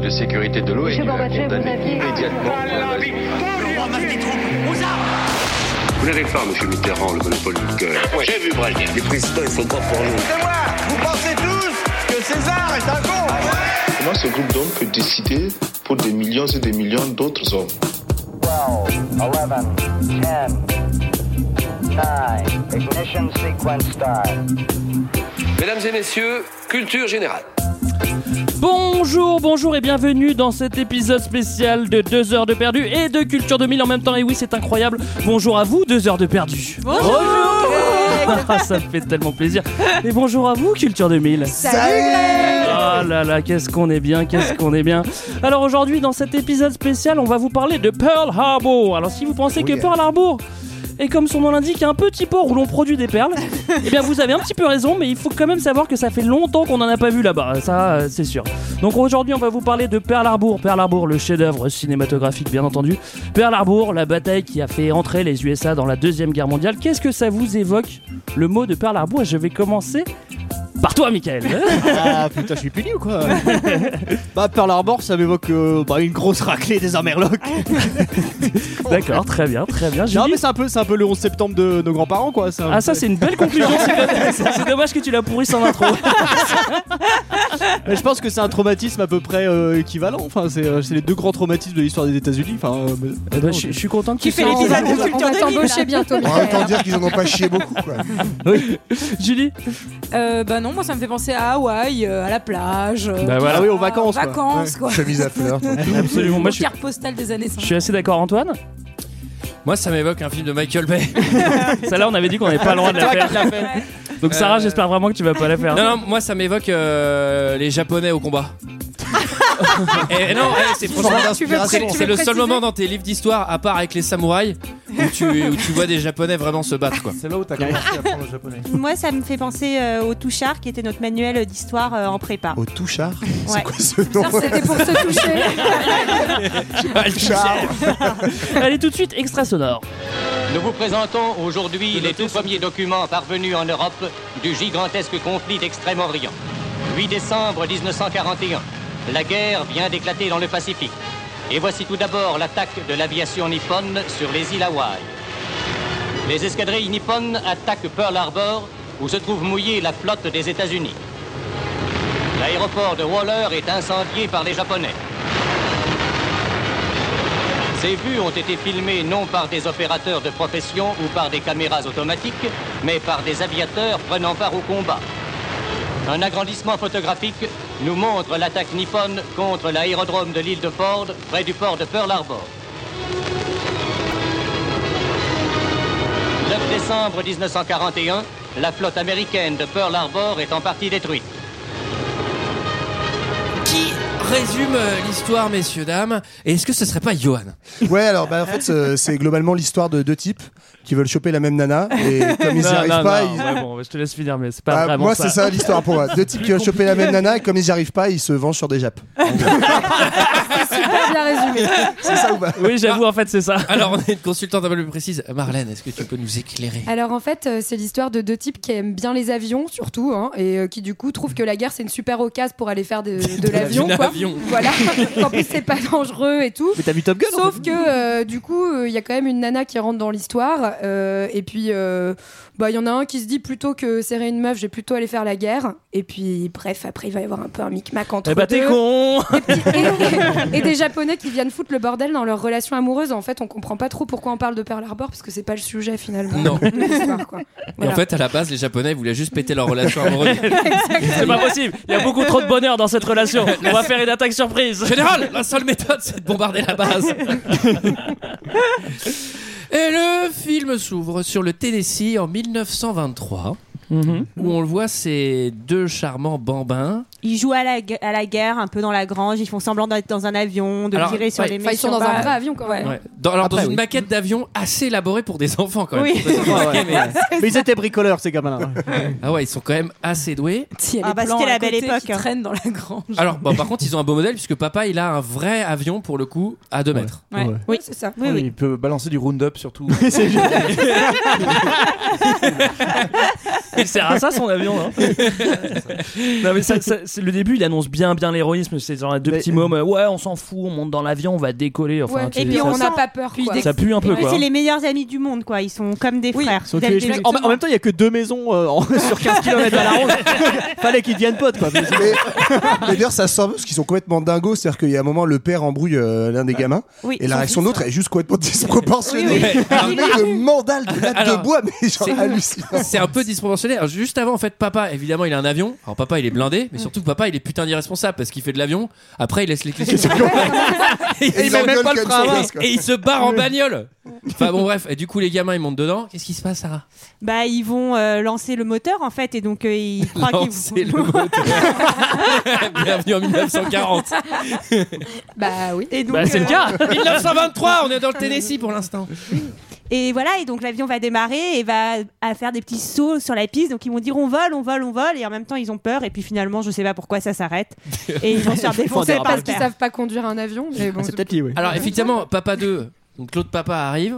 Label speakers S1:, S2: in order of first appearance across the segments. S1: de sécurité de l'eau et il
S2: Monsieur
S1: a
S2: Gorbatchev, vous
S1: condamné
S2: aviez-
S1: immédiatement à la-
S3: Vous n'avez pas, monsieur Mitterrand, le monopole du cœur. J'ai vu Brel. Les présidents, ils sont pas pour nous.
S4: C'est moi Vous pensez tous que César est un con
S5: Comment ce groupe d'hommes peut décider pour des millions et des millions d'autres hommes
S6: 12, 11, 10, 9, ignition sequence start.
S7: Mesdames et messieurs, culture générale.
S8: Bonjour, bonjour et bienvenue dans cet épisode spécial de 2 heures de perdu et de Culture 2000 en même temps. Et oui, c'est incroyable. Bonjour à vous, 2 heures de perdu.
S2: Oh,
S8: Bonjour Ça me fait tellement plaisir. Et bonjour à vous, Culture 2000. Ah là là, qu'est-ce qu'on est bien, qu'est-ce qu'on est bien. Alors aujourd'hui, dans cet épisode spécial, on va vous parler de Pearl Harbor. Alors si vous pensez que
S9: hein.
S8: Pearl Harbor est comme son nom l'indique, un petit port où l'on produit des perles, eh bien vous avez un petit peu raison, mais il faut quand même savoir que ça fait longtemps qu'on n'en a pas vu là-bas, ça euh, c'est sûr. Donc aujourd'hui, on va vous parler de Pearl Harbor. Pearl Harbor, le chef-d'œuvre cinématographique, bien entendu. Pearl Harbor, la bataille qui a fait entrer les USA dans la Deuxième Guerre mondiale. Qu'est-ce que ça vous évoque, le mot de Pearl Harbor Et Je vais commencer par toi, Michael.
S10: Ah putain, je suis puni ou quoi Bah, Pearl Harbor, ça m'évoque euh, bah, une grosse raclée des Armerlocs.
S8: D'accord, très bien, très bien.
S10: Non,
S8: Julie
S10: mais c'est un, peu, c'est un peu le 11 septembre de nos grands-parents, quoi. c'est un-
S8: Ah ça c'est une belle conclusion, c'est- c'est dommage que tu l'as pourri sans intro.
S10: Mais je pense que c'est un traumatisme à peu près euh, équivalent. Enfin, c'est, euh, c'est les deux grands traumatismes de l'histoire des États-Unis. Enfin, euh, mais-
S8: Eh ben, je je suis content que tu
S11: Qui fait
S8: sois-
S11: l'épisode de
S12: On
S11: culture
S12: va t'embaucher
S11: 2000
S12: bientôt.
S4: On va temps dire qu'ils en ont pas chié beaucoup, quoi.
S8: Julie
S11: euh, Bah non, moi ça me fait penser à Hawaï, euh, à la plage. euh,
S8: Bah
S11: tout
S8: voilà.
S11: ça,
S10: Ah oui, aux vacances, quoi.
S11: vacances, quoi.
S4: Chemise à fleurs.
S8: Absolument, moi je suis,
S11: Carte postale des années 50.
S8: je suis assez d'accord Antoine.
S9: Moi, ça m'évoque un film de Michael Bay.
S8: Celle-là on avait dit qu'on n'avait pas le droit de la faire.
S11: Ouais.
S8: Donc Sarah
S9: Euh,
S8: j'espère vraiment que tu vas pas la faire.
S9: Non, non, moi, ça m'évoque euh, les Japonais au combat. et, non, eh, c'est franchement.
S12: Tu veux
S9: C'est
S12: tu
S9: c'est
S12: veux
S9: le seul
S12: préciser
S9: moment dans tes livres d'histoire, à part avec les samouraïs, où tu, où tu vois des Japonais vraiment se battre. Quoi.
S4: C'est là où t'as commencé à apprendre le japonais.
S12: Moi, ça me fait penser euh, au touchard qui était notre manuel d'histoire euh, en prépa.
S4: Au touchard
S12: Ouais.
S4: C'est quoi ce nom
S11: Ça, C'était pour se toucher.
S4: Touchard
S8: Allez tout de suite, extra sonore.
S7: Nous vous présentons aujourd'hui les tout premiers documents parvenus en Europe du gigantesque conflit d'Extrême-Orient. 8 décembre 1941, la guerre vient d'éclater dans le Pacifique. Et voici tout d'abord l'attaque de l'aviation nippone sur les îles Hawaï. Les escadrilles nippones attaquent Pearl Harbor, où se trouve mouillée la flotte des États-Unis. L'aéroport de Waller est incendié par les Japonais. Ces vues ont été filmées non par des opérateurs de profession ou par des caméras automatiques, mais par des aviateurs prenant part au combat. Un agrandissement photographique nous montre l'attaque nippone contre l'aérodrome de l'île de Ford, près du port de Pearl Harbor. 9 décembre 1941, la flotte américaine de Pearl Harbor est en partie détruite.
S9: Qui résume euh, l'histoire, messieurs, dames Et est-ce que ce serait pas Johan
S4: Ouais, alors bah, en fait, c'est- c'est globalement l'histoire de deux types qui veulent choper la même nana et comme ils n'y
S8: Non,
S4: arrivent
S8: non,
S4: pas,
S8: non,
S4: ils-
S8: ouais, bon, je te laisse finir mais c'est pas
S4: Bah,
S8: vraiment
S4: moi,
S8: ça.
S4: c'est ça l'histoire pour moi. Deux types qui veulent choper la même nana et comme ils n'y arrivent pas, ils se vengent sur des japes.
S11: Super bien résumé.
S4: C'est ça ou pas
S8: Oui, j'avoue en fait c'est ça.
S9: Alors, on a une consultante un peu plus précise. Marlène, est-ce que tu peux nous éclairer
S12: Alors en fait, euh, c'est l'histoire de deux types qui aiment bien les avions, surtout, hein, et euh, qui du coup trouvent que la guerre c'est une super occasion pour aller faire de, de l'avion.
S9: D'une
S12: quoi.
S9: avion.
S12: Voilà, en plus c'est pas dangereux et tout.
S10: Mais t'as vu Top Gun en
S12: Sauf que euh, du coup, il y a quand même une nana qui rentre dans l'histoire, euh, et puis euh, bah il y en a un qui se dit plutôt que serrer une meuf, je vais plutôt aller faire la guerre. Et puis bref, après il va y avoir un peu un micmac entre
S9: ben,
S8: Eh bah
S12: deux.
S8: t'es con
S12: Des petits- et, et des Japonais qui viennent foutre le bordel dans leur relation amoureuse. En fait, on comprend pas trop pourquoi on parle de Pearl Harbor parce que c'est pas le sujet finalement.
S9: Non.
S12: de l'histoire, quoi.
S9: Et En
S12: Voilà.
S9: fait, à la base, les Japonais voulaient juste péter leur relation amoureuse.
S8: C'est pas possible, il y a beaucoup trop de bonheur dans cette relation. On va faire une attaque surprise.
S9: Général, la seule méthode, c'est de bombarder la base. Et le film s'ouvre sur le Tennessee en 1923,
S8: Mhm.
S9: où on le voit, ces deux charmants bambins.
S12: Ils jouent à la, gue- à la guerre, un peu dans la grange, ils font semblant d'être dans un avion, de
S9: Alors,
S12: tirer sur
S9: ouais.
S12: les
S9: Enfin,
S12: méchants.
S11: ils sont dans un vrai
S12: avion quand même.
S9: Ouais. Dans, alors, dans
S10: Après,
S9: une
S10: oui.
S9: maquette d'avion assez élaborée pour des enfants, quand même.
S12: Oui.
S10: Ah ouais. Mais ils étaient bricoleurs, ces gamins-là.
S9: Ah ouais, ils sont quand même assez doués.
S11: Si,
S12: Ah, bah, c'était la belle époque,
S11: Qui
S12: hein.
S11: traînent dans la grange.
S9: Alors, bon, par contre, ils ont un beau modèle, puisque papa, il a un vrai avion, pour le coup, à 2 mètres.
S11: Ouais.
S10: Ouais.
S12: Oui, c'est
S2: Ah
S12: ça.
S6: Oui,
S5: Il peut balancer du round-up surtout.
S10: C'est génial.
S8: il sert à ça son avion, non hein. Non, mais ça, ça, c'est- le début, il annonce bien, bien l'héroïsme. C'est genre deux petits mômes. euh, Ouais, on s'en fout, on monte dans l'avion, on va décoller. Enfin, tu-
S2: et puis
S8: ça-
S2: on n'a pas
S12: peur.
S8: quoi. Ça pue un peu, quoi.
S2: C'est les meilleurs amis du monde, quoi. Ils sont comme des frères.
S10: Sauf
S2: Dès
S10: que
S2: le
S10: je me dis,
S2: début.
S10: en, en même temps, il y a que deux maisons euh, en- sur 15 km à la ronde. Fallait qu'ils deviennent potes, quoi.
S4: Mais, mais d'ailleurs, ça sort parce qu'ils sont complètement dingos. C'est-à-dire qu'il y a un moment, le père embrouille euh, l'un
S8: Ah.
S4: des gamins.
S2: Oui,
S4: et la
S2: son
S4: réaction de
S2: fils,
S4: l'autre est juste complètement disproportionnée.
S9: Oui, oui.
S4: Un mec de mandal, de latte
S9: Alors,
S4: de bois, ah, mais genre
S9: c'est-
S4: hallucinant.
S9: C'est un peu disproportionné. Alors, juste avant, en fait, papa, évidemment, il a un avion. Alors, papa, il est blindé, mais surtout, papa, il est putain d'irresponsable parce qu'il fait de l'avion. Après, il laisse les clés sur le Et
S4: Et il
S9: met
S4: engueule
S9: pas le
S4: comme
S9: frein à
S4: son
S9: main.
S4: gosse, quoi.
S9: Et il se barre en bagnole. Enfin, bon, bref. Et du coup, les gamins, ils montent dedans. Qu'est-ce qui se passe, Sarah
S2: Bah, ils vont euh, lancer le moteur, en fait, et donc euh, ils croient qu'ils
S9: Lancer le moteur. Bienvenue en 1940.
S12: Bah oui.
S2: Et donc,
S9: Bah, c'est le
S2: euh,
S9: cas. 1923, on est dans le Tennessee pour l'instant.
S2: Et voilà, et donc l'avion va démarrer et va à faire des petits sauts sur la piste. Donc ils vont dire on vole, on vole, on vole, et en même temps ils ont peur. Et puis finalement, je sais pas pourquoi ça s'arrête. Et ils vont se faire défoncer par
S12: parce
S2: le
S12: qu'ils
S2: père.
S12: savent pas conduire un avion. Mais bon, Ah, c'est
S10: Ah, peut-être lié, oui.
S9: Alors, effectivement, papa 2. Donc, l'autre papa arrive.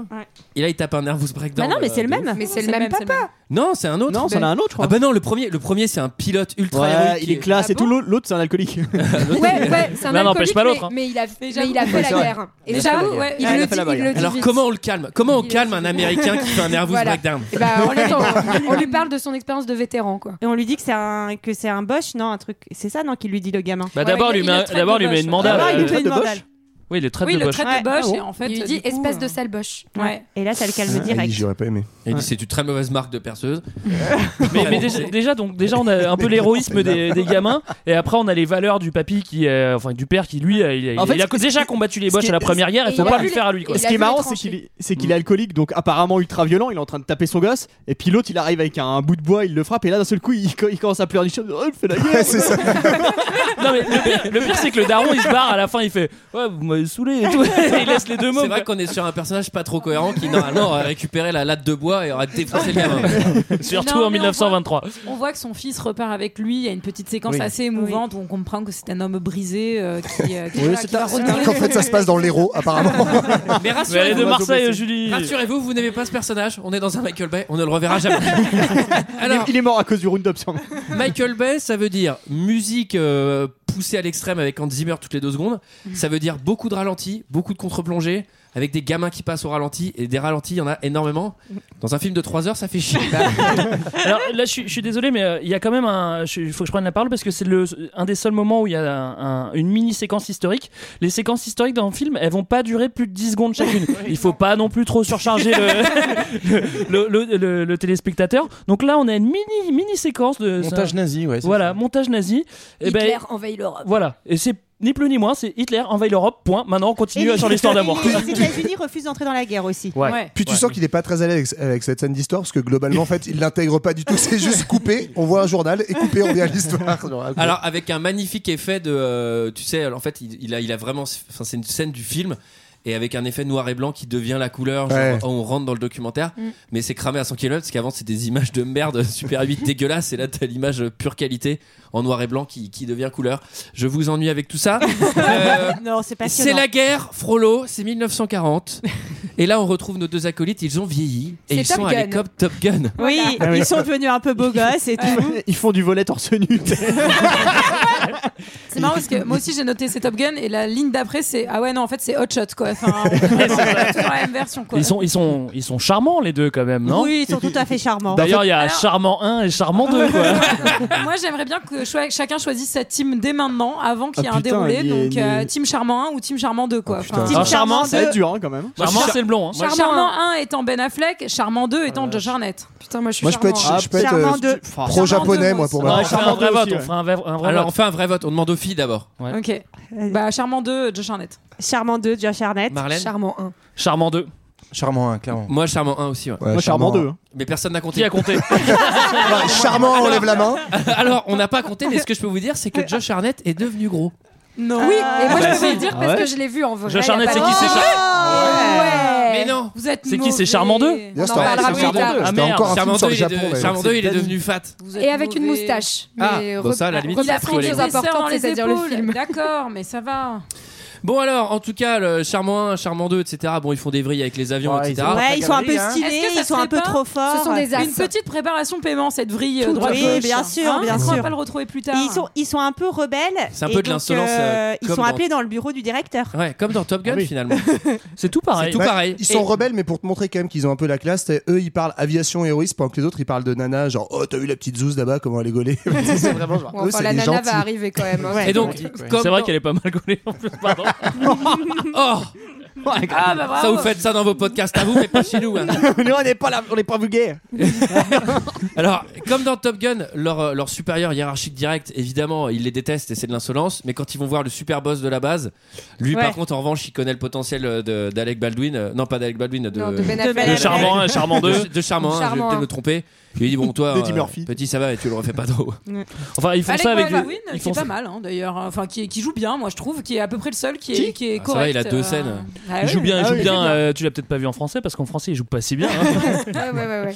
S9: Et là, il tape un nervous breakdown. euh,
S2: Bah non, mais c'est le
S9: de
S2: même.
S12: Mais c'est le même papa.
S9: Non, c'est un autre.
S10: Non, c'en a un autre, je crois.
S9: Ah bah non, le premier, le premier c'est un pilote ultra héroïque.
S10: il est classe et tout. l'autre- L'autre, c'est un alcoolique.
S12: Ah Ouais, ouais, c'est un
S9: L'un n'empêche
S12: alcoolique,
S9: pas l'autre,
S12: mais-
S9: hein.
S12: Mais il a mais
S11: j'avoue,
S12: il a fait
S10: ouais,
S12: la
S10: c'est vrai.
S12: guerre.
S10: Il a
S12: Et
S10: fait la
S12: j'avoue,
S10: guerre.
S12: ouais,
S10: Ah,
S12: il
S10: il
S12: le
S10: a fait
S12: dit-
S10: la
S12: il
S10: bagarre.
S12: le dit
S9: Alors
S12: vite.
S9: comment on le calme Comment on calme un Américain qui fait un nervous
S12: Voilà.
S9: breakdown
S12: Eh ben, on, l'attend, on lui- on lui parle de son expérience de vétéran, quoi.
S2: Et on lui dit que c'est un que c'est un Bosch, non, un truc. C'est ça, non, qu'il lui dit le gamin.
S8: Bah, d'abord, lui, met un- d'abord, lui met une mandale.
S2: D'abord, Ah, il lui
S8: euh,
S2: met une mandale.
S8: Oui, le traite
S2: Oui,
S8: de
S2: le
S8: Bosch.
S2: traite de Bosch,
S12: Ah bon
S2: et en fait,
S12: il lui dit
S2: du coup,
S12: espèce de
S2: euh,
S12: sale boche.
S2: Ouais. Et là, ça le calme
S4: Ah, il dit,
S2: direct.
S4: J'aurais pas aimé.
S9: Il dit c'est une très mauvaise marque de perceuse.
S8: mais, mais déjà, déjà, donc, déjà, on a un peu l'héroïsme des, des gamins, et après, on a les valeurs du papy qui, euh, enfin, du père qui, lui, euh, il, a-
S10: En fait,
S8: il a
S10: ce qui-
S8: déjà combattu les
S10: ce
S8: Boches
S10: qui
S8: à la
S10: est-
S8: première guerre, il faut
S10: Et
S8: pas
S10: il a
S8: lui
S10: vu
S8: faire à lui. Quoi.
S10: Ce qui est marrant, c'est qu'il est, c'est qu'il est alcoolique, donc apparemment ultra violent. Il est en train de taper son gosse, et puis l'autre il arrive avec un bout de bois, il le frappe, et là d'un seul coup il, il commence à pleurnicher. Oh, il fait la guerre.
S4: c'est ça.
S8: Non, mais le pire, le pire, c'est que le daron il se barre à la fin, il fait Ouais, vous m'avez saoulé et tout. Et il laisse les deux
S9: C'est
S8: mômes.
S9: vrai qu'on est sur un personnage pas trop cohérent qui normalement aurait récupéré la latte de bois et aurait défoncé le gamin.
S8: Surtout
S11: Non, mais
S8: en
S11: on
S8: 1923.
S11: On voit que son fils repart avec lui. Il y a une petite séquence
S8: Oui.
S11: assez émouvante où on comprend que c'est un homme brisé euh, qui, euh, qui-
S4: Oui,
S11: voilà,
S4: c'est
S11: qui va
S4: un-
S11: retourner-
S4: qu'en fait, ça se passe dans l'héros, apparemment.
S9: Mais
S8: Mais elle est
S9: rassurez-vous, hein,
S8: de Marseille, Julie.
S9: rassurez-vous, vous n'aimez pas ce personnage. On est dans un Michael Bay, on ne le reverra jamais.
S10: Il est-
S9: Alors,
S10: il est mort à cause du round-up. sûrement.
S9: Michael Bay, ça veut dire musique euh, poussée à l'extrême avec Hans Zimmer toutes les deux secondes. Ça veut dire beaucoup de ralentis, beaucoup de contre-plongées, avec des gamins qui passent au ralenti. Et des ralentis, il y en a énormément. Dans un film de 3 heures, ça fait chier.
S8: Alors là, je suis- je suis désolé, mais euh, il y a quand même un. je- Il faut que je prenne la parole parce que c'est le un des seuls moments où il y a un- un- une mini séquence historique. Les séquences historiques dans le film, elles vont pas durer plus de 10 secondes chacune. Il faut pas non plus trop surcharger le, le, le- le- le téléspectateur. Donc là, on a une mini mini séquence de ça-
S13: nazi, ouais.
S8: Voilà, montage nazi. Et ben,
S12: Hitler envahit l'Europe.
S8: voilà. Et c'est ni plus ni moins, c'est Hitler envahit l'Europe. Point. Maintenant, on
S2: Et
S8: continue
S2: les-
S8: sur l'histoire d'amour.
S2: et Les États-Unis refusent d'entrer dans la guerre aussi.
S8: Ouais.
S4: Puis tu sens qu'il est pas très à l'aise avec, avec cette scène d'histoire parce que globalement, en fait, il l'intègre pas du tout. C'est juste coupé, on voit un journal et coupé, on revient à l'histoire. Genre, ah,
S9: Alors avec un magnifique effet de, euh, tu sais, en fait, il, il a, il a vraiment, enfin, c'est une scène du film. Et avec un effet noir et blanc qui devient la couleur, genre,
S4: Ouais.
S9: oh, on rentre dans le documentaire,
S12: Mm.
S9: mais c'est cramé à 100 km parce qu'avant c'est des images de merde super 8 dégueulasses et là t'as l'image pure qualité en noir et blanc qui, qui devient couleur. Je vous ennuie avec tout ça. Euh,
S2: Non, c'est pas
S9: c'est la guerre, Frollo, c'est 1940. et là on retrouve nos deux acolytes, ils ont vieilli et
S12: C'est
S9: ils
S12: Top
S9: sont à
S12: Gun.
S9: l'école Top Gun.
S2: Oui,
S10: Ah oui.
S2: ils sont devenus un peu beaux gosses et tout.
S10: Ils font du volet torse nu.
S11: C'est marrant parce que moi aussi j'ai noté c'est Top Gun et la ligne d'après c'est ah ouais non en fait c'est Hot Shot quoi. Enfin, on a toujours la même version quoi.
S8: Ils sont, ils, sont, ils sont charmants les deux quand même, non
S2: oui, ils sont tout à fait charmants.
S8: D'ailleurs, il y a
S11: Alors-
S8: Charmant 1 et Charmant 2. Quoi.
S11: Moi j'aimerais bien que choi- chacun choisisse sa team dès maintenant avant qu'il y ait
S10: Ah,
S11: un
S10: putain,
S11: déroulé
S10: il y a
S11: donc
S10: une-
S11: euh, team Charmant 1 ou team Charmant 2 quoi. Enfin,
S10: Team
S8: Ah,
S10: Charmant,
S2: Charmant,
S10: ça va
S2: deux.
S10: être dur hein, quand même.
S8: Charmant, c'est le blond. hein.
S11: Charmant,
S2: Charmant
S11: 1 étant Ben Affleck, Charmant 2 étant Josh Arnett. Putain moi je suis
S4: Moi, je peux être-
S11: Charmant.
S4: je peux être,
S2: Charmant
S4: euh,
S2: deux.
S10: Enfin,
S4: pro-japonais,
S11: deux,
S4: moi,
S11: moi,
S4: pour
S11: ça.
S4: moi.
S8: on fera un vrai
S10: Charmant
S8: vote.
S10: aussi,
S8: On fera un vrai, un vrai
S9: Alors on
S8: vote.
S9: fait un vrai vote, on demande aux filles d'abord.
S11: Ok. Bah Charmant 2, Josh Arnett.
S2: Charmant 2, Josh Arnett.
S9: Marlène
S12: Charmant 1.
S8: Charmant 2.
S13: Charmant, hein, clairement.
S9: Moi Charmant 1 aussi, ouais.
S4: Ouais,
S10: Moi, Charmant 2.
S9: Mais personne n'a compté.
S8: hein. Qui a compté
S4: Enfin, charmant, on lève la main.
S9: Alors, on n'a pas compté, mais ce que je peux vous dire, c'est que Josh Arnett est devenu gros.
S11: Non. Euh,
S12: Oui, et moi je peux
S8: si.
S12: vous le dire parce
S10: Ah ouais
S12: que je l'ai vu en vrai.
S8: Josh
S12: il y a
S8: Arnett,
S12: pas
S8: c'est qui
S12: longtemps.
S8: c'est Charmant
S12: Ouais.
S9: Mais non
S11: Vous êtes
S8: C'est qui, c'est Charmant
S11: mauvais.
S4: Bien
S12: On en
S4: sûr,
S12: parlera
S4: Charmant
S12: plus tard.
S4: 2,
S8: Ah,
S4: C'était
S8: merde.
S4: encore un film
S9: Charmant
S4: sur
S9: 2,
S4: le
S9: il est
S4: Japon.
S9: devenu,
S4: d'ailleurs.
S9: Charmant 2, il est devenu fat.
S11: Vous êtes
S12: Et avec une
S11: mauvais.
S12: moustache.
S9: Ah,
S12: Mais
S9: bon, ça, à la
S12: rep-
S9: limite,
S12: il
S9: c'est
S12: apprend
S9: rigolé.
S12: des choses
S11: Il sert dans
S12: importantes,
S11: les
S12: c'est-à-dire le
S11: épaules.
S12: film.
S11: D'accord, mais ça va.
S9: Bon alors, en tout cas, le Charmant 1, Charmant 2, etc. Bon, ils font des vrilles avec les avions,
S2: Ouais,
S9: etc.
S2: ils ont- Ouais, ils sont un peu stylés,
S11: Est-ce que ça
S2: ils sont un
S11: serait
S2: peu
S11: pas-
S2: trop forts.
S11: Ce sont des Une petite préparation paiement, cette vrille euh,
S2: Tout
S11: droite
S2: oui,
S11: gauche.
S2: bien sûr,
S11: Hein
S2: bien
S11: Est-ce qu'on va
S2: sûr.
S11: pas le retrouver plus tard
S2: Ils sont, ils sont un peu rebelles.
S9: C'est un
S2: et
S9: peu de
S2: donc,
S9: l'insolence,
S2: euh,
S9: euh,
S2: ils
S9: comme
S2: sont
S9: dans-
S2: appelés dans le bureau du directeur.
S9: Ouais, comme dans Top Gun finalement.
S8: C'est tout pareil.
S9: Ah C'est tout
S4: Bah,
S9: pareil.
S4: Ils sont
S9: Et-
S4: rebelles, mais pour te montrer quand même qu'ils ont un peu la classe, t'es- eux ils parlent aviation et héroïsme, pendant que les autres ils parlent de nana, genre oh t'as vu la petite zouze là-bas, comment elle est gaulée. c'est vraiment genre.
S12: Bon,
S4: eux,
S12: enfin,
S4: c'est
S12: la
S4: des
S12: nana
S4: gentils.
S12: va arriver quand même. hein.
S4: Ouais. Et donc,
S8: C'est
S4: comme
S8: vrai
S4: dans-
S8: qu'elle est pas mal gaulée en plus, pardon.
S9: oh
S8: Ah, bah, bravo.
S9: Ça vous faites ça dans vos podcasts à vous, mais pas chez nous. hein.
S10: Nous, on n'est pas là, on n'est pas vulgaire.
S9: Alors, comme dans Top Gun, leur, euh, leur supérieur hiérarchique direct, évidemment, ils les détestent et c'est de l'insolence. Mais quand ils vont voir le super boss de la base, lui,
S2: Ouais.
S9: par contre, en revanche, il connaît le potentiel euh, de- d'Alec Baldwin. Euh, non, pas d'Alec Baldwin, de,
S2: Non, de Ben De Affleck. Ben
S9: De
S2: Affleck.
S9: Charmant
S8: un, Charmant deux.
S9: De, de Charmant un, je vais
S8: Charmant
S9: peut-être
S8: un.
S9: me tromper. Il lui dit Bon, toi,
S8: Eddie
S9: euh,
S8: Murphy.
S9: petit, ça va, et tu le refais pas trop.
S8: Enfin, ils font
S11: Alec
S8: ça avec.
S11: Baldwin,
S8: ils
S11: qui
S8: font
S11: est pas
S8: ça-
S11: mal hein, d'ailleurs, enfin qui, qui joue bien, moi je trouve, qui est à peu près le seul qui est, qui est
S8: Ah, ça va,
S11: correct.
S8: il a deux
S11: euh,
S8: scènes.
S11: ah
S8: il joue
S11: oui,
S8: bien, il
S11: ah
S8: joue
S11: oui,
S8: bien. euh, tu l'as peut-être pas vu en français parce qu'en français il joue pas si bien. hein.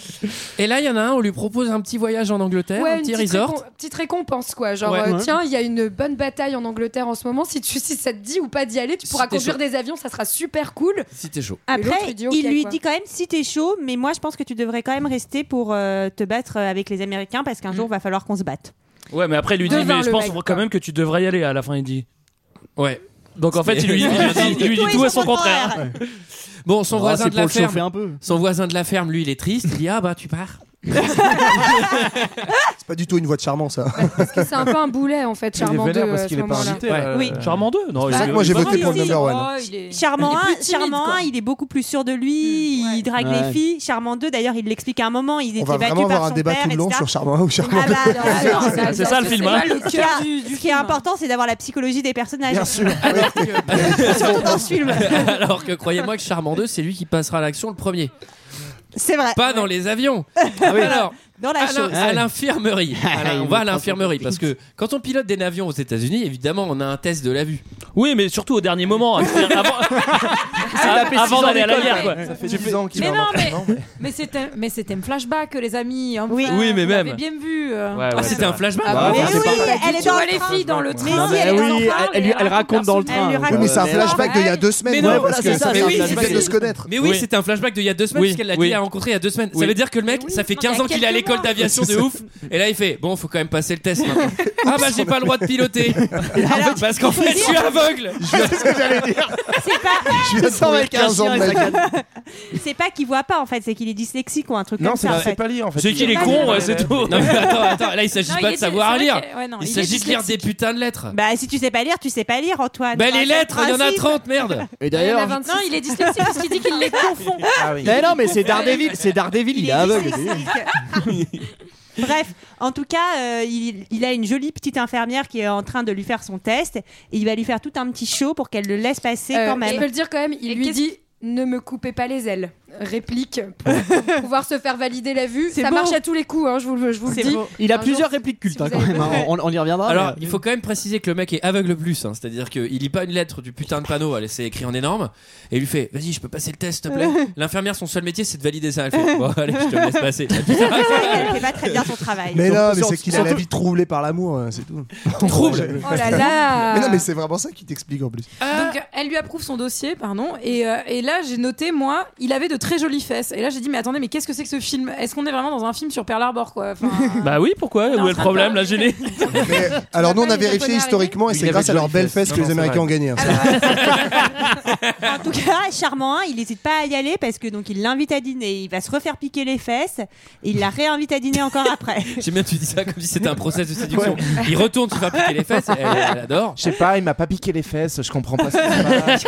S9: Et là, il y en a un, on lui propose un petit voyage en Angleterre,
S12: Ouais,
S9: un
S12: une
S9: petit
S12: petite,
S9: resort.
S12: récom- petite récompense quoi. Genre
S9: Ouais.
S12: euh,
S9: Ouais.
S12: tiens, il y a une bonne bataille en Angleterre en ce moment. Si tu si ça te dit ou pas d'y aller, tu pourras
S9: t'es
S12: conduire
S9: chaud.
S12: des avions, ça sera super cool.
S9: Si t'es chaud.
S12: Et l'autre,
S2: Après,
S12: il
S2: il,
S12: dit ok,
S2: lui
S12: quoi.
S2: dit quand même si t'es chaud, mais moi je pense que tu devrais quand même rester pour euh, te battre euh, avec les Américains parce qu'un jour va falloir qu'on se batte.
S8: Ouais, mais après il lui dit,
S2: Devant
S8: mais je
S2: le
S8: pense
S2: mec,
S8: quand même que tu devrais y aller. À la fin, il dit.
S9: Ouais.
S8: Donc en fait, il lui, il lui dit, il lui dit tout à son contraire.
S9: Bon, son
S4: Ah,
S8: Oh,
S9: voisin
S8: c'est
S9: de
S8: pour
S9: la
S8: le chauffer
S9: ferme,
S8: un peu.
S9: son voisin de la ferme, lui, il est triste. Il dit ah bah tu pars.
S4: C'est pas du tout une voix de charmant ça.
S12: Parce que c'est un peu un boulet en fait, charmant
S4: vénère
S12: 2
S4: parce
S12: à ce
S4: qu'il est pas
S12: moment-là.
S4: invité, Ouais. euh,
S2: Oui.
S8: Charmant 2 Non,
S4: C'est pour ça que moi, j'ai voté pour le number one.
S2: Charmant 1,
S11: il est plus timide,
S2: Charmant
S11: quoi.
S2: 1, il est beaucoup plus sûr de lui, il drague
S4: Ouais.
S2: les filles. Charmant 2, d'ailleurs, il l'explique à un moment, il
S4: On
S2: était
S4: va
S2: battu
S4: vraiment
S2: par
S4: avoir un
S2: son
S4: débat
S2: père,
S4: tout le long
S2: etc.
S4: sur Charmant ou Charmant.
S2: Ah bah, non, non,
S8: C'est ça, le film, hein.
S2: Ce qui est- Ce qui est important, c'est d'avoir la psychologie des personnages.
S9: Bien sûr.
S2: Alors que- Surtout dans ce film.
S9: Alors que croyez-moi que Charmant 2, c'est lui qui passera à l'action le premier.
S2: C'est vrai. Ah
S9: Pas dans les avions. Alors,
S2: Dans la Ah
S9: à
S2: chose.
S9: l'in- à l'infirmerie. À l'in-
S8: Il
S9: on
S8: veut
S9: va à
S8: prendre son
S9: l'infirmerie parce que quand on pilote des avions aux États-Unis, évidemment, on a un test de la vue.
S8: Oui, mais surtout au dernier moment. C'est-à-dire avant
S11: Ah,
S8: avant
S11: six ans
S8: d'aller à la
S11: d'école,
S8: guerre,
S11: ouais.
S8: quoi.
S11: Ça
S8: fait 10 ans qu'il
S11: Mais non, mais, mais c'était mais c'était un flashback, les amis. hein, Enfin,
S8: Oui. Oui, mais
S11: vous
S8: même.
S11: l'avez bien vu. euh.
S8: Ouais, ouais, Ah, c'était c'est un vrai. flashback
S11: Ah, bah,
S8: Ouais, mais
S11: c'est
S8: oui,
S11: pas-
S8: elle
S11: Tu
S8: est dans
S11: vois
S8: le
S11: les
S8: train.
S11: filles dans le
S8: Mais
S11: train.
S8: si, elle est dans le train,
S4: elle lui- elle raconte
S11: dans le
S4: train. Oui, mais c'est un flashback d'il y a deux semaines.
S9: Mais
S4: ouais,
S9: non,
S4: parce que
S9: voilà, c'est ça,
S4: c'est
S9: mais
S4: un
S9: oui,
S4: flashback
S9: c'est-
S4: de se connaître.
S9: Mais oui,
S4: Oui.
S9: c'était un flashback d'il y a deux semaines,
S4: Oui,
S9: parce qu'elle l'a dit,
S4: oui.
S9: elle a rencontré il y a deux semaines.
S4: Oui.
S9: Ça veut dire que le mec, ça fait
S4: non, mais
S9: 15
S4: à
S9: ans qu'il est à
S4: quelques
S9: l'école
S4: mois.
S9: d'aviation de
S4: C'est ça.
S9: ouf. Et là, il fait Bon, faut quand même passer le test maintenant. ah bah, j'ai pas le droit de piloter. parce qu'en
S2: faut
S9: fait, je
S2: dire-
S9: suis aveugle.
S4: C'est ce que j'allais dire.
S2: C'est pas.
S4: Je viens de trouver 15 ans de ma vie.
S2: C'est pas qu'il voit pas en fait, c'est qu'il est dyslexique ou un truc
S9: Non,
S2: comme
S9: c'est
S2: ça.
S9: pas-
S2: en fait.
S9: c'est pas lire, en fait. C'est qu'il est con, ouais, c'est tout. Non, mais attends, attends, là, il s'agit
S2: Non,
S9: pas
S2: il
S9: de
S2: est-
S9: savoir
S2: c'est vrai
S9: lire.
S2: que- ouais, non,
S9: Il
S2: il est
S9: s'agit de lire des
S2: dyslexique.
S9: putains de lettres.
S2: Bah si tu sais pas lire, tu sais pas lire Antoine.
S9: Bah,
S2: Enfin,
S9: les
S2: c'est le
S9: lettres, il y en a
S2: principe.
S9: 30, merde.
S10: Et d'ailleurs,
S11: Non, il est dyslexique parce qu'il dit qu'il les confond.
S2: Ah
S10: Ah Mais non, mais c'est Daredevil, c'est Daredevil, il est aveugle.
S2: Bref, en tout cas, euh, il, il a une jolie petite infirmière qui est en train de lui faire son test et il va lui faire tout un petit show pour qu'elle le laisse passer
S12: Euh,
S2: quand
S12: Je
S2: même.
S12: peux le dire quand même, il lui dit ne me coupez pas les ailes. Réplique pour pour pouvoir se faire valider la vue.
S2: C'est
S12: Ça
S2: beau.
S12: marche à tous les coups, hein, je vous, le- je vous le dis.
S10: Il a
S12: Un
S10: plusieurs
S12: jour,
S10: répliques cultes hein, quand même. hein. On, on y reviendra.
S9: Alors,
S10: mais-
S9: il faut quand même préciser que le mec est aveugle plus, hein. c'est-à-dire qu'il lit pas une lettre du putain de panneau, elle c'est écrit en énorme, et il lui fait Vas-y, je peux passer le test, s'il te plaît. L'infirmière, son seul métier, c'est de valider ça. Elle fait Bon, allez, je te laisse passer.
S2: Elle fait pas très bien son travail.
S4: Mais
S9: Surtout-
S4: non, mais c'est qu'il a la
S9: surtout-
S4: vie troublée par l'amour, euh, c'est tout.
S9: Trouble.
S11: Oh là là.
S4: Mais non, mais c'est vraiment ça qui t'explique en plus.
S2: Euh.
S11: Donc elle lui approuve son dossier, pardon, et, euh, et là j'ai noté moi, il avait de très jolies fesses. Et là j'ai dit mais attendez mais qu'est-ce que c'est que ce film Est-ce qu'on est vraiment dans un film sur Pearl Harbor quoi Enfin,
S8: Bah oui, pourquoi Où est le problème Là, gêné.
S4: Alors nous on
S11: pas
S4: a
S11: les
S4: vérifié
S11: Japonais
S4: historiquement et
S8: arriver
S4: c'est grâce à leurs belles fesses
S8: Non,
S4: que
S8: non,
S4: les
S8: c'est
S4: Américains
S8: vrai.
S4: ont gagné. hein, ça.
S2: En tout cas, Charmant 1, il n'hésite pas à y aller parce que donc il l'invite à dîner, il va se refaire piquer les fesses, et il la réinvite à dîner encore après.
S9: J'aime bien, que tu dis ça comme si c'était un process de séduction. Il retourne, tu vas piquer les fesses, elle, elle adore.
S13: Je sais pas, il m'a pas piqué les fesses, je comprends pas.
S2: Je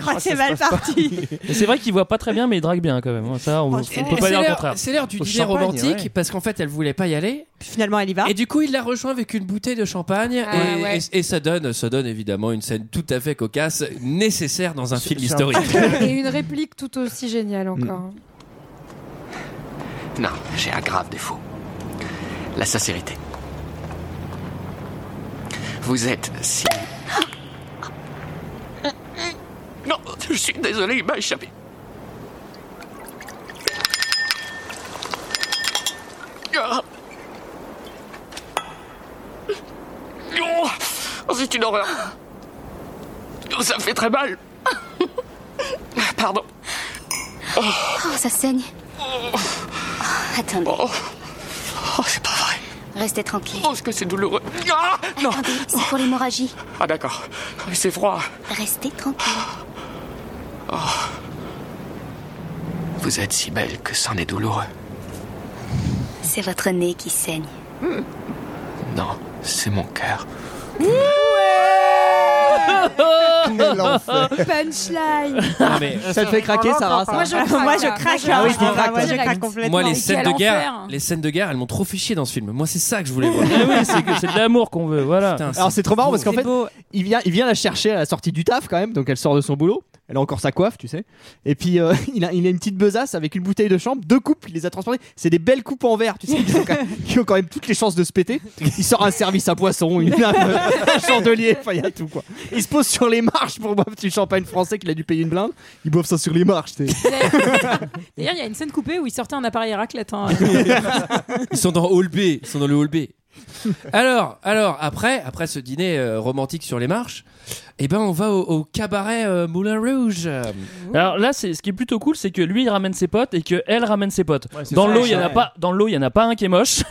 S2: crois que Ah, c'est mal parti.
S8: Mais c'est vrai qu'il voit pas très bien, mais il drague bien quand même. hein. Ça, on, on peut pas
S9: C'est
S8: dire le
S9: l'heure-
S8: contraire.
S9: C'est l'heure du
S8: Au
S9: dîner
S8: champagne,
S9: romantique,
S8: ouais.
S9: parce qu'en fait, elle voulait pas y aller.
S2: Puis finalement, elle y va.
S9: Et du coup, il la rejoint avec une bouteille de champagne,
S2: Ah,
S9: et,
S2: ouais.
S9: et- et ça donne, ça donne évidemment une scène tout à fait cocasse, nécessaire dans un film
S10: c'est un-
S9: historique.
S12: Et une réplique tout aussi géniale
S2: Mm.
S12: encore.
S14: Non, j'ai un grave défaut. La sincérité. Vous êtes si... Non, je suis désolé, il m'a échappé. Ah. Oh, c'est une horreur. Oh, ça fait très mal. Pardon.
S15: Oh, ça saigne. Oh, attendez. Oh,
S14: Oh, c'est pas vrai. Ah,
S15: Restez tranquille.
S14: Oh, ce que c'est douloureux. Oh.
S15: attendez, c'est pour l'hémorragie.
S14: Ah d'accord. C'est froid.
S15: Restez tranquille.
S14: Oh. Vous êtes si belle que c'en est douloureux.
S15: C'est votre nez qui saigne.
S14: Non, c'est mon cœur.
S15: Quel enfer.
S12: Punchline
S9: Non, mais-
S10: Ça te fait craquer, Sarah ça
S12: Moi, je craque.
S2: Moi, je craque,
S10: Ah oui,
S2: hein.
S10: je craque,
S2: Ah, moi, je
S10: direct.
S2: craque complètement.
S9: Moi, les
S2: Et
S9: scènes
S2: quel
S9: de guerre,
S2: enfer. hein.
S9: les scènes de guerre, elles m'ont trop fait chier dans ce film. Moi, c'est ça que je voulais voir.
S8: oui, c'est que- c'est de l'amour qu'on veut, voilà.
S10: Alors c'est trop marrant parce qu'en
S8: C'est
S10: fait, il vient, il vient la chercher à la sortie du taf quand même, donc elle sort de son boulot. Elle a encore sa coiffe, tu sais. Et puis euh, il, a, il a une petite besace avec une bouteille de chambre, deux coupes, il les a transportées. C'est des belles coupes en verre, tu sais, qui ont, quand même, qui ont quand même toutes les chances de se péter. Il sort un service à poisson, une lame, un chandelier, enfin il y a tout quoi. Il se pose sur les marches pour boire du champagne français qu'il a dû payer une blinde. Il boive ça sur les marches, tu sais.
S11: D'ailleurs, il y a une scène coupée où il sortait un appareil à raclette. hein.
S9: Ils sont dans Hall B, ils sont dans le Hall B. Alors, alors après, après ce dîner euh, romantique sur les marches, eh ben on va au, au cabaret euh, Moulin Rouge.
S8: Alors là, c'est ce qui est plutôt cool, c'est que lui il ramène ses potes et que elle ramène ses potes.
S9: c'est
S8: dans
S9: ça,
S8: l'eau, il y en a
S9: ouais.
S8: pas. Dans l'eau, il y en a pas un qui est moche.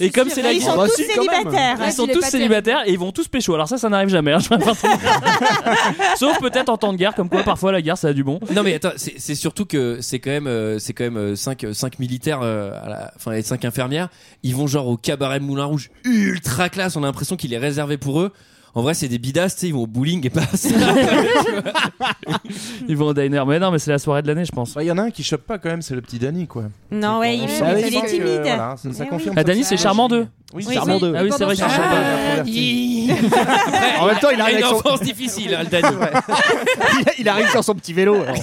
S8: et comme
S9: ah,
S8: c'est la
S2: Ils sont
S8: guerre-
S2: tous célibataires.
S9: hein,
S8: Ils sont tous célibataires et ils vont tous pécho. Alors ça, ça n'arrive jamais. hein, je préfère te dire. Sauf peut-être en temps de guerre, comme quoi parfois la guerre, ça a du bon.
S9: Non mais attends, c'est c'est surtout que c'est quand même euh, c'est quand même euh, cinq euh, cinq militaires euh, à la- enfin et cinq infirmières, ils vont genre au cabaret Moulin Rouge ultra classe, on a l'impression qu'il est réservé pour eux. En vrai, c'est des bidasses, tu sais, ils vont au bowling et pas
S8: Ils vont au diner, mais non, mais c'est la soirée de l'année, je pense.
S13: Bah, Il y en a un qui chope pas quand même, c'est le petit Danny quoi.
S2: Non, ouais, il,
S13: Ah oui,
S2: il est
S13: donc, euh,
S2: timide.
S13: voilà, ça- ça
S2: Eh oui.
S13: confirme
S10: Bah,
S8: Ah, Dany, c'est charmant d'eux.
S13: Oui,
S2: Oui,
S13: charmant
S2: oui.
S13: d'eux.
S8: Ah oui, c'est vrai, charmant
S10: En même temps, il
S9: a
S10: arrive
S9: une
S10: avec son-
S9: enfance difficile, hein, le Dany.
S10: il, il arrive sur son petit vélo. alors.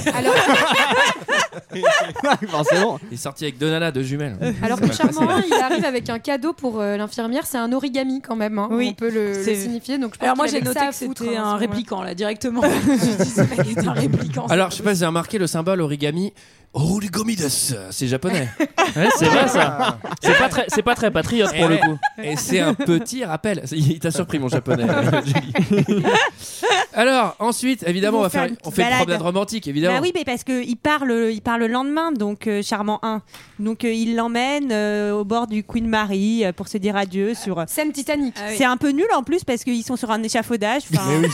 S10: Forcément.
S9: Il est sorti avec deux nanas, deux jumelles.
S12: Alors que
S9: Ça va passer,
S12: charmant,
S9: là.
S12: il arrive avec un cadeau pour euh, l'infirmière, c'est un origami quand même. hein. On peut le, le
S11: C'est-
S12: signifier. Donc je pense
S11: Alors moi,
S12: qu'il
S11: j'ai
S12: avait
S11: noté
S12: ça à
S11: que
S12: foutre,
S11: c'était
S12: hein,
S11: un
S12: à ce moment-là.
S11: répliquant là directement. Je dis, ce mec est un répliquant.
S9: Alors, je sais pas si vous avez remarqué le symbole origami. Origamides, c'est japonais.
S8: c'est vrai ça. C'est pas très, c'est pas très patriote pour
S9: Eh
S8: le
S9: ouais.
S8: coup.
S9: Ah. Et c'est un petit rappel. Il t'a surpris mon japonais. Julie. Alors ensuite, évidemment,
S2: Ils
S9: on
S2: vont
S9: va faire,
S2: faire une
S9: on fait une
S2: balade.
S9: promenade romantique, évidemment.
S2: Bah oui, mais parce qu'il parle, il parle le lendemain, donc euh, Charmant 1. Donc euh, il l'emmène euh, au bord du Queen Mary euh, pour se dire adieu sur. Ah
S12: Scène Titanic.
S2: C'est un peu nul en plus parce qu'ils sont sur un échafaudage. enfin,
S10: Ils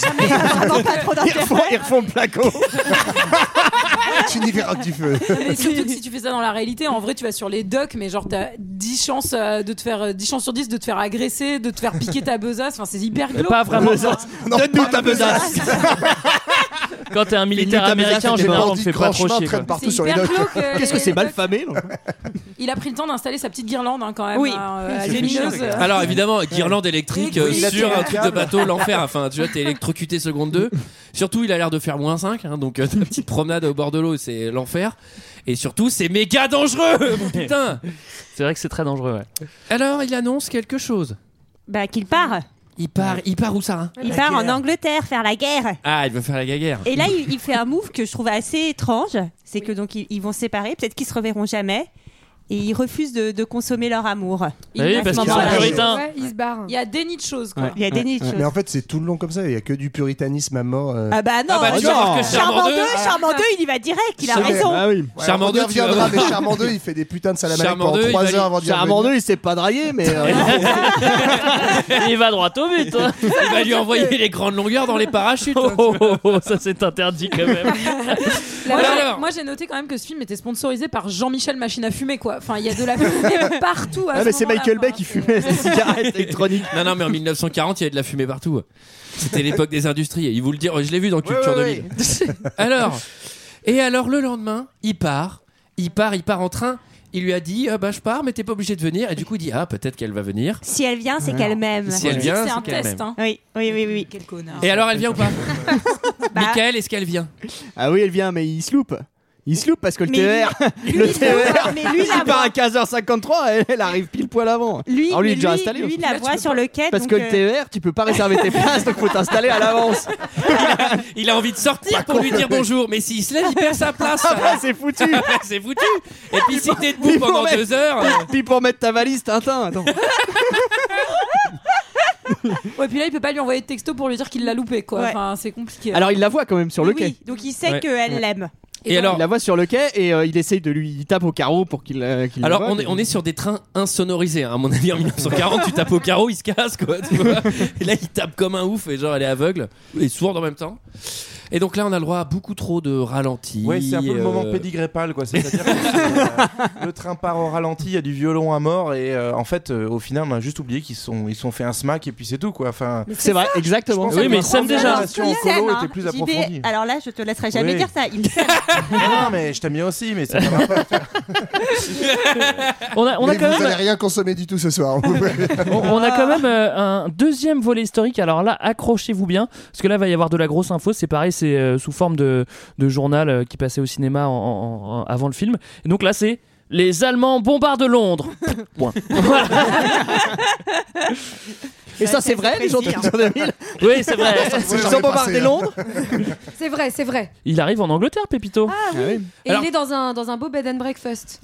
S10: refont, ils refont placo.
S4: Tu n'y verras que du feu.
S11: Non, mais surtout que si tu fais ça dans la réalité, en vrai, tu vas sur les docks, mais genre, t'as 10 chances euh, de te faire, euh, 10 chances sur 10 de te faire agresser, de te faire piquer ta besace. Enfin, c'est hyper glauque.
S8: Pas vraiment.
S10: Donne-nous ta besace.
S8: Quand t'es un militaire américain, en général, on te fait pas trop chier. quoi.
S11: partout C'est sur les hyper docks. glauque, euh,
S10: Qu'est-ce que
S11: les-
S10: c'est
S11: les
S10: mal
S11: docks.
S10: famé non
S11: Il a pris le temps d'installer sa petite guirlande, hein, quand même.
S2: Oui.
S11: hein, euh,
S2: Il s'est fait
S11: lumineuse.
S2: chier, le gars.
S9: Alors évidemment, guirlande électrique euh,
S2: Oui, il a
S9: sur
S2: tiré
S9: un
S2: un
S9: truc de
S2: câble.
S9: bateau, l'enfer. Enfin, tu vois, t'es électrocuté seconde 2. Surtout, il a l'air de faire moins 5, hein, donc euh, ta petite promenade au bord de l'eau, c'est l'enfer. Et surtout, c'est méga dangereux Putain
S8: C'est vrai que c'est très dangereux. Ouais.
S9: Alors, il annonce quelque chose.
S2: Bah qu'il part.
S9: Il part, il part où ça hein
S2: Il part en Angleterre faire la guerre.
S9: Ah, il veut faire la guerre.
S2: Et là, il, il fait un move que je trouve assez étrange. C'est que donc ils, ils vont se séparer, peut-être qu'ils se reverront jamais. Et ils refusent de, de consommer leur amour.
S8: Bah oui,
S2: à ce
S8: parce qu'ils sont
S2: moment-là.
S8: puritains.
S12: Ouais, il se barre.
S11: Il y a des nids de choses, quoi.
S2: Ouais. Il y a des niches.
S4: Mais en fait, c'est tout le long comme ça. Il y a que du puritanisme à mort. euh.
S2: Ah bah non,
S4: Ah bah, tu vas voir que Charmant
S2: Charmant
S4: deux-
S2: 2, Charmant 2, il y va direct, il a
S4: C'est vrai.
S2: raison.
S4: Ah
S10: oui.
S4: Ouais,
S9: Charmant
S4: on y
S9: deux, tu
S4: reviendra,
S9: vas-
S4: mais Charmant 2, il fait des putains de salamandres
S9: Charmant
S4: pendant
S9: deux, il
S4: 3
S9: valide.
S4: heures avant d'y
S10: Charmant
S4: revenir.
S10: 2, il sait pas draguer, mais.
S2: Ah,
S10: euh,
S8: Il va droit au but. hein.
S9: Il va lui envoyer les grandes longueurs dans les parachutes. hein,
S8: Oh, oh, oh, ça c'est interdit quand même.
S11: Moi,
S9: Alors,
S11: j'ai-
S9: alors.
S11: Moi, j'ai noté quand même que ce film était sponsorisé par Jean-Michel Machine à fumer, quoi. Enfin, il y a de la fumée partout. À
S10: Ah,
S11: ce
S10: mais c'est
S11: moment-là,
S10: Michael
S11: enfin.
S10: Bay qui fumait ses cigarettes électroniques.
S9: Non, non, mais en 1940, il y avait de la fumée partout. C'était l'époque des industries. Ils vous le diront. Je l'ai vu dans Culture
S10: Ouais, ouais,
S9: 2000. Alors, et alors le lendemain, il part. Il part, il part en train. Il lui a dit Ah Bah, je pars, mais t'es pas obligé de venir. Et du coup, il dit Ah, peut-être qu'elle va venir.
S2: Si elle vient, c'est
S9: Ouais.
S2: qu'elle m'aime.
S9: Si elle
S11: C'est
S9: vient,
S11: un
S9: c'est qu'elle
S11: test,
S9: m'aime.
S11: hein.
S2: Oui, oui, oui, oui.
S11: Quel connard.
S9: Et alors, elle vient ou pas Michael, est-ce qu'elle vient
S10: Ah oui, elle vient, mais il se loupe. Il se loupe parce que le
S2: Mais
S10: TER.
S2: lui- lui,
S10: le
S2: il se
S10: TER.
S2: voit, mais lui, la
S10: il part à 15h53, elle, elle arrive pile poil avant.
S2: Lui,
S10: Alors, lui, il
S2: mais
S10: est déjà
S2: lui-
S10: installé.
S2: lui,
S10: aussi.
S2: la voit sur le quai,
S10: Parce
S2: donc,
S10: que le
S2: euh,
S10: TER, tu peux pas réserver tes places, donc faut t'installer à l'avance.
S9: Il a envie de sortir pour lui dire bonjour. Mais s'il se lève, il perd sa place.
S10: Après, Ah bah, c'est foutu.
S9: Après, c'est foutu. Et puis, si t'es debout
S10: Puis pour
S9: pendant
S10: mettre-
S9: deux heures. euh,
S2: euh,
S10: Puis pour mettre ta valise, Tintin, attends.
S11: Ouais, Ouais, puis là, il peut pas lui envoyer de texto pour lui dire qu'il l'a loupé, quoi.
S2: Ouais.
S11: Enfin, c'est compliqué.
S10: Alors il la voit quand même sur le
S2: Oui,
S10: quai.
S2: donc il sait
S10: Ouais.
S2: qu'elle
S10: Ouais.
S2: l'aime.
S10: Et alors, il la voit sur le quai et euh, il essaye de lui, il tape au carreau pour qu'il. euh, qu'il la
S9: Alors
S10: voie,
S9: on est,
S10: mais-
S9: on est sur des trains insonorisés. hein. À mon avis en 1940 tu tapes au carreau, il se casse quoi. tu vois. et là il tape comme un ouf et genre elle est aveugle et sourde en même temps. Et donc là on a le droit à beaucoup trop de ralentis.
S13: Ouais, c'est un peu le
S9: euh,
S13: moment pédigrépal, quoi. C'est-à-dire que c'est, euh, le train part au ralenti, il y a du violon à mort, et euh, en fait, euh, au final, on a juste oublié qu'ils sont, ils sont fait un smack, et puis c'est tout, quoi. Enfin,
S10: C'est vrai, exactement.
S13: Je pense que la
S2: Alors,
S13: relation en
S2: il s'aime,
S13: colo
S2: hein.
S13: était plus
S2: JB,
S13: approfondie.
S2: Alors là, je te laisserai jamais
S13: Oui.
S2: dire ça. Il s'aime.
S13: non, non, mais je t'aime bien aussi, mais ça va pas.
S8: On a, on a
S4: Mais
S8: quand
S4: vous
S8: même.
S4: n'allez rien consommer du tout ce soir.
S8: on, on
S10: Ah.
S8: a quand même euh, un deuxième volet historique. Alors là, accrochez-vous bien, parce que là, va y avoir de la grosse info. C'est pareil, c'est euh, sous forme de, de journal euh, qui passait au cinéma en- en- en- avant le film. Et donc là, c'est les Allemands bombardent Londres. Point.
S10: Et ça, c'est vrai, les gens de
S12: précis, hein.
S10: 2000
S8: Oui, c'est vrai.
S10: Ils hein. ont bombardé Londres.
S12: C'est vrai, c'est vrai.
S8: Il arrive en Angleterre, Pépito.
S10: Ah
S12: Et il est dans un, dans un beau bed and breakfast.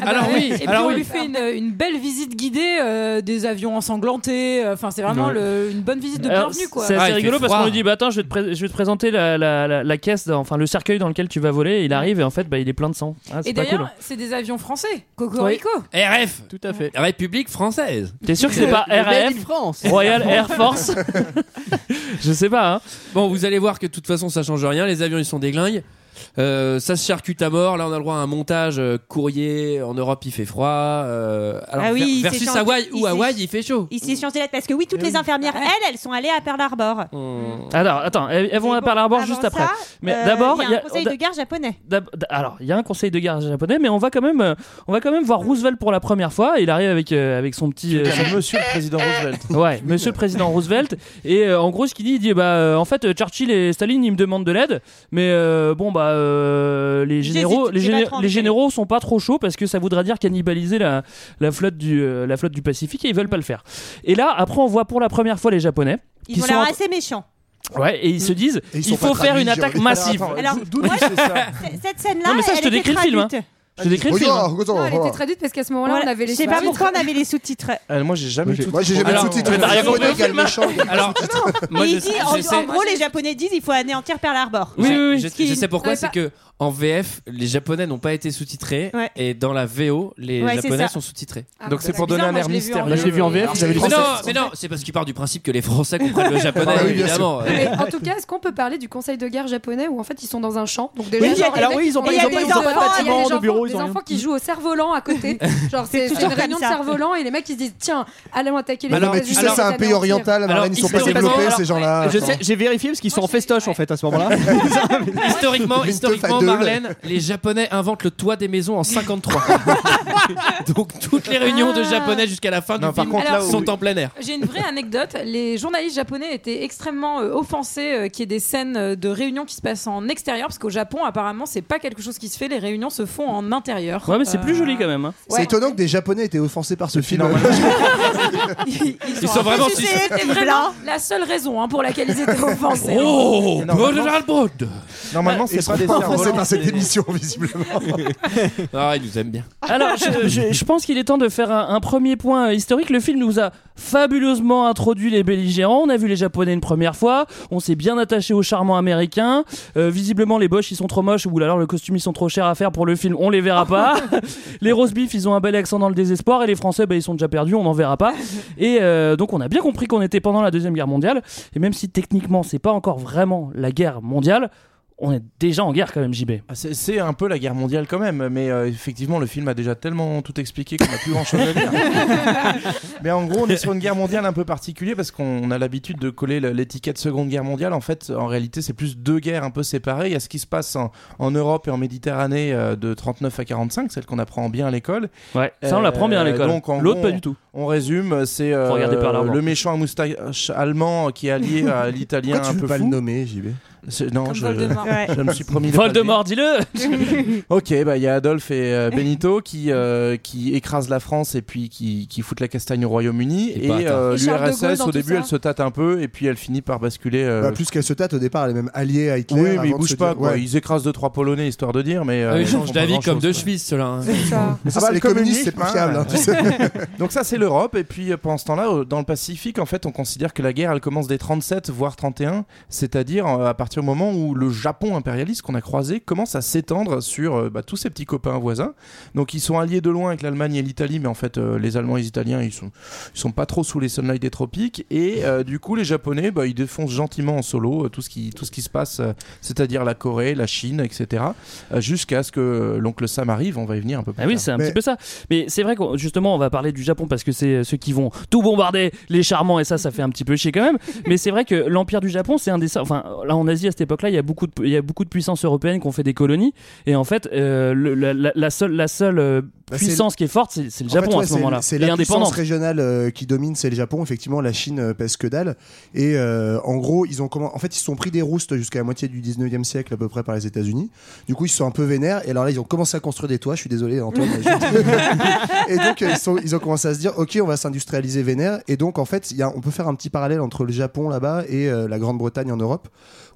S9: Alors oui,
S11: Et puis
S9: alors
S11: on
S9: oui.
S11: lui fait une, une belle visite guidée euh, des avions ensanglantés. Enfin, c'est vraiment
S8: Ouais.
S11: le- une bonne visite de
S8: Alors,
S11: bienvenue, quoi.
S8: C'est assez rigolo parce qu'on lui dit bah attends je vais te, pré- je vais te présenter la, la- la- la caisse dans- enfin le cercueil dans lequel tu vas voler et il arrive et en fait bah, il est plein de sang. Ah,
S11: Et
S8: c'est pas
S11: d'ailleurs,
S8: cool.
S11: c'est des avions français, Cocorico.
S9: RF.
S10: Tout à fait.
S9: République française.
S8: T'es sûr que c'est pas
S10: Le Made in
S8: RAF
S10: France.
S8: Royal Air Force Je sais pas. hein.
S9: Bon, vous allez voir que de toute façon, ça change rien. Les avions, ils sont déglingues. Euh, ça se charcute à mort. Là, on a le droit à un montage euh, courrier. En Europe, il fait froid. Euh, alors,
S2: Ah oui,
S9: ver-
S2: il s'est
S9: versus
S2: changé-
S9: Hawaï,
S2: il
S9: où
S2: s'est-
S9: Hawaï, il fait chaud.
S2: Il s'est changé la tête parce que oui, toutes les infirmières, elles, elles sont allées à Pearl Harbor.
S8: Alors attends, elles, elles vont parler à bord juste après. Mais
S2: Euh,
S8: d'abord,
S2: il y a un conseil de guerre japonais.
S8: d'ab- d- Alors, il y a un conseil de guerre japonais, mais on va quand même, euh, on va quand même voir Roosevelt pour la première fois. Il arrive avec euh, avec son petit, euh, son-
S13: Monsieur le président Roosevelt.
S8: Ouais, monsieur le président Roosevelt. Et euh, en gros, ce qu'il dit, il dit bah, euh, en fait, euh, Churchill et Staline, ils me demandent de l'aide, mais euh, bon, bah, euh, les généraux,
S2: J'hésite,
S8: les,
S2: j'ai pas
S8: géné-
S2: trop envie
S8: les
S2: d'y
S8: généraux sont pas trop chauds parce que ça voudrait dire cannibaliser la, la, flotte, du, euh, la flotte du Pacifique et ils veulent pas le faire. Et là, après, on voit pour la première fois les Japonais. qui
S2: Ils ont
S8: sont
S2: l'air
S8: en-
S2: assez méchants.
S8: Ouais, et ils se disent,
S4: Et ils sont
S8: il faut
S4: pas
S8: faire
S4: traduits,
S8: une
S4: j'ai
S8: attaque
S4: envie de-
S8: massive.
S4: Alors,
S2: Alors,
S4: attends, d'où- d'où tu sais ça
S2: c- cette scène-là.
S8: Non, mais ça, je
S2: elle
S8: te
S2: était
S8: décris le film, hein.
S2: traduite.
S8: Je te décris le film. hein.
S12: Non, elle était traduite parce qu'à ce moment-là,
S2: Voilà.
S12: on avait les
S2: Je sais pas pourquoi on avait les sous-titres.
S13: Euh, moi, j'ai jamais tout.
S4: Moi, j'ai jamais
S9: Alors,
S4: sous-titré.
S9: mais t'as rien compris au film, hein. Alors, moi,
S2: Et il
S9: je-
S2: dit, en,
S9: je sais-
S2: en gros, les Japonais disent il faut anéantir Pearl Harbor.
S9: Je- je,
S2: Ce qui-
S9: je sais pourquoi,
S2: Ouais,
S9: c'est
S2: pas-
S9: que en VF, les Japonais n'ont pas été sous-titrés
S2: Ouais.
S9: et dans la VO, les
S2: Ouais, c'est
S9: Japonais
S2: ça.
S9: sont sous-titrés.
S2: Ah,
S13: Donc, c'est pour donner un air mystérieux.
S10: Moi, je l'ai vu en VF, j'avais les
S9: Mais non,
S10: Français.
S9: mais non, c'est parce qu'il part du principe que les Français comprennent le japonais,
S10: Ah oui, bien
S9: évidemment.
S10: sûr.
S12: Mais en tout cas, est-ce qu'on peut parler du conseil de guerre japonais où en fait ils sont dans un champ Donc
S10: Oui,
S12: déjà,
S10: il y a
S12: genre,
S10: des- alors oui, ils ont
S12: et
S10: pas-
S12: il y
S10: ils
S12: a
S10: ont
S12: des
S10: pas de
S12: enfants- il
S10: bâtiment,
S12: y a des
S10: de
S12: enfants-
S10: bureau, ils
S12: des
S10: ont rien.
S12: enfants qui jouent au cerf-volant à côté. Genre c'est c'est
S2: toujours
S12: une
S2: comme
S12: réunion de
S2: ça.
S12: cerf-volant et les mecs ils se disent tiens, allons attaquer les
S4: Mais Bah non, mais tu
S12: États-Unis,
S4: sais, c'est
S12: on va
S4: un
S12: les
S4: pays
S12: anéantir.
S4: oriental, alors,
S9: Alors,
S4: ils sont pas
S9: historiquement,
S4: développés,
S9: alors,
S4: ces gens-là.
S10: Je
S4: Attends.
S10: sais, j'ai vérifié parce qu'ils sont en festoche en fait à ce moment-là.
S9: Historiquement,
S4: Une teuf à
S9: historiquement
S4: deux.
S9: Marlène, les Japonais inventent le toit des maisons en 53. Donc toutes les réunions de Japonais jusqu'à la fin
S13: Non,
S9: du
S13: par
S9: film
S13: contre,
S11: là où-
S9: sont en plein air.
S11: J'ai une vraie anecdote. Les journalistes japonais étaient extrêmement euh, offensés euh, qu'il y ait des scènes euh, de réunions qui se passent en extérieur, parce qu'au Japon, apparemment, c'est pas quelque chose qui se fait. Les réunions se font en intérieur.
S8: Ouais, mais c'est
S11: Euh,
S8: plus joli quand même. hein.
S4: C'est étonnant que des Japonais aient été offensés par ce film.
S9: Ils sont vraiment
S11: C'est-
S9: suspects.
S11: C'est vraiment la seule raison hein, pour laquelle ils étaient offensés. hein.
S9: Oh,
S13: Énormément.
S9: Roger Brod.
S13: Normalement,
S4: Ils
S13: c'est
S4: sont
S13: pas des
S4: pas offensés par
S13: cerfs-volants.
S4: cette émission, visiblement.
S9: Ah, ils nous aiment bien.
S8: Alors, je, je- je pense qu'il est temps de faire un, un premier point euh, historique. Le film nous a fabuleusement introduit les belligérants. On a vu les Japonais une première fois. On s'est bien attaché aux charmants américains. Euh, visiblement, les Boches, ils sont trop moches ou alors le costume, ils sont trop chers à faire pour le film. On les verra pas. les roast beef, ils ont un bel accent dans le désespoir. Et les Français, bah, ils sont déjà perdus. On n'en verra pas. Et euh, donc, on a bien compris qu'on était pendant la Deuxième Guerre mondiale. Et même si techniquement, c'est pas encore vraiment la guerre mondiale, on est déjà en guerre quand même, JB.
S13: Ah, C'est c'est un peu la guerre mondiale quand même, mais euh, effectivement le film a déjà tellement tout expliqué qu'on n'a plus grand chose à dire. mais en gros on est sur une guerre mondiale un peu particulière parce qu'on a l'habitude de coller le- l'étiquette Seconde Guerre mondiale. En fait en réalité c'est plus deux guerres un peu séparées. Il y a ce qui se passe en, en Europe et en Méditerranée euh, de 39 à 45, celle qu'on apprend bien à l'école.
S8: Ouais, ça, on
S13: Euh,
S8: l'apprend bien à l'école.
S13: donc, en
S8: L'autre,
S13: gros,
S8: pas du tout.
S13: On résume, c'est euh,
S8: Faut regarder Pearl Harbor.
S13: le méchant à moustache allemand euh, qui est allié à l'italien
S4: Pourquoi
S13: un
S4: tu
S13: peu
S4: veux pas le
S13: fou.
S4: nommer, JB
S13: C'est- Non,
S8: Comme
S13: je,
S8: Voldemort. Ouais.
S13: je me suis promis de.
S8: Voldemort, dis-le
S13: Ok, bah il y a Adolphe et euh, Benito qui, euh, qui écrasent la France et puis qui, qui foutent la castagne au Royaume-Uni.
S4: Et
S13: Et,
S4: pas, attends.
S13: euh,
S4: Et Charles de Gaulle
S13: l'URSS,
S4: dans
S13: au
S4: tout
S13: début,
S4: ça
S13: elle se tâte un peu et puis elle finit par basculer. euh,
S4: Bah, plus qu'elle se tâte au départ, elle est même alliée à Hitler.
S13: Oui,
S4: avant
S13: mais ils
S4: de se
S13: bougent pas,
S4: dire-
S13: quoi.
S4: ouais.
S13: Ils écrasent deux, trois Polonais, histoire de dire, mais. euh,
S9: Ah, ils changent d'avis comme deux chevilles, ceux-là. hein.
S13: Mais
S4: Ah bah, les communistes, c'est pas fiable, hein, tu sais.
S13: Donc ça, c'est l'Europe. Et puis euh, pendant ce temps-là, euh, dans le Pacifique, en fait, on considère que la guerre, elle commence dès 37, voire 31, c'est-à-dire euh, à partir du moment où le Japon impérialiste qu'on a croisé commence à s'étendre sur euh, bah, tous ses petits copains voisins. Donc ils sont alliés de loin avec l'Allemagne et l'Italie, mais en fait, euh, les Allemands et les Italiens, ils sont, ils sont pas trop sous les sunlights des tropiques. Et euh, du coup, les Japonais, bah, ils défoncent gentiment en solo euh, tout ce qui, tout ce qui se passe, euh, c'est-à-dire la Corée, la Chine, etc., euh, jusqu'à ce que euh, l'oncle Sam arrive. On va y venir un peu plus
S8: Ah oui,
S13: tard.
S8: c'est un petit peu ça. Mais c'est vrai que justement, on va parler du Japon parce que c'est euh, ceux qui vont tout bombarder, les charmants, et ça, ça fait un petit peu chier quand même. Mais c'est vrai que l'Empire du Japon, c'est un des. Enfin, là, en Asie, à cette époque-là, il y a beaucoup de, il y a beaucoup de puissances européennes qui ont fait des colonies. Et en fait, euh, le- la, la- la seule, la seule euh,
S4: Bah, c'est
S8: puissance qui est forte, c'est c'est le
S4: En fait,
S8: Japon
S4: ouais,
S8: à ce
S4: c'est-
S8: moment-là.
S4: C'est
S8: Et
S4: la puissance
S8: indépendante.
S4: régionale euh, qui domine, c'est le Japon. Effectivement, la Chine euh, pèse que dalle. Et euh, en gros, ils ont comment En fait, ils se sont pris des roustes jusqu'à la moitié du 19e siècle à peu près par les États-Unis. Du coup, ils se sont un peu vénères. Et alors là, ils ont commencé à construire des toits. Je suis désolé, Antoine. mais je- et donc, euh, ils, sont- ils ont commencé à se dire, ok, on va s'industrialiser vénère. Et donc, en fait, il y a- on peut faire un petit parallèle entre le Japon là-bas et euh, la Grande-Bretagne en Europe,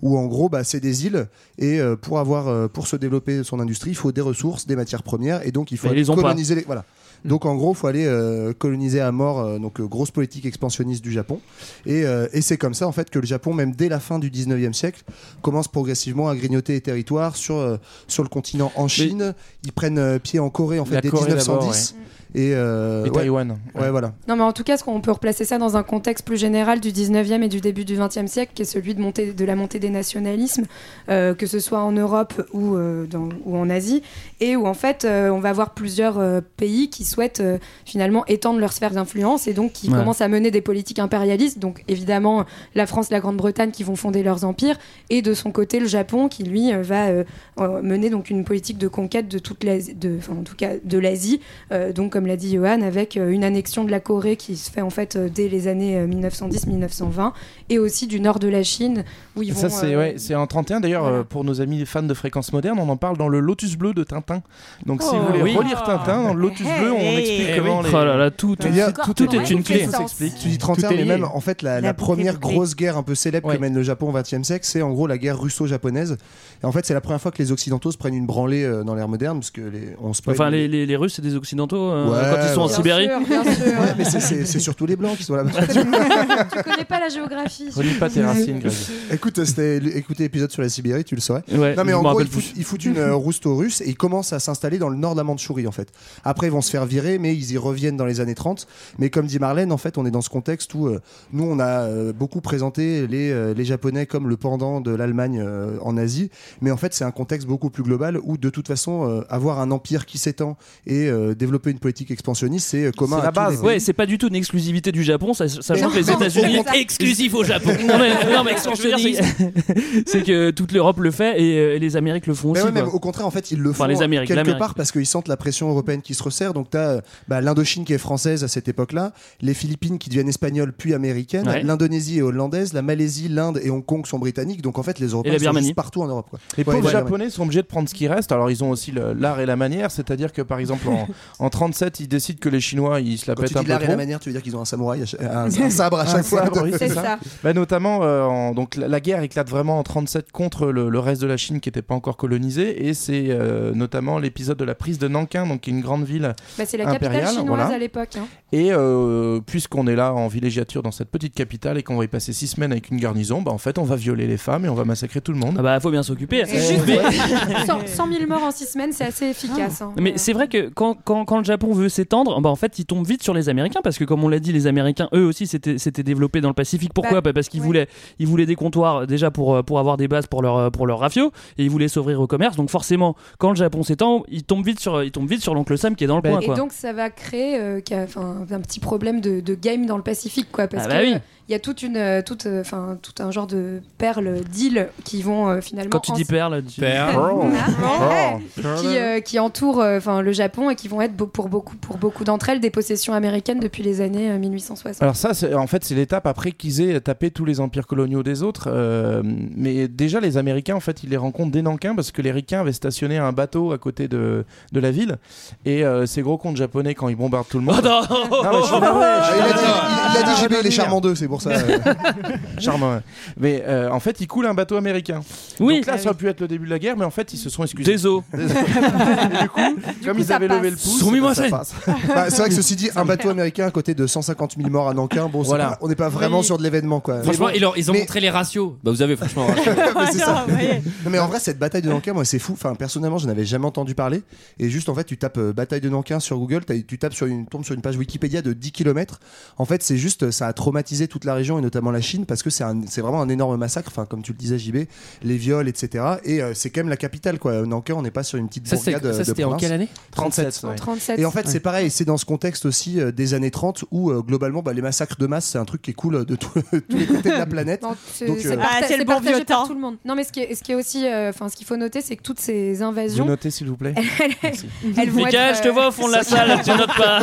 S4: où en gros, bah, c'est des îles. Et euh, pour avoir, euh, pour se développer son industrie, il faut des ressources, des matières premières. Et donc, il faut
S8: Mais ils les ont pas.
S4: coloniser les- Voilà.
S13: Mm.
S4: Donc en gros, faut aller euh, coloniser à mort, euh, donc euh, grosse politique expansionniste du Japon. Et, euh, et c'est comme ça en fait que le Japon, même dès la fin du 19e siècle, commence progressivement à grignoter les territoires sur, euh, sur le continent en Chine. Ils prennent euh, pied en Corée en fait
S13: La
S4: dès
S13: Corée d'abord,
S4: 1910. Et, euh,
S13: Et
S4: ouais.
S13: Taïwan.
S4: Ouais, voilà.
S12: Non, mais en tout cas, ce qu'on peut replacer ça dans un contexte plus général du 19e et du début du 20e siècle, qui est celui de, montée, de la montée des nationalismes, euh, que ce soit en Europe ou, euh, dans- ou en Asie, et où en fait, euh, on va avoir plusieurs euh, pays qui souhaitent euh, finalement étendre leur sphère d'influence et donc qui
S11: Ouais.
S12: commencent à mener des politiques impérialistes. Donc évidemment, la France, la Grande-Bretagne qui vont fonder leurs empires, et de son côté, le Japon qui lui euh, va euh, euh, mener donc une politique de conquête de toute l'Asie, de, enfin, en tout cas de l'Asie. Euh, donc comme l'a dit Johan, avec euh, une annexion de la Corée qui se fait en fait euh, dès les années 1910-1920, et aussi du nord de la Chine où ils
S13: Et
S12: vont.
S13: ça, c'est
S12: euh,
S13: ouais, c'est en 31. D'ailleurs, euh, pour nos amis fans de fréquence moderne, on en parle dans le Lotus Bleu de Tintin. Donc, si
S8: Oh.
S13: vous voulez
S8: Oui.
S13: relire Tintin, dans le Lotus Bleu, on
S8: Hey.
S13: explique
S8: Eh
S13: comment
S8: oui.
S13: les-
S8: Oh là là, tout- tout-
S13: Il y a-
S8: tout est une
S13: tout
S8: clé.
S13: tout s'explique.
S4: Tu dis
S13: Tout
S4: 31,
S13: est
S4: mais
S13: lié.
S4: même en fait, la, la première grosse guerre un peu célèbre que mène le Japon au XXe siècle, c'est en gros la guerre russo-japonaise. Et en fait, c'est la première fois que les Occidentaux se prennent une branlée euh, dans l'ère moderne, parce que les, on se
S8: Enfin, les, les, les Russes, c'est des Occidentaux euh,
S4: Ouais,
S8: quand ils sont en
S4: bien
S8: Sibérie.
S4: sûr, bien sûr. Ouais, mais c'est- c'est c'est surtout les blancs qui sont là-bas.
S12: tu connais pas la géographie.
S4: Écoute, c'était l- écoutez l'épisode sur la Sibérie, tu le saurais.
S8: Ouais,
S4: non mais
S8: je
S4: en
S8: m'en
S4: gros,
S8: rappelle
S4: ils foutent, ils foutent une euh, rouste aux Russes et ils commencent à s'installer dans le nord de la Mandchourie en fait. Après, ils vont se faire virer, mais ils y reviennent dans les années 30. Mais comme dit Marlène, en fait, on est dans ce contexte où euh, nous, on a euh, beaucoup présenté les, euh, les Japonais comme le pendant de l'Allemagne euh, en Asie, mais en fait, c'est un contexte beaucoup plus global où de toute façon, euh, avoir un empire qui s'étend et euh, développer une politique expansionniste, c'est euh, commun. à tous les pays.
S8: Ouais, c'est pas du tout une exclusivité du Japon, sa- sachant
S4: Mais
S8: que les
S4: non,
S8: États-Unis
S4: au contraire.
S8: exclusif au Japon. Non mais, non, mais ce que je veux dire, c'est- c'est que toute l'Europe le fait et, euh, et les Amériques le font
S4: Mais
S8: aussi.
S4: ouais, mais
S8: quoi.
S4: au contraire, en fait, ils le font hein,
S8: Enfin, les Amériques,
S4: euh, quelque
S8: l'Amérique.
S4: part parce qu'ils sentent la pression européenne qui se resserre. Donc, tu as l'Indochine qui est française à cette époque-là, les Philippines qui deviennent espagnoles puis américaines,
S8: Ouais.
S4: l'Indonésie est hollandaise, la Malaisie, l'Inde et Hong Kong sont britanniques. Donc, en fait, les Européens
S13: la
S4: sont
S13: Birmanie.
S4: juste partout en Europe. quoi.
S13: Les
S4: Ouais,
S13: pauvres
S4: la Birmanie.
S13: japonais sont obligés de prendre ce qui reste. Alors ils ont aussi le- l'art et la manière, c'est-à-dire que par exemple en, en 37 ils décident que les Chinois ils se la
S4: Quand tu
S13: pètent un
S4: dis
S13: peu
S4: l'art et
S13: trop.
S4: la manière, tu veux dire qu'ils ont un samouraï, à cha- un, un sabre à
S13: Un
S4: chaque fois.
S13: sabre, oui, c'est
S4: C'est
S13: ça.
S4: ça.
S13: Bah, notamment, euh, en- donc la, la guerre éclate vraiment en 37 contre le, le reste de la Chine qui n'était pas encore colonisée, et c'est euh, notamment l'épisode de la prise de Nankin, donc qui est une grande ville
S12: Bah, c'est la capitale
S13: impériale.
S12: chinoise
S13: voilà.
S12: à l'époque. hein.
S13: Et euh, puisqu'on est là en villégiature dans cette petite capitale et qu'on va y passer six semaines avec une garnison, bah en fait on va violer les femmes et on va massacrer tout le monde. Ah
S8: bah faut bien s'occuper.
S13: Mais,
S12: 100, 000 morts en 6 semaines, c'est assez efficace. hein.
S8: Mais c'est vrai que quand, quand, quand le Japon veut s'étendre, bah en fait, il tombe vite sur les Américains parce que, comme on l'a dit, les Américains, eux aussi, s'étaient s'étaient développés dans le Pacifique. Pourquoi Bah, Parce qu'ils voulaient, ils voulaient des comptoirs euh, déjà pour, euh, pour avoir des bases pour leur, euh, pour leur rafio et ils voulaient s'ouvrir au commerce. Donc, forcément, quand le Japon s'étend, il tombe vite sur, il tombe vite sur l'oncle Sam qui est dans le
S4: Bah,
S8: coin.
S12: Et
S8: quoi.
S12: donc ça va créer euh, qu'a- enfin, un petit problème de, de game dans le Pacifique, quoi, parce
S8: Ah bah
S12: que
S8: oui.
S12: euh, il y a toute une, euh, toute, euh, enfin, tout un genre de perles d'îles qui vont euh, finalement
S8: quand tu dis
S12: en-
S8: perle, tu...
S4: Ah,
S9: Perle.
S12: euh, qui, euh, qui entourent euh, enfin, le Japon et qui vont être beau- pour beaucoup beaucoup, pour beaucoup d'entre elles des possessions américaines depuis les années euh, 1860.
S13: Alors ça, c'est- en fait, c'est l'étape après qu'ils aient tapé tous les empires coloniaux des autres. euh, mais déjà, les Américains, en fait, ils les rencontrent dès Nankin parce que les Ricains avaient stationné un bateau à côté de, de la ville. Et euh, ces gros comptes japonais, quand ils bombardent tout le monde...
S4: Oh
S8: non
S13: mais je suis pas vrai, je suis
S4: Ah, Il a
S13: pas
S4: dit-
S13: vrai.
S4: il- il a dit JB, il est
S13: Venir.
S4: charmant deux, c'est pour ça. euh.
S13: Charmant, ouais. Mais euh, en fait, ils coulent un bateau américain.
S8: Oui.
S13: Donc là, ça aurait pu être le début de la guerre, mais en fait, ils se sont excusés.
S8: Désolé.
S13: du coup, comme
S4: coup,
S13: ils
S4: ça
S13: avaient
S4: passe.
S13: levé le pouce,
S4: Soumis-moi
S13: ça
S4: ça.
S13: passe.
S4: Bah, c'est vrai que ceci dit, un bateau américain à côté de 150 000 morts à Nankin, bon, c'est
S9: Voilà.
S4: pas- on n'est pas vraiment
S9: Oui.
S4: sur de l'événement quoi.
S9: Franchement,
S4: Mais bon.
S9: ils, leur- ils ont
S4: Mais-
S9: montré les ratios. Bah, vous avez franchement.
S4: Mais c'est ça. Non, mais en vrai, cette bataille de Nankin, moi, c'est fou. Enfin, personnellement, je n'avais jamais entendu parler. Et juste, en fait, tu tapes euh, bataille de Nankin sur Google, t'as- tu tapes sur une, tombes sur une page Wikipédia de 10 km. En fait, c'est juste, euh, ça a traumatisé toute la région et notamment la Chine parce que c'est un- c'est vraiment un énorme massacre. Enfin, comme tu le disais, JB, les viols, etc. Et euh, c'est quand même la capitale, quoi. Euh, Nankin, on n'est pas sur une petite
S9: Ça, c'est-
S4: bourgade. euh,
S9: ça,
S4: de
S9: c'était en
S4: province.
S9: quelle année
S4: 37. ouais.
S9: 37.
S4: Et en fait,
S9: Ouais.
S4: c'est pareil. C'est dans ce contexte aussi euh, des années 30 où, euh, globalement, bah, les massacres de masse, c'est un truc qui est cool euh, de tout- tous les côtés de la planète.
S12: Non, c'est-
S4: Donc,
S12: c'est
S4: euh,
S12: parta-
S2: Ah, c'est le
S12: c'est
S2: bon
S12: partagé
S2: vieux
S12: par
S2: temps.
S12: tout le monde. Non, mais ce qui est, ce qui est aussi, euh, enfin, ce qu'il faut noter, c'est que toutes ces
S13: Vous
S12: invasions,
S13: notez, s'il vous plaît.
S12: elles vont
S8: Mickaël,
S12: être,
S8: je te
S12: euh,
S8: vois au fond de la salle, tu notes pas.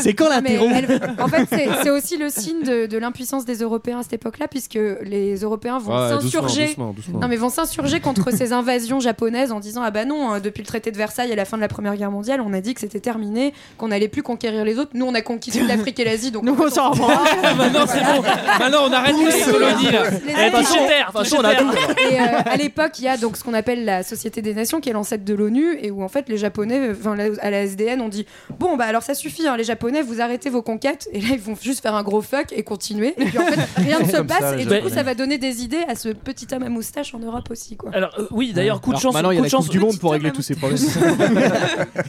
S13: C'est quand
S12: Mais elles- En fait, c'est- c'est aussi le signe de, de l'impuissance des Européens à cette époque-là, puisque les Européens vont
S9: Ouais,
S12: s'insurger.
S9: doucement, doucement, doucement.
S12: Non, mais vont s'insurger contre ces invasions japonaises en disant ah bah non, hein, depuis le traité de Versailles et la fin de la Première Guerre mondiale, on a dit que c'était terminé, qu'on n'allait plus conquérir les autres. Nous, on a conquis toute l'Afrique et l'Asie, donc nous on s'en
S8: Maintenant, c'est bon. Maintenant, on arrête les colonies là. Eh, touchez terre, touchez terre.
S12: et euh, à l'époque, il y a donc ce qu'on appelle la Société des Nations, qui est l'ancêtre de l'ONU, et où en fait les Japonais, enfin la- à la SDN, on dit bon bah alors ça suffit, hein, les Japonais, vous arrêtez vos conquêtes, et là ils vont juste faire un gros fuck et continuer. Et puis en fait rien ne se
S10: Comme ça,
S12: passe,
S10: les
S12: et du
S10: Japonais.
S12: coup ça va donner des idées à ce petit homme à moustache en Europe aussi quoi.
S8: Alors euh, oui, d'ailleurs, coup de
S10: Alors,
S8: chance.
S10: Maintenant, il y a
S8: coup de
S10: la Coupe
S8: chance
S10: du Monde pour régler tous ces problèmes.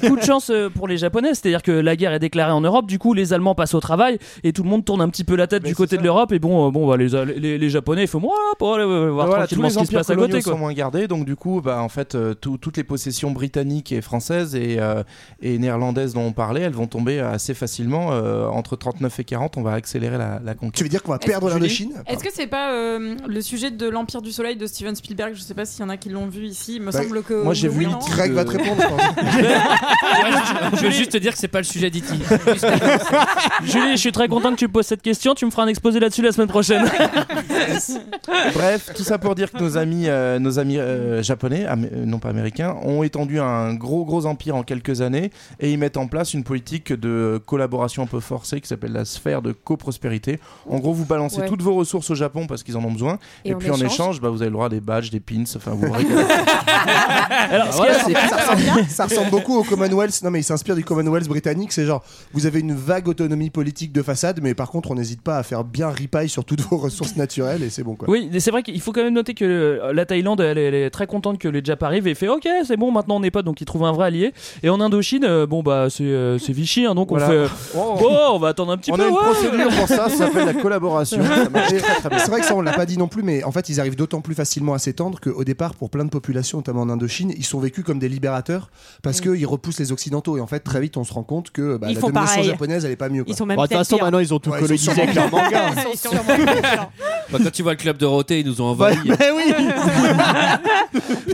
S8: coup de chance euh, pour les Japonais, c'est-à-dire que la guerre est déclarée en Europe, du coup les Allemands passent au travail et tout le monde tourne un petit peu la tête du côté de l'Europe et bon, euh, bon bah, les, les, les Japonais ils font moi pour aller euh, voir
S13: Voilà, tous
S8: tranquillement
S13: les
S8: ce qui se
S13: empires
S8: passe à
S13: coloniaux
S8: côté
S13: sont
S8: quoi.
S13: moins gardés, donc du coup, bah, en fait, euh, tout- toutes les possessions britanniques et françaises et, euh, et néerlandaises dont on parlait, elles vont tomber assez facilement euh, entre 39 et 40. On va accélérer la, la conquête. Tu
S4: veux dire qu'on va
S13: perdre
S4: l'Indochine
S11: Est-ce que c'est pas euh, le sujet de l'Empire du Soleil de Steven Spielberg Je sais pas s'il y en a qui l'ont vu ici. Il me
S13: Bah,
S11: semble que.
S13: moi, j'ai vu
S11: oui, non
S13: Greg va te répondre, je
S9: Je veux juste te dire que c'est pas le sujet d'Iti.
S8: Julie, je suis très content que tu poses cette question, tu me feras un exposé là-dessus la semaine prochaine.
S13: Bref, tout ça pour dire que nos amis, euh, nos amis euh, japonais, am- euh, non pas américains, ont étendu un gros gros empire en quelques années et ils mettent en place une politique de collaboration un peu forcée qui s'appelle la sphère de coprospérité. En gros, vous balancez
S9: Ouais.
S13: toutes vos ressources au Japon parce qu'ils en ont besoin
S9: Et
S13: et,
S9: en
S13: puis en
S9: échange
S13: échange, bah, vous avez le droit à des badges, des pins, enfin vous.
S8: Alors,
S4: Parce que
S13: voilà,
S4: ça,
S13: c'est-
S4: ça ressemble, ça ressemble beaucoup au Commonwealth. Non, mais il s'inspire du Commonwealth britannique. C'est genre, vous avez une vague autonomie politique de façade, mais par contre, on n'hésite pas à faire bien ripaille sur toutes vos ressources naturelles et c'est bon quoi.
S8: Oui, mais c'est vrai qu'il faut quand même noter que euh, la Thaïlande, elle, elle est très contente que les Japs arrivent et fait OK, c'est bon, maintenant on n'est pas, donc ils trouvent un vrai allié. Et en Indochine, euh, bon bah c'est euh, c'est Vichy, hein, donc on
S13: Voilà.
S8: fait euh,
S13: Oh.
S8: oh, on va attendre un petit
S13: On
S8: peu.
S13: a une
S8: ouais.
S13: procédure pour ça, ça s'appelle la collaboration. Ça marche
S4: Et
S13: très, très bien.
S4: C'est vrai que ça on l'a pas dit non plus, mais en fait ils arrivent d'autant plus facilement à s'étendre qu'au départ pour plein de populations, notamment en Indochine, ils sont vécus comme des libérateurs parce qu'ils repoussent les occidentaux et en fait très vite on se rend compte que bah,
S2: Ils
S4: la
S2: font
S4: domination
S2: pareil.
S4: japonaise elle est pas mieux. quoi.
S2: Ils sont
S10: Bah,
S2: même Bon, de toute façon, peut-être
S10: maintenant, ils ont tout
S4: Ouais,
S10: colonisé
S4: sûrement
S10: avec leurs
S4: pires.
S10: mangas.
S4: Ils sont sûrement
S9: Bah, quand tu vois le club Dorothée, ils nous ont envahi.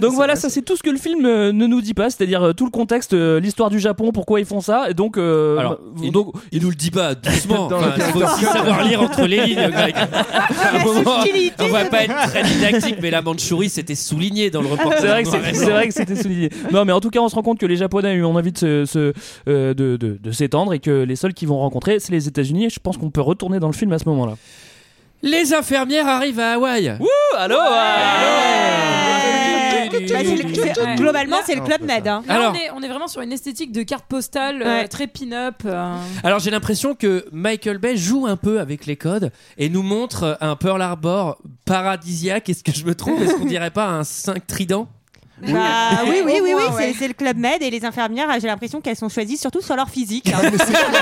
S8: Donc voilà, ça c'est tout ce que le film euh, ne nous dit pas, c'est-à-dire euh, tout le contexte, euh, l'histoire du Japon, pourquoi ils font ça, et donc. euh,
S9: Alors,
S8: vous-
S9: il,
S8: donc
S9: il nous le dit pas doucement.
S8: Dans
S9: Enfin,
S8: le
S9: faut aussi
S8: caractère.
S9: savoir lire entre les lignes, Greg.
S8: la subtilité
S9: on va
S8: de-
S9: pas être très didactique, mais la Mandchourie, c'était souligné dans le reportage.
S8: C'est vrai que c'est- c'est vrai que c'était souligné. Non, mais en tout cas, on se rend compte que les Japonais ont envie de se- se, euh, de- de- de s'étendre et que les seuls qu'ils vont rencontrer, c'est les États-Unis. Et je pense qu'on peut retourner dans le film à ce moment-là.
S9: Les infirmières arrivent à Hawaï.
S8: Wouh, allô ah,
S2: Bah, c'est le- c'est- Globalement, c'est le Club Med. hein.
S11: Là,
S9: Alors-
S11: on, est, on est vraiment sur une esthétique de carte postale euh,
S2: Ouais.
S11: très pin-up. euh.
S9: Alors j'ai l'impression que Michael Bay joue un peu avec les codes et nous montre euh, un Pearl Harbor paradisiaque. Est-ce que je me trompe Est-ce qu'on dirait pas un 5 trident
S2: Bah, oui, oui, oui,
S11: Au
S2: oui,
S11: moins,
S2: c'est-
S11: ouais.
S2: c'est le Club Med et les infirmières, j'ai l'impression qu'elles sont choisies surtout sur leur physique.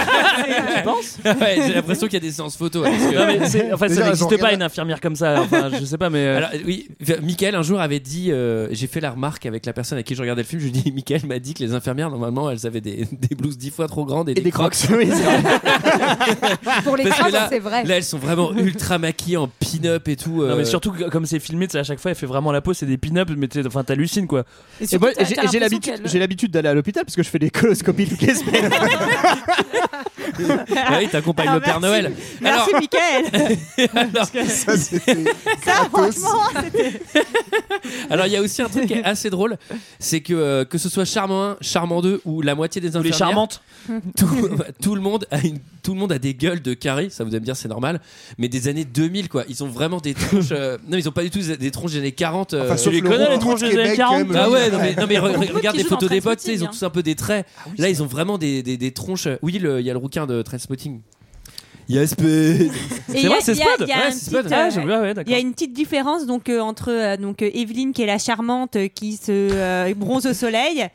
S9: Ouais, j'ai l'impression qu'il y a des séances photos. parce que-
S8: Non, mais c'est- enfin,
S9: Déjà, elles
S8: ça
S9: ont
S8: n'existe
S9: regardé-
S8: pas une infirmière comme ça. Enfin, je sais pas, mais. euh,
S9: Alors, oui, v- Michael un jour avait dit, euh, j'ai fait la remarque avec la personne à qui je regardais le film, je lui ai dit, Michael m'a dit que les infirmières, normalement, elles avaient des, des blouses dix fois trop grandes et, des, crocs.
S12: Pour les
S9: Parce que
S12: crabes,
S9: là-
S12: c'est vrai.
S9: Là, elles sont vraiment ultra maquillées en pin-up et tout. euh,
S8: Non mais surtout que- comme c'est filmé, tu sais, à chaque fois elle fait vraiment la pause, c'est des pin-ups, mais tu sais, enfin t'hallucines machine quoi.
S11: Et
S10: Et
S11: surtout,
S10: moi,
S11: t'as-
S10: j'ai
S11: t'as
S10: j'ai
S11: l'impression
S10: l'habitude,
S11: qu'elle-
S10: j'ai l'habitude d'aller à l'hôpital parce que je fais des coloscopies toutes les semaines.
S9: Ah oui, t'accompagnes
S2: Alors,
S9: le Père
S2: merci.
S9: Noël.
S2: Merci,
S9: Alors-
S2: Michael.
S9: Alors-
S2: Ça, franchement, c'était.
S9: Alors il y a aussi un truc qui est assez drôle, c'est que euh, que ce soit Charmant 1, Charmant 2 ou la moitié des infirmières,
S8: charmantes.
S9: tout, tout le monde a une, tout le monde a des gueules de carré, ça vous allez me dire c'est normal, mais des années 2000 quoi, ils ont vraiment des tronches, euh, non ils ont pas du tout des, des tronches des années 40. euh,
S8: Enfin, sauf Tu les le connais, les rond-point de tronches des Québec, années 40? quand même.
S9: Ah ouais, non mais, non, mais re-
S8: Le rond-point qui
S9: regarde les
S8: joue dans
S9: photos des potes, tu
S8: Trainspotting,
S9: sais, ils ont
S8: hein.
S9: tous un peu des traits. Là ils ont vraiment des, des, des tronches. euh, Oui, le- il y a le rouquin de Trainspotting. Yes, Spud.
S2: Et il
S9: C'est
S2: y a-
S9: vrai, c'est
S2: il y a-
S9: Spud.
S2: il y a
S9: Ouais,
S2: un
S9: c'est
S2: petit,
S9: Spud.
S2: euh,
S8: Ah,
S2: Il y a une petite différence donc euh, entre euh, donc euh, Evelyne qui est la charmante euh, qui se euh, bronze au soleil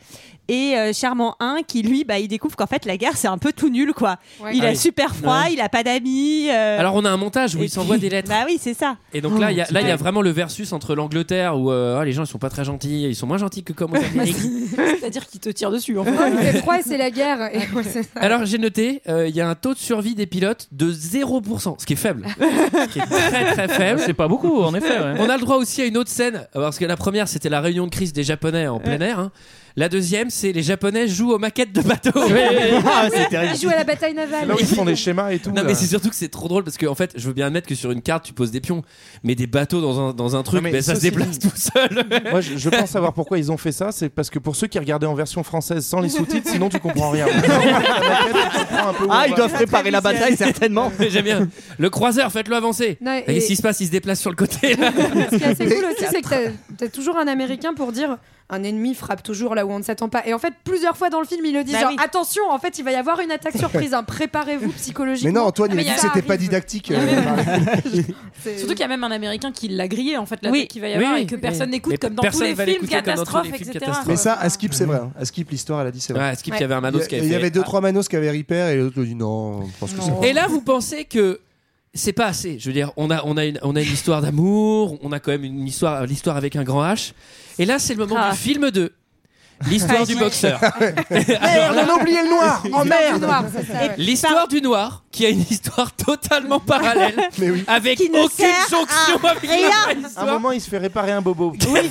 S2: et euh, Charmant 1 qui lui bah il découvre qu'en fait la guerre c'est un peu tout nul quoi.
S9: Ouais.
S2: Il
S9: Ah
S2: a
S9: oui.
S2: super froid,
S9: Ouais.
S2: il a pas d'amis. euh,
S9: Alors on a un montage où
S2: et
S9: ils s'envoient
S2: puis-
S9: des lettres.
S2: Bah oui, c'est ça.
S9: Et donc là, il y a-
S13: Oh,
S9: là, il y a
S2: Ouais.
S9: vraiment le versus entre l'Angleterre où euh, ah, les gens ils sont pas très gentils, ils sont moins gentils que comme aux Amériques.
S11: C'est-à-dire qu'il te tire dessus. En fait.
S12: Il fait froid et c'est la guerre. Et ouais, c'est ça.
S9: Alors j'ai noté, euh, il y a un taux de survie des pilotes de 0%, ce qui est faible. ce qui est très très faible.
S8: C'est pas beaucoup, en effet, ouais.
S9: On a le droit aussi à une autre scène, euh, parce que la première c'était la réunion de crise des Japonais en plein air. hein. La deuxième c'est les Japonais jouent aux maquettes de bateaux.
S13: Ah,
S12: Il joue à la bataille navale.
S9: schémas et tout. Non,
S13: là.
S9: mais c'est surtout que c'est trop drôle parce que, en fait, je veux bien admettre que sur une carte, tu poses des pions, mais des bateaux dans un, dans un truc,
S13: Non, mais
S9: ben, ça se
S13: ceci
S9: déplace
S13: dit-
S9: tout seul.
S13: Moi, je, je pense savoir pourquoi ils ont fait ça. C'est parce que pour ceux qui regardaient en version française sans les sous-titres, sinon tu comprends rien.
S10: ah, ils doivent préparer la bataille, certainement.
S9: J'aime bien. Le croiseur, faites-le avancer.
S12: Non,
S9: et
S12: et-
S9: s'il se passe, il se déplace sur le côté. là.
S12: Ce qui est assez cool aussi, c'est que t'as- t'as toujours un Américain pour dire un ennemi frappe toujours là où on ne s'attend pas. Et en fait, plusieurs fois dans le film, il le dit
S2: Bah
S12: genre
S2: oui.
S12: attention, en fait, il va y avoir une attaque surprise. hein, Préparez-vous psychologiquement. Ah,
S4: Mais non, Antoine, il a dit que
S12: ça
S4: c'était pas
S12: arrive.
S4: didactique. euh,
S11: Surtout qu'il y a même un Américain qui l'a grillé en fait, l'attaque qu'il va y
S4: Oui,
S11: avoir
S4: oui.
S11: et que personne
S4: Oui.
S11: n'écoute
S4: Mais
S11: comme dans tous
S4: personne
S11: les
S4: va l'écouter
S11: films
S4: comme dans tous les
S11: catastrophes,
S4: films
S11: etc.
S4: Mais ça, à Skip, c'est vrai. hein. À Skip, l'histoire, elle a dit c'est vrai.
S9: Ouais, à Skip, il y avait un Manos qui avait
S4: Il y
S9: fait-
S4: avait deux,
S9: Ah.
S4: trois Manos qui avaient repair et l'autre lui dit non, je pense que c'est
S9: Et là, vous pensez que c'est pas assez. Je veux dire, on a, on a, une, on a une histoire d'amour, on a quand même une histoire, l'histoire avec un grand H. Et là, c'est le moment du film 2. L'histoire du boxeur. Alors là,
S4: Merde, on a oublié le noir Oh merde
S9: L'histoire du noir, qui a une histoire totalement parallèle, avec
S2: Qui ne
S9: aucune
S2: sert à
S9: jonction avec la
S2: rien.
S9: vraie
S13: À un
S9: histoire.
S13: moment, il se fait réparer un bobo.
S2: Il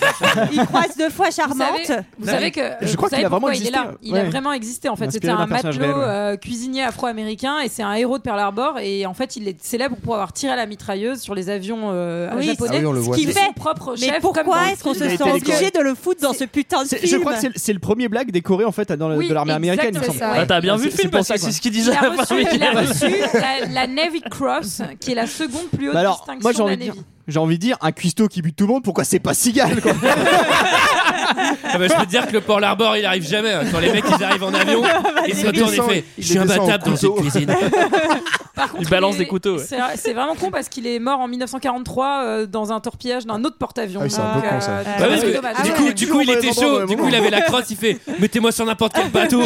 S2: croise deux fois
S11: Vous
S2: charmante.
S11: savez, vous savez que
S13: Je
S11: vous
S13: crois
S11: savez
S13: qu'il a vraiment
S11: pourquoi Il,
S13: existé.
S11: est là. il a
S13: Ouais.
S11: vraiment existé en fait. C'était
S13: Inspiré
S11: un
S13: d'un personnage
S11: matelot
S13: réel, ouais.
S11: euh, cuisinier afro-américain et c'est un héros de Pearl Harbor et en fait il est célèbre pour avoir tiré à la mitrailleuse sur les avions euh,
S2: Oui,
S11: japonais.
S2: Ah oui, on le voit.
S11: Ce qui
S2: Mais-
S11: fait son propre chef.
S2: Mais
S11: comme dans
S2: pourquoi
S11: le
S2: est-ce qu'on
S11: film.
S2: se
S10: Il a
S2: sent
S10: été décoré.
S2: obligé de le foutre dans ce putain de
S10: C'est-
S2: film
S10: Je crois que c'est le- c'est le premier blague décoré en fait dans le-
S11: Oui,
S10: de l'armée américaine. il me
S11: exactement
S10: semble.
S11: ça, ouais. Ah, t'as bien vu le
S10: C'est
S11: film,
S10: pour
S11: parce
S10: ça,
S11: que
S10: quoi.
S11: c'est ce qu'il disait Il a reçu, il a reçu la, la Navy Cross qui est la seconde plus haute
S10: Bah alors,
S11: distinction
S10: moi j'ai
S11: de la
S10: envie de dire,
S11: Navy.
S10: j'ai envie de dire, un cuistot qui bute tout le monde, pourquoi c'est pas Sigal quoi
S9: Ah bah, je peux te dire que le Pearl Harbor, il arrive jamais. hein. Quand les mecs, ils arrivent en avion, ils se retournent et fait Je suis imbattable dans cette cuisine.
S8: Il balance
S11: Et
S8: des couteaux. ouais.
S11: C'est ah, c'est vraiment con parce qu'il est mort en 1943 euh, dans un torpillage d'un autre porte-avions.
S4: Ah oui, c'est un peu
S11: Donc,
S4: con, ça.
S11: euh,
S9: Ah ouais, parce que
S11: dommage.
S9: du coup, du coup, il était chaud. Du coup, il avait la crosse. Il fait Mettez-moi sur n'importe quel bateau.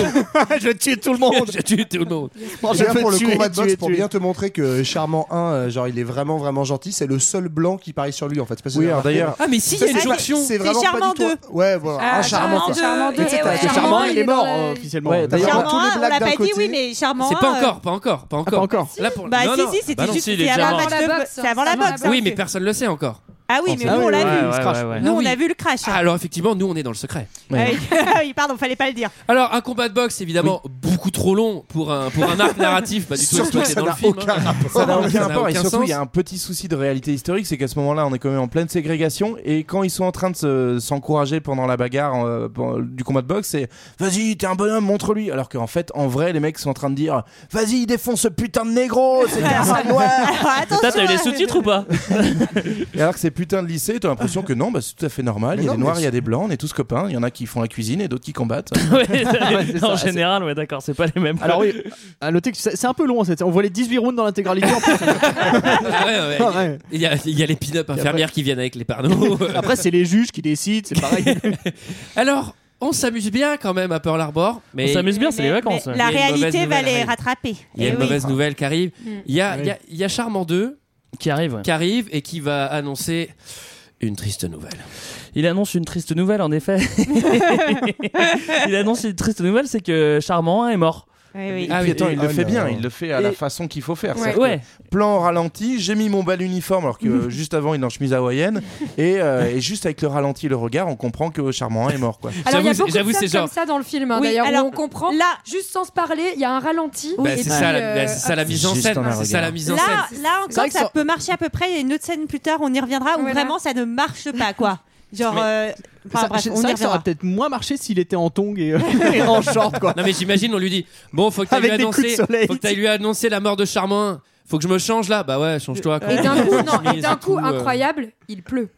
S10: je tue tout le monde.
S9: je tue tout le monde.
S4: J'ai
S10: Je
S4: bien
S10: peux
S4: pour le
S10: tuer,
S4: combat de
S10: tuer,
S4: boxe pour
S10: tuer.
S4: bien te montrer que Charmant 1, euh, genre il est vraiment vraiment gentil, c'est le seul blanc qui parie sur lui en fait. C'est parce que
S13: Oui,
S4: j'ai
S13: alors,
S4: remarqué-
S13: d'ailleurs-
S9: Ah, mais si, il y a
S4: Ça,
S9: une
S4: c'est pas-
S9: jonction.
S4: C'est
S9: C'est
S4: vraiment
S9: Charmant
S4: pas du tout- Ouais, voilà,
S9: Ah,
S4: un Charmant
S9: Charmant
S4: quoi. Mais
S9: deux,
S4: tu sais,
S9: eh
S4: t'as-
S9: ouais,
S4: t'as
S9: Charmant,
S4: Charmant,
S9: il
S4: il
S9: est
S4: est mort
S9: mort,
S4: euh,
S9: euh,
S4: officiellement.
S9: ouais, d'ailleurs,
S4: D'ailleurs,
S9: Charmant
S4: tous les
S2: on
S4: blagues
S2: l'a
S4: d'un
S2: pas dit,
S4: côté.
S2: oui, mais Charmant.
S9: C'est pas
S2: euh,
S9: encore, pas encore, pas encore.
S2: pas encore.
S9: Là, pour-
S2: Bah
S9: non,
S2: si,
S9: non.
S2: si, c'était
S9: Bah non,
S2: juste
S9: si, il est
S2: c'est
S9: déjà
S2: avant
S9: mort. Ah
S2: le match de boxe. C'est avant la boxe.
S9: Oui,
S2: hein,
S9: mais
S2: c'est-
S9: personne le sait encore.
S2: Ah oui, mais nous on l'a vu. Nous on a vu le crash. hein.
S9: Alors effectivement, nous on est dans le secret.
S2: Ah oui, Oui, pardon, fallait pas le dire.
S9: Alors un combat de boxe évidemment beaucoup trop long pour un pour un arc narratif pas du tout
S13: Surtout,
S9: exploité
S13: ça
S9: dans le
S13: n'a
S9: film. hein.
S13: aucun rapport. Ça n'a aucun rapport. Et
S9: aucun
S13: surtout,
S9: sens.
S13: il y a un petit souci de réalité historique, c'est qu'à ce moment-là, on est quand même en pleine ségrégation. Et quand ils sont en train de se- s'encourager pendant la bagarre euh, pen- du combat de boxe, c'est vas-y, t'es un bonhomme, montre-lui. Alors qu'en fait, en vrai, les mecs sont en train de dire vas-y, défonce ce putain de négro, c'est un sale noir.
S11: Ah,
S8: T'as t'as eu les sous-titres ou pas
S13: Et alors que c'est putain de lycée, t'as l'impression que non, bah, c'est tout à fait normal. Il y a
S8: non,
S13: des
S8: mais
S13: noirs,
S8: c'est-
S13: il y a des blancs, on est tous copains. Il y en a qui font la cuisine et d'autres qui combattent.
S8: Ouais,
S13: ça,
S8: En
S13: c'est-
S8: général, ouais, d'accord, c'est pas les mêmes.
S10: Alors oui, à noter que c'est c'est un peu long, en fait. on voit les 18 rounds dans l'intégralité. en plus.
S9: Ah ouais, ouais.
S10: Ah ouais.
S9: Il y a il y a les pin-up infirmières qui viennent avec les parneaux.
S10: Après, c'est les juges qui décident, c'est pareil.
S9: Alors on s'amuse bien quand même à Pearl Harbor. Mais
S8: On s'amuse bien, c'est les vacances. hein.
S2: La
S9: Il y a une mauvaise
S2: réalité va
S9: nouvelle
S2: les
S9: arrive.
S2: rattraper.
S9: Il y a
S2: Eh
S9: une
S2: oui.
S9: mauvaise nouvelle qui arrive.
S2: Mm.
S9: Il y a,
S2: Ah
S9: il y a- il y a Charmant 2
S8: qui arrive,
S9: qui arrive et qui va annoncer une triste nouvelle.
S8: Il annonce une triste nouvelle, en effet. Il annonce une triste nouvelle, c'est que Charmant 1 est mort.
S2: oui.
S13: Et
S2: Ah
S13: puis,
S2: oui.
S13: attends, il
S2: Et-
S13: le
S2: oh
S13: fait
S2: là
S13: bien,
S2: là.
S13: il le fait à
S2: Et-
S13: la façon qu'il faut faire.
S2: Ouais.
S13: C'est-à-dire que
S2: Ouais.
S13: Plan au ralenti, j'ai mis mon bal uniforme alors que euh, juste avant il est en chemise hawaïenne et, euh, et juste avec le ralenti et le regard, on comprend que Charmant est mort quoi.
S12: Alors, il y a beaucoup de scènes comme ça dans le film, hein,
S2: Oui,
S12: d'ailleurs,
S2: alors,
S12: où on comprend. Là, juste sans se parler, il y a un ralenti.
S9: Bah,
S12: et
S9: c'est
S12: puis,
S9: ça, la-
S12: euh,
S9: bah, c'est ça la mise en
S13: Juste
S9: scène.
S13: en un
S9: C'est ça
S13: regard.
S9: la mise en
S2: Là,
S9: scène.
S2: là
S12: C'est vrai
S2: encore,
S12: que
S2: ça
S12: ça-
S2: peut marcher à peu près. Il y a une autre scène plus tard, on y reviendra, où
S12: Voilà.
S2: vraiment ça ne marche pas, quoi. Genre, euh, enfin,
S10: ça,
S2: bref,
S10: c'est
S2: on y
S10: vrai que ça aurait
S2: reviendra.
S10: peut-être moins marché s'il était en tongs et, euh, et en short quoi.
S9: Non mais j'imagine on lui dit bon faut que t'ailles lui
S10: Avec des coups de
S9: annoncer
S10: soleil.
S9: faut que t'ailles lui annoncer la mort de Charmant. Faut que je me change là bah ouais change-toi. quoi.
S12: Et d'un coup, non, et
S9: Chemise
S12: d'un
S9: et
S12: coup,
S9: tout, euh.
S12: incroyable, il pleut.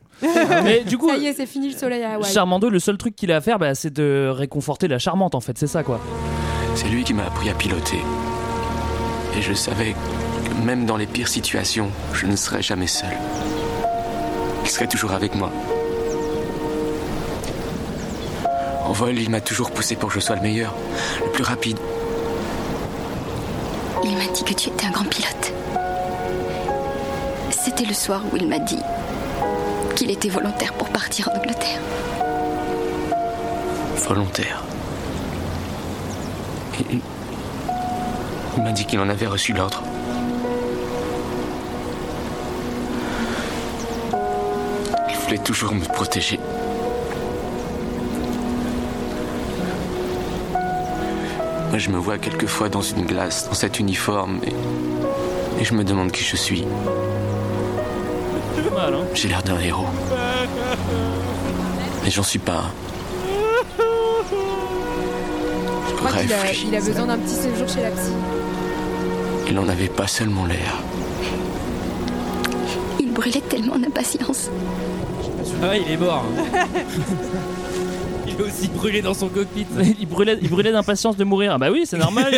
S8: Mais du coup-
S12: ça y est, c'est fini le soleil à Hawaï.
S8: Charmando, le seul truc qu'il a à faire, bah, c'est de réconforter la charmante en fait, c'est ça quoi.
S14: C'est lui qui m'a appris à piloter. Et je savais que même dans les pires situations, je ne serais jamais seul. Il serait toujours avec moi. En vol, il m'a toujours poussé pour que je sois le meilleur, le plus rapide.
S15: Il m'a dit que tu étais un grand pilote. C'était le soir où il m'a dit qu'il était volontaire pour partir en Angleterre.
S14: volontaire. Il, il m'a dit qu'il en avait reçu l'ordre. Il voulait toujours me protéger. Moi, je me vois quelquefois dans une glace, dans cet uniforme, et- et je me demande qui je suis.
S9: hein.
S14: J'ai l'air d'un héros.
S8: Ah
S14: Mais j'en suis pas.
S12: Je crois qu'il a, il a besoin d'un petit séjour chez la psy.
S14: Il n'en avait pas seulement l'air.
S15: Il brûlait tellement d'impatience.
S9: Ah ouais, il est mort. il est aussi brûlé dans son cockpit.
S8: il brûlait, il brûlait d'impatience de mourir. Ah bah oui, c'est normal.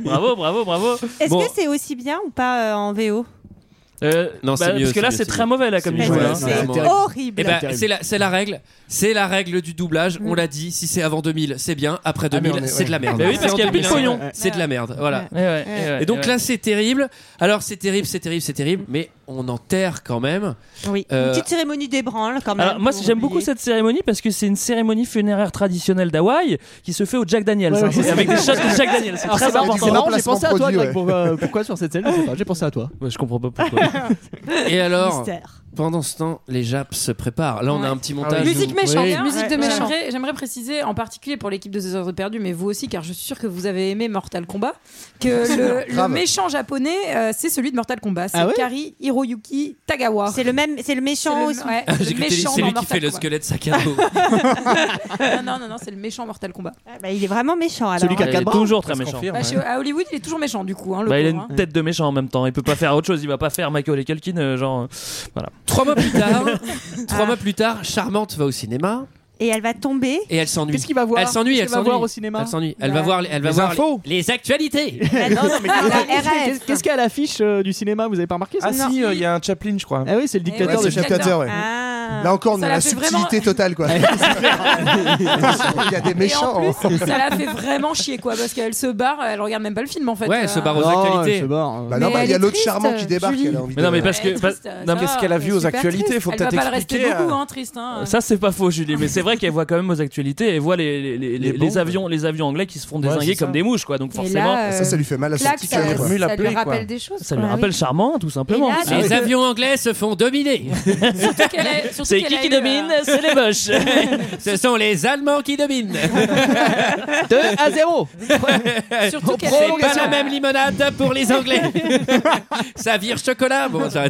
S8: bravo, bravo, bravo.
S2: Est-ce
S8: Bon,
S2: que c'est aussi bien ou pas euh, en VO
S8: euh,
S9: Non, c'est
S8: bah,
S9: mieux,
S8: parce que
S9: c'est
S8: là
S9: mieux,
S8: c'est
S9: c'est
S8: très
S9: mieux.
S8: mauvais là comme
S9: C'est
S8: niveau,
S9: mieux,
S8: hein.
S9: c'est vraiment-
S2: horrible.
S9: Eh ben, c'est la, c'est la règle, c'est la règle du doublage. On l'a dit, si c'est avant 2000, c'est bien. Après
S8: Ah, mais
S9: 2000,
S8: on est-
S9: c'est de la
S8: ouais.
S9: merde.
S8: Bah oui, parce
S9: C'est en
S8: qu'il y a plus de
S9: 2001,
S8: pognon.
S9: C'est de la merde, voilà.
S8: Ouais, ouais, ouais, ouais,
S9: Et donc
S8: ouais.
S9: là, c'est terrible. Alors c'est terrible, c'est terrible, c'est terrible, mais on enterre quand même.
S2: Oui.
S9: Euh,
S2: Une petite cérémonie d'ébranle
S11: Ah,
S2: quand même.
S8: Alors, moi,
S2: pour
S8: j'aime beaucoup
S2: oublier.
S8: cette cérémonie parce que c'est une cérémonie funéraire traditionnelle d'Hawaï qui se fait au Jack Daniels. hein. C'est avec des shots de Jack Daniels. C'est
S10: Alors,
S8: très
S10: c'est marrant,
S8: important.
S10: C'est marrant, j'ai pensé à toi,
S8: produit,
S10: Greg.
S8: ouais.
S10: Pourquoi, pourquoi sur cette scène je sais pas, J'ai pensé à toi.
S8: je comprends pas pourquoi.
S9: Et alors,
S11: Mystère.
S9: pendant ce temps, les Japs se préparent. Là, on a un petit montage.
S11: Musique méchante, hein.
S9: Oui.
S11: musique de
S12: Ouais.
S11: méchant. J'aimerais- J'aimerais préciser, en particulier pour l'équipe de The Heures Perdues, mais vous aussi, car je suis sûr que vous avez aimé Mortal Kombat, que le, le
S2: Grave.
S11: méchant japonais, euh, c'est celui de Mortal Kombat. C'est
S2: Ah ouais
S11: Kari Hiroyuki Tagawa.
S2: C'est le même, c'est le méchant
S11: aussi. Ouais,
S9: Ah,
S11: le
S9: j'ai cru que t'allais dire,
S11: méchant
S9: c'est
S11: dans
S9: lui qui
S11: Mortal
S9: fait le
S11: Kombat.
S9: squelette sac à dos.
S11: non, non, non, non, c'est le méchant Mortal Kombat.
S2: Bah, il est vraiment méchant alors.
S8: Celui qui a
S2: hein.
S8: quatre bras. Toujours très méchant.
S11: Bah, chez- à Hollywood, il est toujours méchant du coup. hein, le
S8: Bah, il a
S11: pauvre,
S8: une
S11: hein.
S8: tête de méchant en même temps. Il peut pas faire autre chose. Il va pas faire Michael et Culkin, euh, genre. euh, Voilà.
S9: Trois mois plus tard, trois mois plus tard, Charmante va au cinéma.
S2: Et elle va tomber.
S9: Et elle s'ennuie.
S2: Qu'est-ce qu'il va voir
S9: Elle s'ennuie,
S2: Qu'est-ce
S9: elle
S2: qu'il va
S9: s'ennuie.
S2: voir au cinéma
S9: Elle s'ennuie. Elle
S2: Ouais.
S9: va voir, les- elle va
S10: Les
S9: voir
S10: infos.
S9: les, les actualités.
S8: Ah,
S10: non, mais
S2: La
S10: qu'est-ce- qu'est-ce qu'il y a à l'affiche euh, du cinéma Vous avez pas remarqué ça
S13: Ah si, euh, il y a un Chaplin je crois.
S10: Ah oui, c'est le dictateur
S13: ouais,
S10: de
S13: c'est le
S10: Chaplin.
S13: dictateur, ouais.
S4: Là encore, on
S11: Ça
S4: a
S11: l'a
S4: la
S11: fait
S4: subtilité
S11: vraiment-
S4: totale, quoi. il y a des méchants. hein.
S11: Et en plus, ça la fait vraiment chier quoi, parce qu'elle se barre, elle regarde même pas le film en fait.
S9: Ouais, elle se barre euh. aux actualités.
S4: Bah non,
S11: Mais
S4: bah, il
S11: elle
S4: y a
S11: est
S4: l'autre
S11: triste,
S4: charmant qui
S11: euh,
S4: débarque.
S11: Julie.
S4: elle a envie
S8: Mais non,
S4: de-
S8: mais parce que. parce- non, mais-
S11: Qu'est-ce qu'elle a vu
S13: aux actualités Faut
S11: Ah, euh, Elle
S13: peut-être
S11: va pas le rester
S13: expliquer,
S11: beaucoup,
S13: euh.
S11: hein, triste. Hein.
S8: Ça c'est pas faux Julie, mais c'est vrai qu'elle voit quand même aux actualités, elle voit les, les, les, les
S13: bombes.
S8: avions les avions anglais qui se font
S13: Ouais,
S8: désinguer
S13: c'est ça.
S8: comme des mouches quoi, donc
S13: Et
S8: forcément
S13: là, euh, Ça, ça lui fait mal à son claque, petit ça- cœur, quoi. ça lui rappelle des choses,
S8: Ça
S9: Ah
S8: lui
S13: quoi, oui.
S8: rappelle charmant tout simplement.
S13: là,
S9: Les avions anglais se font dominer.
S8: C'est qui qui domine C'est les Boches.
S9: Ce sont les Allemands qui dominent.
S10: 2 à 0.
S11: Surtout
S9: C'est pas la même limonade pour les Anglais. ça vire chocolat. Bon, ça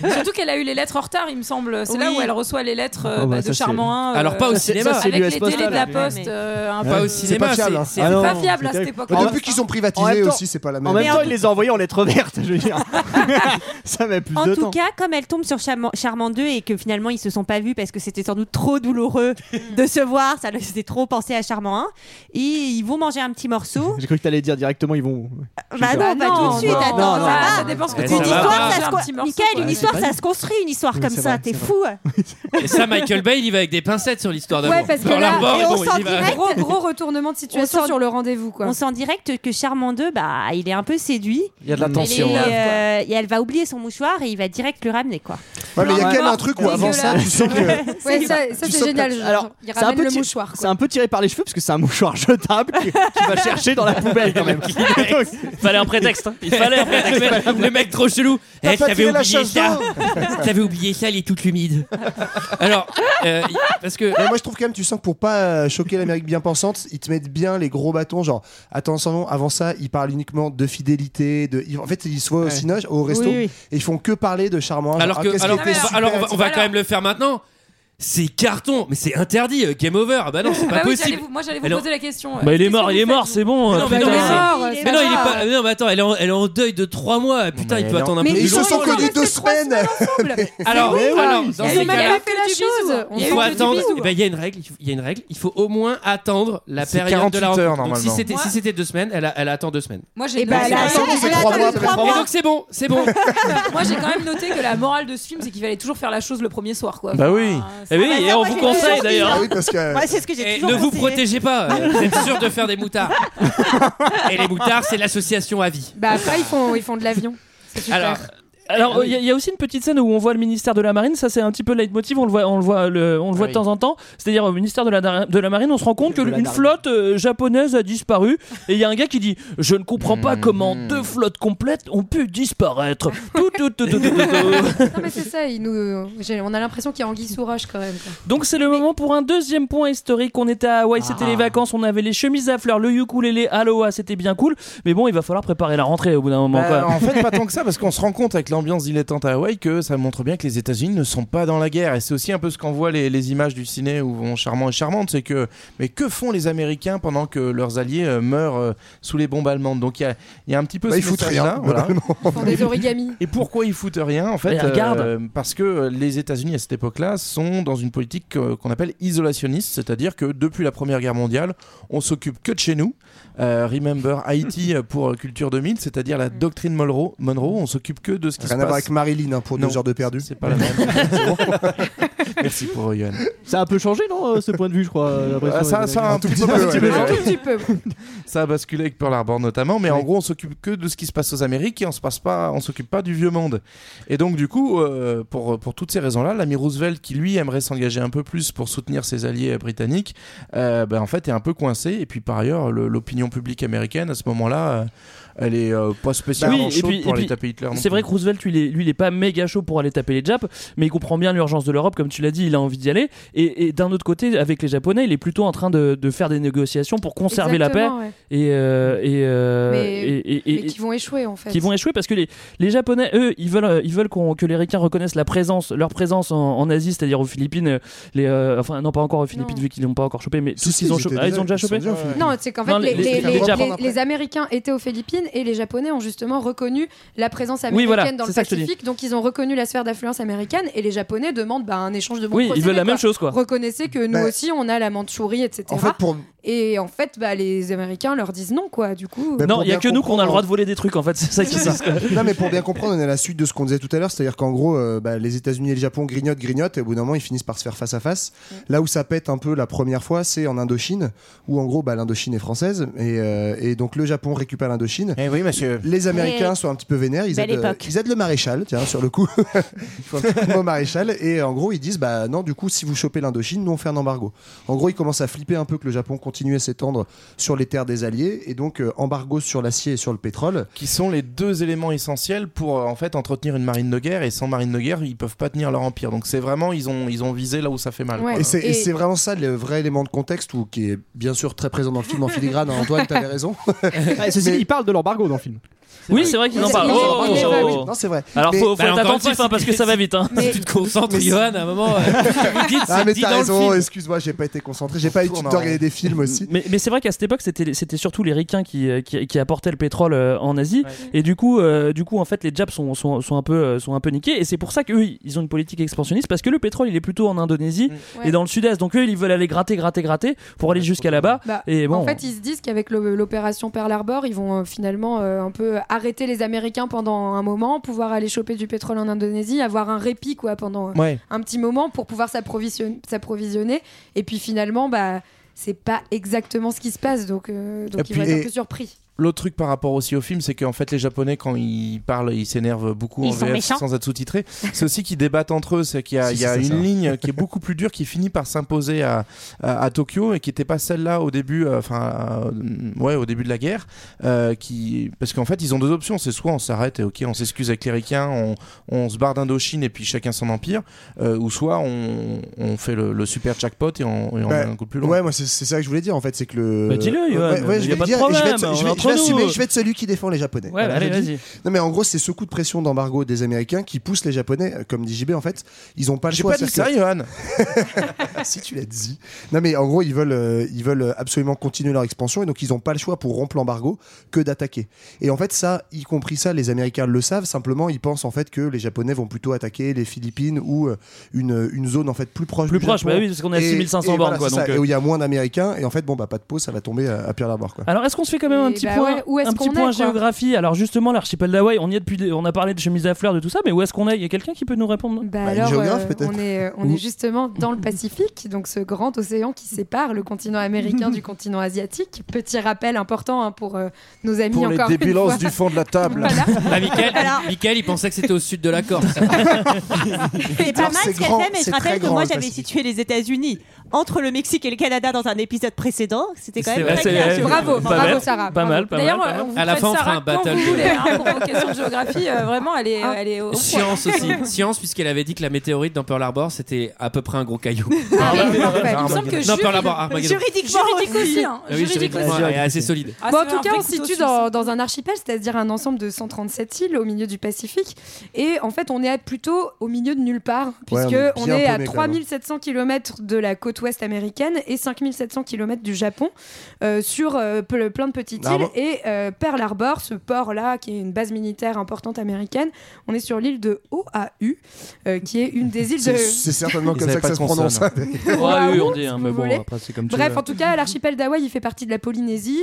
S11: Surtout qu'elle a eu les lettres en retard, il me semble. C'est là où elle reçoit les lettres euh,
S9: Oh, bah,
S11: bah,
S9: ça,
S11: de
S9: c'est-
S11: Charmant. 1,
S9: Alors, pas au
S11: euh,
S9: cinéma. Ça, c'est
S11: Avec
S9: l'US
S11: les télés de la
S9: Postal.
S11: poste. euh, un
S9: Pas
S11: peu.
S9: au cinéma,
S10: pas fiable,
S9: c'est-
S10: hein.
S9: c'est
S10: Ah non,
S11: pas fiable à cette
S10: c'est terrible.
S11: époque.
S10: En
S4: Depuis
S10: même-
S4: qu'ils ont
S10: en même
S4: privatisé
S10: temps-
S4: aussi, c'est pas la
S10: En
S4: même.
S10: même temps, il les a envoyés en lettres vertes, je veux dire. ça met plus
S2: En
S10: de
S2: tout
S10: temps.
S2: cas, comme elle tombe sur Charmant, Charmant 2 et que finalement ils se sont pas vus parce que c'était sans doute trop douloureux de se voir, ça leur faisait trop penser à Charmant 1, et ils vont manger un petit morceau.
S10: J'ai cru que t'allais dire directement, ils vont.
S2: Bah non, pas tout de suite, attends, ça
S10: non,
S2: va.
S10: non,
S11: ça dépend ce que
S10: Eh,
S11: tu
S10: ça
S11: dis.
S10: va.
S2: Histoire,
S11: Ah,
S2: ça
S11: un
S2: se co-
S11: petit morceau,
S2: Michael,
S11: quoi.
S2: une
S11: Ouais,
S2: histoire,
S11: c'est
S2: ça
S11: pas-
S2: se construit, une histoire comme ça, t'es fou.
S9: Et ça, Michael Bay, il va avec des pincettes sur l'histoire d'amour.
S12: Ouais, parce que
S9: Dans
S12: là,
S9: l'arbre,
S12: et on
S9: bon,
S12: sent
S9: il y va.
S12: direct gros, gros retournement de
S2: On
S12: situation
S2: sent-
S12: sur le rendez-vous. quoi.
S2: On sent direct que Charmant 2, bah, il est un peu séduit.
S13: Il y a de la tension,
S2: Et,
S13: hein.
S2: euh, et elle va oublier son mouchoir et il va direct le ramener, quoi.
S4: Ouais, mais il y a quand même un truc où avant ça, tu sens que.
S12: Ouais, ça, ça,
S10: Tu
S12: c'est
S10: sens
S12: génial.
S10: que-
S12: je-
S10: Alors,
S12: il
S10: c'est
S12: ramène
S10: un peu
S12: le
S10: ti-
S12: mouchoir.
S10: C'est un peu tiré par les cheveux parce que c'est un mouchoir jetable que- qu'il va chercher dans la poubelle quand même.
S8: fallait un prétexte. hein. Il fallait un prétexte.
S9: Le mec trop chelou.
S8: T'as
S9: Eh,
S8: pas
S9: t'avais
S8: tiré la
S9: oublié
S8: chasse
S9: ça.
S8: d'eau
S9: t'avais oublié ça, elle est toute humide. Alors, euh, y- parce que.
S4: Mais moi je trouve quand même, tu sens que pour pas euh, choquer l'Amérique bien pensante, ils te mettent bien les gros bâtons. Genre, attends, sans nom, avant ça, ils parlent uniquement de fidélité. De... ils- En fait, ils se voient au cinoche, au resto,
S9: Oui, oui.
S4: et ils font que parler de charmant.
S9: Alors,
S4: genre,
S9: que,
S4: ah, qu'est-ce
S9: alors,
S4: qui
S9: qu'on
S4: était
S9: va-
S4: super
S9: alors on va, on va
S4: intéressant.
S9: quand même le faire maintenant. C'est carton, mais c'est interdit, euh, game over. Ah Bah non, c'est
S11: Bah
S9: pas
S11: oui,
S9: possible.
S11: j'allais vous- moi, j'allais vous
S9: Alors-
S11: poser la question.
S8: Bah, il est mort, il est mort, c'est bon.
S9: Mais non,
S8: euh,
S9: mais non,
S8: putain.
S9: mais c'est-
S11: mort, c'est
S9: mais non,
S11: pas
S9: il est
S11: grave.
S9: pas. mais non, mais attends, elle est, en, elle est en deuil de 3 mois. Ah, Putain, il
S4: elle
S9: peut
S4: est
S9: attendre un
S4: en-
S9: peu
S4: Mais
S9: plus
S4: ils se sont
S9: longtemps.
S4: connus deux semaines.
S9: Alors,
S4: Mais oui.
S9: alors,
S4: Ils
S9: dans
S4: ont
S9: ces
S4: même pas
S9: cas-là,
S11: fait la chose.
S9: il faut attendre. eh ben, Il y a une règle. il faut- Il y a une règle. Il faut au moins attendre la
S13: C'est
S9: période de la
S13: 48
S9: rencontre.
S13: heures,
S9: Donc, si
S13: normalement.
S9: c'était si c'était deux semaines, elle, a- elle attend deux semaines.
S11: Moi, j'ai
S9: Eh ben,
S11: noté-
S9: elle a attendu ces
S11: Elle a
S9: trois
S11: attendu
S9: mois,
S11: trois
S9: mais
S11: mois.
S9: donc, c'est bon, c'est bon.
S11: Moi, j'ai quand même noté que la morale de ce film, c'est qu'il fallait toujours faire la chose le premier soir, quoi.
S9: Bah oui.
S8: Euh, Eh
S11: c'est-
S9: oui,
S11: Ah, bah,
S9: et
S11: ça,
S9: on
S11: moi,
S9: vous
S11: j'ai
S9: conseille
S11: toujours dit,
S9: d'ailleurs.
S11: hein. Ah oui, parce que- Moi, c'est ce que j'ai
S9: Et
S11: toujours
S9: Ne vous
S11: conseillé.
S9: protégez pas, euh, vous êtes sûr de faire des moutards. et les moutards, c'est l'association à vie.
S12: Bah après, ils font, ils font de l'avion. C'est super.
S9: Alors,
S8: Alors, il y, a- y a aussi une petite scène où on voit le ministère de la Marine. Ça, c'est un petit peu leitmotiv. On le voit, on le voit, le- on le voit de temps en temps. C'est-à-dire, au ministère de la, dar- de la Marine, on se rend compte que
S10: la
S8: une
S10: Marine.
S8: flotte euh, japonaise a disparu. Et il y a un gars qui dit Je ne comprends pas comment deux flottes complètes ont pu disparaître. Tout, tout, tout, tout, tout, tout.
S12: Non, mais c'est ça, il nous... j'ai- on a l'impression qu'il y a Anguille sous roche quand même. quoi.
S8: Donc, c'est le moment pour un deuxième point historique. On était à Hawaï, c'était
S12: Ah.
S8: les vacances. On avait les chemises à fleurs, le ukulélé, Aloha, c'était bien cool. Mais bon, il va falloir préparer la rentrée au bout d'un moment.
S13: Bah,
S8: quoi.
S13: en fait, pas tant que ça, parce qu'on se rend compte avec l'ambiance dilettante à Hawaï que ça montre bien que les États-Unis ne sont pas dans la guerre. Et c'est aussi un peu ce qu'on voit les, les images du ciné où vont charmant et charmante, c'est que mais que font les Américains pendant que leurs alliés euh, meurent euh, sous les bombes allemandes Donc il y a, il y a un petit peu
S4: Bah,
S13: ce
S4: ils foutent
S13: message-là,
S4: rien,
S13: voilà.
S4: globalement.
S12: Ils font des origamis.
S13: Et pourquoi ils foutent rien En fait,
S8: Mais regarde.
S13: parce que euh, les États-Unis à cette époque-là sont dans une politique euh, qu'on appelle isolationniste, c'est-à-dire que depuis la Première Guerre mondiale, on s'occupe que de chez nous. Euh, remember Haïti euh, pour euh, Culture 2000, c'est-à-dire la doctrine Monroe. Monroe, on s'occupe que de ce qui
S4: Rien
S13: se
S4: à
S13: passe.
S4: voir avec Marilyn hein, pour
S13: Non,
S4: deux heures de perdu.
S13: C'est pas la même. Merci pour euh, Johan.
S10: Ça a un peu changé, non, euh, ce point de vue, je crois. euh, l'impression
S13: Ah, ça,
S10: des
S13: ça,
S10: Américains.
S13: un tout petit peu, ouais.
S12: Un tout petit peu.
S13: Ça a basculé avec Pearl Harbor notamment, mais en gros, on s'occupe que de ce qui se passe aux Amériques et on se passe pas, on s'occupe pas du vieux monde. Et donc, du coup, euh, pour, pour toutes ces raisons-là, l'ami Roosevelt, qui lui aimerait s'engager un peu plus pour soutenir ses alliés euh, britanniques, euh, ben, en fait, est un peu coincé. Et puis, par ailleurs, le- l'opinion publique américaine à ce moment-là, euh, elle est euh, pas spécialement chaude pour aller taper Hitler. non
S8: C'est
S13: plus.
S8: vrai que Roosevelt, lui, il est- lui, il est pas méga chaud pour aller taper les Japs, mais il comprend bien l'urgence de l'Europe, comme tu l'as dit, il a envie d'y aller. Et, et d'un autre côté, avec les Japonais, il est plutôt en train de, de faire des négociations pour conserver
S12: Exactement,
S8: la paix
S12: ouais.
S8: et, euh, et, euh,
S12: Mais,
S8: et- et-
S12: mais
S8: et-
S12: qui vont échouer en fait.
S8: qui vont échouer parce que les, les Japonais, eux, ils veulent, euh, ils veulent qu'on- que les Ricains reconnaissent la présence, leur présence en, en Asie, c'est-à-dire aux Philippines. euh, Les, euh, enfin, non, pas encore aux Philippines, vu qu'ils l'ont pas encore chopé, mais tous
S4: si,
S8: ils ont
S4: ils
S8: chopé.
S4: étaient
S8: Ah, ils ont
S4: déjà-
S8: déjà
S4: ils sont
S8: chopé
S4: déjà aux Philippines.
S12: Non, c'est qu'en fait, les, les- les-
S8: Japs.
S12: les- les Américains étaient aux Philippines et les Japonais ont justement reconnu la présence américaine
S8: Oui, voilà,
S12: dans le
S8: c'est ça que je te dis.
S12: Pacifique. Donc, ils ont reconnu la sphère d'affluence américaine et les Japonais demandent bah, un échange de bons
S8: Oui, ils
S12: procédés,
S8: veulent la même chose, quoi.
S12: Reconnaissez que nous
S8: Bah,
S12: aussi, on a la Mandchourie, etc.
S8: en fait, pour-
S12: Et en fait, bah, les Américains leur disent non, quoi. Du coup.
S8: non, il y a que nous qu'on a le droit de voler des trucs en fait, c'est ça qui
S4: non mais pour bien comprendre, on est à la suite de ce qu'on disait tout à l'heure, c'est-à-dire qu'en gros, euh, bah, les États-Unis et le Japon grignotent, grignotent, et au bout d'un moment, ils finissent par se faire face à face.
S13: Mm.
S4: Là où ça pète un peu la première fois, c'est en Indochine, où en gros, bah, l'Indochine est française, et, euh, et donc le Japon récupère l'Indochine.
S8: Eh
S13: oui, monsieur.
S4: Les Américains
S13: Eh.
S4: sont un petit peu vénères, ils
S13: Belle
S4: aident, euh,
S13: époque.
S4: ils aident le maréchal, tiens, sur le coup, il faut un petit coup de mot au maréchal, et euh, en gros, ils disent, bah non, du coup, si vous chopez l'Indochine, nous on fait un embargo. En gros, ils commencent à flipper un peu que le Japon continue à s'étendre sur les terres des Alliés, et donc euh, embargo sur l'acier et sur le pétrole.
S13: qui sont les deux éléments essentiels pour euh, en fait entretenir une marine de guerre et sans marine de guerre ils peuvent pas tenir leur empire donc c'est vraiment ils ont ils ont visé là où ça fait mal quoi.
S4: Et c'est et c'est vraiment ça le vrai élément de contexte où, qui est bien sûr très présent dans le film en filigrane. hein, Antoine, t'avais raison.
S10: Ah, ceci dit,
S4: Mais-
S10: ils parlent de l'embargo dans le film.
S8: Oui, c'est vrai qu'ils en
S4: Oui,
S8: parlent.
S4: c'est-
S8: Oh,
S4: il est- il est
S8: oh,
S4: vrai,
S8: oh.
S4: oui. Non, c'est vrai.
S8: Alors,
S4: Mais-
S8: faut, faut
S4: Bah,
S8: être
S4: encore une
S8: attentif
S4: fois,
S8: hein, parce que ça va vite. Hein.
S9: Tu te concentres, Johan, à un moment. euh, vous dites,
S4: Ah,
S9: c'est
S4: mais
S9: dit
S4: t'as
S9: dans le
S4: raison,
S9: film.
S4: excuse-moi, j'ai pas été concentré, j'ai pas eu de
S9: tourne en
S4: regarder
S9: rond.
S4: des films aussi.
S8: Mais, mais c'est vrai qu'à cette époque, c'était c'était surtout les Ricains qui, euh, qui, qui apportaient le pétrole euh, en Asie. Et du coup, euh, du coup, en fait, les Japs sont, sont, sont un peu euh, sont un peu niqués. Et c'est pour ça qu'eux, ils ont une politique expansionniste parce que le pétrole, il est plutôt en Indonésie
S12: Ouais.
S8: et dans le Sud-Est. Donc eux, ils veulent aller gratter, gratter, gratter pour aller jusqu'à là-bas.
S12: Bah,
S8: et bon,
S12: en fait, ils se disent qu'avec le- l'opération Pearl Harbor, ils vont euh, finalement euh, un peu arrêter les Américains pendant un moment, pouvoir aller choper du pétrole en Indonésie, avoir un répit quoi pendant euh,
S13: Ouais.
S12: un petit moment pour pouvoir s'approvision- s'approvisionner. Et puis finalement, bah, c'est pas exactement ce qui se passe, donc, euh, donc
S13: Et
S12: ils vont
S13: puis-
S12: être
S13: et-
S12: un peu surpris.
S13: L'autre truc par rapport aussi au film, c'est qu'en fait, les Japonais, quand ils parlent, ils s'énervent beaucoup
S16: Ils
S13: en
S16: sont
S13: VF
S16: méchants.
S13: sans être sous-titrés. C'est aussi qu'ils débattent entre eux. C'est qu'il y a,
S16: Si,
S13: il y a
S16: c'est ça.
S13: une ligne qui est beaucoup plus dure qui finit par s'imposer à, à, à Tokyo et qui n'était pas celle-là au début, euh, enfin, euh, ouais, au début de la guerre. euh, qui... Parce qu'en fait, ils ont deux options. C'est soit on s'arrête et ok, on s'excuse avec les ricains, on, on se barre d'Indochine et puis chacun son empire, euh, ou soit on, on fait le, le super jackpot et on, et on
S4: Bah,
S13: met un coup de plus loin.
S4: Ouais, moi c'est c'est ça que je voulais dire en fait, c'est que le.
S13: Bah, dis-le, Johan,
S4: Ouais, ouais,
S13: y
S4: je
S13: a
S4: vais
S13: pas
S4: le
S13: de
S4: dire. et je vais
S13: problème,
S4: être-
S13: on
S4: je
S13: est
S4: vais- je
S13: entre
S4: vais
S13: nous.
S4: assumer, je vais être celui qui défend les Japonais.
S13: Ouais,
S4: je
S13: allez,
S4: le dis.
S13: vas-y.
S4: Non, mais en gros, c'est ce coup de pression d'embargo des Américains qui pousse les Japonais, euh, comme dit JB en fait, ils ont pas le
S13: J'ai
S4: choix.
S13: pas dit ça,
S4: c'est-à-dire
S13: Johan.
S4: que- si tu l'as dit. Non, mais en gros, ils veulent, euh, ils veulent absolument continuer leur expansion et donc ils ont pas le choix pour rompre l'embargo que d'attaquer. Et en fait, ça, y compris ça, les Américains le savent. Simplement, ils pensent en fait que les Japonais vont plutôt attaquer les Philippines ou euh, une, une zone en fait plus proche.
S8: Plus
S4: du
S8: proche,
S4: Japon.
S8: bah oui, parce qu'on est à
S4: Et-
S8: 6500
S4: et
S8: bornes,
S4: voilà,
S8: quoi,
S4: c'est
S8: donc,
S4: ça.
S8: euh,
S4: Et où il y a moins d'Américains et en fait, bon bah pas de peau, ça va tomber à, à Pierre Lavoir
S12: Ah,
S4: quoi.
S8: Alors, est-ce qu'on se fait quand même un
S11: Et
S8: petit
S11: bah
S8: point,
S11: ouais, où est-ce
S8: un petit
S11: qu'on
S8: point
S11: est, quoi
S8: géographie Alors, justement, l'archipel d'Hawaï, on y est depuis. des- On a parlé de chemise à fleurs, de tout ça, mais où est-ce qu'on est Il y a quelqu'un qui peut nous répondre
S12: Bah alors, euh, on est, euh, on est justement dans le Pacifique, donc ce grand océan qui sépare le continent américain du continent asiatique. Petit rappel important hein, pour euh, nos amis
S13: Pour les
S12: encore une
S13: débilances
S12: fois.
S13: du fond de la table.
S9: Bah, Mickaël, Mickaël, il pensait que c'était au sud de la Corse.
S2: C'est pas
S9: Alors,
S2: mal
S9: c'est
S2: ce qu'elle
S9: grand,
S2: fait, mais
S9: c'est
S2: je
S9: très
S2: rappelle que
S9: grand,
S2: moi
S9: le
S2: j'avais
S9: Pacifique.
S2: situé les États-Unis entre le Mexique et le Canada dans un épisode précédent. C'était quand
S8: C'est
S2: même
S8: vrai,
S2: très
S8: c'est
S2: clair.
S8: vrai.
S2: Bravo,
S8: Pas
S2: bravo
S8: mal,
S2: Sarah.
S8: Pas mal, pas mal.
S11: D'ailleurs,
S8: pas
S11: euh,
S8: mal.
S11: vous
S9: À la
S11: faites
S9: fin, on
S11: Sarah
S9: fera un
S11: quand
S9: battle
S11: vous
S9: de-
S11: voulez, hein, pour vos questions de géographie, euh, vraiment, elle est, elle est au point.
S9: Science aussi. Science, puisqu'elle avait dit que la météorite dans Pearl Harbor, c'était à peu près un gros caillou.
S13: Ah,
S11: Il me semble que
S9: Non, Pearl
S11: juridi-
S9: Harbor, Armageddon.
S11: juridiquement Juridique aussi. hein.
S9: hein, Ah oui, juridique,
S11: Juridique
S9: ouais,
S11: aussi.
S9: elle est assez solide.
S11: Ah,
S12: Bon,
S11: c'est
S12: en tout
S11: un
S12: cas,
S11: vrai
S12: on
S11: couteau
S12: se situe
S11: suisse. hein.
S12: dans, dans un archipel, c'est-à-dire un ensemble de 137 îles au milieu du Pacifique. Et en fait, on est plutôt au milieu de nulle part,
S11: on est
S12: puisque
S11: bien
S12: on est à
S11: paumé, quand
S12: 3700 km de la côte ouest américaine et 5700 km du Japon, euh, sur euh, ple- plein de petites
S11: Ah
S12: îles.
S11: bon
S12: Et euh, Pearl Harbor, ce port-là, qui est une base militaire importante américaine, on est sur l'île de Oahu, euh, qui est une des îles de.
S4: C'est c'est certainement
S9: Ils
S4: comme
S9: avaient
S4: ça que
S9: pas
S4: ça
S9: de
S4: se prononce.
S9: consonne.
S12: Oahu,
S9: Ouais, oui, on dit, hein,
S12: si
S9: mais
S12: vous
S9: bon,
S12: voulez.
S9: après, c'est comme tu
S12: Bref,
S9: veux.
S12: en tout cas, l'archipel d'Hawaï, il fait partie de la Polynésie.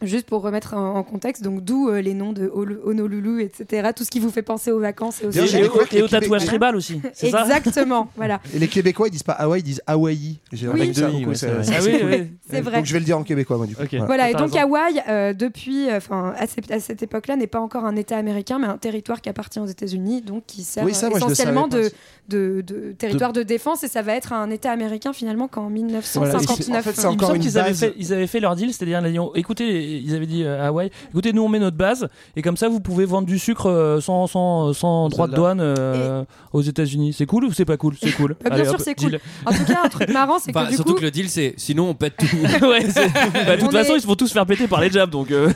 S12: Juste pour remettre en, en contexte, donc d'où euh, les noms de Hol- Honolulu, etc. Tout ce qui vous fait penser aux vacances et aux
S4: D'ailleurs, j'ai
S12: îles.
S4: découvert que Et les au tatouage Québécois- tribal
S8: aussi,
S4: c'est ça
S12: Exactement, voilà.
S4: Et les Québécois, ils disent pas Hawaï, ils disent Hawaï. J'ai
S12: Oui.
S4: entendu ça
S12: Avec deux i,
S4: beaucoup,
S12: ouais,
S4: ça-
S12: c'est vrai.
S4: ça,
S12: Ah
S4: c'est
S12: oui,
S4: cool.
S12: oui. C'est vrai.
S4: Donc je vais le dire en québécois, moi, du coup.
S12: Voilà, et donc Hawaï, euh, depuis, euh, enfin, à, cette- à cette époque-là, n'est pas encore un État américain, mais un territoire qui appartient aux États-Unis, donc qui sert
S4: Oui, ça,
S12: euh,
S4: moi, je le savais
S12: essentiellement
S4: pas,
S12: de,
S4: ça.
S12: de, de territoire de... défense, et ça va être un État américain finalement qu'en 1959.
S8: Il me semble qu'ils avaient fait, ils avaient fait leur deal, c'est-à-dire ils ont- écoutez, ils avaient dit euh, à Hawaï, écoutez, nous on met notre base et comme ça vous pouvez vendre du sucre euh, sans, sans, sans droit de douane euh, aux États-Unis. C'est cool ou c'est pas cool C'est cool.
S12: Bah, bien
S8: Allez,
S12: sûr,
S8: hop, Bah,
S12: c'est cool.
S8: deal.
S12: En tout cas, un truc marrant, c'est
S9: Enfin,
S12: que du
S9: Bah, surtout
S12: coup,
S9: que le deal, c'est sinon on pète tout.
S8: Ouais, c'est- bah, de toute
S12: On
S8: façon,
S12: est-
S8: ils se font tous faire péter par les jabs donc. euh,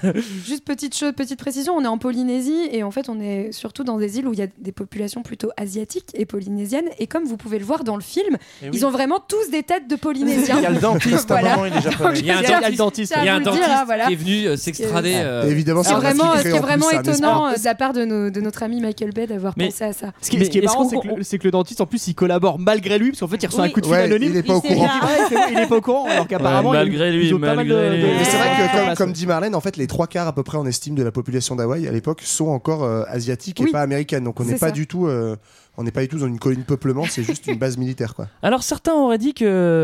S12: juste petite chose, petite précision, on est en Polynésie et en fait on est surtout dans des îles où il y a des populations plutôt asiatiques et polynésiennes et comme vous pouvez le voir dans le film,
S9: Eh oui.
S12: ils ont vraiment tous des têtes de polynésiens.
S13: Il y a le dentiste, à un
S12: Voilà.
S13: moment, il est japonais.
S12: Donc,
S9: Il y a un
S12: tiens-
S9: dentiste,
S12: tiens à
S9: il y a
S12: vous
S9: un
S12: le
S9: dentiste
S12: dire, hein, voilà.
S9: qui est venu euh, s'extrader.
S12: Ah,
S9: euh,
S4: évidemment,
S12: Alors vraiment, ce qui est vraiment
S9: un
S12: étonnant
S9: espoir.
S12: euh, de la part de, nos- de notre ami Michael Bay d'avoir
S10: Mais-
S12: pensé à ça.
S10: Ce qui, ce qui est
S12: Mais
S10: marrant,
S12: est-ce
S10: c'est
S12: qu'on-
S10: que, le- c'est que le dentiste, en plus, il collabore malgré lui, parce qu'en fait, il reçoit
S12: Oui.
S10: un coup de fil
S12: Ouais,
S10: anonyme.
S12: il est pas au Il courant. sait rien.
S10: Ouais, c'est vrai, il est pas au courant, alors qu'apparemment,
S8: Ouais,
S10: il-
S8: malgré lui,
S10: ils ont pas mal de-
S8: Eh malgré lui.
S10: de-
S4: Mais c'est vrai que, comme,
S10: Ouais.
S4: comme dit Marlène, en fait, les trois quarts à peu près en estime de la population d'Hawaï à l'époque sont encore euh, asiatiques
S8: Oui.
S4: et pas américaines. Donc on n'est
S8: C'est
S4: pas
S8: ça.
S4: du tout, euh, on n'est pas du tout dans une colline peuplement. C'est juste une base militaire, quoi.
S8: Alors certains auraient dit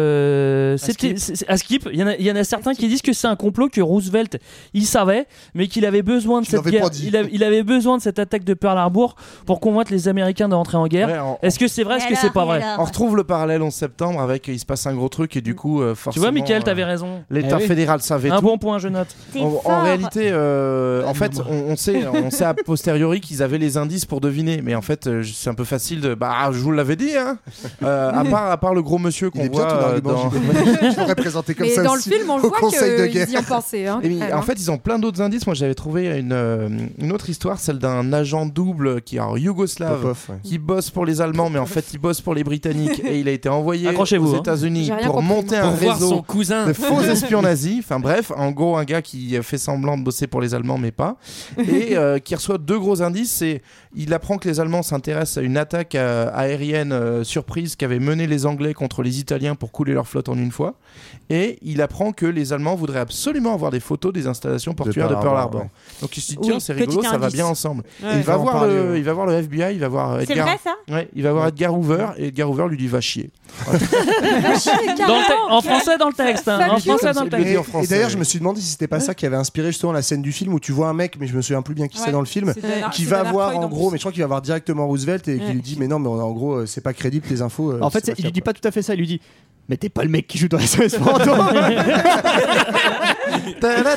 S8: que c'était c'est- c'est- à Skip. Il y en a, il y en a certains qui disent que c'est un complot que Roosevelt il savait, mais qu'il avait besoin de cette
S4: l'avais
S8: guerre.
S4: pas dit.
S8: Il, a- il avait besoin de cette attaque de Pearl Harbor pour convaincre les Américains de rentrer en guerre.
S13: Ouais, en-
S8: Est-ce que c'est vrai Est-ce que c'est pas vrai
S13: On retrouve le parallèle 11 septembre avec euh, il se passe un gros truc et du coup euh, forcément.
S8: Tu vois, Michael,
S13: euh,
S8: t'avais raison.
S13: L'État
S8: Eh oui.
S13: fédéral savait
S8: Un
S13: tout.
S8: bon point, je note.
S13: En, en réalité, euh, en fait, on, on sait, on sait a posteriori qu'ils avaient les indices pour deviner, mais en fait, euh, c'est un peu facile de. Bah, je vous l'avais dit. Hein. Euh, à part, à part le gros monsieur qu'on
S4: bien, ton
S13: voit. euh,
S4: argument,
S13: dans...
S4: Je pourrais présenter comme
S12: Mais
S4: ça
S12: dans
S4: aussi
S12: le film, on le
S4: au
S12: voit
S4: conseil de
S12: qu'ils
S4: guerre.
S12: y ont pensé. hein,
S13: Et mais,
S12: quand même,
S13: en
S12: hein.
S13: fait, ils ont plein d'autres indices. Moi, j'avais trouvé une, euh, une autre histoire, celle d'un agent double qui est en yougoslave,
S4: Popov, ouais.
S13: qui bosse pour les Allemands, mais en fait, il bosse pour les Britanniques. et il a été envoyé
S8: Accrochez-vous,
S13: aux
S8: hein.
S13: États-Unis
S8: J'ai rien
S13: pour
S8: compris,
S13: monter
S8: moi.
S13: un
S8: Pour voir
S13: réseau
S8: son cousin.
S13: de faux espions nazis. Enfin bref, en gros, un gars qui fait semblant de bosser pour les Allemands, mais pas, et euh, qui reçoit deux gros indices. C'est il apprend que les Allemands s'intéressent à une attaque euh, aérienne euh, surprise qu'avaient menée les Anglais contre les Italiens pour couler leur flotte en une fois. Et il apprend que les Allemands voudraient absolument avoir des photos photo des installations portuaires de
S5: Pearl
S13: Pearl
S5: Harbor,
S13: Harbor.
S5: ouais.
S13: Donc il se dit
S5: Oui,
S13: tiens, c'est rigolo,
S5: petit
S13: ça va
S5: indice.
S13: bien ensemble.
S5: Ouais.
S13: Il,
S5: Il va
S13: va
S5: en
S13: voir
S5: parler,
S13: le,
S5: ouais.
S13: il va voir le FBI, il va voir
S5: C'est
S13: Edgar.
S5: vrai, ça
S13: ouais, il va voir Edgar Hoover et Edgar Hoover lui dit va chier.
S8: Dans le te- en français dans le texte. hein, en français dans le
S4: Et,
S8: texte.
S4: et d'ailleurs, je me suis demandé si c'était pas ça qui avait inspiré justement la scène du film où tu vois un mec, mais je me souviens plus bien qui
S8: Ouais,
S4: c'est dans le film,
S8: c'est Dana-
S4: qui
S8: c'est
S4: va
S8: Dana
S4: voir
S8: Croyd,
S4: en
S8: en
S4: gros, mais je crois qu'il va voir directement Roosevelt et qui
S10: Ouais.
S4: lui dit mais non, mais on a- en gros, euh, c'est pas crédible tes infos. euh,
S10: En fait,
S4: c'est
S10: c'est-
S4: pas
S10: il
S4: fiable.
S10: lui dit pas tout à fait ça, il lui dit Mais t'es pas le mec qui joue dans SOS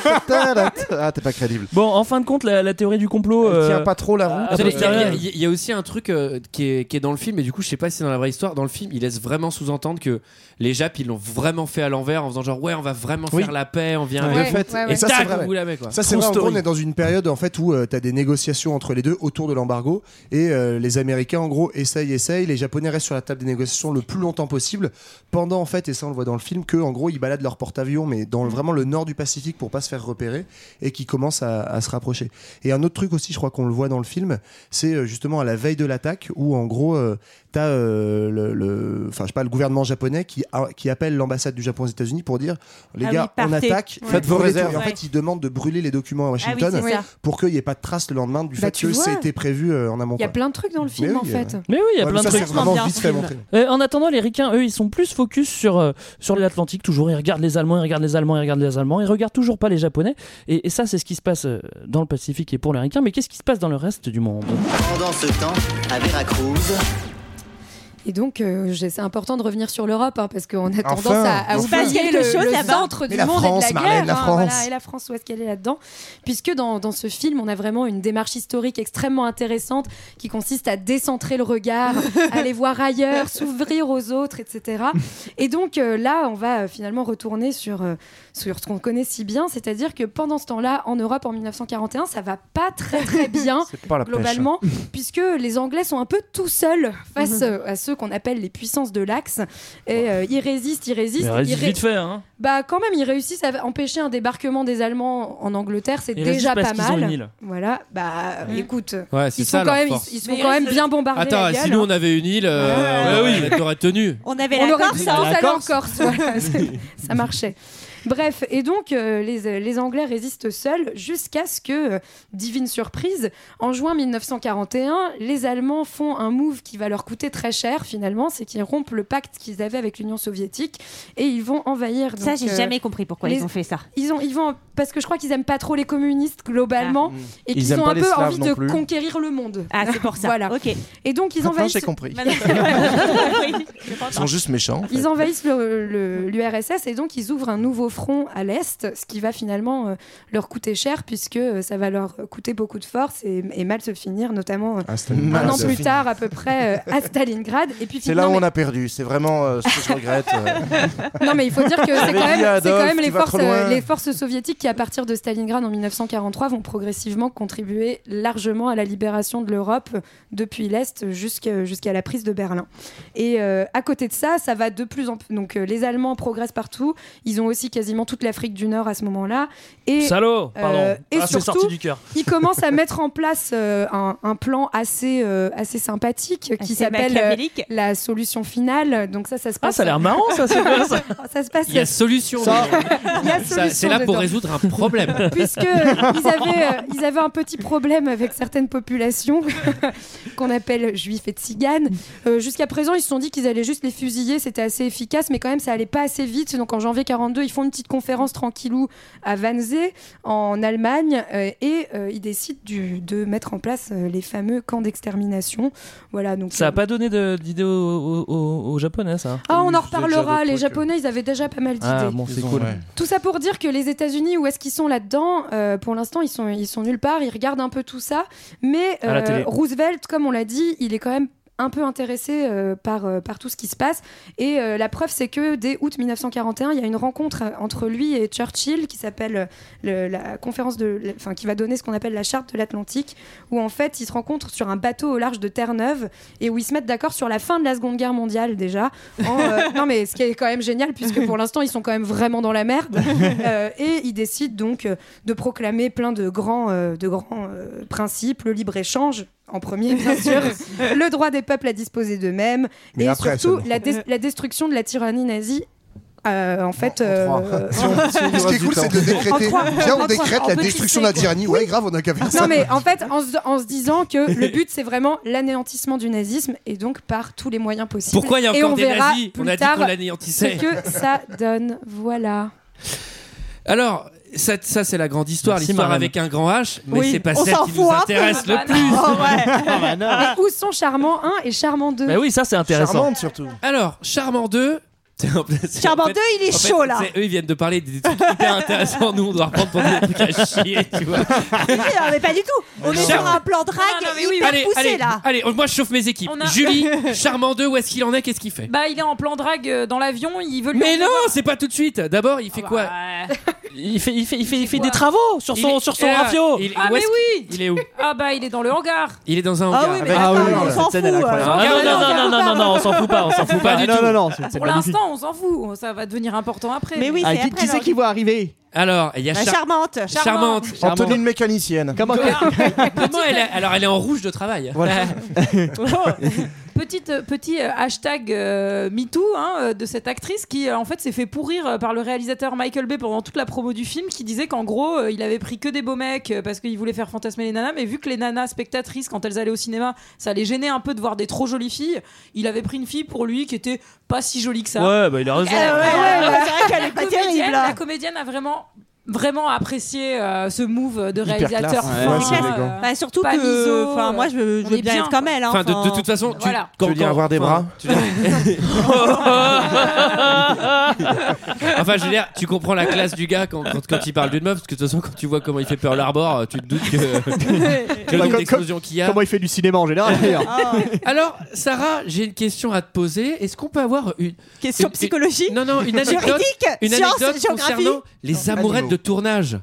S10: Fantôme
S13: Ah, t'es pas crédible.
S8: Bon, en fin de compte, la, la théorie du complot.
S9: Elle tient
S8: euh,
S9: pas trop la
S8: a
S9: Attendez, Il y, a-
S8: posteriori.
S9: il y a- il y a aussi un truc euh, qui, est, qui est dans le film, et du coup, je sais pas si c'est dans la vraie histoire. Dans le film, il laisse vraiment sous-entendre que les Japs, ils l'ont vraiment fait à l'envers en faisant genre, ouais, on va vraiment
S4: Oui.
S9: faire la paix, on vient.
S4: Ouais, de fait.
S9: et
S4: Et ça, c'est vrai.
S9: Vous la met, quoi.
S4: Ça, c'est vrai. En gros, on est dans une période en fait où tu as des négociations entre les deux autour de l'embargo et euh, les Américains en gros essayent, essayent. Les Japonais restent sur la table des négociations le plus longtemps possible. Pendant en fait, et ça on le voit dans le film, que en gros ils baladent leur porte-avions mais dans le- vraiment le nord du Pacifique pour pas se faire repérer et qui commencent à, à se rapprocher. Et un autre truc aussi, je crois qu'on le voit dans le film, c'est euh, justement à la veille de l'attaque où en gros tu as le, le- enfin je sais pas le gouvernement japonais qui a- qui appelle l'ambassade du Japon aux États-Unis pour dire les
S5: Ah
S4: gars
S5: oui,
S4: on
S5: partez.
S4: attaque
S5: Ouais. Faites vos
S4: brûlez tout.
S5: réserves.
S4: Et en fait
S5: Ouais.
S4: ils ils demandent de brûler les documents à Washington
S12: Ah oui, c'est ça.
S4: pour qu'il n'y ait pas de trace le lendemain du
S12: Bah,
S4: fait
S12: tu
S4: que
S12: vois.
S4: ça a été prévu euh, en amont.
S12: Il y a
S4: quoi.
S12: plein de trucs dans le film
S4: Mais
S12: en
S4: oui,
S12: fait.
S4: euh.
S8: Mais oui, il y a
S4: Ouais,
S8: plein
S4: mais
S8: de
S4: ça,
S8: trucs.
S4: c'est vraiment vite fait montré.
S8: Euh, en attendant, les Ricains, eux, ils sont plus focus sur, euh, sur l'Atlantique, toujours. Ils regardent les Allemands, ils regardent les Allemands, ils regardent les Allemands. Ils regardent toujours pas les Japonais. Et, et ça, c'est ce qui se passe euh, dans le Pacifique et pour les Ricains. Mais qu'est-ce qui se passe dans le reste du monde
S16: Pendant ce temps, à Veracruz.
S12: Et donc, euh, j'ai- c'est important de revenir sur l'Europe hein, parce qu'on a tendance
S16: Enfin,
S12: à,
S16: enfin.
S12: à
S16: Il se passe
S12: oublier
S16: quelque
S12: le,
S16: chose
S12: le
S16: là-bas.
S12: centre
S16: Mais
S12: du
S16: la
S12: monde et
S16: France,
S12: de la
S16: Marlène,
S12: guerre.
S16: la
S12: hein,
S16: France.
S12: voilà, et la France, où est-ce qu'elle est là-dedans Puisque dans, dans ce film, on a vraiment une démarche historique extrêmement intéressante qui consiste à décentrer le regard, aller voir ailleurs, s'ouvrir aux autres, etc. Et donc euh, là, on va euh, finalement retourner sur, euh, sur ce qu'on connaît si bien, c'est-à-dire que pendant ce temps-là, en Europe, en 1941, ça va pas très très bien
S13: pas la
S16: hein.
S13: pêche.
S12: globalement, puisque les Anglais sont un peu tout seuls face euh, à ceux qu'on appelle les puissances de l'axe. Et euh, ils résistent, ils résistent.
S8: Mais
S12: ils
S8: résiste
S12: ré-
S8: vite fait, hein.
S12: Bah quand même, ils réussissent à empêcher un débarquement des Allemands en Angleterre, c'est
S9: Ils
S12: déjà
S9: résistent parce
S12: pas
S9: qu'ils ont
S12: mal.
S9: une île.
S12: voilà, bah écoute,
S9: Ouais, c'est
S12: ils,
S9: ça,
S12: sont quand
S9: leur
S12: même,
S9: force.
S12: ils, ils sont quand même bien bombardés.
S9: Attends,
S12: la gueule,
S9: si nous
S12: hein.
S9: on avait une île, euh,
S8: Ouais, ouais,
S9: on aurait tenu.
S2: On avait
S12: On
S2: la
S12: aurait
S2: Corse,
S12: pu
S2: hein.
S12: tous
S9: La
S12: aller
S9: Corse.
S12: en Corse, voilà, c'est- ça marchait. Bref, et donc euh, les, les Anglais résistent seuls jusqu'à ce que, euh, divine surprise, en juin 1941, les Allemands font un move qui va leur coûter très cher finalement, c'est qu'ils rompent le pacte qu'ils avaient avec l'Union soviétique et ils vont envahir.
S2: Ça,
S12: donc,
S2: j'ai
S12: euh,
S2: jamais compris pourquoi
S12: les-
S2: ils ont fait ça.
S12: Ils, ont, ils vont parce que je crois qu'ils aiment pas trop les communistes globalement et
S2: Ah. Ils
S12: qu'ils
S2: aiment
S12: ont
S2: pas
S12: un
S2: les
S12: peu
S2: Slaves
S12: envie
S2: non
S12: de
S2: plus.
S12: conquérir le monde.
S2: Ah, c'est pour ça.
S12: voilà.
S2: Ok.
S12: Et donc ils
S13: Maintenant,
S12: envahissent.
S13: j'ai compris.
S12: Ils
S13: Ils sont juste méchants. en fait.
S12: Ils envahissent le- le- l'URSS et donc ils ouvrent un nouveau front à l'Est, ce qui va finalement euh, leur coûter cher puisque euh, ça va leur coûter beaucoup de force et, et mal se finir, notamment euh,
S13: Ah, c'était
S12: un
S13: mal
S12: an
S13: se
S12: plus
S13: finir.
S12: tard à peu près euh, à Stalingrad. Et puis
S13: C'est là où
S12: finalement-
S13: on a perdu. C'est vraiment euh, ce que je regrette. euh.
S12: Non, mais il faut dire que c'est
S13: J'avais
S12: quand même,
S13: dit à
S12: c'est quand
S13: Adolphe,
S12: même
S13: tu
S12: les,
S13: vas
S12: forces,
S13: trop loin.
S12: euh, les forces soviétiques qui, à partir de Stalingrad en 1943, vont progressivement contribuer largement à la libération de l'Europe depuis l'Est jusqu'à jusqu'à la prise de Berlin. Et euh, à côté de ça, ça va de plus en plus. Donc euh, les Allemands progressent partout. Ils ont aussi quasiment toute l'Afrique du Nord à ce moment-là. Et,
S8: Salaud, pardon.
S12: euh, et
S8: Ah, c'est
S12: surtout,
S8: sorti du cœur.
S12: ils commencent à mettre en place euh, un, un plan assez, euh, assez sympathique euh, qui
S2: Assez
S12: s'appelle euh,
S2: machiavélique.
S12: la solution finale. Donc ça, ça se
S8: Ah,
S12: passe.
S8: ça a l'air marrant, ça, c'est quoi, ça
S12: Ça se passe.
S9: Il y a solution.
S12: Ça-
S9: dedans.
S12: Il y a
S9: Ça,
S12: solution
S9: C'est là pour
S12: dedans.
S9: résoudre un problème.
S12: Puisque ils avaient, euh, ils avaient un petit problème avec certaines populations qu'on appelle juifs et tziganes. Euh, Jusqu'à présent, ils se sont dit qu'ils allaient juste les fusiller, c'était assez efficace, mais quand même, ça allait pas assez vite. Donc en janvier 42, ils font une petite conférence tranquillou à Wannsee, en Allemagne, euh, et euh, ils décident du- de mettre en place euh, les fameux camps d'extermination. Voilà, donc euh,
S8: Ça a pas donné de- d'idée aux, aux- aux- aux Japonais, ça.
S12: Ah, on en reparlera. Les
S8: euh.
S12: Japonais, ils avaient déjà euh. pas mal d'idées.
S8: Ah, bon, c'est cool.
S12: Tout ça pour dire que les États-Unis, où est-ce qu'ils sont là-dedans Euh, Pour l'instant, ils sont, ils sont nulle part. Ils regardent un peu tout ça. Mais euh,
S8: À la télé.
S12: Roosevelt, comme on l'a dit, il est quand même un peu intéressé euh, par, euh, par tout ce qui se passe. Et euh, la preuve, c'est que dès août 1941, il y a une rencontre euh, entre lui et Churchill qui s'appelle euh, le- la conférence de. la- Enfin, qui va donner ce qu'on appelle la charte de l'Atlantique, où en fait, ils se rencontrent sur un bateau au large de Terre-Neuve et où ils se mettent d'accord sur la fin de la Seconde Guerre mondiale déjà. En, euh, non, mais ce qui est quand même génial, puisque pour l'instant, ils sont quand même vraiment dans la merde. Euh, et ils décident donc euh, de proclamer plein de grands, euh, de grands euh, principes, le libre-échange. En premier, bien sûr, le droit des peuples à disposer d'eux-mêmes
S4: Mais
S12: et
S4: après
S12: surtout
S4: seulement.
S12: la, dé- la destruction de la tyrannie nazie euh, en fait. euh,
S4: Ce qui est cool, c'est de le décréter. Viens, on décrète la destruction de la tyrannie. Ouais, grave, on a qu'à faire ça.
S12: Non, mais en fait, en se, en se disant que le but, c'est vraiment l'anéantissement du nazisme et donc par tous les moyens possibles.
S9: Pourquoi il y a
S12: Et
S9: encore
S12: on
S9: des
S12: verra
S9: nazis
S12: plus
S9: On a dit
S12: tard
S9: qu'on
S12: Ce
S9: l'anéantissait.
S12: que ça donne, voilà.
S9: Alors, ça, ça, c'est la grande histoire,
S8: Merci,
S9: l'histoire
S8: Marianne.
S9: avec un grand H, mais
S12: Oui,
S9: c'est pas
S12: on
S9: celle
S12: s'en
S9: qui
S12: fout
S9: nous
S12: un peu.
S9: intéresse le
S12: Ah,
S9: plus.
S12: non. Ah, ouais.
S4: Oh, bah,
S12: Mais où sont Charmant 1 et Charmant 2
S8: Bah oui, ça, c'est intéressant.
S13: Charmante, surtout.
S9: Alors, Charmant 2.
S12: Charmant 2, il est chaud, là.
S9: Eux, ils viennent de parler des trucs hyper intéressants. Nous, on doit reprendre pour des trucs à chier, tu vois.
S2: Oui, non, hein, mais pas du tout. On est
S9: Charme.
S2: sur un plan drague hyper
S9: allez,
S2: poussé
S9: allez,
S2: là.
S9: allez, moi je chauffe mes équipes.
S11: On a-
S9: Julie, Charmant 2, où est-ce qu'il en est Qu'est-ce qu'il fait
S11: Bah, il est en plan drague euh, dans l'avion, il veut lui
S9: Mais
S11: enlever-
S9: non, c'est pas tout de suite. D'abord, il fait
S11: Ah
S9: quoi
S11: bah,
S8: Il fait, il fait, il fait, il fait des travaux sur
S9: Il
S8: son,
S9: est-
S8: sur son
S9: Ah,
S8: rafio.
S9: il-
S11: Ah,
S9: où
S11: mais
S9: est-ce
S11: oui
S9: Il est où
S11: Ah, bah, il est dans le hangar.
S9: Il est dans un
S11: Ah
S9: hangar.
S11: oui, mais Ah oui, d'accord, oui, on s'en cette scène, elle est fout, incroyable.
S8: Ah
S9: Ah
S8: non, non, non, non, non, non, on s'en fout pas, on s'en fout pas
S9: Ah,
S8: du
S9: non,
S8: tout.
S9: non, non,
S8: c'est
S11: Pour l'instant, on s'en fout. Ça va devenir important après.
S2: Mais oui,
S9: Ah, c'est qui-
S10: qui c'est qui voit arriver
S9: Alors, il y a
S2: Bah,
S9: Char-
S2: charmante.
S9: Charmante.
S13: Antonine mécanicienne.
S9: Comment elle a- Alors, elle est en rouge de travail. Euh,
S13: Voilà.
S11: Oh. Petite, euh, petit euh, hashtag euh, MeToo hein, euh, de cette actrice qui euh, en fait s'est fait pourrir euh, par le réalisateur Michael Bay pendant toute la promo du film qui disait qu'en gros euh, il avait pris que des beaux mecs euh, parce qu'il voulait faire fantasmer les nanas mais vu que les nanas spectatrices quand elles allaient au cinéma ça les gênait un peu de voir des trop jolies filles il avait pris une fille pour lui qui était pas si jolie que ça
S8: Ouais, bah, il a raison.
S11: Euh,
S8: Ouais, ouais, ouais,
S2: c'est vrai qu'elle est pas
S11: La comédienne-
S2: terrible, là.
S11: la comédienne a vraiment vraiment apprécié euh, ce move de
S9: Hyper
S11: réalisateur
S9: classe.
S11: fin,
S9: Ouais, c'est élégant.
S11: euh,
S2: Bah, surtout
S11: pas
S2: que,
S11: miso, euh,
S2: enfin, moi, je veux, je
S11: on
S2: veux
S11: est
S2: bien être comme elle. hein,
S9: Enfin, de, de
S2: enfin.
S9: toute façon, tu,
S2: Voilà.
S9: quand-
S13: Tu veux dire
S9: quand-
S13: avoir des
S9: enfin,
S13: bras
S9: tu veux dire- Enfin, je veux dire, tu comprends la classe du gars quand, quand, quand il parle d'une meuf, parce que de toute façon, quand tu vois comment il fait Pearl Harbor, tu te doutes
S13: Bah,
S9: que, que le nombre d'explosions qu'il y a.
S10: Comment il fait du cinéma en général
S13: hein.
S10: d'ailleurs.
S2: Ah.
S9: Alors, Sarah, j'ai une question à te poser. Est-ce qu'on peut avoir une
S2: Question
S9: une- une-
S2: psychologique
S9: Non, non, une anecdote,
S2: Juridique
S9: une
S2: Science
S9: anecdote
S2: Géographie
S9: concernant les amourettes de tournage.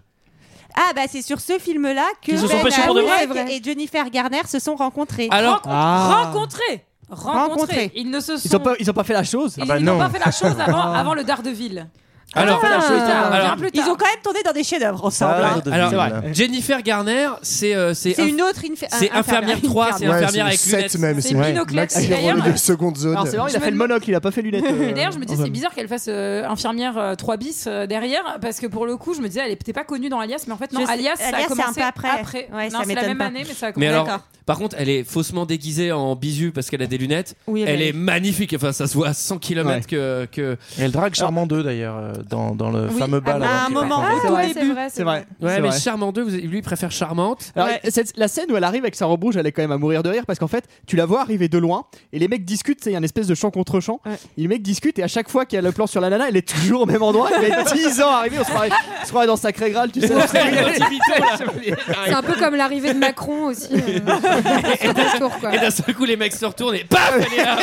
S2: Ah, bah, c'est sur ce film-là que
S9: Qu'ils se sont
S2: Ben
S9: pêchés pour de vrai
S2: Affleck et Jennifer Garner se sont rencontrés.
S9: Alors-
S11: Rencontre-
S10: Ah.
S11: rencontrer, rencontrer.
S2: Rencontrer.
S11: Ils ne se sont.
S10: Ils ont pas, ah bah ils ont pas fait la chose.
S2: Ah bah
S10: Ah.
S11: ils- ils n'ont pas fait la chose avant, avant le Daredevil.
S9: Alors,
S2: Ah,
S11: Bien plus tard, bien
S9: alors-
S11: plus
S2: Ils
S11: tard.
S2: ont quand même tourné dans des chefs-d'œuvre ensemble. hein.
S9: Alors, euh,
S4: C'est
S10: vrai.
S9: Jennifer Garner, c'est euh, Ah, c'est
S2: C'est
S9: inf-
S2: une autre infi-
S9: c'est
S2: un-
S9: infirmière 3, c'est
S4: Ouais,
S9: infirmière avec
S4: c'est le
S9: lunettes.
S4: 7 même.
S11: C'est Binoclet,
S4: Max
S11: et
S4: Leroy,
S11: d'ailleurs-
S4: le seconde zone.
S10: Alors c'est vrai, il a
S11: Je
S10: fait
S11: me
S10: le monocle, il a pas fait lunettes. euh,
S11: Et d'ailleurs, je me disais,
S10: en
S11: c'est
S10: même.
S11: bizarre qu'elle fasse euh, infirmière 3 bis euh, derrière, parce que pour le coup, je me disais, elle n'était pas connue dans Alias, mais en fait, non,
S2: Je sais-
S11: Alias, ça
S2: Alias,
S11: a
S2: c'est
S11: commencé
S2: un peu après. Ouais, ça
S11: non, c'est la
S2: m'étonne
S11: même
S2: pas.
S11: année, mais ça a
S9: Mais
S11: commencé
S9: alors,
S11: D'accord.
S9: par contre, elle est faussement déguisée en bisu parce qu'elle a des lunettes.
S2: Oui, elle
S9: elle
S2: est-
S9: est magnifique. Enfin, ça se voit à 100 km que, que.
S13: Et elle drague Charmant 2 d'ailleurs euh, dans, dans le
S9: Oui,
S13: fameux bal. hein.
S9: à
S13: avant
S9: un
S13: qu'il
S9: moment,
S13: rencontre.
S9: au
S10: C'est
S9: tout
S10: vrai,
S9: début.
S10: c'est vrai, c'est vrai.
S9: Ouais,
S10: C'est
S9: mais
S10: vrai.
S9: Charmant 2, vous- lui, il préfère Charmante.
S10: Alors, cette- la scène où elle arrive avec sa robe rouge, elle est quand même à mourir de rire parce qu'en fait, tu la vois arriver de loin et les mecs discutent. c'est, Il y a une espèce de chant contre chant. Les mecs discutent et à chaque fois qu'il y a le plan sur la nana, elle est toujours au même endroit. Elle est 10 ans arrivée, on se croirait, on se croirait dans Sacré Graal, tu sais.
S12: C'est un peu comme l'arrivée de Macron aussi. euh, sur le tour, quoi.
S9: Et d'un seul coup, les mecs se retournent et paf, elle est là.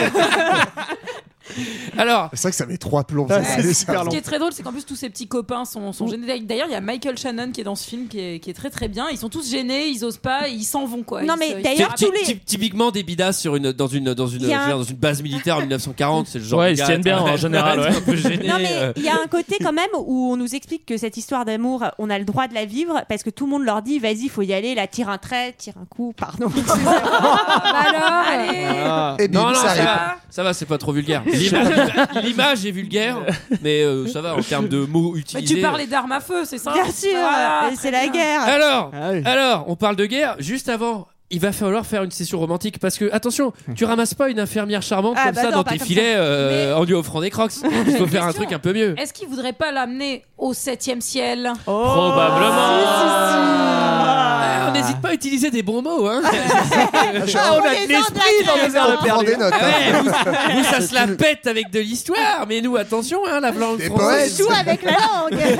S9: Alors.
S4: C'est vrai que ça met trois plombs.
S10: Ah,
S4: ça,
S10: c'est
S4: c'est
S10: super
S4: ça.
S11: Ce qui est très drôle, c'est qu'en plus tous ses petits copains sont, sont gênés. D'ailleurs, il y a Michael Shannon qui est dans ce film, qui est, qui est très très bien. Ils sont tous gênés, ils osent pas, ils s'en vont quoi.
S2: Non,
S11: Ils
S2: mais
S11: se- ils se
S2: d'ailleurs,
S11: rappellent.
S2: tous les-
S9: Ty- typiquement des bidas sur une dans une dans une
S2: Il y a
S9: je veux
S2: un-
S9: dire, dans une base militaire en 1940 c'est le genre
S8: Ouais,
S9: de
S8: ils se
S9: gars,
S8: tiennent bien, en
S9: t'as-
S8: général,
S9: t'es
S8: ouais.
S9: un peu gêné,
S2: Non, mais
S9: euh.
S2: il y a un côté quand même où on nous explique que cette histoire d'amour, on a le droit de la vivre parce que tout le monde leur dit vas-y, faut y aller, là, tire un trait, tire un coup, pardon.
S11: Bah
S8: Ah.
S11: alors, allez.
S4: Et bim,
S9: non, non,
S4: Eh ça
S9: ça,
S4: arrive.
S9: va, ça va, c'est pas trop vulgaire. L'image l'image est vulgaire, mais euh, ça va en termes de mots
S11: Mais
S9: utilisés. euh.
S11: tu parlais d'armes à feu, c'est ça
S2: Bien sûr,
S11: Voilà,
S2: euh, c'est
S11: très
S2: la
S11: bien.
S2: guerre.
S9: Alors,
S2: Ah
S10: oui.
S9: alors, on parle de guerre. Juste avant, il va falloir faire une session romantique parce que attention, tu ramasses pas une infirmière charmante
S2: Ah,
S9: comme
S2: bah
S9: ça
S2: non,
S9: dans
S2: pas
S9: tes
S2: comme
S9: filets
S2: ça.
S9: euh, en lui offrant des crocs. Il faut faire un truc un peu mieux.
S11: Est-ce qu'il voudrait pas l'amener au 7 ciel
S10: Oh.
S9: Ah, on n'hésite pas à utiliser des bons mots, hein.
S2: on a de l'esprit dans nos
S4: On prend des notes. hein.
S9: Ah Ouais, vous, vous, ça se la pète avec de l'histoire, mais nous, attention, hein, la langue
S4: Des
S9: française.
S4: poètes.
S2: Joue avec la langue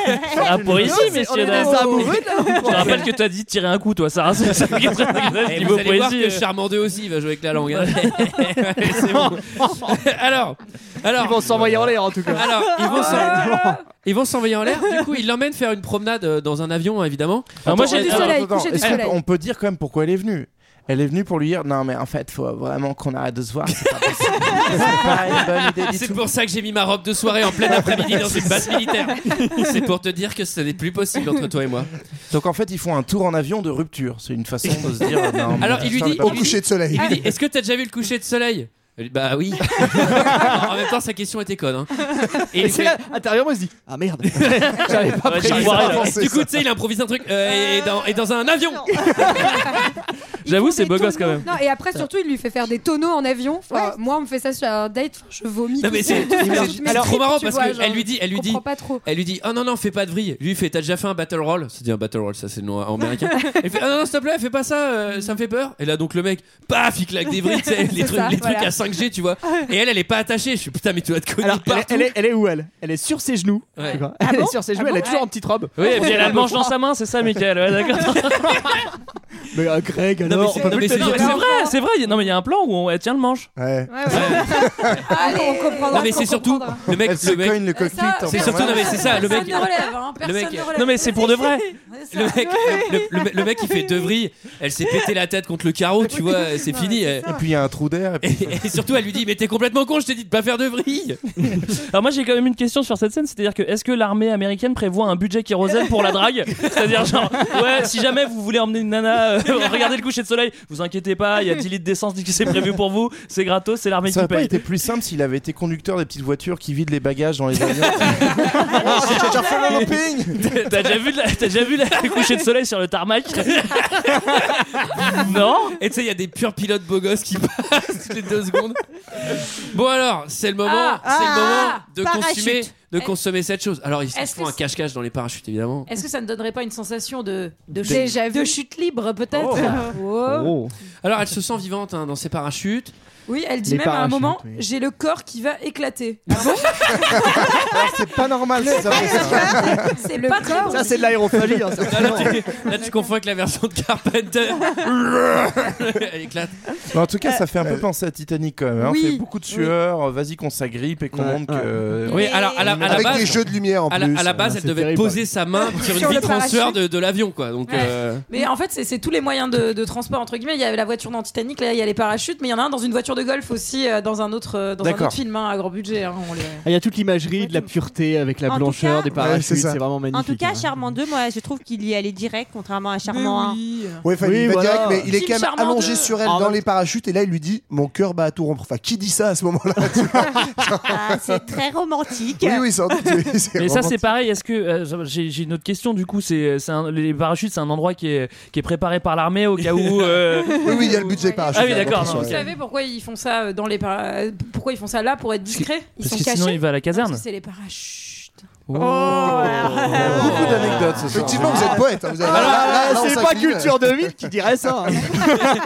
S8: Ah, pour ici, messieurs, dames. Je te rappelle que t'as dit tirer un coup, toi, Sarah. C'est ça qui est très
S9: Et
S8: agréable
S9: Eh, vous
S8: niveau
S9: allez voir
S8: poésie.
S9: que
S13: euh.
S9: Charmant 2 aussi il va jouer avec la langue. hein. C'est bon. alors, alors,
S10: Ils vont s'envoyer en l'air en tout cas.
S9: alors, ils vont s'en- ils vont s'envoyer en l'air. Du coup, ils l'emmènent faire une promenade euh, dans un avion, évidemment.
S8: Alors, moi,
S13: Attends,
S8: j'ai-
S13: attends,
S12: soleil,
S13: attends,
S12: coucher du
S13: est-ce qu'on
S12: soleil.
S13: peut- On peut dire quand même pourquoi elle est venue. Elle est venue pour lui dire non mais en fait faut vraiment qu'on arrête de se voir. C'est pas possible. C'est pas une bonne idée du
S9: C'est
S13: tout.
S9: pour ça que j'ai mis ma robe de soirée en plein après-midi dans une base militaire. C'est pour te dire que ce n'est plus possible entre toi et moi.
S13: Donc en fait ils font un tour en avion de rupture. C'est une façon de se dire. euh, Non, mais
S9: Alors, il lui
S13: ça, on
S9: dit-
S13: est pas
S4: Au
S9: il
S13: bon.
S9: lui
S4: coucher de soleil.
S9: Il lui dit Est-ce que t'as déjà vu le coucher de soleil Elle dit, Bah oui. en même temps, sa question était conne. hein.
S10: Et,
S9: il
S10: c'est
S9: fait-
S10: là, intérieurement, il se dit Ah merde J'avais pas
S9: Ouais,
S10: prévu
S9: j'y
S10: ça.
S9: croirais, là. Du coup, tu sais, il improvise un truc euh, et, dans, et dans un avion.
S8: J'avoue, c'est beau gosse quand même.
S12: Non, et après, surtout, il lui fait faire des tonneaux en avion. Enfin, Moi, on me fait ça sur un date, enfin, je vomis.
S9: Non mais
S12: tout
S9: c'est
S12: seul, toutes mes-
S9: alors,
S12: toutes mes
S9: c'est trop
S12: tripes,
S9: marrant
S12: tu
S9: parce
S12: vois,
S9: que
S12: genre,
S9: elle lui dit, elle lui
S12: je
S9: dit,
S12: comprends pas trop.
S9: elle lui dit, oh non non, fais pas de vrille. Lui il fait, t'as déjà fait un battle roll C'est dit un battle roll, ça c'est le nom américain. Elle fait, ah non non, s'il te plaît, fais pas ça, euh, ça me fait peur. Et là donc le mec, paf, il claque des vrilles, tu sais, les
S10: C'est
S9: trucs,
S10: ça,
S9: les trucs
S10: voilà.
S9: à 5G, tu vois. Et elle, elle est pas attachée. Je suis putain, mais tu vas te cogner
S10: Alors, elle, est-
S9: partout.
S10: elle est, elle est où elle Elle est sur ses genoux.
S9: Ouais.
S10: tu vois.
S9: Ah
S10: elle
S9: bon
S10: est sur ses
S9: Ah
S10: genoux,
S9: bon
S10: elle est toujours en petite robe.
S8: Oui, et puis elle a le manche dans sa main, c'est ça, Michael. Ouais, d'accord.
S10: Mais euh, Greg,
S8: Non, mais
S10: alors,
S8: c'est
S10: on peut
S8: non,
S10: plus
S8: mais
S10: te
S8: c'est-
S10: dire
S8: c'est
S10: ça.
S8: vrai, c'est vrai. Non, mais il y a un plan où on, elle tient le manche.
S4: Ouais.
S11: Allez, on comprendra.
S9: Non mais c'est surtout le mec, le mec, Ah, c'est surtout non mais c'est ça, le mec.
S11: Personne ne relève, hein,
S9: Le
S11: personne
S9: mec,
S11: ne relève.
S8: Non, mais c'est pour de vrai.
S9: Le mec, le, le- le- le mec, il fait deux vrilles, elle s'est pété la tête contre le carreau, tu vois, c'est fini. Et
S13: puis il y a un trou d'air.
S9: Et, et surtout, elle lui dit, mais t'es complètement con, je t'ai dit de pas faire de vrilles.
S8: Alors moi j'ai quand même une question sur cette scène, c'est-à-dire que est-ce que l'armée américaine prévoit un budget kérosène pour la drague C'est-à-dire genre ouais si jamais vous voulez emmener une nana euh, regarder le coucher de soleil, vous inquiétez pas, il y a 10 litres d'essence qui c'est prévu pour vous, c'est gratos, c'est l'armée
S13: Ça
S8: qui
S13: aurait pas
S8: paye.
S13: été plus simple s'il avait été conducteur des petites voitures qui vident les bagages dans les avions.
S8: Ah,
S9: Ah,
S8: T'as t'as déjà vu, la- t'as déjà vu la- le coucher de soleil sur le tarmac Non
S9: Et tu sais, il y a des purs pilotes beaux gosses qui passent toutes les deux secondes. Bon alors, c'est le moment,
S11: Ah,
S9: c'est le moment
S11: ah,
S9: de
S11: parachute.
S9: consommer, de
S11: Est-
S9: consommer cette chose. Alors ils, ils
S11: Est-ce
S9: font
S11: que
S9: un
S11: c'est-
S9: cache-cache dans les parachutes évidemment.
S11: Est-ce que ça ne donnerait pas une sensation de, de,
S9: Déjà Oh.
S11: chute, de chute libre, peut-être Oh. Wow.
S9: Alors elle se sent vivante hein, dans ses parachutes.
S11: Oui, elle dit
S9: Les
S11: même à un
S9: parachutes,
S11: moment
S9: oui.
S11: j'ai le corps qui va éclater.
S13: c'est pas normal.
S11: Le-
S13: c'est ça,
S9: Ah
S13: fait ça.
S11: c'est pas très bon.
S10: Ah, Ça, c'est de l'aérophagie. hein, ça.
S9: Là, là, tu, là, tu confonds avec la version de Carpenter. elle éclate.
S13: Mais en tout cas, ça fait un peu penser à Titanic quand même. hein.
S9: oui.
S13: Fait beaucoup de sueur. euh, Vas-y, qu'on s'agrippe et qu'on
S9: Ouais.
S13: montre que. euh,
S9: Oui, alors à la, à la
S13: Avec
S9: base,
S13: des jeux de lumière en
S9: à la,
S13: plus.
S9: à la base,
S13: Ouais,
S10: euh,
S9: elle
S13: c'est
S9: devait
S13: terrible.
S10: hein.
S9: poser sa main sur une
S11: Sur le
S9: vitre en sueur
S11: parachute.
S9: de, de l'avion, quoi. Donc,
S11: Ouais.
S9: euh,
S11: Mais en fait, c'est- c'est tous les moyens de, de transport entre guillemets. Il y avait la voiture dans Titanic, là il y a les parachutes, mais il y en a un dans une voiture de golf aussi, euh, dans un autre, euh, dans un
S10: D'accord.
S11: autre film hein, à grand budget. hein, on les-
S10: Ah, Il y a toute l'imagerie de la pureté avec la
S2: En tout
S10: blancheur
S2: cas-
S10: des
S2: Ouais,
S10: parachutes,
S2: c'est ça.
S10: c'est vraiment magnifique. hein.
S2: En tout cas, Charmant 2, moi, je trouve qu'il y allait direct, contrairement à Charmant 1.
S4: Ouais, enfin, il va
S10: voilà.
S4: direct, mais il est
S2: Jim
S4: quand même
S2: Charmant
S4: allongé
S2: deux.
S4: sur elle
S2: En
S13: Ah,
S4: dans
S2: même-
S4: les parachutes et là il lui dit mon cœur bat à tout rompre. Enfin, qui dit ça à ce moment-là tu vois
S2: Ah, c'est très romantique.
S4: Oui, oui, sans doute. oui,
S8: Mais ça c'est
S4: romantique.
S8: pareil, est-ce que euh, ça va, j'ai j'ai une autre question du coup, c'est c'est un- les parachutes c'est un endroit qui est, qui est préparé par l'armée au cas où euh,
S4: Oui, oui, il y a le budget parachute.
S8: Ah oui, d'accord,
S4: attention,
S8: non,
S9: euh,
S4: ouais.
S11: Vous savez pourquoi ils font ça euh, dans les par- euh, pourquoi ils font ça là pour être discrets Ils
S8: parce
S11: sont
S8: que
S11: cachés.
S8: sinon, il va à la
S11: Non,
S8: caserne.
S11: parce que C'est les parachutes.
S13: Beaucoup d'anecdotes ce soir.
S4: Effectivement, vous êtes poète. hein, vous avez-
S13: Ah,
S4: là, là, là, on
S10: c'est pas
S4: s'incline.
S10: culture de ville qui dirait ça. hein.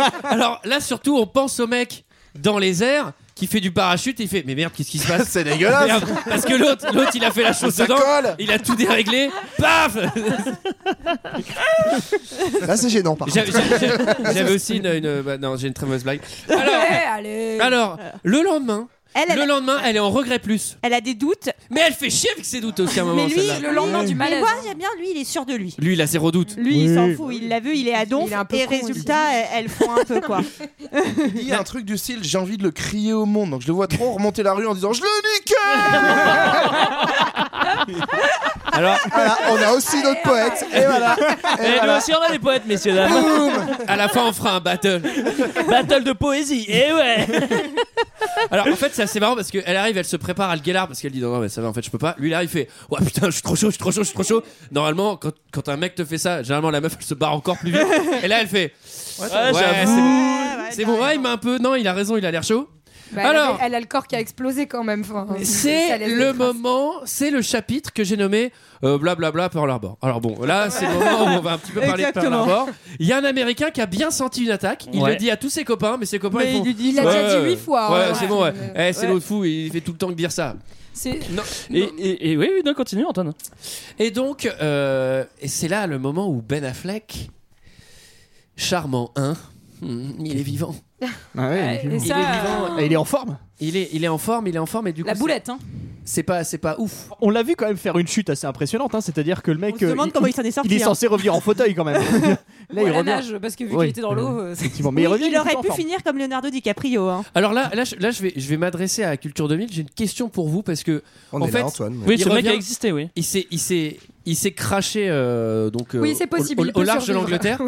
S9: Alors là, surtout, on pense au mec dans les airs qui fait du parachute et il fait Mais merde, qu'est-ce qui se passe
S13: C'est dégueulasse.
S9: Merde, Parce que l'autre, l'autre, il a fait la chose
S4: Ça
S9: dedans,
S4: colle.
S9: il a tout déréglé, paf
S4: Là, c'est gênant, par
S9: J'avais-
S4: contre.
S9: j'avais- J'avais aussi une. une- bah, non, j'ai une très mauvaise blague.
S11: allez.
S9: Alors, le lendemain.
S2: Elle, elle-
S9: le lendemain, elle est en regret plus.
S2: Elle a des doutes.
S9: Mais elle fait chier avec ses doutes aussi à un moment.
S2: Mais lui,
S9: celle-là.
S2: Mais moi, j'aime bien, lui, il est sûr de lui.
S9: Lui, il a zéro doute.
S2: Lui, il s'en fout, il l'a vu, il est à donf, et résultat, elles, elles font un peu quoi.
S13: Il dit un truc du style j'ai envie de le crier au monde. Donc je le vois trop remonter la rue en disant je le nique
S9: Alors,
S4: Voilà, on a aussi notre poète. Et voilà.
S8: Et nous aussi on a des poètes messieurs dames.
S9: À la fin, on fera un battle.
S8: Battle de poésie, et ouais
S9: Alors en fait c'est assez marrant parce qu'elle arrive, elle se prépare à le guélard parce qu'elle dit non, non mais ça va en fait je peux pas. Lui là il fait ouais putain je suis trop chaud, je suis trop chaud, je suis trop chaud. Normalement quand, quand un mec te fait ça, généralement la meuf elle se barre encore plus vite. Et là elle fait ouais,
S8: Ouais,
S9: c'est
S8: j'avoue.
S9: bon, c'est bon ouais il m'a un peu non il a raison il a l'air chaud.
S12: Bah, elle
S9: Alors
S12: avait- elle, a le corps qui a explosé quand même. enfin, ça
S9: c'est
S12: laisse
S9: le
S12: des traces.
S9: moment, c'est le chapitre que j'ai nommé euh, blablabla Pearl Harbor. Alors bon, là c'est le moment où on va un petit peu parler de
S8: Exactement.
S9: Pearl Harbor. Il y a un Américain qui a bien senti une attaque. Il
S8: Ouais.
S9: le dit à tous ses copains, mais ses copains
S8: Mais
S9: ils font,
S8: il lui dit- Il l'a déjà dit huit fois,
S9: Ouais,
S8: hein,
S9: c'est
S8: ouais.
S9: bon. Ouais. Eh, c'est
S8: Ouais.
S9: l'autre fou. Il fait tout le temps que dire ça.
S11: C'est
S8: Et, et- et- oui, oui, non, continue Antoine.
S9: Et donc, euh, et c'est là le moment où Ben Affleck, charmant, hein, hmm, il est vivant.
S10: Ah ouais, il est
S11: Et
S10: vivant.
S11: ça,
S10: Et il est en forme.
S9: Il est, il est en forme, il est en forme, et du coup.
S11: La
S9: c'est-
S11: boulette, hein.
S10: c'est pas, c'est pas ouf. On l'a vu quand même faire une chute assez impressionnante, hein, c'est-à-dire que le mec. euh,
S2: se demande comment il s'en est sorti,
S10: Il est
S2: hein.
S10: censé revenir en fauteuil quand même. Là,
S11: Ouais,
S10: il
S11: la
S10: revient.
S11: nage, parce que vu
S10: Oui.
S11: qu'il était dans l'eau. euh, c'est-
S10: Effectivement, mais il
S2: Oui,
S10: revient.
S2: il aurait
S11: en
S2: pu
S11: forme.
S2: finir comme Leonardo DiCaprio. hein.
S9: Alors là, là, je, là, je vais, je vais m'adresser à Culture 2000. J'ai une question pour vous parce que
S4: On
S9: en
S4: est
S9: fait,
S4: là, Antoine.
S9: il
S8: Oui, ce mec
S9: revient-
S8: a existé, oui.
S9: Il s'est, il s'est, il s'est craché euh, donc euh,
S8: Oui, c'est
S9: au-
S8: possible,
S9: au,
S8: il
S9: au
S8: peut
S9: large de
S8: survivre.
S9: l'Angleterre.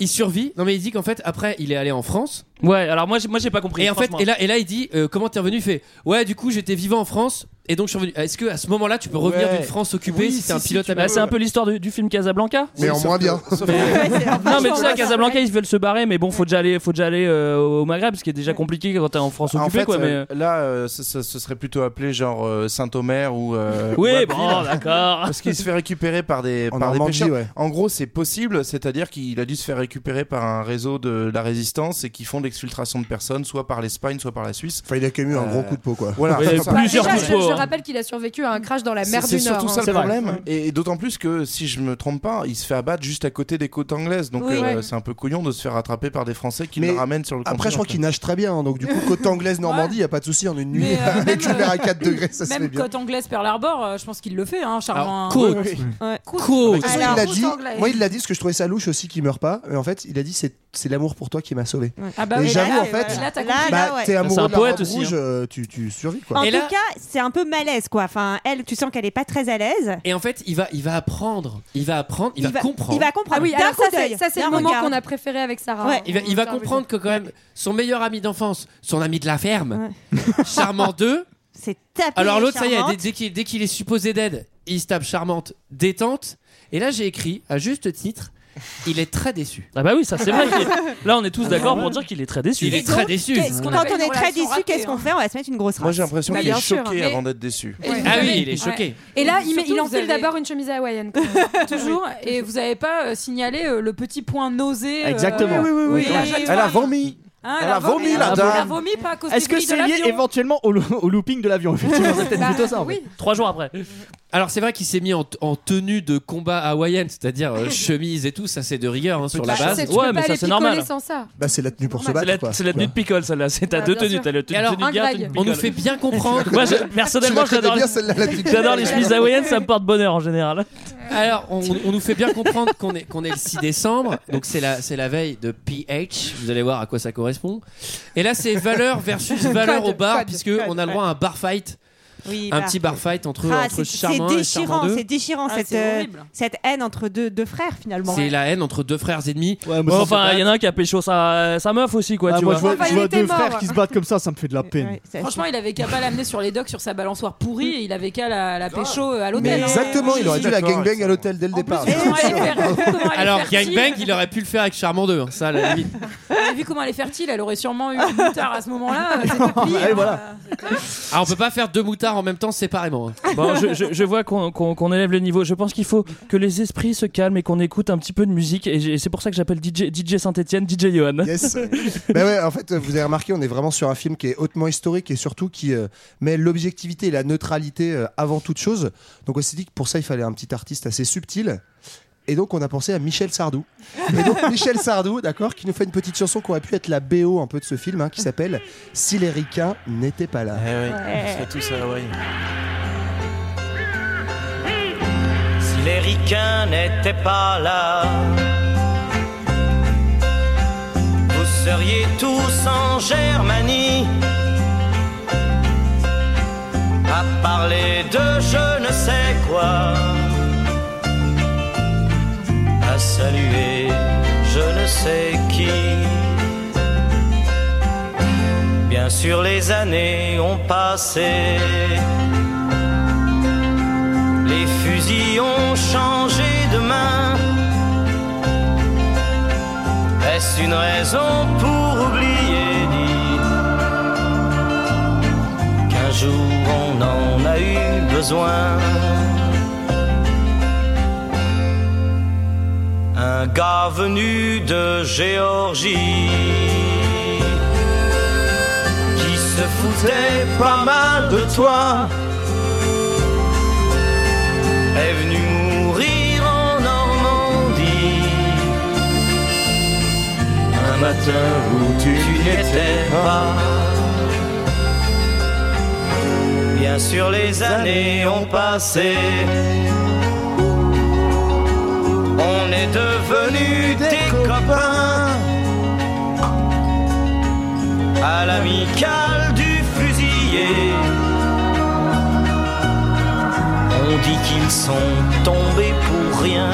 S9: il survit. Non, mais il dit qu'en fait après, il est allé en France.
S8: Ouais, alors moi, j'ai- moi j'ai pas compris.
S9: Et en fait,
S8: franchement.
S9: et là, et là, il dit euh, comment t'es revenu Il fait ouais, du coup, j'étais vivant en France et donc je suis revenu. Est-ce que à ce moment-là, tu peux revenir
S8: Ouais.
S9: d'une France occupée
S8: Oui,
S9: si t'es un
S8: si,
S9: pilote
S8: si, tu
S9: américain
S8: peux. Bah, C'est un peu l'histoire du, du film Casablanca.
S9: Mais en moins bien.
S8: non, mais tu sais, à
S9: vachement
S8: Casablanca, ils veulent se barrer, mais bon, faut déjà aller, faut déjà aller euh, au Maghreb, ce qui est déjà compliqué quand t'es en France
S13: En
S8: occupée,
S13: fait,
S8: quoi. Mais...
S13: euh, là, euh, ce, ce- ce serait plutôt appelé genre euh, Saint-Omer ou. euh,
S8: Oui,
S13: ou Abbeville.
S8: bon, d'accord.
S13: Parce qu'il se fait récupérer par des,
S4: En
S13: par des
S4: Normandie,
S13: pêcheurs.
S4: ouais.
S13: En gros, c'est possible, c'est-à-dire qu'il a dû se faire récupérer par un réseau de la résistance et qui font de l'exfiltration de personnes, soit par l'Espagne, soit par la Suisse. Euh,
S4: Enfin, il a quand même eu un gros coup de peau, quoi.
S13: Voilà,
S4: Ouais, il y a
S13: c'est ça.
S4: plusieurs
S12: Déjà, je, je rappelle qu'il a survécu à un crash dans la mer
S13: C'est
S12: du
S13: surtout
S12: Nord.
S13: ça
S12: hein.
S13: le problème. Et, et d'autant plus que, si je me trompe pas, il se fait abattre juste à côté des côtes anglaises. Donc
S12: Oui.
S13: euh,
S12: Ouais.
S13: c'est un peu couillon de se faire attraper par des Français qui
S4: Mais
S13: le ramènent sur le
S4: Après, je
S13: continent,
S4: crois qu'il nage très bien, hein, donc du coup, côte anglaise, Normandie, il a pas de souci en une nuit.
S11: Mais, euh, même,
S4: Avec une mer à 4 degrés, ça se fait
S11: Même
S4: bien.
S11: côte anglaise Pearl Harbor, euh, je pense qu'il le fait, hein, Charles.
S4: côte. Oui, oui.
S11: Côte.
S4: De toute façon, il l'a dit. Moi, il l'a dit parce que je trouvais ça louche aussi qu'il meurt pas. Mais en fait, il a dit c'est c'est l'amour pour toi qui m'a sauvé.
S2: Ah bah
S4: et
S2: oui,
S4: j'avoue
S2: là,
S4: en fait,
S2: ouais, là, t'as
S4: bah,
S2: compris, là, ouais.
S4: t'es
S2: C'est
S4: amoureux
S2: un
S4: de la
S2: poète
S4: robe
S2: aussi,
S4: rouge,
S2: hein.
S4: euh, tu, tu survis quoi.
S2: En tout cas, c'est un peu malaise, quoi. Enfin, elle, tu sens qu'elle est pas très à l'aise.
S9: Et en fait, il va, il va apprendre, il va apprendre, il, va, comprendre.
S2: Il va comprendre.
S12: Ah oui,
S2: D'un
S12: alors ça,
S2: coup
S12: c'est-
S2: d'œil,
S12: ça, c'est
S2: d'un
S12: le moment
S2: regard.
S12: qu'on a préféré avec Sarah.
S2: Ouais.
S9: Il va, il va comprendre que quand même son meilleur ami d'enfance, son ami de la ferme, Charmant 2.
S2: C'est tapé.
S9: Alors l'autre, ça y est,
S2: Charmante.
S9: dès, dès qu'il, dès qu'il est supposé d'aide, il se tape Charmante détente. Et là, j'ai écrit, à juste titre, il est très déçu.
S8: Ah bah oui, ça c'est vrai. qu'il- Là, on est tous d'accord pour dire qu'il est très déçu.
S9: Il est Et très donc, déçu. qu'est-ce qu'on
S2: Quand on est très déçu, qu'est-ce
S12: hein.
S2: qu'on fait On va se mettre une grosse race.
S13: Moi, j'ai l'impression
S2: Bah,
S13: qu'il est
S2: bien sûr,
S13: choqué
S2: hein.
S13: avant d'être déçu.
S12: Et vous
S9: Ah
S12: avez-
S9: oui, il est choqué.
S12: Et là, il, met-
S11: Surtout,
S12: il
S11: vous
S12: enfile
S11: avez-
S12: d'abord une chemise hawaïenne.
S11: Toujours, et vous avez pas euh, signalé euh, le petit point nausé. euh,
S10: Exactement.
S11: Oui, oui, oui.
S10: Oui,
S11: Et-
S10: Elle a vomi.
S11: Hein,
S10: Elle a vomi, la
S11: Elle a
S10: dame.
S11: vomi pas à cause
S10: Est-ce
S11: du
S10: que
S11: bruit de
S10: c'est lié
S11: l'avion.
S10: éventuellement au, lo- au looping de l'avion effectivement C'est peut-être
S11: Bah,
S10: plutôt ça. hein. en fait.
S8: Trois jours après.
S9: Alors c'est vrai qu'il s'est mis en, en tenue de combat hawaïenne, c'est-à-dire euh, chemise et tout, ça c'est de rigueur hein, sur la base.
S12: sans ça.
S4: Bah, c'est la tenue pour se
S8: C'est la,
S4: battre. quoi.
S8: c'est la tenue de picole, celle-là. C'est t'as
S9: Bah,
S12: Ah,
S8: deux
S12: bien
S8: tenues.
S12: sûr.
S8: T'as la tenue
S12: Et alors,
S8: tenue de
S12: un
S8: garde,
S12: greg.
S8: tenue de
S9: On nous
S8: picole.
S9: fait bien comprendre.
S8: Moi, je- personnellement,
S9: Tu la connais
S8: j'adore
S9: bien,
S8: les-
S9: celle-là, la picole.
S8: j'adore les chemises hawaïennes, ça me porte bonheur en général.
S9: Alors, on, on nous fait bien comprendre qu'on est, qu'on est le 6 décembre, donc c'est la, c'est la veille de PH, vous allez voir à quoi ça correspond. Et là, c'est valeur versus valeur
S2: Code,
S9: au bar,
S2: code,
S9: puisque on a le droit à un bar fight,
S2: Oui,
S9: un
S2: bah.
S9: petit bar fight entre,
S2: Ah,
S9: entre
S2: c'est-
S9: Charmant
S2: c'est
S9: et Charmant
S2: déchirant,
S9: 2.
S2: c'est déchirant
S11: Ah,
S2: cette,
S11: c'est
S2: euh,
S11: horrible.
S2: cette haine entre deux, deux frères finalement.
S9: C'est la haine entre deux frères ennemis.
S10: mais
S8: Bon,
S10: ça,
S8: enfin,
S10: c'est
S8: il y en a un qui a pécho sa, sa meuf aussi, quoi.
S10: Ah,
S8: tu
S10: moi, je
S8: vois.
S10: vois, je vois deux frères qui se battent comme ça, ça me fait de la peine.
S11: Franchement, il avait qu'à pas l'amener sur les docks sur sa balançoire pourrie et il avait qu'à la, la pécho euh, à l'hôtel.
S4: Mais
S11: hein.
S4: exactement, il aurait dû la
S9: D'accord,
S4: gangbang à l'hôtel dès le départ.
S9: Alors,
S11: faire
S9: Gangbang, il aurait pu le faire avec Charmant 2, hein, ça, à la limite.
S11: Vous avez vu comment elle est fertile, elle aurait sûrement eu une moutarde à ce moment-là. euh, c'était plié, hein.
S9: Ah, on peut pas faire deux moutards en même temps séparément. hein.
S8: Bon, je, je- je vois qu'on qu'on- qu'on élève le niveau. Je pense qu'il faut que les esprits se calment et qu'on écoute un petit peu de musique. Et, j'ai- c'est pour ça que j'appelle DJ, DJ Saint-Etienne, DJ Johan.
S4: Yes. bah ouais, en fait, vous avez remarqué, on est vraiment sur un film qui est hautement historique et surtout qui euh, met l'objectivité et la neutralité euh, avant toute chose. Donc on s'est dit que pour ça, il fallait un petit artiste assez subtil. Et donc on a pensé à Michel Sardou. Et donc Michel Sardou, d'accord, qui nous fait une petite chanson qui aurait pu être la BO un peu de ce film, hein, qui s'appelle Si les ricains n'étaient pas là.
S17: Si les ricains n'étaient pas là, vous seriez tous en Germanie à parler de je ne sais quoi, à saluer je ne sais qui. Bien sûr, les années ont passé. Les fusils ont changé de main. Est-ce une raison pour oublier dit qu'un jour on en a eu besoin Un gars venu de Géorgie qui se foutait pas mal de toi
S13: Bah,
S17: est venu mourir en Normandie. Un matin où tu n'étais pas. Bien Bien sûr, les années ont passé. On est devenus des copains. À l'amicale du fusillé. On dit qu'ils sont tombés pour rien.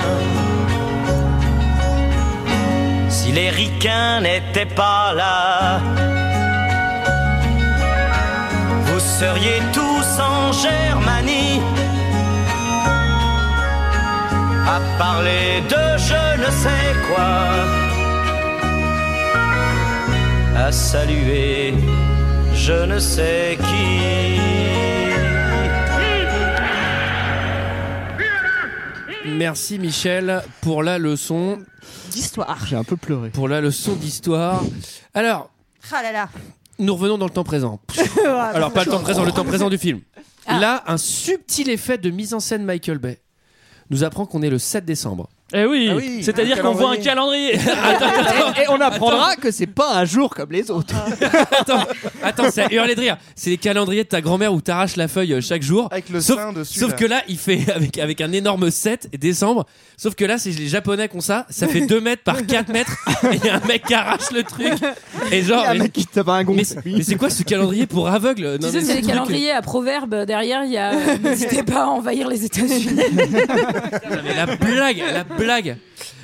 S17: Si les ricains n'étaient pas là, vous seriez tous en Germanie à parler de je ne sais quoi, à saluer je ne sais qui.
S9: Merci Michel pour la leçon
S2: d'histoire.
S9: J'ai un peu pleuré. Pour la leçon d'histoire. Alors,
S2: Ah là là.
S9: nous revenons dans le temps présent.
S12: bah,
S9: Alors pas le temps présent, le temps présent du film. Là, un subtil effet de mise en scène Michael Bay nous apprend qu'on est le 7 décembre.
S8: Eh oui,
S9: Ah oui,
S8: c'est-à-dire
S9: un
S8: qu'on voit un calendrier. Eh,
S10: et, et on apprendra que c'est pas un jour comme les autres.
S9: Attends, c'est à hurler de rire. C'est les calendriers de ta grand-mère où t'arraches la feuille euh, chaque jour. Avec
S13: le
S9: sauf,
S13: sein dessus,
S9: Sauf
S13: là.
S9: que là, il fait avec, avec un énorme 7 et décembre. Sauf que là, c'est les Japonais qui ont ça. Ça fait 2 mètres par 4 mètres. Et il y a un mec qui arrache le truc. Et genre.
S10: Il y a un
S9: mais-
S10: mec qui te tape un gong.
S9: Mais, c'est- mais c'est quoi ce calendrier pour aveugle
S11: Tu sais, c'est des calendriers à proverbes. Derrière, il y a euh, n'hésitez pas à envahir les États-Unis.
S9: Mais la blague, la blague.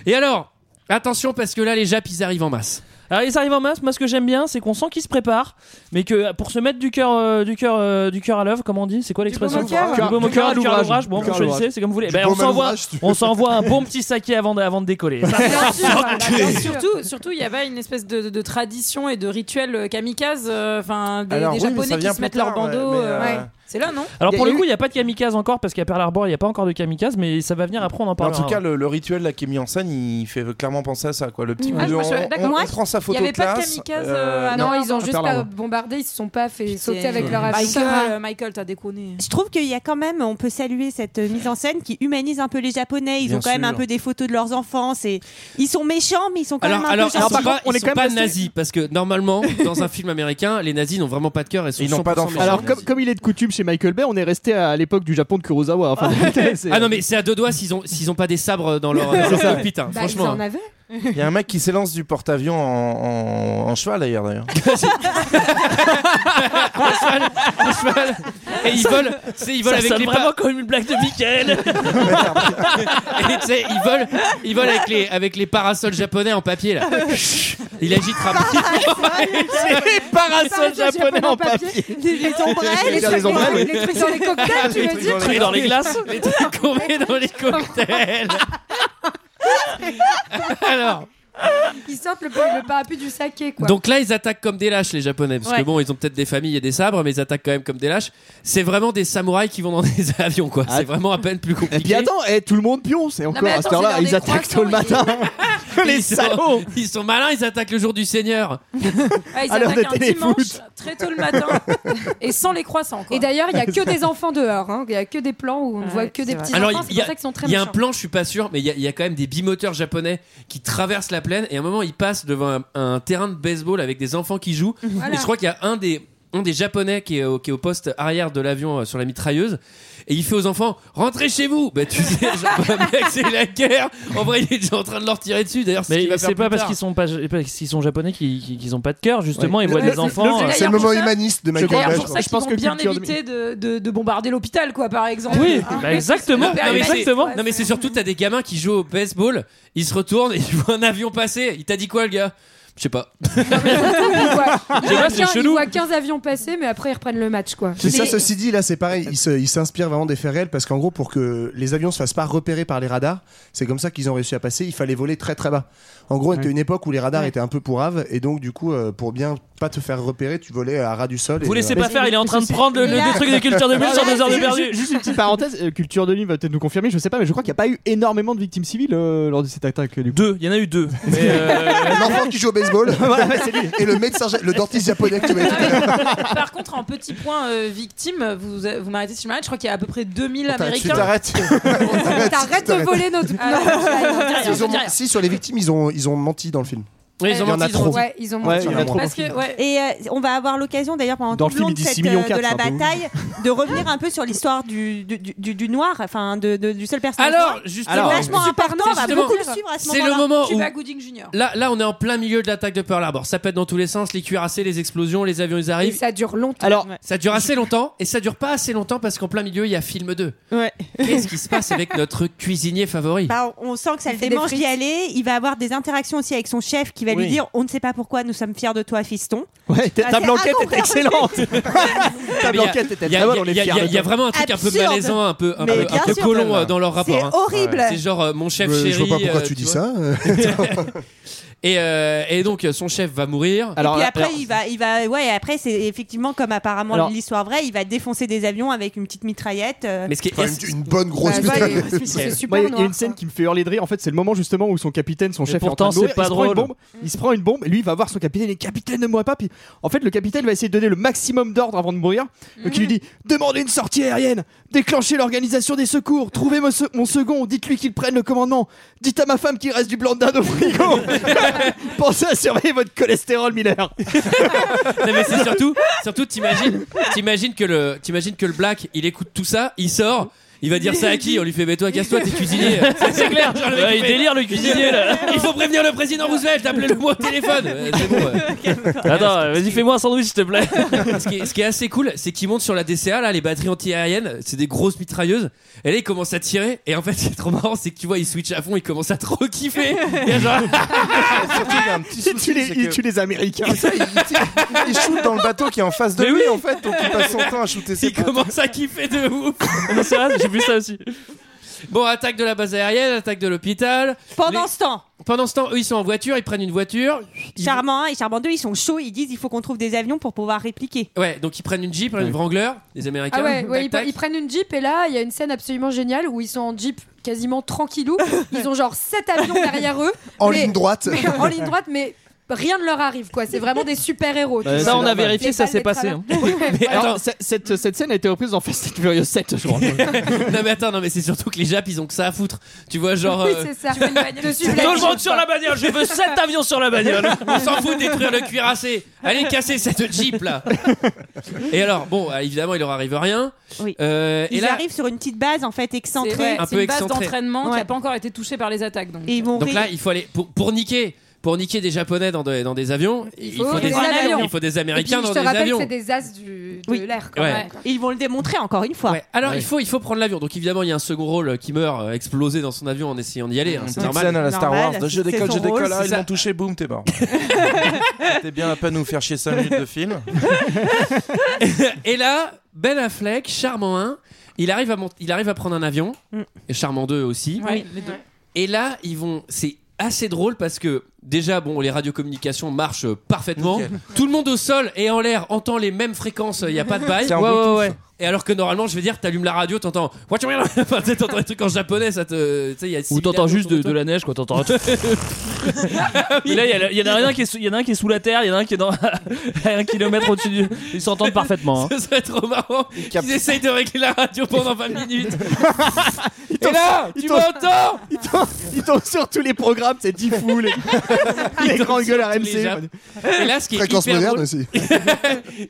S9: Et alors, attention parce que là, les Japs, ils arrivent en masse.
S8: Alors ils arrivent en masse. Moi, ce que j'aime bien, c'est qu'on sent qu'ils se préparent, mais que pour se mettre du cœur, euh, du cœur, euh, du cœur à l'œuvre, comment on dit C'est quoi l'expression
S10: baume au cœur.
S8: Du baume au
S10: Du cœur
S8: cœur,
S10: à
S8: du cœur à l'ouvrage.
S10: l'ouvrage.
S8: Bon,
S10: Du
S8: vous
S10: cœur à
S8: choisissez,
S10: l'ouvrage.
S8: c'est comme vous voulez.
S10: Du
S8: Ben, on
S10: baume à
S8: s'envoie,
S10: l'ouvrage, tu-
S8: on s'envoie un bon petit saké avant de, avant de décoller. Ça,
S11: Surtout, surtout, il y avait une espèce de, de tradition et de rituel euh, kamikaze. euh, Enfin, des,
S8: Alors
S11: des
S8: oui, mais ça
S11: Japonais
S8: vient
S11: qui se
S8: plus
S11: mettent leur
S8: tard,
S11: bandeau.
S8: ouais, mais,
S11: euh,
S8: euh,
S11: ouais. C'est là, non
S8: Alors pour le coup, il n'y a pas de kamikaze encore parce qu'à Pearl Harbor, il n'y a pas encore de kamikaze, mais ça va venir après, on en
S13: En
S8: parlera.
S13: tout cas, le, le rituel là qui est mis en scène, il fait clairement penser à ça, quoi. Le petit coup
S12: Ah,
S13: de,
S12: je
S13: on,
S12: me souviens-
S13: on-
S12: d'accord.
S13: on
S12: Moi,
S13: prend sa
S12: il
S13: photo
S12: y avait pas de
S13: classe,
S12: kamikaze.
S13: euh,
S12: non, ils ont juste
S13: Pearl
S12: pas
S13: Harbor.
S12: bombardé, ils se sont pas fait sauter avec leur avion.
S11: Michael, euh, Michael, t'as déconné.
S2: Je trouve qu'il y a quand même, on peut saluer cette euh, mise en scène qui humanise un peu les Japonais. Ils
S9: Bien
S2: ont quand même
S9: sûr.
S2: un peu des photos de leurs enfants. C'est, ils sont méchants, mais ils sont quand
S9: Alors,
S2: même un
S9: alors,
S2: peu
S9: ils sont
S2: gentils.
S9: pas, ils sont pas nazis parce que normalement, dans un film américain, les nazis n'ont vraiment pas de cœur et sont
S10: Ils n'ont pas
S9: 100%
S10: d'enfants. Alors,
S9: méchants.
S10: comme, comme il est de coutume chez Michael Bay, on est resté à l'époque du Japon de Kurosawa. Enfin, c'est-
S9: Ah non, mais c'est à deux doigts s'ils ont, s'ils ont pas des sabres dans leur, dans leur
S10: C'est ça.
S9: cockpit, hein,
S10: Bah,
S9: franchement.
S10: ils en avaient.
S13: Il y a un mec qui s'élance du porte-avions en, en- en cheval d'ailleurs. d'ailleurs.
S9: Un cheval, et ils volent, tu sais, ils volent
S8: Ça
S9: avec
S8: sonne
S9: les
S8: vraiment
S9: pas.
S8: comme une blague de Michael.
S9: Et tu sais, ils volent, ils volent avec les, avec les parasols japonais en papier là. Chut, Il agite rapidement.
S8: les parasols japonais en papier.
S2: Les, ombrelles,
S9: les trucs-
S8: les
S9: trucs dans les cocktails, tu veux dire
S8: Les trucs dans les glaces.
S9: Les trucs qu'on met dans les cocktails. Alors.
S12: Ils sortent le, le parapluie du saké, quoi.
S9: Donc là, ils attaquent comme des lâches, les Japonais. Parce
S12: Ouais.
S9: que bon, ils ont peut-être des familles et des sabres, mais ils attaquent quand même comme des lâches. C'est vraiment des samouraïs qui vont dans des avions, quoi. C'est vraiment à peine plus compliqué.
S10: Et puis attends, eh, tout le monde pion, c'est encore
S9: mais
S10: à
S9: attends,
S10: cette heure-là,
S9: c'est leur
S10: ils attaquent tôt le matin.
S9: les salauds Ils sont malins, ils attaquent le jour du Seigneur.
S11: Ah, ils
S9: À l'heure
S11: attaquent
S9: des
S11: un dimanche
S9: téléfoot.
S11: très tôt le matin et sans les croissants. Quoi.
S12: Et d'ailleurs, il y a que des enfants dehors. hein. Il y a que des plans où on ne voit que des petits
S9: Alors,
S12: enfants.
S9: il
S12: C'est
S9: y, a-
S12: pour ça qu'ils sont très
S9: il y a un
S12: méchants.
S9: plan, je suis pas sûr, mais il y, a- il y a quand même des bimoteurs japonais qui traversent la plaine et à un moment ils passent devant un, un terrain de baseball avec des enfants qui jouent.
S8: Voilà.
S9: Et je crois qu'il y a un des un des japonais qui est au, qui est au poste arrière de l'avion euh, sur la mitrailleuse et il fait aux enfants rentrez chez vous. Bah tu sais, genre, mec, c'est la guerre. En vrai, il est déjà en train de leur tirer dessus. D'ailleurs, ce qu'il
S8: Mais
S9: va
S8: c'est
S9: faire
S8: pas
S9: plus
S8: parce
S9: tard.
S8: qu'ils sont pas parce qu'ils sont japonais qu'ils qu'ils- qu'ils ont pas de cœur justement
S9: Ouais.
S8: ils voient
S9: Le-
S8: des
S9: le-
S8: enfants.
S9: le-
S8: euh,
S9: c'est le moment
S4: humaniste
S11: C'est
S4: de
S8: Michael
S11: d'ailleurs
S8: Bay,
S11: pour
S8: je
S11: ça
S8: pense.
S11: qu'ils vont
S8: Je pense que
S11: bien
S8: culture de-
S11: éviter de, de- de bombarder l'hôpital, quoi, par exemple. Hein.
S9: Bah, exactement.
S11: Le père
S9: Non, mais
S11: humaniste,
S9: c'est-
S11: ouais.
S9: non mais c'est surtout t'as des gamins qui jouent au baseball, ils se retournent et ils voient un avion passer. Il t'a dit quoi le gars Je sais pas.
S12: Il
S9: J'ai
S12: voit
S9: pas, c'est
S12: 15 Il
S9: chelou.
S12: voit 15 avions passer, mais après, ils reprennent le match, quoi.
S4: C'est ça,
S12: Mais-
S4: ceci dit, là, c'est pareil. Ils se- ils s'inspirent vraiment des faits réels parce qu'en gros, pour que les avions se fassent pas repérer par les radars, c'est comme ça qu'ils ont réussi à passer. Il fallait voler très très bas. En gros, c'était une époque où les radars étaient un peu pourraves et donc, du coup, euh, pour bien pas te faire repérer, tu volais à ras du sol.
S8: Vous
S4: et,
S8: laissez
S4: euh,
S8: pas faire, il est en train de prendre le, le- le truc de culture de mille sur deux heures de perdu.
S10: Ah, Juste- Juste une petite parenthèse, euh, culture de l'île va peut-être nous confirmer, je sais pas, mais je crois qu'il n'y a pas eu énormément de victimes civiles euh, lors de cette attaque.
S8: Deux, il y en a eu deux. Mais, euh,
S4: L'enfant qui joue au baseball et le médecin, ja- le dentiste japonais que tu m'as dit.
S11: Par contre, en petit point euh, victime, vous, vous m'arrêtez si je m'arrête, je crois qu'il y a à peu près 2000
S4: T'arrêtes,
S11: Américains.
S4: tu t'arrêtes. T'arrêtes,
S2: Ah
S4: Ah,
S11: T'arrêtes de voler notre- Ah,
S4: Ils ont- Si, sur les victimes, ils ont, ils ont menti dans le film.
S9: Ouais, ils ont
S12: Il y en
S9: menti,
S12: a
S9: ils ont
S12: trop.
S9: menti.
S12: Ouais, ils ont menti.
S9: Ouais, il y en a trop.
S12: Parce que-
S2: Et euh, on va avoir l'occasion d'ailleurs pendant
S9: Dans
S2: tout
S9: le film,
S2: long
S9: ils
S2: de,
S9: disent
S2: cette,
S9: 6 millions
S2: euh, de
S9: quatre,
S2: la
S9: c'est un peu ouf.
S2: bataille de revenir un peu sur l'histoire du, du, du- du noir, enfin de, de- du seul personnage.
S9: Alors,
S2: noir.
S9: justement-
S2: C'est
S9: Alors,
S2: vachement
S9: justement,
S2: important, on va
S9: justement,
S2: beaucoup le suivre à ce
S9: c'est le
S2: moment-là.
S9: moment où-
S11: Cuba Gooding Jr.
S9: Là, là, on est en plein milieu de l'attaque de Pearl Harbor. Ça pète dans tous les sens, les cuirassés, les explosions, les avions, ils arrivent.
S12: ça dure longtemps.
S10: Alors,
S9: ça dure assez longtemps, et ça dure pas assez longtemps parce qu'en plein milieu, il y a film 2.
S2: Ouais.
S9: Qu'est-ce qui se passe avec notre cuisinier favori
S2: Bah, on on sent que ça le
S12: fait des
S2: démange
S12: frites.
S2: d'y aller. Il va avoir des interactions aussi avec son chef qui va lui
S9: Oui.
S2: dire On ne sait pas pourquoi nous sommes fiers de toi, fiston.
S10: Ouais,
S2: ta- Ah, ta c'est blanquette est incompréhensible. excellente.
S10: Ta
S9: Ah, Mais il y a-
S10: blanquette était
S9: il y a-
S10: très bonne,
S9: il y a-
S10: on est
S9: il y a-
S10: fiers de
S9: Il y a
S10: toi.
S9: vraiment un truc un peu
S10: Absurde.
S9: malaisant, un peu, un
S10: Mais
S9: peu,
S10: bien
S9: un peu
S10: sûr.
S9: colon euh, dans leur rapport.
S10: C'est
S9: hein.
S10: horrible.
S9: C'est genre euh, mon chef
S4: Je-
S9: chéri.
S4: je vois pas pourquoi
S9: euh,
S4: tu dis
S9: vois.
S4: ça. euh.
S9: Et, euh, et donc euh, son chef va mourir.
S2: et puis après, il va, il va, ouais, après, c'est effectivement comme apparemment
S9: Alors-
S2: l'histoire vraie, il va défoncer des avions avec une petite mitraillette. euh.
S9: Mais ce qui
S4: Enfin, une, une bonne grosse
S2: Bah,
S10: mitraille.
S2: ouais, c'est super
S10: Moi, Il y a- il y a
S2: noir,
S10: une scène qui me fait hurler de rire. En fait, c'est le moment justement où son capitaine, son
S8: Mais
S10: chef, est en
S8: pourtant,
S10: train de mourir.
S8: c'est pas
S10: il se prend une
S8: drôle.
S10: bombe. Il se prend une bombe. Et lui, il va voir son capitaine. Et capitaine, ne mourrez pas. Puis, en fait, le capitaine va essayer de donner le maximum d'ordres avant de mourir. Donc, il
S2: Mhm.
S10: lui dit demandez une sortie aérienne, déclenchez l'organisation des secours, trouvez mon, se- mon second, dites-lui qu'il prenne le commandement, dites à ma femme qu'il reste du blanc d'un au frigo. Pensez à surveiller votre cholestérol, Miller.
S9: Non, mais c'est surtout, surtout t'imagines, t'imagines que le, t'imagines que le black, il écoute tout ça, il sort. Il va dire ça à qui On lui fait mais toi casse-toi t'es cuisinier. C'est- C'est clair. genre, le mec,
S8: Ouais, il
S9: fait,
S8: délire, le cuisinier, là.
S9: Il faut prévenir le président Roosevelt. Appelez-le-moi au téléphone. Euh, c'est bon, ouais.
S8: Attends, euh, vas-y, fais-moi un sandwich, s'il te plaît.
S9: ce, qui est, ce qui est assez cool, c'est qu'ils montent sur la DCA, là, les batteries antiaériennes, c'est des grosses mitrailleuses. Et là, ils commencent à tirer. Et en fait, ce qui est trop marrant, c'est que tu vois, ils switchent à fond, ils commencent à trop kiffer. Et genre-
S10: Il tue les, il tue les Américains.
S13: Il shoot dans le bateau qui est en face de
S9: Mais
S13: lui
S9: oui.
S13: en fait, donc il passe son temps à shooter ses
S9: il commence à kiffer de ouf.
S8: c'est vrai, j'ai vu ça aussi.
S9: Bon, attaque de la base aérienne, attaque de l'hôpital.
S2: Pendant
S9: Les-
S2: ce temps,
S9: Pendant ce temps, eux, ils sont en voiture, ils prennent une voiture. Ils-
S2: Charmant 1 et Charmant 2, ils sont chauds, ils disent il faut qu'on trouve des avions pour pouvoir répliquer.
S9: Ouais, donc ils prennent une Jeep, une Wrangler, les Américains.
S12: Ah ouais, ouais, ils,
S9: Tac, tac.
S12: ils prennent une Jeep et là, il y a une scène absolument géniale où ils sont en Jeep quasiment tranquillou. Ils ont genre sept avions derrière eux.
S4: En
S12: mais-
S4: ligne droite.
S12: mais- en ligne droite, mais rien ne leur arrive quoi. C'est vraiment des super-héros. tu
S10: Bah,
S12: vois.
S10: ça, on a
S12: Les
S10: vérifié, ça
S12: balles,
S10: s'est
S12: les
S10: passé, hein.
S12: travers.
S9: Mais
S10: Alors,
S9: attends.
S10: c- cette, cette scène a été reprise dans Fast and Furious 7, je crois.
S9: non mais attends, non mais c'est surtout que les Japs ils ont que ça à foutre. Tu vois genre
S12: Oui,
S9: euh,
S12: c'est ça.
S8: Tout le monde sur la bagnole, je veux 7 avions sur la bagnole.
S9: On s'en fout de détruire le cuirassé. Allez casser cette Jeep là. Et alors, bon, euh, évidemment, il leur arrive rien. Euh,
S2: Ils
S9: et là,
S2: arrivent sur une petite base en fait
S11: C'est
S2: excentrée.
S11: ouais,
S9: Un
S11: c'est
S9: peu
S11: une base
S9: excentré.
S11: d'entraînement qui
S2: Ouais.
S11: n'a pas encore été touchée par les attaques. Donc,
S2: Et ils vont
S9: donc
S2: ré-
S9: là, il faut aller pour, pour niquer, pour niquer des Japonais dans, des- dans des avions. Il faut,
S12: faut
S9: des,
S12: des avions.
S9: il faut des
S12: Et puis,
S9: Américains
S12: je te
S9: dans des
S12: rappelle que
S9: avions.
S12: c'est des as du, de l'air quand
S9: Ouais.
S12: même. quoi.
S2: Et ils vont le démontrer encore une fois.
S9: Alors il faut il faut prendre l'avion. Donc évidemment il y a un second rôle qui meurt euh, explosé dans son avion en essayant d'y aller. hein, c'est
S13: Petite
S9: normal.
S13: scène à la Star
S2: Normal,
S13: Wars de je
S2: c'est
S13: décolle,
S2: son
S13: je
S2: rôle,
S13: décolle, ah,
S2: c'est
S13: ils
S2: ça.
S13: m'ont touché, boum, t'es mort. T'es bien à pas de nous faire chier 5 minutes de film.
S9: Et là, Ben Affleck, Charmant 1, il arrive à mont- il arrive à prendre un avion.
S2: Mm.
S9: Et Charmant 2 aussi.
S11: Ouais, les deux.
S9: Et là, ils vont. C'est assez drôle parce que déjà, bon, les radiocommunications marchent euh, parfaitement.
S13: Nickel.
S9: Tout le monde au sol et en l'air entend les mêmes fréquences. Il y a pas de bail.
S13: C'est en Bluetooth.
S9: Et alors que normalement, je veux dire, t'allumes la radio, t'entends. Enfin, tu sais, t'entends des trucs en japonais, ça te. tu sais, il y a six
S8: Ou
S9: mille
S8: t'entends
S9: avions
S8: juste
S9: autour Ah
S8: de, de la neige, quoi. T'entends. Et là, il y a le- il y, en a un qui est sous- il y en a un qui est sous la terre, il y en a un qui est dans à un kilomètre au-dessus du. Ils s'entendent parfaitement. hein.
S9: Ce serait trop marrant qu'ils essayent de régler la radio pendant 20 minutes.
S10: Et
S9: là, tu m'entends
S10: Ils tombent- ils tombent sur tous les programmes, c'est Diffoul, les, les grands gueules
S9: les Japs.
S10: RMC.
S9: Et là, ce qui est
S4: Fréquence
S9: hyper
S4: moderne
S9: drôle-
S4: aussi.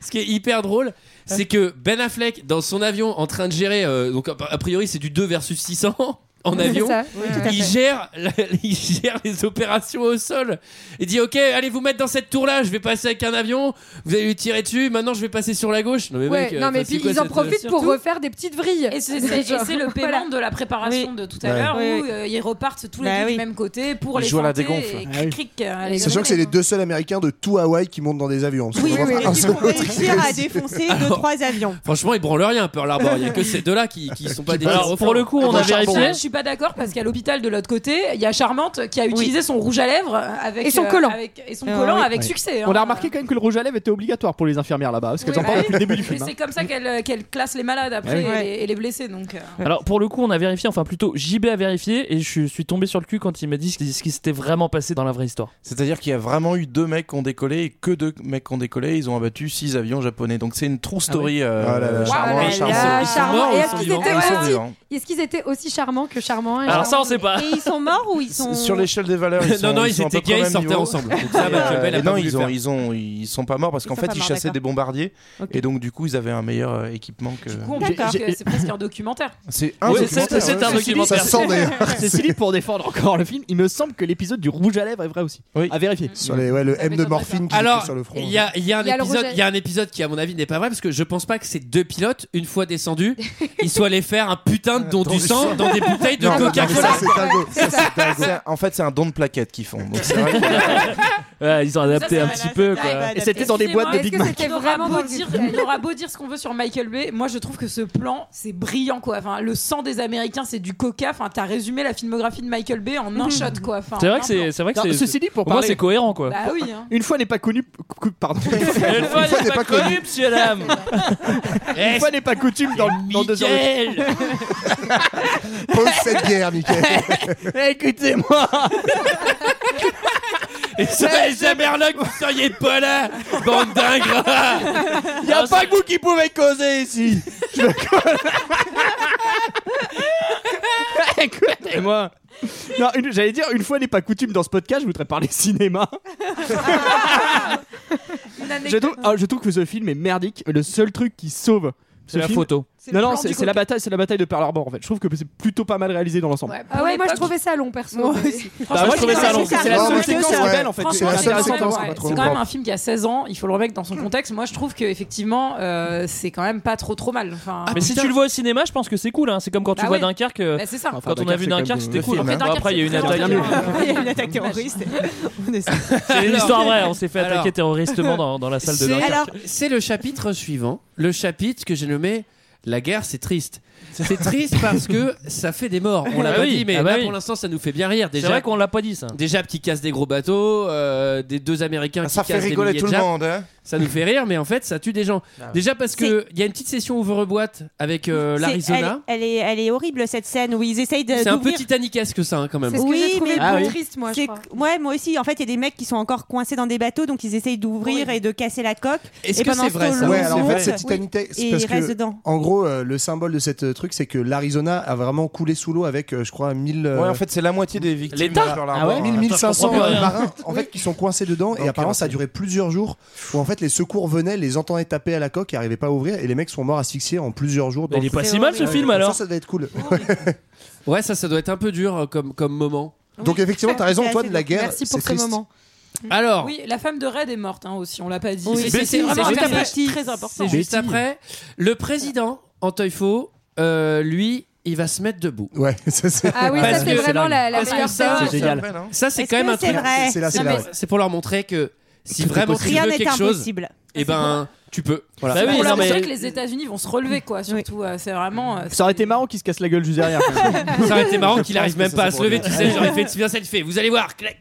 S9: ce qui est hyper drôle, c'est que Ben Affleck, dans son avion, en train de gérer, euh, donc a- a priori c'est du 2 versus 600 en
S12: C'est
S9: avion,
S12: ça, oui, tout à fait.
S9: il, gère, la- il gère les opérations au sol. Il dit ok, allez vous mettre dans cette tour là, je vais passer avec un avion, vous allez lui tirer dessus, maintenant je vais passer sur la gauche. Non mais,
S12: Ouais,
S9: mec, euh,
S12: non mais
S9: enfin,
S12: puis
S9: c'est quoi
S12: ils en
S9: cette-
S12: profitent pour
S11: surtout-
S12: refaire des petites vrilles.
S11: Et c'est c'est- et c'est le paiement
S12: Voilà.
S11: de la préparation de tout à
S4: Ouais.
S11: l'heure
S2: Oui,
S11: où
S2: oui.
S11: euh, ils repartent tous les
S2: Bah
S11: deux
S2: oui.
S11: du même côté pour
S13: Ils
S11: les
S13: jouent à la
S11: feinter
S13: dégonfle.
S11: et
S13: Ah
S11: cric, cric, euh, les
S4: Sachant que c'est les deux seuls américains de tout Hawaï qui montent dans des avions. Parce que
S2: Oui,
S4: vraiment,
S2: oui,
S4: un
S2: ils
S4: seul
S2: vont
S4: autre-
S2: réussir à défoncer deux
S9: Alors-
S2: trois avions.
S9: Franchement, ils branlent rien, Pearl Harbor. Il y a que ces deux-là qui, qui sont pas des
S8: Alors,
S9: héros.
S8: pour le coup, on a vérifié.
S11: Je suis pas d'accord parce qu'à l'hôpital de l'autre côté, il y a Charmante qui a utilisé son rouge à lèvres avec
S12: Et son collant.
S11: avec, et son
S12: Euh,
S11: collant
S12: oui.
S11: avec
S10: Ah Ouais.
S11: succès.
S10: On
S11: hein.
S10: a remarqué quand même que le rouge à lèvres était obligatoire pour les infirmières là-bas, parce qu'elles
S11: Oui,
S10: en parlent
S11: bah
S10: depuis le début du
S11: Mais
S10: film.
S11: c'est comme ça qu'elle euh, qu'elle classe les malades après
S10: Ouais.
S11: et les- et, les blessés donc. euh.
S8: Alors pour le coup, on a vérifié, enfin plutôt JB a vérifié et je suis tombé sur le cul quand il m'a dit ce qui, ce qui s'était vraiment passé dans la vraie histoire.
S13: C'est-à-dire qu'il y a vraiment eu deux mecs qui ont décollé et que deux mecs qui ont décollé, ils ont abattu six avions japonais. Donc c'est une true story.
S4: Ah là là.
S13: euh, Charmant,
S12: Voilà,
S13: Charmant.
S12: Euh, Charmant.
S13: Ils sont morts
S12: Et
S13: ou
S12: est-ce
S13: ils sont
S12: qu'ils
S13: vivants
S12: étaient
S13: Ils sont
S12: aussi-
S13: vivants.
S12: est-ce qu'ils étaient aussi charmants que que charmant.
S8: Alors ça, on sait pas.
S2: Et ils sont morts ou ils sont.
S13: Sur l'échelle des valeurs, ils
S9: Non,
S13: sont-
S9: non, ils
S13: sont à peu
S9: étaient
S13: près au
S9: gays,
S13: même
S9: ils sortaient
S13: niveau.
S9: ensemble. Donc ça,
S13: Et,
S9: Michael Bay
S13: euh,
S9: n'a
S13: et
S9: pas
S13: non,
S9: voulu
S13: ils
S9: le
S13: ont,
S9: faire.
S13: ils ont, ils sont pas morts parce qu'en
S11: sont
S13: fait,
S11: pas
S13: ils
S11: morts,
S13: chassaient
S11: d'accord.
S13: des bombardiers
S11: Ok.
S13: et donc du coup, ils avaient un meilleur euh, équipement
S11: On
S13: que. J'ai-
S11: comprend que
S13: j'ai-
S11: c'est presque un documentaire.
S13: C'est un
S10: Oui,
S13: documentaire.
S10: c'est- c'est un
S13: Cécile,
S10: documentaire.
S13: Ça sent d'ailleurs.
S10: Cécile, pour défendre encore le film, il me semble que l'épisode du rouge à lèvres est vrai aussi. À
S11: Mm.
S10: vérifier.
S4: Sur les- ouais, le M de morphine qui était
S9: Alors,
S4: sur le front.
S9: il y a, il y a un
S10: Il y a le
S9: épisode,
S10: rejet.
S9: il y a un épisode qui, à mon avis, n'est pas vrai parce que je pense pas que ces deux pilotes, une fois descendus, ils soient allés faire un putain de don du sang dans des bouteilles de
S13: Non, non, mais ça,
S9: Coca-Cola.
S13: c'est dingo. Ça, c'est dingo.
S9: C'est
S13: C'est- En fait, c'est un don de plaquettes qu'ils font. Donc, c'est vrai que-
S8: Ouais, ils ont adapté un petit peu. Quoi.
S11: Excusez-moi, est-ce que c'était vraiment beau dire, Il aura beau dire ce qu'on veut sur Michael Bay. Moi, je trouve que ce plan, c'est brillant, quoi. Enfin, le sang des Américains, c'est du coca. Enfin, t'as résumé la filmographie de Michael Bay en un shot, quoi. Enfin,
S8: C'est vrai que
S11: en
S8: c'est
S11: un
S8: c'est vrai que
S10: Non,
S8: c'est.
S10: ceci dit, pour
S8: moi,
S10: parler-
S8: c'est cohérent quoi.
S11: Bah oui, hein.
S10: Une fois n'est pas connu. cou- Pardon.
S8: Une fois n'est pas connu, monsieur dame.
S10: Une fois n'est pas coutume dans, dans deux heures.
S8: Michel.
S4: Pose cette guerre, Michael.
S10: Écoutez-moi.
S9: Et ça, les Amerlocs, vous seriez pas là, bande d'ingrats
S10: Il a pas que vous qui pouvez causer ici. Je le colle. Écoutez-moi. Non, une- j'allais dire, une fois n'est pas coutume dans ce podcast, je voudrais parler cinéma. je, trouve,
S13: oh,
S10: ah, je trouve que ce film est merdique. Le seul truc qui sauve.
S9: C'est
S10: ce
S9: la
S10: film-
S9: photo.
S12: C'est
S10: Non,
S12: le
S10: non,
S12: plan
S10: c'est
S12: du
S10: c'est la bataille, c'est la bataille de Pearl Harbor en fait. Je trouve que c'est plutôt pas mal réalisé dans l'ensemble.
S12: Ah ouais, moi je trouvais ça long perso. mais-
S10: Bah, moi, je trouvais ça long. C'est la seule séquence qui est belle en fait.
S11: Franchement,
S10: C'est la
S11: quand même-
S10: seule séquence qui est
S11: ouais,
S10: pas trop
S11: c'est quand
S10: longue.
S11: même un film qui a 16 ans, il faut le remettre dans son contexte. Moi, je trouve que effectivement, euh, c'est quand même pas trop trop mal. Enfin,
S10: Ah,
S9: Ah,
S8: mais si tu le vois au cinéma, je pense que c'est cool. Hein. C'est comme quand tu
S11: Bah
S8: vois
S11: oui.
S8: Dunkerque. euh,
S11: Bah, c'est
S13: Ah,
S11: ça.
S8: Quand
S11: Enfin,
S8: on a vu
S11: Dunkerque,
S8: Dunkerque,
S11: c'est
S8: c'était
S11: quand
S8: cool.
S11: même le film, hein.
S8: Bon, après, il y a eu une attaque.
S9: Ah
S2: Il y a une attaque terroriste. On est-
S8: C'est une histoire vraie. On s'est fait
S9: Alors.
S8: attaquer terroristement dans, dans la salle de
S9: C'est-
S8: Dunkerque.
S9: alors, C'est le chapitre suivant, le chapitre que j'ai nommé La guerre, c'est triste. C'est triste parce que ça fait des morts. On l'a
S8: Ah
S9: pas
S8: oui,
S9: dit, mais
S8: ah bah
S9: là,
S8: oui.
S9: pour l'instant, ça nous fait bien rire.
S8: C'est
S9: Déjà,
S8: vrai qu'on l'a pas dit ça.
S9: Déjà, petit casse des gros bateaux, euh, des deux Américains
S4: Ah,
S13: ça
S9: qui
S13: fait
S9: cassent des
S13: rigoler
S9: milliers
S13: tout
S9: de
S13: le
S9: Japs.
S13: monde, hein.
S9: Ça nous fait rire, mais en fait, ça tue des gens.
S8: Ah
S9: Déjà parce que il y a une petite session overboîte avec euh,
S2: C'est-
S9: l'Arizona.
S2: Elle, elle est, elle est horrible cette scène où ils essayent de.
S9: C'est un peu
S2: d'ouvrir-
S9: titanicesque ça hein, quand même.
S2: C'est ce que j'ai trouvé
S9: Ah
S2: plus
S9: oui.
S2: triste, moi. Ouais, moi aussi. En fait, il y a des mecs qui sont encore coincés dans des bateaux, donc ils essayent d'ouvrir et de casser la coque.
S9: Est-ce
S2: Et
S9: que
S2: pendant
S9: c'est
S2: ce
S9: vrai,
S2: temps,
S9: ça
S2: l'autre
S4: Ouais, alors en fait,
S2: monte.
S4: c'est Titanic
S2: Oui.
S4: Tech, c'est
S2: Et
S4: parce
S2: il reste
S4: que,
S2: dedans.
S4: En gros, euh, le symbole de cette euh, truc, c'est que l'Arizona a vraiment coulé sous l'eau avec, euh, je crois, 1000. euh,
S13: Ouais, en fait, c'est la moitié des victimes.
S4: L'État
S13: de Pearl
S4: Ah
S13: Harbor,
S4: ouais
S13: hein.
S4: 1500
S13: Attends,
S4: euh, marins en fait qui sont coincés dedans et apparemment ça a duré plusieurs jours où en fait les secours venaient les entendaient taper à la coque et arrivaient pas à ouvrir et les mecs sont morts asphyxiés en plusieurs jours. dans
S8: il
S4: le
S8: est pas
S4: feu.
S8: si mal, ce
S4: Ouais,
S8: film,
S4: ça,
S8: alors.
S4: Ça, devait être cool.
S9: Ouais, ça, ça doit être un peu dur euh, comme, comme moment.
S4: Donc effectivement, t'as raison, Antoine, la guerre,
S11: Merci pour
S4: c'est
S11: ce
S4: triste.
S11: moment.
S9: Alors.
S11: Oui, la femme de Red est morte hein, aussi, on l'a pas dit.
S9: Oui,
S11: C'est-
S9: c'est-
S11: c'est vraiment
S9: c'est
S11: un
S9: juste après.
S11: personnage très important.
S9: C'est juste après. Le président, Antoine Faux, euh, lui, il va se mettre debout.
S4: Ouais, ça c'est.
S12: Ah oui,
S9: Parce
S12: ça c'est
S9: que-
S12: vraiment la, la
S9: parce que
S12: meilleure
S9: ça,
S12: séquence.
S9: Ça, c'est
S12: Est-ce
S9: quand même
S12: que
S9: un
S12: c'est
S9: truc.
S12: vrai
S4: C'est là, c'est
S9: Non,
S4: là,
S9: mais
S4: ouais.
S9: C'est pour leur montrer que si
S4: Tout est
S9: vraiment tu
S4: possible.
S9: veux
S4: Rien n'est
S9: quelque chose,
S2: impossible.
S9: et ben tu peux.
S10: Voilà.
S11: C'est
S10: Bah oui,
S11: pour
S10: non,
S11: leur
S10: mais-
S11: montrer que les États-Unis vont se relever, quoi. Surtout, euh, c'est vraiment. euh,
S10: Ça aurait été marrant qu'il se casse la gueule juste derrière.
S9: Ça aurait été marrant qu'il
S10: Je
S9: arrive
S10: pense
S9: même
S10: que
S9: pas
S10: ça,
S9: à
S10: c'est
S9: se lever,
S10: pour
S9: tu
S10: lui.
S9: sais, j'aurais fait bien cette fait. Vous allez voir, clac.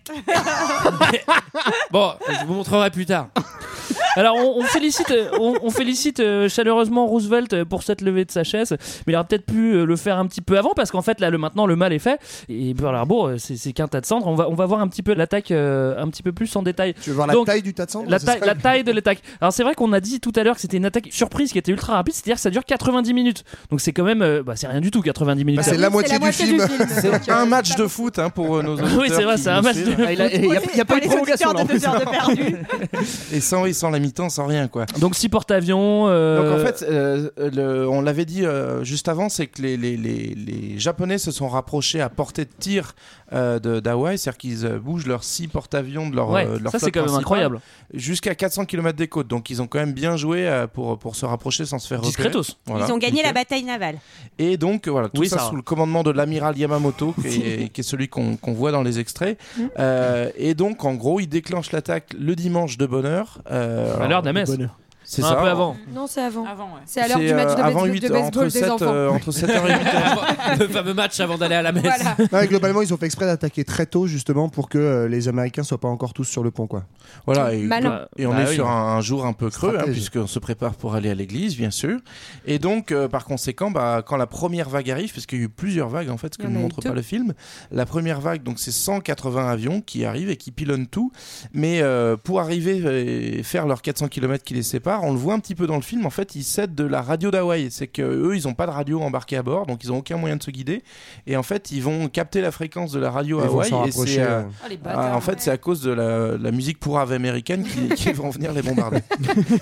S9: bon, je vous montrerai plus tard.
S8: Alors on, on félicite, euh, on, on félicite euh, chaleureusement Roosevelt euh, pour cette levée de sa chaise, mais il aurait peut-être pu euh, le faire un petit peu avant parce qu'en fait là le maintenant le mal est fait et Pearl Harbor euh, c'est c'est qu'un tas de cendres. On va on va voir un petit peu l'attaque euh, un petit peu plus en détail.
S4: Tu veux voir la taille du tas de cendres
S8: La
S4: c'est
S8: taille,
S4: ça
S8: la taille de l'attaque. Alors c'est vrai qu'on a dit tout à l'heure que c'était une attaque surprise qui était ultra rapide, c'est-à-dire que ça dure 90 minutes. Donc c'est quand même euh, bah, c'est rien du tout 90 minutes.
S13: Bah, c'est la moitié du film. euh, C'est un match de foot hein, pour euh, nos auditeurs.
S8: Oui, c'est vrai,
S13: qui
S8: c'est un
S13: nous
S8: match
S13: suivent.
S8: de Ah, il a- foot. il y a- il y a pas Par eu de les prolongation, auditeurs de là, en deux plus. heures de perdu.
S13: Et sans, et sans la mi-temps, sans rien quoi.
S8: Donc six porte-avions. euh,
S13: Donc en fait, euh, le- on l'avait dit euh, juste avant, c'est que les, les- les- les Japonais se sont rapprochés à portée de tir euh, de- d'Hawaï, c'est-à-dire qu'ils euh, bougent leurs six porte-avions de leur,
S8: Ouais,
S13: euh, de leur
S8: ça, c'est
S13: flotte
S8: quand même
S13: principale
S8: incroyable.
S13: Jusqu'à 400 km des côtes, donc ils ont quand même bien joué euh, pour, pour se rapprocher sans se faire repérer.
S8: Discretos.
S13: Voilà.
S2: Ils ont gagné
S13: Nickel.
S2: la bataille navale.
S13: Et donc euh, voilà, tout
S8: Oui,
S13: ça,
S8: ça va.
S13: sous le commandement de l'amiral Yamamoto, qui est, qui est celui qu'on qu'on voit dans les extraits.
S8: Mmh.
S13: Euh, et donc en gros, il déclenche l'attaque le dimanche de bonne heure. euh,
S8: à l'heure de la messe.
S13: C'est
S8: Un
S13: ça.
S8: peu avant.
S12: Non, c'est avant.
S11: ouais.
S12: C'est à l'heure
S13: C'est,
S12: du match
S13: euh,
S12: de,
S13: avant
S12: base- de
S13: huit-
S12: baseball
S13: entre
S12: des
S13: sept,
S12: enfants.
S13: euh, entre 7h et 8h.
S9: le fameux match avant d'aller à la messe.
S4: Non, mais globalement, ils ont fait exprès d'attaquer très tôt justement pour que euh, les Américains soient pas encore tous sur le pont quoi.
S13: Voilà, et,
S12: Malin.
S13: et on
S9: Bah
S13: est
S9: oui.
S13: sur un, un jour un peu creux, hein,
S4: Stratège.
S13: puisqu'on se prépare pour aller à l'église, bien sûr. Et donc, euh, par conséquent, bah, quand la première vague arrive, parce qu'il y a eu plusieurs vagues en fait, ce
S12: Il
S13: que
S12: y en
S13: ne
S12: a eu
S13: montre
S12: deux.
S13: pas le film, la première vague, donc c'est 180 avions qui arrivent et qui pilonnent tout. Mais euh, pour arriver et faire leurs 400 km qui les séparent, départ, on le voit un petit peu dans le film, en fait, ils cèdent de la radio d'Hawaï. C'est que eux, ils n'ont pas de radio embarquée à bord, donc ils n'ont aucun moyen de se guider. Et en fait, ils vont capter la fréquence de la radio
S4: Ils vont
S13: Hawaï.
S4: s'en
S13: Et c'est,
S4: rapprocher,
S13: euh,
S4: ouais.
S11: Ah, les
S13: ah, en fait, c'est à cause de la, la musique pour ave américaine qui, qui vont venir les bombarder.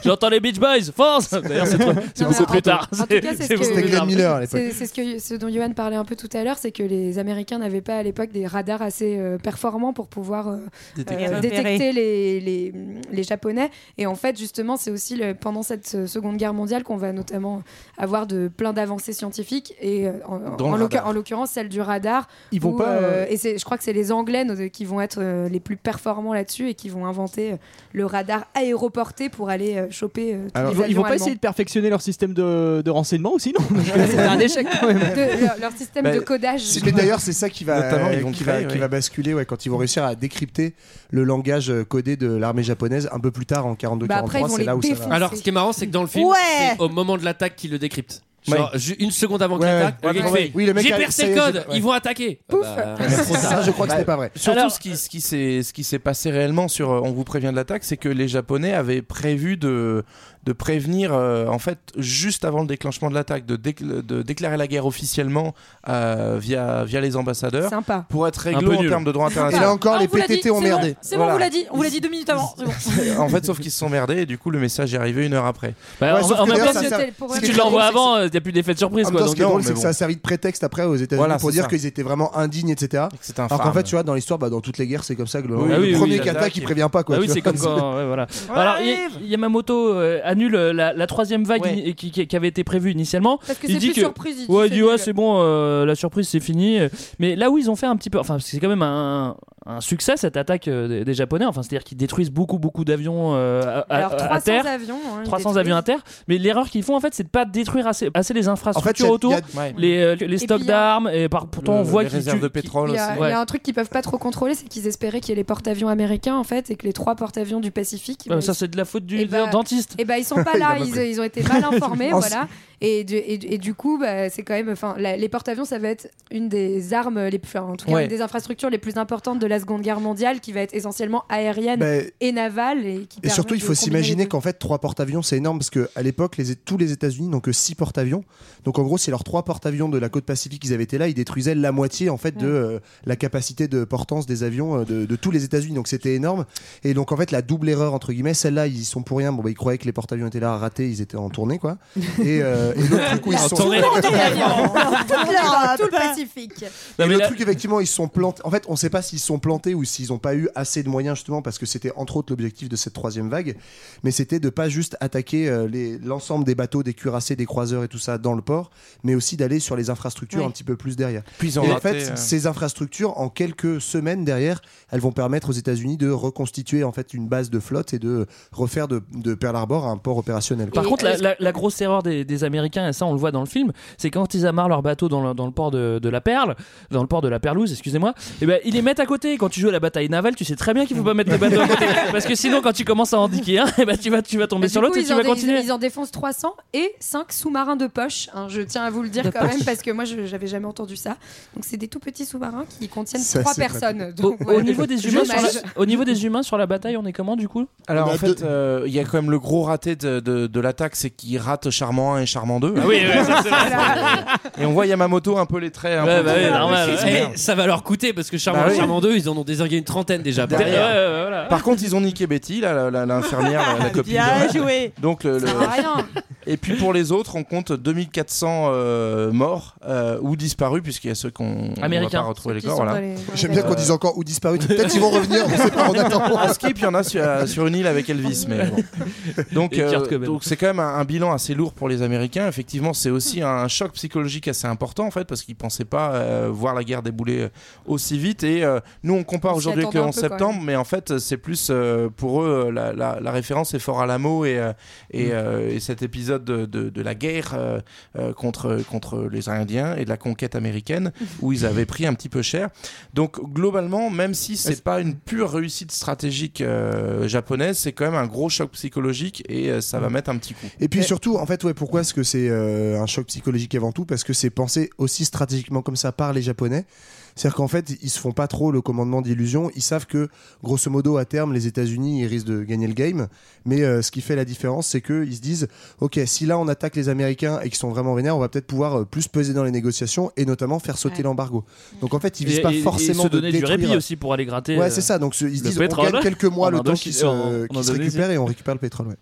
S8: J'entends les Beach Boys, force D'ailleurs, c'est trop- c'est
S12: Non,
S8: beaucoup
S12: mais
S8: trop
S12: en-
S8: tard.
S12: En tout cas, c'est ce
S8: beaucoup
S12: que-
S8: plus tard.
S12: c'est- c'est ce, que- ce dont Johan parlait un peu tout à l'heure, c'est que les Américains n'avaient pas à l'époque des radars assez euh, performants pour pouvoir euh,
S11: Détecter.
S12: euh, détecter les, les, les Japonais. Et en fait, justement, c'est aussi le- pendant cette euh, Seconde Guerre mondiale qu'on va notamment avoir de plein d'avancées scientifiques et euh, en,
S10: Dans
S12: en
S10: le
S12: l'occur-
S10: radar.
S12: en l'occurrence celle du radar.
S10: Ils vont
S12: où,
S10: pas, euh,
S12: Et c'est- je crois que c'est les Anglais nos- qui vont être euh, les plus performants là-dessus et qui vont inventer euh, le radar aéroporté pour aller euh, choper. euh, tous
S10: Alors,
S12: les
S10: ils, vont, ils
S12: avions
S10: vont pas
S12: allemands.
S10: essayer de perfectionner leur système de, de renseignement aussi, non Parce que C'est un échec quand même.
S12: De- leur, leur système
S10: Bah,
S12: de codage. euh,
S4: Mais d'ailleurs, c'est ça qui va,
S10: Notamment, ils
S4: qui
S10: vont
S4: va,
S10: créer,
S4: qui
S10: ouais.
S4: va basculer ouais, quand ils vont réussir à décrypter le langage euh, codé de l'armée japonaise un peu plus tard en 42-43.
S12: Bah après, ils vont
S4: c'est
S12: les
S4: là où ça va.
S9: Alors, ce qui est marrant, c'est que dans le film,
S4: Ouais.
S9: c'est au moment de l'attaque qu'ils le décryptent. Genre,
S4: Ouais.
S9: ju- une seconde avant que
S4: Ouais,
S9: l'attaque,
S4: ouais.
S9: le gars il
S4: Ouais.
S9: fait
S4: Oui, le mec
S9: J'ai
S4: a-
S9: percé
S4: ça y
S9: le
S4: est,
S9: code,
S4: j'ai- ouais.
S9: ils vont attaquer. Ah bah, trop tard.
S4: Ça, je crois que c'était pas vrai.
S13: Surtout ce qui, ce qui s'est ce qui s'est passé réellement sur euh, on vous prévient de l'attaque, c'est que les Japonais avaient prévu de de prévenir euh, en fait juste avant le déclenchement de l'attaque de, déc- de déclarer la guerre officiellement euh, via via les ambassadeurs
S12: Sympa.
S13: pour être
S4: Un
S13: réglo
S4: peu
S13: en
S4: nul.
S13: termes de droit
S4: Sympa.
S13: international.
S4: Et là encore, Ah, les on vous l'a PTT dit, c'est ont bon, merdé.
S11: C'est bon, on vous l'a dit, on vous l'a dit deux minutes avant. C'est bon.
S13: en fait, sauf qu'ils se sont merdés et du coup le message est arrivé une heure après.
S8: Bah, en- en même temps, si tu l'envoies avant, il n'y a plus d'effet de surprise.
S4: En même temps,
S8: quoi,
S4: ce
S8: donc
S4: qui est
S8: non,
S4: drôle,
S8: mais
S4: c'est que
S8: bon.
S4: ça a servi de prétexte après aux États-Unis
S8: Voilà,
S4: pour
S8: c'est
S4: dire
S8: ça.
S4: qu'ils étaient vraiment indignes, etc.
S13: C'était
S4: Alors qu'en
S8: infâme.
S4: fait, tu vois, dans l'histoire, bah, dans toutes les guerres, c'est comme ça que le,
S8: Oui,
S4: le
S8: oui, oui,
S4: premier
S8: oui,
S4: qui attaque, il prévient pas. Quoi,
S8: Bah
S4: tu
S8: oui, c'est
S4: vois.
S8: comme quand. ouais, voilà. Alors, Y- Yamamoto euh, annule euh, la, la troisième vague ini- qui, qui- qui avait été prévue initialement.
S11: Parce que
S8: il
S11: c'est
S8: dit
S11: plus
S8: que,
S11: surprise, il dit
S8: ouais,
S11: c'est
S8: dit, ouais,
S11: nul.
S8: c'est bon, euh, la surprise, c'est fini. Mais là où ils ont fait un petit peu. Enfin, parce que c'est quand même un, un succès cette attaque euh, des, des Japonais. Enfin, c'est-à-dire qu'ils détruisent beaucoup, beaucoup d'avions euh, à- à,
S12: Alors,
S8: à
S12: 300
S8: terre.
S12: avions, hein, ils
S8: 300
S12: détruisent.
S8: avions à terre. Mais l'erreur qu'ils font, en fait, c'est de pas détruire assez, assez les infrastructures
S13: y a-
S8: autour,
S13: y a- Ouais.
S8: les, euh, les stocks
S12: puis, il y a-
S8: d'armes, et par, pourtant
S13: Le-
S8: on voit
S13: les
S8: qu'ils
S13: réserves
S8: tuent-
S13: de pétrole
S12: Il y, a,
S8: Ouais.
S12: il y a un truc qu'ils peuvent pas trop contrôler, c'est qu'ils espéraient qu'il y ait les porte-avions américains en fait et que les trois porte-avions du Pacifique.
S8: Ouais, mais Euh, ça, c'est de la faute du
S12: bah,
S8: dentiste.
S12: Et ben ils sont pas
S8: Il a
S12: là,
S8: pas
S12: ils,
S8: pris.
S12: ils ont été mal informés,
S8: En-
S12: voilà. Et du, et, du- et du coup, bah, c'est quand même, enfin, la- les porte-avions, ça va être une des armes, les plus, enfin, en tout cas,
S4: Ouais.
S12: une des infrastructures les plus importantes de la Seconde Guerre mondiale, qui va être essentiellement aérienne
S4: Ben,
S12: et navale et qui
S4: Et
S12: permet
S4: surtout, il
S12: de
S4: faut
S12: combiner les
S4: s'imaginer qu'en fait, trois porte-avions, c'est énorme parce que à l'époque, les, tous les États-Unis n'ont que six porte-avions. Donc, en gros, si leurs trois porte-avions de la côte pacifique, ils avaient été là, ils détruisaient la moitié en fait de euh, la capacité de portance des avions euh, de, de tous les États-Unis. Donc, c'était énorme. Et donc, en fait, la double erreur entre guillemets, celle-là, ils y sont pour rien. Bon, bah, ils croyaient que les porte-avions étaient là, ratés, ils étaient en tournée, quoi. Et, euh, et l'autre truc où ils
S12: En
S4: sont
S12: tournée.
S11: Toute
S12: l'Europe.
S11: tout le Pacifique.
S4: bah, et le truc, effectivement, ils se sont plantés. En fait, on ne sait pas s'ils se sont plantés ou s'ils n'ont pas eu assez de moyens, justement, parce que c'était entre autres l'objectif de cette troisième vague. Mais c'était de pas juste attaquer euh, les- l'ensemble des bateaux, des cuirassés, des croiseurs et tout ça dans le port, mais aussi d'aller sur les infrastructures
S13: Oui.
S4: un petit peu plus derrière.
S13: Puis ils ont
S4: et en
S13: raté,
S4: fait,
S13: euh.
S4: ces infrastructures, en quelques semaines derrière, elles vont permettre aux États-Unis de reconstituer en fait une base de flotte et de refaire de, de Pearl Harbor un port opérationnel.
S8: Par contre, la, la- la grosse erreur des, des Américains, et ça on le voit dans le film, c'est quand ils amarrent leur bateau dans le, dans le port de, de la Perle, dans le port de la Perlouse, excusez-moi, et ben ils les mettent à côté. Quand tu joues à la bataille navale, tu sais très bien qu'il faut pas mettre les bateaux à côté, parce que sinon quand tu commences à indiquer un, et ben tu vas tu vas tomber
S12: Mais
S8: sur l'autre et tu vas continuer.
S12: Bah, Ils, en défoncent 300 et 5 sous-marins de poche. hein, je tiens à vous le dire
S8: De
S12: quand
S8: poche.
S12: même parce que moi, je j'avais jamais entendu ça. Donc, c'est des tout petits sous-marins qui contiennent
S8: Ça,
S12: 3
S8: c'est pas
S12: personnes.
S8: Au,
S12: Donc,
S8: au
S12: voilà.
S8: niveau des humains sur la,
S12: Dommage.
S8: au niveau des humains sur la bataille, on est comment du coup
S13: Alors en fait, euh, il y a quand même le gros raté de, de- de l'attaque, c'est qu'il rate Charmant 1 et Charmant 2.
S8: Ah oui, ouais, ça, c'est vrai.
S13: Et on voit Yamamoto un peu les traits. un
S9: Ouais,
S13: peu-
S9: bah oui, normal,
S13: C'est
S9: ouais.
S13: merde.
S9: Eh, ça va leur coûter parce que Charmant
S13: Bah
S9: 1,
S13: oui.
S9: Charmant 2, ils en ont désingué une trentaine déjà.
S4: Bah,
S9: par
S13: Derrière.
S9: ailleurs.
S13: Par contre, ils ont niqué Betty, la- la- la- l'infirmière, la, la copine.
S9: Bien joué.
S13: Donc le, le-
S9: Ça sert à rien.
S13: Et puis pour les autres, on compte 2400 euh, morts euh, ou disparus, puisqu'il y a ceux qu'on on va
S4: Américains.
S13: pas retrouver les
S4: Ceux qui
S13: corps.
S4: sont
S13: voilà.
S4: dans les- J'aime bien qu'on dise encore ou disparus. Peut-être qu'ils vont revenir, on sait pas, on attend.
S13: À Skip, il y en a sur, sur une île avec Elvis, mais bon. Donc,
S8: Et Kurt
S13: euh,
S8: Cobain.
S13: donc c'est quand même un, un bilan assez lourd pour les Américains. Effectivement, c'est aussi un choc psychologique assez important en fait, parce qu'ils pensaient pas euh, voir la guerre débouler euh, aussi vite. Et euh, nous, on compare
S9: On s'y
S13: aujourd'hui avec le
S9: attendait
S13: 11
S9: un peu, quand
S13: septembre, mais en fait,
S10: Mm.
S13: c'est plus euh, pour eux euh, la, la- la référence est fort à l'amour et, euh, et, euh, et cet épisode épisode de, de- de la guerre euh, euh, contre, contre les Indiens et de la conquête américaine où ils avaient pris un petit peu cher. Donc globalement, même si c'est pas une pure réussite stratégique euh, japonaise, c'est quand même un gros choc psychologique et euh,
S10: Mm.
S13: ça va mettre un petit coup.
S4: Et puis surtout, en fait, ouais, pourquoi est-ce que c'est euh, un choc psychologique avant tout Parce que c'est pensé aussi stratégiquement comme ça par les Japonais. C'est-à-dire qu'en fait, ils se font pas trop le commandement d'illusion. Ils savent que, grosso modo, à terme, les États-Unis, ils risquent de gagner le game. Mais euh, ce qui fait la différence, c'est qu'ils se disent Ok, si là on attaque les Américains et qu'ils sont vraiment vénères, on va peut-être pouvoir euh, plus peser dans les négociations et notamment faire sauter l'embargo. Donc en fait, ils visent
S8: Et-
S4: pas
S8: et- et
S4: forcément
S8: se
S4: de
S8: donner du
S4: détruire-
S8: répit aussi pour aller gratter.
S4: Ouais,
S8: euh,
S4: c'est ça. Donc ce- ils se
S8: le
S4: disent
S8: pétrole.
S4: On gagne quelques mois
S8: En
S4: le temps
S8: Indonésie-
S4: qu'ils se,
S8: en- en
S4: qu'ils se
S8: Indonésie.
S4: récupèrent et on récupère le pétrole. ouais.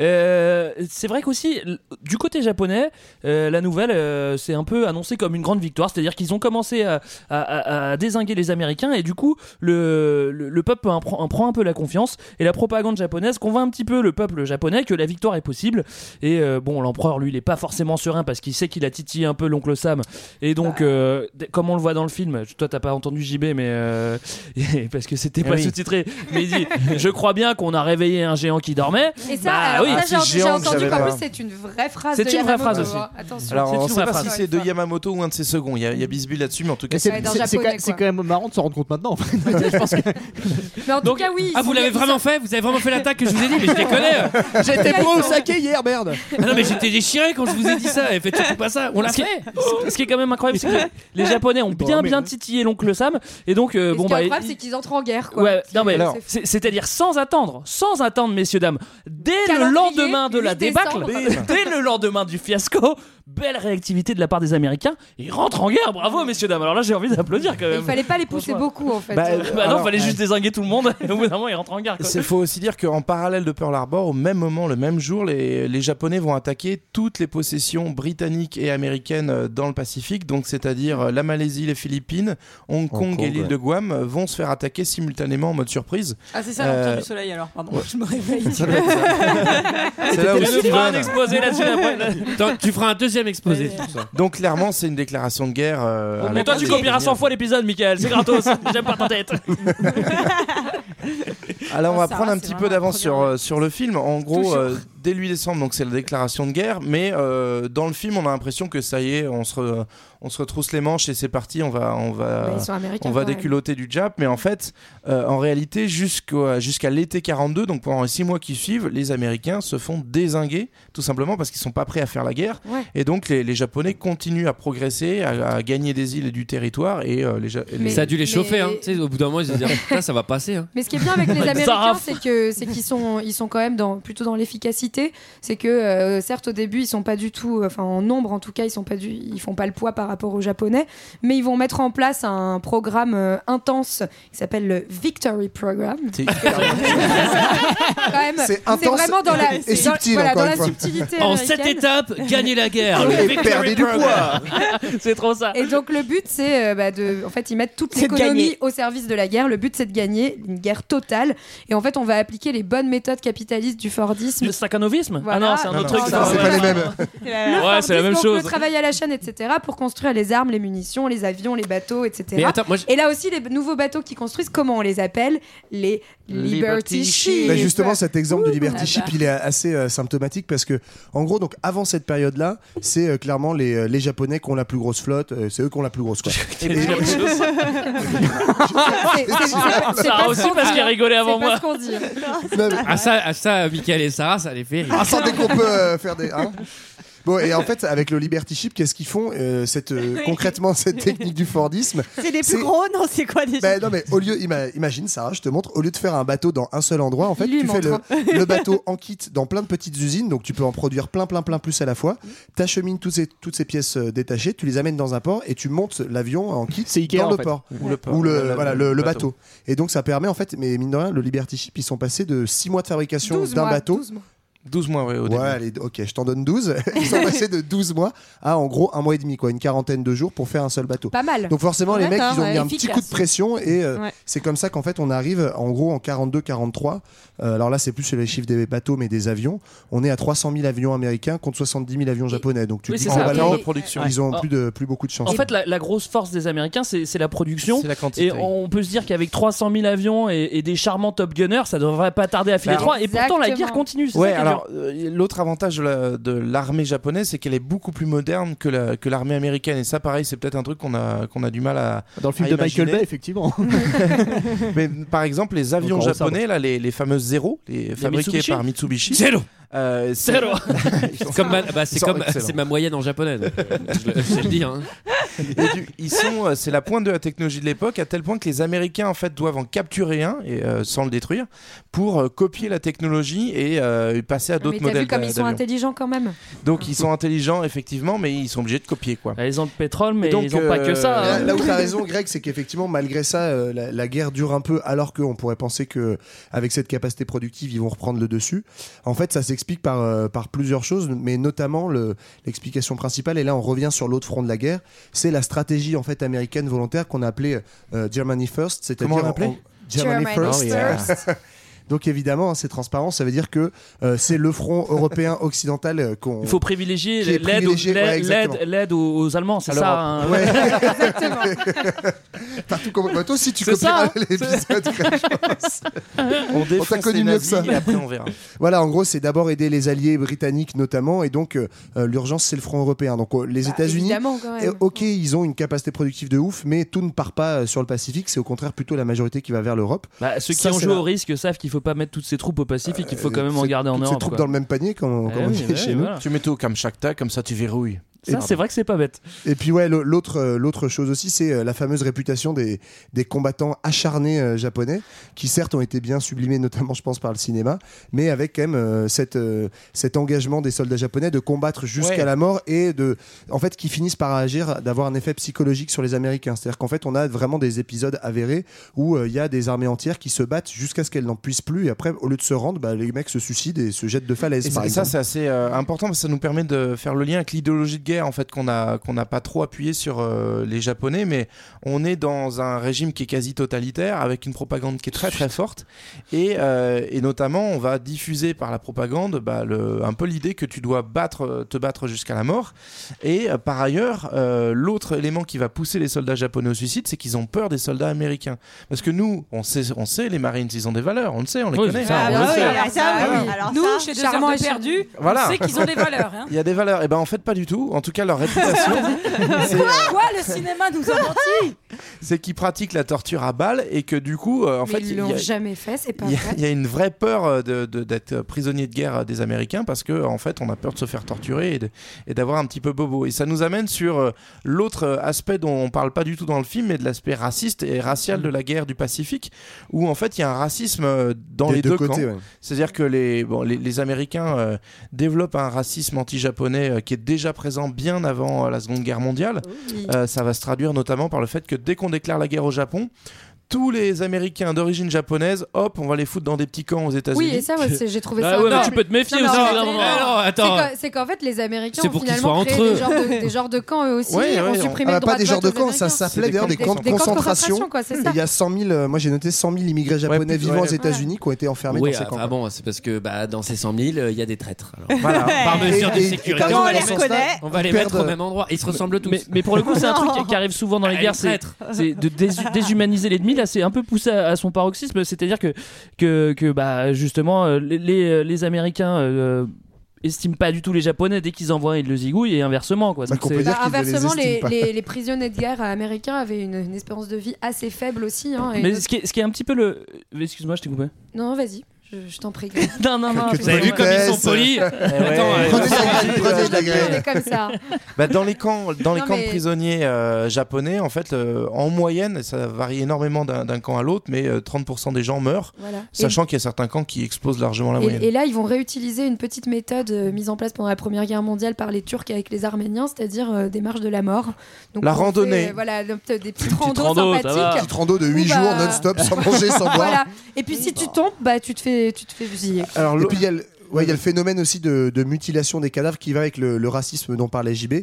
S8: Euh, c'est vrai qu'aussi, l- du côté japonais, euh, la nouvelle euh, s'est un peu annoncée comme une grande victoire. C'est-à-dire qu'ils ont commencé à, à- à- à désinguer les Américains et du coup, le, le, le peuple en prend, en prend un peu la confiance et la propagande japonaise convainc un petit peu le peuple japonais que la victoire est possible. Et euh, bon, l'empereur, lui, il est pas forcément serein parce qu'il sait qu'il a titillé un peu l'oncle Sam. Et donc,
S9: Bah.
S8: euh, d- comme on le voit dans le film, toi, t'as pas entendu JB, mais euh, parce que c'était
S9: Eh
S8: pas
S9: oui.
S8: sous-titré, mais il dit Je crois bien qu'on a réveillé un géant qui dormait.
S12: Et ça,
S8: Bah
S12: alors,
S8: oui.
S12: ça, j'ai- j'ai entendu qu'en plus, c'est une vraie phrase.
S8: C'est
S12: de
S8: une vraie
S12: Yamamoto,
S8: phrase aussi.
S12: hein. Attention.
S13: Alors,
S8: C'est
S13: on
S8: une
S13: sait
S8: vraie
S13: pas
S8: phrase.
S13: si c'est de Yamamoto ou un de ses seconds. Il y a, il y a bisbille là-dessus, mais en tout cas,
S10: Mm. C'est c'est- c'est quand c'est quand même marrant de s'en rendre compte maintenant. en fait. Je pense que-
S12: Mais en tout cas, oui.
S9: Ah, vous l'avez vraiment fait Vous avez vraiment fait l'attaque que je vous ai dit Mais je déconnais
S10: J'étais pro au saké hier, merde.
S9: Ah Non, mais j'étais déchiré quand je vous ai dit ça. Et faites surtout pas ça. On l'a
S8: Ce qui-
S9: fait.
S8: Ce qui est quand même incroyable, c'est que les Japonais ont bien bien titillé l'oncle Sam et donc euh,
S12: Ce
S8: bon
S12: qui est
S8: bah
S12: incroyable,
S8: ils-
S12: c'est qu'ils entrent en guerre. Quoi.
S8: Ouais, non mais
S12: Alors-
S8: c'est- c'est-à-dire sans attendre, sans attendre, messieurs dames, dès le
S12: Calendrier,
S8: lendemain de la
S12: 8 décembre.
S8: débâcle, dès le lendemain du fiasco, belle réactivité de la part des Américains, ils rentrent en guerre, bravo messieurs dames. Alors là j'ai envie d'applaudir quand
S12: Et
S8: même.
S12: Il fallait pas les pousser beaucoup en fait.
S8: Bah,
S12: Euh,
S8: non,
S13: alors,
S8: fallait
S13: ouais.
S8: juste désinguer tout le monde. et au bout d'un moment ils rentrent en guerre. quoi.
S13: Il faut aussi dire qu'en parallèle de Pearl Harbor, au même moment, le même jour, les, les Japonais vont attaquer toutes les possessions britanniques et américaines euh, dans le Pacifique, donc c'est-à-dire euh, la Malaisie, les Philippines, Hong Kong,
S5: Kong,
S13: et l'île
S5: ouais.
S13: de Guam euh, vont se faire attaquer simultanément en mode surprise.
S11: Ah, c'est ça l'Empire
S13: Euh,
S11: du Soleil alors, pardon,
S13: ouais.
S11: je me réveille.
S13: Ça doit être ça. C'est là où
S9: Tu
S13: Steven-
S9: feras un exposé là-dessus après. Attends, Tu feras un deuxième exposé.
S13: Donc clairement, c'est une déclaration de guerre. euh, à la
S8: Mais toi tu
S13: Grande
S8: copieras 100 fois l'épisode, Michael, c'est gratos. J'aime pas ta tête.
S13: Alors Ah,
S12: Ah,
S13: on va
S8: Ça
S13: prendre
S8: va,
S13: un
S8: c'est
S13: petit peu d'avance sur, euh, sur le film. En gros, euh, dès le 8 décembre, donc c'est la déclaration de guerre, mais euh, dans le film, on a l'impression que ça y est, on se, re- on se retrousse les manches et c'est parti, on va, on
S12: Mais
S13: va,
S12: Bah, ils sont américains,
S13: on va
S12: quand même.
S13: déculotter du Jap. Mais en fait, euh, en réalité, jusqu'au- jusqu'à l'été 42, donc pendant les 6 mois qui suivent, les Américains se font désinguer, tout simplement parce qu'ils sont pas prêts à faire la guerre.
S12: Ouais.
S13: Et donc les, les Japonais continuent à progresser, à, à gagner des îles et du territoire. Et, euh, les Ja- et les-
S9: Ça a dû les chauffer. hein. Tu sais, Au bout d'un moment, ils se disent Putain, ça va passer. hein.
S12: Mais ce qui est bien avec les
S9: Ça
S12: Américains,
S9: rafle.
S12: c'est que c'est qu'ils sont ils sont quand même dans plutôt dans l'efficacité. C'est que euh, certes au début ils sont pas du tout, euh, enfin en nombre en tout cas ils sont pas du, ils font pas le poids par rapport aux Japonais, mais ils vont mettre en place un programme euh, intense qui s'appelle le Victory Program.
S13: C'est-
S12: euh, Quand même,
S4: C'est intense
S12: vraiment dans la
S4: et
S12: c'est dans-
S4: subtil,
S12: voilà,
S4: encore
S12: dans
S4: une
S12: la
S4: fois.
S12: subtilité
S9: En
S12: américaine.
S9: sept étapes, gagner la guerre.
S12: Et
S9: victory
S12: perdez du
S9: program.
S12: poids.
S8: C'est trop ça.
S12: Et donc le but c'est euh, bah, de, en fait ils mettent toute
S11: C'est de
S12: l'économie
S11: gagner.
S12: au service de la guerre. Le but c'est de gagner une guerre totale. Et en fait on va appliquer les bonnes méthodes capitalistes du Fordisme.
S8: Le sakanovisme
S12: Voilà.
S8: Ah non, c'est un
S12: Non,
S8: autre
S12: non,
S8: truc.
S12: non,
S8: ça.
S12: c'est
S8: Ouais.
S12: pas les mêmes.
S8: Ouais, c'est la même
S12: donc,
S8: chose.
S12: Le travail à la chaîne, etc. pour construire les armes, les munitions, les avions, les bateaux, etc.
S9: Mais attends, moi, je-
S12: Et là aussi les nouveaux bateaux qui construisent, comment on les appelle Les Liberty Ships.
S4: Bah, justement, cet exemple de
S12: Ah bah.
S4: Liberty Ship, il est assez euh, symptomatique parce que, en gros, donc avant cette période-là, c'est euh, clairement les, euh, les Japonais qui ont la plus grosse flotte, euh, c'est eux qui ont la plus grosse. Quoi. Et-
S12: C'est- c'est- c'est- c'est
S8: Sarah
S12: pas
S8: aussi
S12: ce qu'on
S8: parce
S12: dit.
S8: qu'elle rigolait avant
S12: C'est pas
S8: moi.
S12: ce qu'on dit.
S9: Ah, ça, ah, ça, Michael et Sarah, ça les fait rire.
S4: Ah, ça, dès qu'on peut euh, faire des. hein. Bon, et en fait, avec le Liberty Ship, qu'est-ce qu'ils font euh, cette, euh, concrètement cette technique du Fordisme
S2: C'est les plus gros, non C'est quoi déjà
S4: Ben, non mais au lieu, ima- imagine Sarah, je te montre, au lieu de faire un bateau dans un seul endroit, en fait,
S2: Il lui
S4: tu fais le,
S2: montre, hein.
S4: le bateau en kit dans plein de petites usines, donc tu peux en produire plein, plein, plein plus à la fois. T'achemines toutes ces, toutes ces pièces euh, détachées, tu les amènes dans un port et tu montes l'avion en kit
S10: Ikea,
S4: dans
S10: en
S4: le
S10: fait.
S4: port
S10: Ou le port.
S4: ou le,
S10: Le- le-
S4: voilà, le,
S10: le
S4: le
S10: bateau.
S4: bateau. Et donc ça permet en fait, mais mine de rien, le Liberty Ship, ils sont passés de 6 mois de fabrication
S12: 12
S4: d'un
S12: mois,
S4: bateau.
S12: 12 mois.
S13: 12 mois, ouais, au
S4: Ouais,
S13: début.
S4: allez, ok, je t'en donne 12. Ils sont passés de 12 mois à en gros un mois et demi, quoi, une quarantaine de jours pour faire un seul bateau.
S12: Pas mal.
S4: Donc forcément, les mecs,
S12: D'accord,
S4: ils ont mis
S12: ouais.
S4: un petit
S12: Efficace.
S4: coup de pression et euh,
S12: Ouais.
S4: c'est comme ça qu'en fait, on arrive en gros en 42-43. euh, alors là, c'est plus sur les chiffres des bateaux, mais des avions. On est à 300 000 avions américains contre 70 000 avions japonais. Donc tu
S8: Oui,
S4: dis
S8: c'est ça.
S4: globalement,
S8: En termes de production.
S4: ils ont
S8: Ouais.
S4: plus, de, plus beaucoup de chance.
S8: En fait, la, la grosse force des Américains, c'est c'est la production.
S13: C'est la quantité.
S8: Et on peut se dire qu'avec 300 000 avions et, et des charmants Top Gunners, ça devrait pas tarder à filer
S13: Bah,
S8: 3. Et pourtant, la
S12: Exactement.
S8: guerre continue. c'est
S13: Ouais,
S8: ça qui est
S13: alors Alors, euh, l'autre avantage de la- de l'armée japonaise, c'est qu'elle est beaucoup plus moderne que la- que l'armée américaine. Et ça, pareil, c'est peut-être un truc qu'on a, qu'on a du mal à.
S10: Dans le film
S13: à
S10: de Michael
S13: imaginer.
S10: Bay, effectivement.
S13: Mais par exemple, les avions
S10: Encore au
S13: japonais, là, les, les fameuses Zero, les, fabriqués
S9: Mitsubishi
S13: par Mitsubishi.
S9: Zero
S13: Euh, c'est-
S9: Zero
S13: Ils sont-
S9: Comme ma- bah, c'est
S13: ils sont
S9: comme-
S13: excellents.
S9: c'est ma moyenne en japonais. donc, euh, je, le- je le dis. hein.
S13: Et du- ils sont, euh, c'est la pointe de la technologie de l'époque, à tel point que les Américains en fait doivent en capturer un et euh, sans le détruire pour euh, copier la technologie et euh, passer à
S12: Ah, Mais
S13: d'autres
S12: t'as
S13: modèles.
S12: vu comme
S13: d'a-
S12: ils sont
S13: d'avions.
S12: intelligents quand même.
S13: Donc ils sont intelligents effectivement, mais ils sont obligés de copier quoi.
S8: Bah, Ils ont le pétrole, mais
S13: donc,
S8: ils ont pas que ça.
S13: euh,
S8: hein.
S13: là-
S4: Là où t'as raison, Greg, c'est qu'effectivement, malgré ça, euh, la, la guerre dure un peu, alors qu'on pourrait penser que avec cette capacité productive, ils vont reprendre le dessus. En fait, ça s'explique par, euh, par plusieurs choses, mais notamment le- l'explication principale. Et là, on revient sur l'autre front de la guerre. C'est la stratégie en fait américaine volontaire qu'on a appelée euh, Germany First, c'est-à-dire
S13: Comment on
S4: en-
S13: l'appelait
S4: en- Germany,
S13: Germany
S4: First.
S13: First.
S4: Donc évidemment, hein, c'est transparent, ça veut dire que euh, c'est le front européen occidental euh, qu'on...
S8: Il faut privilégier
S4: qui est
S8: l'aide aux-
S4: privilégié, ouais,
S8: l'aide
S4: exactement.
S8: l'aide- l'aide aux, aux Allemands, c'est
S4: Alors,
S8: ça hein.
S4: ouais. Partout comme- Bah, toi aussi, tu
S8: C'est
S4: copieras
S8: ça, hein.
S4: l'épisode, Greg, je pense.
S13: On
S4: On
S13: défonce
S4: t'a connu
S13: les
S4: mieux que
S13: nazis
S4: ça.
S13: et après on verra.
S4: Voilà, en gros, c'est d'abord aider les alliés britanniques notamment, et donc euh, euh, l'urgence, c'est le front européen. Donc euh, les États-Unis,
S12: Bah, évidemment, quand même.
S4: euh, ok, ils ont une capacité productive de ouf, mais tout ne part pas euh, sur le Pacifique, c'est au contraire plutôt la majorité qui va vers l'Europe.
S8: Bah, ceux qui
S4: Ça,
S8: ont
S4: c'est
S8: joué
S4: la- Euh,
S8: au risque savent qu'il faut pas mettre toutes ces troupes au Pacifique, il faut quand même en
S4: C'est-
S8: garder en
S4: toutes ces
S8: Europe.
S4: troupes
S8: quoi.
S4: dans le même panier, comme, on-
S8: Eh
S4: comme on
S8: oui,
S4: dit
S8: bah
S4: chez
S8: oui,
S4: nous.
S8: voilà.
S13: Tu mets tout au Kamchatka, comme ça tu verrouilles.
S8: Ça, c'est vrai que c'est pas bête.
S4: Et puis ouais, le- l'autre euh, l'autre chose aussi, c'est euh, la fameuse réputation des, des combattants acharnés euh, japonais, qui certes ont été bien sublimés, notamment je pense par le cinéma, mais avec quand même euh, cette, euh, cet engagement des soldats japonais de combattre jusqu'à
S13: Ouais.
S4: la mort et de, en fait, qui finissent par agir, d'avoir un effet psychologique sur les Américains. C'est-à-dire qu'en fait, on a vraiment des épisodes avérés où euh, il y a des armées entières qui se battent jusqu'à ce qu'elles n'en puissent plus, et après, au lieu de se rendre, bah, les mecs se suicident et se jettent de falaise.
S13: Et
S4: par
S13: ça, et ça,
S4: exemple.
S13: c'est assez euh, important parce que ça nous permet de faire le lien avec l'idéologie de guerre en fait qu'on a qu'on n'a pas trop appuyé sur euh, les japonais mais on est dans un régime qui est quasi totalitaire avec une propagande qui est très très forte et, euh, et notamment on va diffuser par la propagande bah, le- un peu l'idée que tu dois battre euh, te battre jusqu'à la mort et euh, par ailleurs euh, l'autre élément qui va pousser les soldats japonais au suicide c'est qu'ils ont peur des soldats américains parce que nous on sait on sait les marines ils ont des valeurs on le sait on les
S8: Oui,
S13: connaît
S8: ça, Ah, on bah le oui, sait. ah, ça, oui.
S13: Voilà.
S2: Alors
S11: Nous,
S2: ça,
S11: chez Deux
S2: charmant
S11: Heures
S2: et
S11: de Perdu,
S13: Voilà.
S11: on sait qu'ils ont des valeurs. hein.
S13: Il y a des valeurs. Et ben en fait pas du tout. En tout cas leur réputation, c'est-
S11: Quoi Le cinéma nous a menti
S13: c'est qu'ils pratiquent la torture à balles et que du coup euh, en
S12: mais
S13: fait
S12: ils
S13: il y a-
S12: l'ont jamais fait, c'est pas
S13: il y, a,
S12: vrai.
S13: il y a une vraie peur euh, de- de- d'être euh, prisonnier de guerre euh, des Américains parce que en fait on a peur de se faire torturer et de- et d'avoir un petit peu bobo. Et ça nous amène sur euh, l'autre euh, aspect dont on parle pas du tout dans le film, mais de l'aspect raciste et racial de la guerre du Pacifique, où en fait il y a un racisme euh, dans
S4: Des
S13: les
S4: deux
S13: deux,
S4: côtés,
S13: camps.
S4: ouais.
S13: C'est-à-dire que les, bon, les, les Américains euh, développent un racisme anti-japonais euh, qui est déjà présent bien avant euh, la Seconde Guerre mondiale. Euh, ça va se traduire notamment par le fait que dès qu'on déclare la guerre au Japon, tous les Américains d'origine japonaise, hop, on va les foutre dans des petits camps aux États-Unis.
S12: Oui, et ça, ouais, c'est- j'ai trouvé ça.
S9: Bah ouais, mais
S12: horrible.
S9: tu peux te méfier
S12: Non, mais
S9: aussi,
S12: en fait,
S9: là,
S12: non.
S9: non, non, attends.
S12: C'est qu'en- C'est qu'en fait, les Américains
S9: C'est
S12: ont
S9: pour qu'ils
S12: finalement
S9: soient
S12: créé
S9: entre
S12: des
S9: eux.
S12: genres, de, des genres de camps eux aussi.
S13: Ouais,
S12: ont
S13: ouais,
S12: supprimé
S4: Ah bah,
S12: le droit
S4: pas des
S12: de
S4: genres de
S12: vote aux
S4: camps, ça
S12: Américains.
S4: s'appelait d'ailleurs des, camps de concentration.
S12: quoi, c'est ça.
S4: il y a 100 000, euh, moi j'ai noté 100 000 immigrés japonais
S9: plus-
S4: vivants aux
S9: ouais.
S4: États-Unis qui ont été enfermés
S9: Oui,
S4: dans ces camps.
S9: ah bon, c'est parce que bah, dans ces 100 000, il y a des traîtres. alors.
S4: Voilà.
S9: Par
S4: Et-
S9: mesure de
S4: et- et
S9: sécurité,
S4: t'as raison, dans ce sens-là,
S9: on va les
S4: ils
S9: mettre
S4: perdent-
S9: au même endroit. Ils se ressemblent tous.
S8: Mais, mais pour le coup, c'est un truc qui- qui arrive souvent dans les
S9: Ah,
S8: guerres,
S9: les
S8: c'est
S9: traîtres.
S8: c'est de désu- déshumaniser l'ennemi. Là, c'est un peu poussé à, à son paroxysme, c'est-à-dire que, que, que, bah, justement, euh, les, les, les Américains. euh, estiment pas du tout les japonais dès qu'ils envoient ils le zigouillent et inversement quoi Donc,
S4: qu'on
S8: c'est-
S4: peut dire
S12: Bah, inversement, les, les- les prisonniers de guerre américains avaient une, une espérance de vie assez faible aussi. hein, et
S8: mais
S12: notre-
S8: ce qui, est, ce qui est un petit peu le excuse-moi je t'ai coupé
S12: Non, vas-y, je, je t'en prie.
S8: non non non
S13: Vous avez vu comme
S8: euh,
S13: ils sont polis Attends, euh,
S12: Prenez
S13: c'est-
S12: la graine,
S13: prenez la graine.
S12: On est comme ça.
S13: Bah, dans les camps, dans les
S12: Non,
S13: camps
S12: mais-
S13: de prisonniers euh, japonais, en fait, euh, en moyenne, ça varie énormément d'un d'un camp à l'autre, mais euh, 30% des gens meurent,
S12: Voilà.
S13: sachant qu'il y a certains camps qui explosent largement la moyenne.
S12: Et, et là, ils vont réutiliser une petite méthode euh, mise en place pendant la Première Guerre mondiale par les Turcs avec les Arméniens, c'est-à-dire euh, des marches de la mort.
S13: La
S12: on fait,
S13: randonnée.
S12: euh, voilà, des petites, des petites randos
S8: rando, ça va.
S12: sympathiques.
S8: Petite
S4: rando de huit
S12: Où, bah,
S4: jours non-stop, sans manger, sans boire.
S12: Voilà. Et puis si tu tombes, bah tu te fais, tu te fais fusiller.
S4: Alors, et puis il y a le... ouais, il y a le phénomène aussi de, de mutilation des cadavres qui va avec le, le racisme dont parlait JB,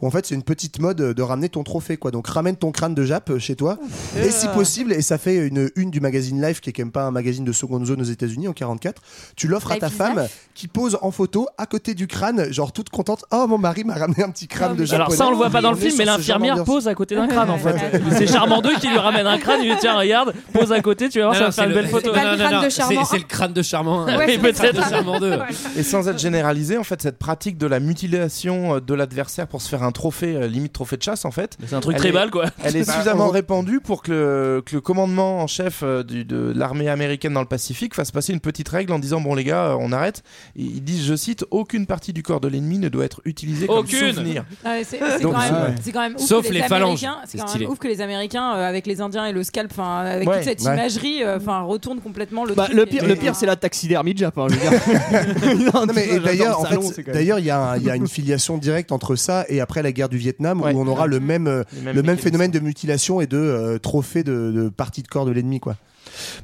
S4: où en fait c'est une petite mode de ramener ton trophée. quoi. Donc ramène ton crâne de Jap euh, chez toi, et si possible, et ça fait une une du magazine Life, qui est quand même pas un magazine de seconde zone aux États-Unis en 44, tu l'offres à
S12: Life
S4: ta
S12: is
S4: femme
S12: Life.
S4: qui pose en photo à côté du crâne, genre toute contente Oh mon mari m'a ramené un petit
S12: Ah
S4: crâne de Jap.
S8: Alors ça on le voit pas dans le film mais l'infirmière pose à côté d'un crâne en fait. C'est Charmant 2 qui lui ramène un crâne, il lui dit tiens regarde, pose à côté, tu vas voir
S9: Non,
S8: ça va
S9: non, c'est
S8: faire une
S9: le-
S8: belle photo.
S9: c'est pas le crâne de Charmant. C'est- c'est le crâne de Charmant.
S8: Mais
S9: Le crâne de
S8: peut-être
S9: Charmant 2. deux.
S13: Et sans être généralisé, en fait, cette pratique de la mutilation euh, de l'adversaire pour se faire un trophée, euh, limite trophée de chasse, en fait.
S8: C'est un truc
S13: elle
S8: très
S13: est-
S8: mal, quoi.
S13: Elle est
S8: Bah,
S13: suffisamment
S8: on-
S13: répandue pour que le, que le commandement en chef euh, du- de l'armée américaine dans le Pacifique fasse passer une petite règle en disant Bon, les gars, euh, on arrête. Ils ils disent, je cite, aucune partie du corps de l'ennemi ne doit être utilisée comme
S9: Aucune.
S13: souvenir.
S11: Ah ouais, c'est c'est
S13: Donc,
S11: quand, même-
S13: ouais.
S11: c'est quand même ouf
S13: Sauf
S11: que
S13: les phalanges,
S11: Américains-
S13: c'est
S11: C'est quand
S13: stylé.
S11: même ouf que les Américains, euh, avec les Indiens et le scalp, 'fin, avec
S10: Ouais,
S11: toute cette
S10: ouais.
S11: imagerie, euh, 'fin, retournent complètement le
S10: Bah,
S11: truc
S10: le
S11: et-
S10: pire,
S11: et-
S10: le pire, c'est la taxidermie de Japon. je veux dire.
S4: Non, mais et
S10: Dans le
S4: d'ailleurs, en
S10: salon,
S4: fait,
S10: c'est quand même-
S4: d'ailleurs, il y, a un- il y a une filiation directe entre ça et après la guerre du Vietnam où on aura le même, euh,
S10: Les
S4: le
S10: mêmes
S4: même
S10: mécanismes.
S4: phénomène de mutilation et de euh, trophée de, de partie de corps de l'ennemi, quoi.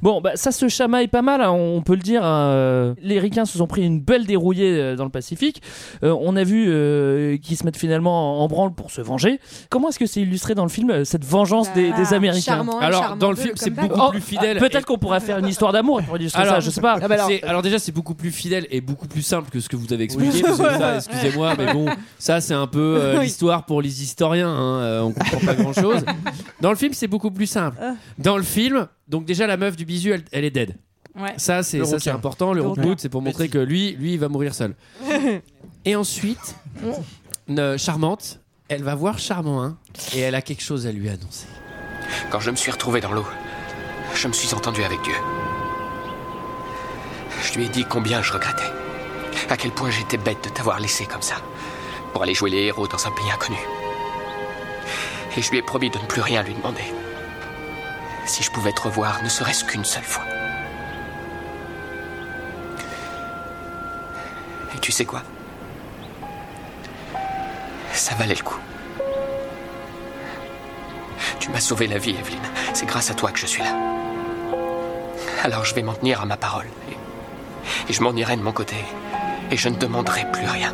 S8: Bon, bah, ça se chamaille pas mal, hein, on peut le dire. hein, euh, Les Ricains se sont pris une belle dérouillée euh, dans le Pacifique. Euh, on a vu euh, qu'ils se mettent finalement en- en branle pour se venger. Comment est-ce que c'est illustré dans le film, euh, cette vengeance des, des
S9: Bah,
S8: Américains Ah,
S9: charmant un, Alors, charmant dans le deux, film, le c'est comeback. beaucoup plus fidèle.
S8: Peut-être qu'on pourra faire une histoire d'amour pour illustrer ça, je sais pas.
S9: c'est- alors, déjà, c'est beaucoup plus fidèle et beaucoup plus simple que ce que vous avez expliqué.
S8: Oui.
S9: parce que ça,
S8: Ouais.
S9: Excusez-moi, mais bon, ça c'est un peu euh,
S8: Oui.
S9: l'histoire pour les historiens. hein, euh, on comprend pas grand-chose. Dans le film, c'est beaucoup plus simple.
S12: Euh.
S9: Dans le film, donc déjà la meuf du bisu, elle, elle est dead.
S11: Ouais.
S9: Ça, c'est
S8: Le
S9: ça, c'est
S8: requin.
S9: important. Le
S8: Le
S9: root
S8: requin.
S9: c'est pour montrer que lui, lui, il va mourir seul. Et ensuite, euh, charmante, elle va voir charmant 1 et elle a quelque chose à lui annoncer.
S14: Quand je me suis retrouvé dans l'eau, je me suis entendu avec Dieu. Je lui ai dit combien je regrettais. À quel point j'étais bête de t'avoir laissé comme ça. Pour aller jouer les héros dans un pays inconnu. Et je lui ai promis de ne plus rien lui demander. Si je pouvais te revoir, ne serait-ce qu'une seule fois. Et tu sais quoi Ça valait le coup. Tu m'as sauvé la vie, Evelyne. C'est grâce à toi que je suis là. Alors je vais m'en tenir à ma parole. Et, et je m'en irai de mon côté. Et je ne demanderai plus rien.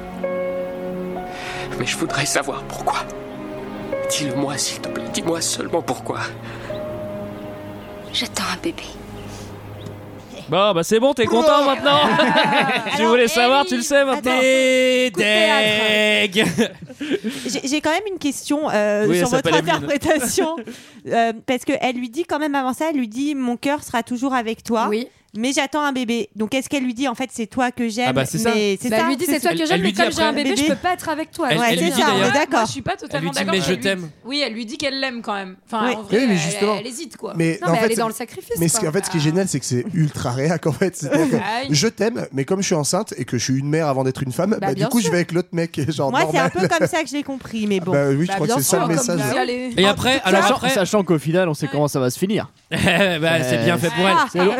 S14: Mais je voudrais savoir pourquoi. Dis-le-moi, s'il te plaît. Dis-moi seulement pourquoi.
S15: J'attends un bébé.
S8: Bon, bah c'est bon, t'es content maintenant Tu voulais savoir, tu le sais maintenant
S2: J'ai j'ai quand même une question euh,
S8: Oui, elle
S2: sur votre
S8: s'appelle Evelyne.
S2: interprétation. Euh, parce qu'elle lui dit quand même avant ça, elle lui dit Mon cœur sera toujours avec toi. Mais j'attends un bébé. Donc est-ce qu'elle lui dit en fait c'est toi que j'aime
S9: Ah bah, c'est ça.
S2: mais
S9: Bah, elle lui dit, c'est toi Elle- que j'aime, elle mais lui dit comme j'ai un après- bébé, je peux
S2: pas
S11: être avec toi.
S9: Elle-
S2: ouais,
S9: elle lui
S2: c'est
S9: dit
S2: ça, on est
S9: d'ailleurs-
S2: d'accord.
S11: Je suis pas totalement
S9: Elle lui dit,
S11: d'accord.
S9: mais
S11: qu'elle
S9: je
S11: lui-
S9: t'aime.
S11: Oui, elle lui dit qu'elle l'aime quand même. Enfin,
S4: Oui.
S11: en vrai,
S4: Oui, mais
S11: elle-
S4: justement.
S11: Elle, hésite quoi.
S4: mais en fait, c'est- Mais ce,
S11: quoi.
S4: en fait, ce qui est génial, c'est que c'est ultra réac. En fait, C'est-à-dire que
S11: Ah oui.
S4: je t'aime, mais comme je suis enceinte et que je suis une mère avant d'être une femme,
S2: Bah,
S4: bah, du
S2: bien
S4: coup,
S2: sûr.
S4: je vais avec l'autre mec. Genre
S2: Moi c'est un
S4: normal.
S2: peu comme ça que je l'ai compris, mais bon.
S4: Bah oui, je crois que
S2: bien
S4: c'est ça
S2: sûr, comme
S4: le message.
S2: vous allez-
S12: Oh.
S9: Et après, alors
S10: sachant,
S9: après-
S10: sachant qu'au final, on sait comment ça va se finir.
S8: Euh,
S10: Euh,
S9: bah, c'est bien fait pour elle.
S10: C'est long,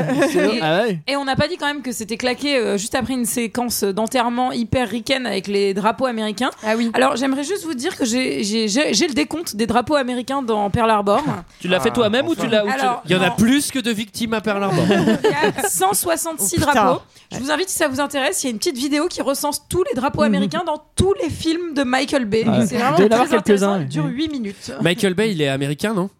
S10: c'est long.
S11: Et-
S10: Ah ouais.
S11: Ah. Et on n'a pas dit quand même que c'était claqué euh, juste après une séquence d'enterrement hyper ricaine avec les drapeaux américains.
S12: Ah oui.
S11: Alors j'aimerais juste vous dire que j'ai- j'ai j'ai- j'ai le décompte des drapeaux américains dans Pearl Harbor. Ah.
S8: Tu l'as fait
S10: Ah,
S8: toi-même ou tu l'as. ou tu-
S11: Alors,
S9: Il y en a plus que de victimes à Pearl Harbor.
S11: Il y a 166
S9: Oh, putain.
S11: drapeaux. Je vous invite si ça vous intéresse, il y a une petite vidéo qui recense tous les drapeaux américains dans tous les films de Michael Bay.
S9: Ouais.
S11: C'est
S9: Il
S11: vraiment
S9: doit y en
S11: très
S9: avoir quelques-uns,
S11: intéressant.
S9: oui.
S11: Il dure 8 minutes.
S9: Michael Bay, il est américain, non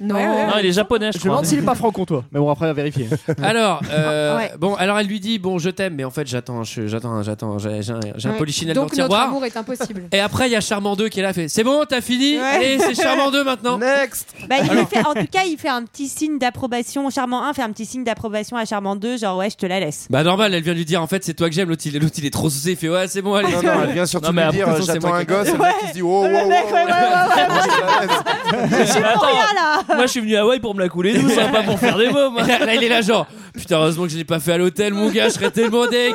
S11: Non.
S8: Non, il est japonais, je
S10: Je me demande
S8: crois.
S10: s'il est pas franc-comtois. Mais bon, après, à vérifier.
S9: Alors, euh,
S10: Ouais.
S9: bon, alors elle lui dit bon, je t'aime, mais en fait j'attends, je- j'attends, j'attends, j'ai j'ai un, j'ai un
S12: Ouais.
S9: polichinelle
S12: Donc
S9: dans le
S12: notre
S9: tiroir.
S12: amour est impossible.
S9: Et après il y a Charmant 2 qui est là, fait c'est bon, t'as fini, allez c'est Charmant 2 maintenant.
S13: Next.
S2: Bah, il lui fait- en tout cas, il fait un petit signe d'approbation. Charmant 1 fait un petit signe d'approbation à Charmant 2, genre ouais, je te la laisse.
S9: Bah normal, elle vient lui dire en fait c'est toi que j'aime, l'autre il, l'autre, il est trop saucé, il fait ouais c'est bon, allez.
S13: Non, non, elle vient surtout lui
S9: après,
S13: dire,
S9: de toute façon, c'est
S13: j'attends
S9: moi
S13: un
S9: qui-
S13: gosse, et le mec, il se dit, oh, wow, wow, wow. oh,
S2: pour rien, là.
S8: Moi je suis venu à Hawaï pour me la couler douce, hein, pas pour faire des mômes. hein.
S9: Là, il est là genre putain heureusement que je l'ai pas fait à l'hôtel mon gars je serais tellement deg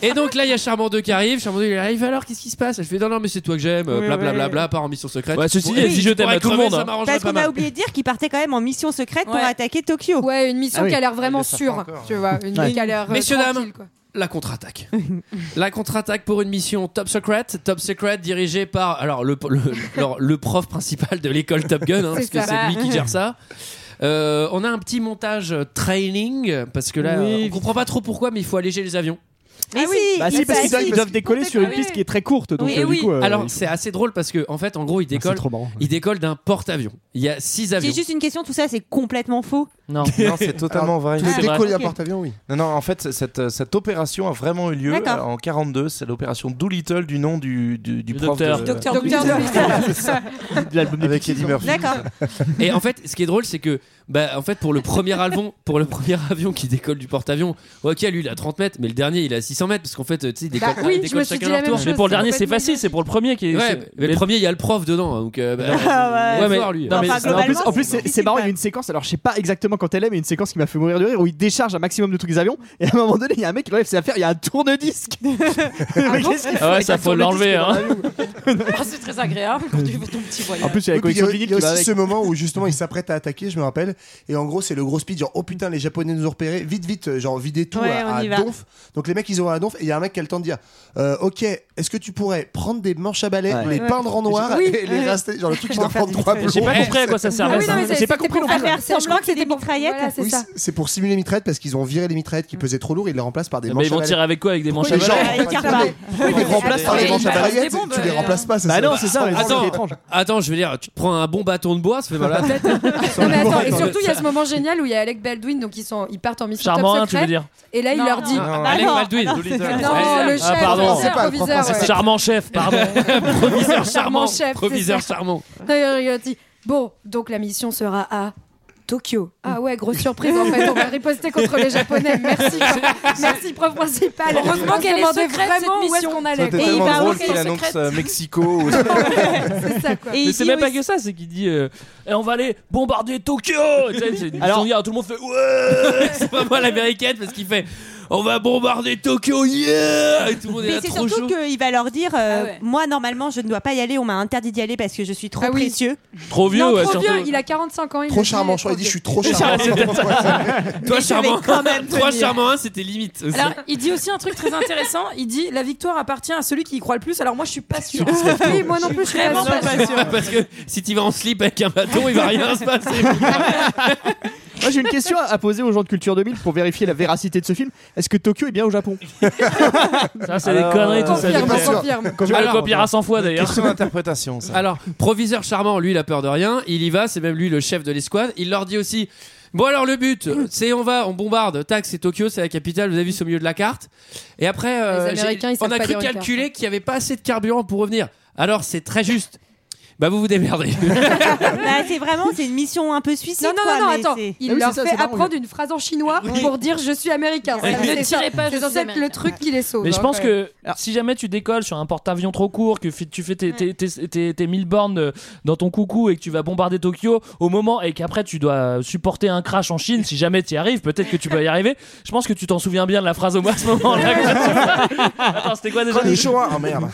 S9: et donc là il y a Charmant 2 qui arrive Charmant 2 il arrive alors qu'est-ce qui se passe elle fait non non mais c'est toi que j'aime
S8: Oui,
S9: blablabla
S8: ouais.
S9: part en mission secrète
S8: Ouais, ceci
S9: Bon,
S8: dit,
S9: et
S8: elle dit, je
S9: je
S8: t'aime à
S9: pourrais
S8: tout le
S9: crever,
S8: monde, hein.
S9: ça m'arrangerait
S2: Parce
S9: pas
S2: qu'on a
S9: mal.
S2: oublié de dire qu'il partait quand même en mission secrète pour attaquer Tokyo.
S12: Ouais, une mission
S9: Ah oui.
S12: qui a l'air vraiment
S9: Ils le savent pas
S12: sûre.
S9: encore. hein.
S12: Tu vois, une
S9: Ouais.
S12: qui a l'air. euh,
S9: Messieurs, dames,
S12: tranquille, quoi.
S9: la contre-attaque. la contre-attaque pour une mission Top Secret. Top Secret dirigée par alors le, le, alors, le prof principal de l'école Top Gun, hein, parce
S8: C'est
S9: que
S8: ça.
S9: c'est lui qui gère ça. Euh, on a un petit montage euh, training parce que là
S8: Oui,
S9: euh, on
S8: vite.
S9: comprend pas trop pourquoi mais il faut alléger les avions
S2: Mais si,
S10: Bah si, parce qu'ils doivent- ils doivent décoller sur une piste qui est très courte. Donc,
S9: Oui,
S10: euh,
S9: oui.
S10: du coup, euh, Ah,
S9: Alors c'est assez drôle parce que en fait en gros il décolle, il décolle d'un porte-avions. Il y a six avions.
S2: C'est juste une question, tout ça c'est complètement faux.
S9: Non.
S13: Non, c'est totalement vrai.
S2: tout est Ah, décollé à ok.
S4: porte-avions, oui.
S13: Non, non, en fait, c'est- cette, euh, cette opération a vraiment eu lieu
S2: D'accord.
S13: euh, en 42. C'est l'opération Doolittle du nom du, du, du
S9: Du
S13: prof
S9: docteur.
S13: de...
S9: Docteur
S13: Doolittle.
S9: Doolittle.
S13: Voilà, c'est ça. Avec Eddie Murphy.
S9: Et en fait, ce qui est drôle, c'est que, bah, en fait, pour le premier avion, pour le premier avion qui décolle du porte-avions, ok, lui, il a 30 mètres, mais le dernier, il a 600 mètres, parce qu'en fait, tu sais, il décolle,
S8: Bah oui,
S9: ils
S8: je
S9: décollent
S8: me suis
S9: chacun leur
S8: dit la même
S9: tour.
S8: chose, Mais pour le c'est dernier, c'est complètement
S9: facile, c'est pour le premier qui est. Ouais, mais, le premier, il y a le prof dedans, donc. euh, bah,
S10: Ah
S9: ouais, mais- Non, mais-
S10: en plus, en plus, c'est- c'est marrant, il y a une séquence, alors je sais pas exactement quand elle est, mais une séquence qui m'a fait mourir de rire où il décharge un maximum de trucs des avions et à un moment donné, il y a un mec qui enlève ses affaires, il y a un tourne-disque. Mais qu'est-ce qu'il fait
S8: Ah ouais,
S10: avec
S8: ça
S10: un
S8: faut
S10: tourne-disque
S8: l'enlever.
S10: dans
S8: hein.
S10: un avion
S11: Ah, c'est très agréable quand tu fais ton petit voyage.
S4: En plus, il y a,
S10: la collection de
S4: il
S10: vinyles
S4: y a
S10: qui va
S4: aussi
S10: avec.
S4: ce moment où justement ils s'apprêtent à attaquer, je me rappelle. Et en gros, c'est le gros speed, genre oh putain, les Japonais nous ont repérés, vite, vite, euh, genre videz tout
S2: Ouais,
S4: à-
S2: on
S4: à,
S2: y va.
S4: donf. Donc les mecs, ils ont un donf et il y a un mec qui a le temps de dire euh, Ok, est-ce que tu pourrais prendre des manches à balai, les
S2: Ouais.
S4: peindre en noir
S2: Oui.
S4: et les
S2: Ouais.
S4: raster Genre le truc,
S2: Pour
S4: ils doivent
S2: en faire
S4: prendre
S2: vite
S4: trois
S2: fait. J'ai pas compris à quoi ça servait, Ah oui, ça. non, mais J'ai c'est- pas c'était compris pour non plus. faire
S4: Oui,
S2: semblant que c'était des mitraillettes.
S12: Voilà, c'est ça.
S4: C'est pour simuler les mitraillettes parce qu'ils ont viré les mitraillettes
S2: Mm.
S4: qui pesaient trop lourd, ils les remplacent par des
S8: Mais
S4: manches
S8: ils vont
S4: à balai.
S8: tirer avec quoi Avec des manches
S4: Pourquoi
S8: à
S4: les
S8: balai
S4: gens-
S8: Avec un
S4: Attendez, Ils les remplacent par des manches à balai, tu les remplaces pas, ça
S9: Bah
S4: sert
S9: non,
S4: à
S9: c'est ça,
S4: rien.
S9: attends, attends, je veux dire, tu te prends un bon bâton de bois, ça fait mal à la tête.
S12: Non, mais attends, et surtout, il y a ce moment génial où il y a Alec Baldwin, donc ils, sont, ils partent en mission
S9: Charmant,
S12: top
S9: hein,
S12: secret.
S9: tu veux dire
S12: Et là, il leur dit. bah Ah,
S9: Non, non, Alec Baldwin.
S12: Non, le chef,
S8: Ah, pardon.
S12: c'est pas le proviseur, ouais.
S8: Charmant chef, pardon.
S9: Proviseur charmant.
S12: Charmant chef, c'est
S9: Proviseur
S12: ça.
S9: charmant.
S12: D'ailleurs, il a dit Bon, donc la mission sera à Tokyo. Ah ouais, grosse surprise en fait, on va riposter contre les Japonais. Merci, merci prof principal.
S11: Heureusement
S12: On se
S11: qu'elle est
S12: demandait
S11: secrète,
S12: vraiment
S11: cette
S12: où est-ce
S11: mission.
S12: qu'on
S13: Ça,
S12: allait.
S13: C'était
S12: Et il
S13: tellement
S12: va
S13: drôle
S12: où qu'elle
S13: qu'il
S12: est
S13: annonce
S12: secrète
S13: euh, Mexico. ou-
S8: Mais c'est
S9: il dit
S8: même pas que ça, c'est qu'il dit euh, Eh, on va aller bombarder Tokyo Tu sais, c'est- ils sont là, tout le monde fait Ouais
S9: C'est pas moi l'américaine parce qu'il fait on va bombarder Tokyo, yeah Et tout le monde est
S2: Mais
S9: là
S2: c'est
S9: trop
S2: surtout
S9: chaud.
S2: qu'il va leur dire euh,
S12: Ah
S2: Moi, normalement, je ne dois pas y aller, on m'a interdit d'y aller parce que je suis trop précieux.
S9: Trop vieux,
S12: Ah non,
S9: ouais,
S12: trop
S9: surtout.
S12: vieux, il a 45 ans. Il
S4: Trop
S12: le dit, il
S4: charmant,
S12: est
S4: je crois, il dit,
S12: vieux.
S4: je suis trop charmant.
S9: Toi, charmant.
S11: quand même
S9: Toi,
S11: tenir.
S9: charmant, hein, c'était limite. aussi.
S11: Alors, il dit aussi un truc très intéressant. Il dit la victoire appartient à celui qui y croit le plus. Alors moi, je suis pas sûr.
S12: Oui, moi non plus, je suis pas
S11: vraiment
S12: sûre.
S9: Parce que si tu vas en slip avec un bâton, il va rien se passer.
S10: Moi j'ai une question à poser aux gens de Culture 2000 pour vérifier la véracité de ce film. Est-ce que Tokyo est bien au Japon
S8: Ça, c'est des conneries, tout ça.
S10: euh, confirme,
S8: bien sûr.
S10: confirme.
S8: Tu le
S9: Alors,
S8: copieras 100 fois d'ailleurs.
S13: Question d'interprétation, ça.
S9: Alors, proviseur charmant, lui, il a peur de rien. Il y va, c'est même lui le chef de l'escouade. Il leur dit aussi Bon, alors le but, c'est on va, on bombarde. Tac, c'est Tokyo, c'est la capitale. Vous avez vu, c'est au milieu de la carte. Et après, euh,
S10: Les
S9: j'ai-
S10: Américains, ils
S9: on
S10: savent
S9: a
S10: pas
S9: cru
S10: lire une carte.
S9: calculer qu'il n'y avait pas assez de carburant pour revenir. Alors, c'est très juste. Bah, vous vous démerdez.
S2: Bah, c'est vraiment, c'est une mission un peu suicide.
S12: Non, non,
S2: quoi,
S12: non, non,
S2: mais
S12: attends.
S2: c'est-
S12: Il leur fait apprendre une phrase en chinois pour dire je suis américain.
S8: Oui.
S12: Ça,
S8: Ne
S12: c'est ça.
S8: tirez pas, je
S12: C'est
S8: suis
S12: censé être
S8: américain.
S12: le truc qui les sauve.
S8: Mais je
S12: hein,
S8: pense
S12: quand
S8: que
S12: même.
S8: si jamais tu décolles sur un porte-avions trop court, que fi- tu fais tes, tes, tes- tes- tes 1000 bornes euh, dans ton coucou et que tu vas bombarder Tokyo au moment et qu'après tu dois supporter un crash en Chine, si jamais tu y arrives, peut-être que tu peux y arriver. Je pense que tu t'en souviens bien de la phrase au moins à ce moment-là. Attends, c'était quoi déjà
S10: Quand il est chaud,
S4: Ah merde.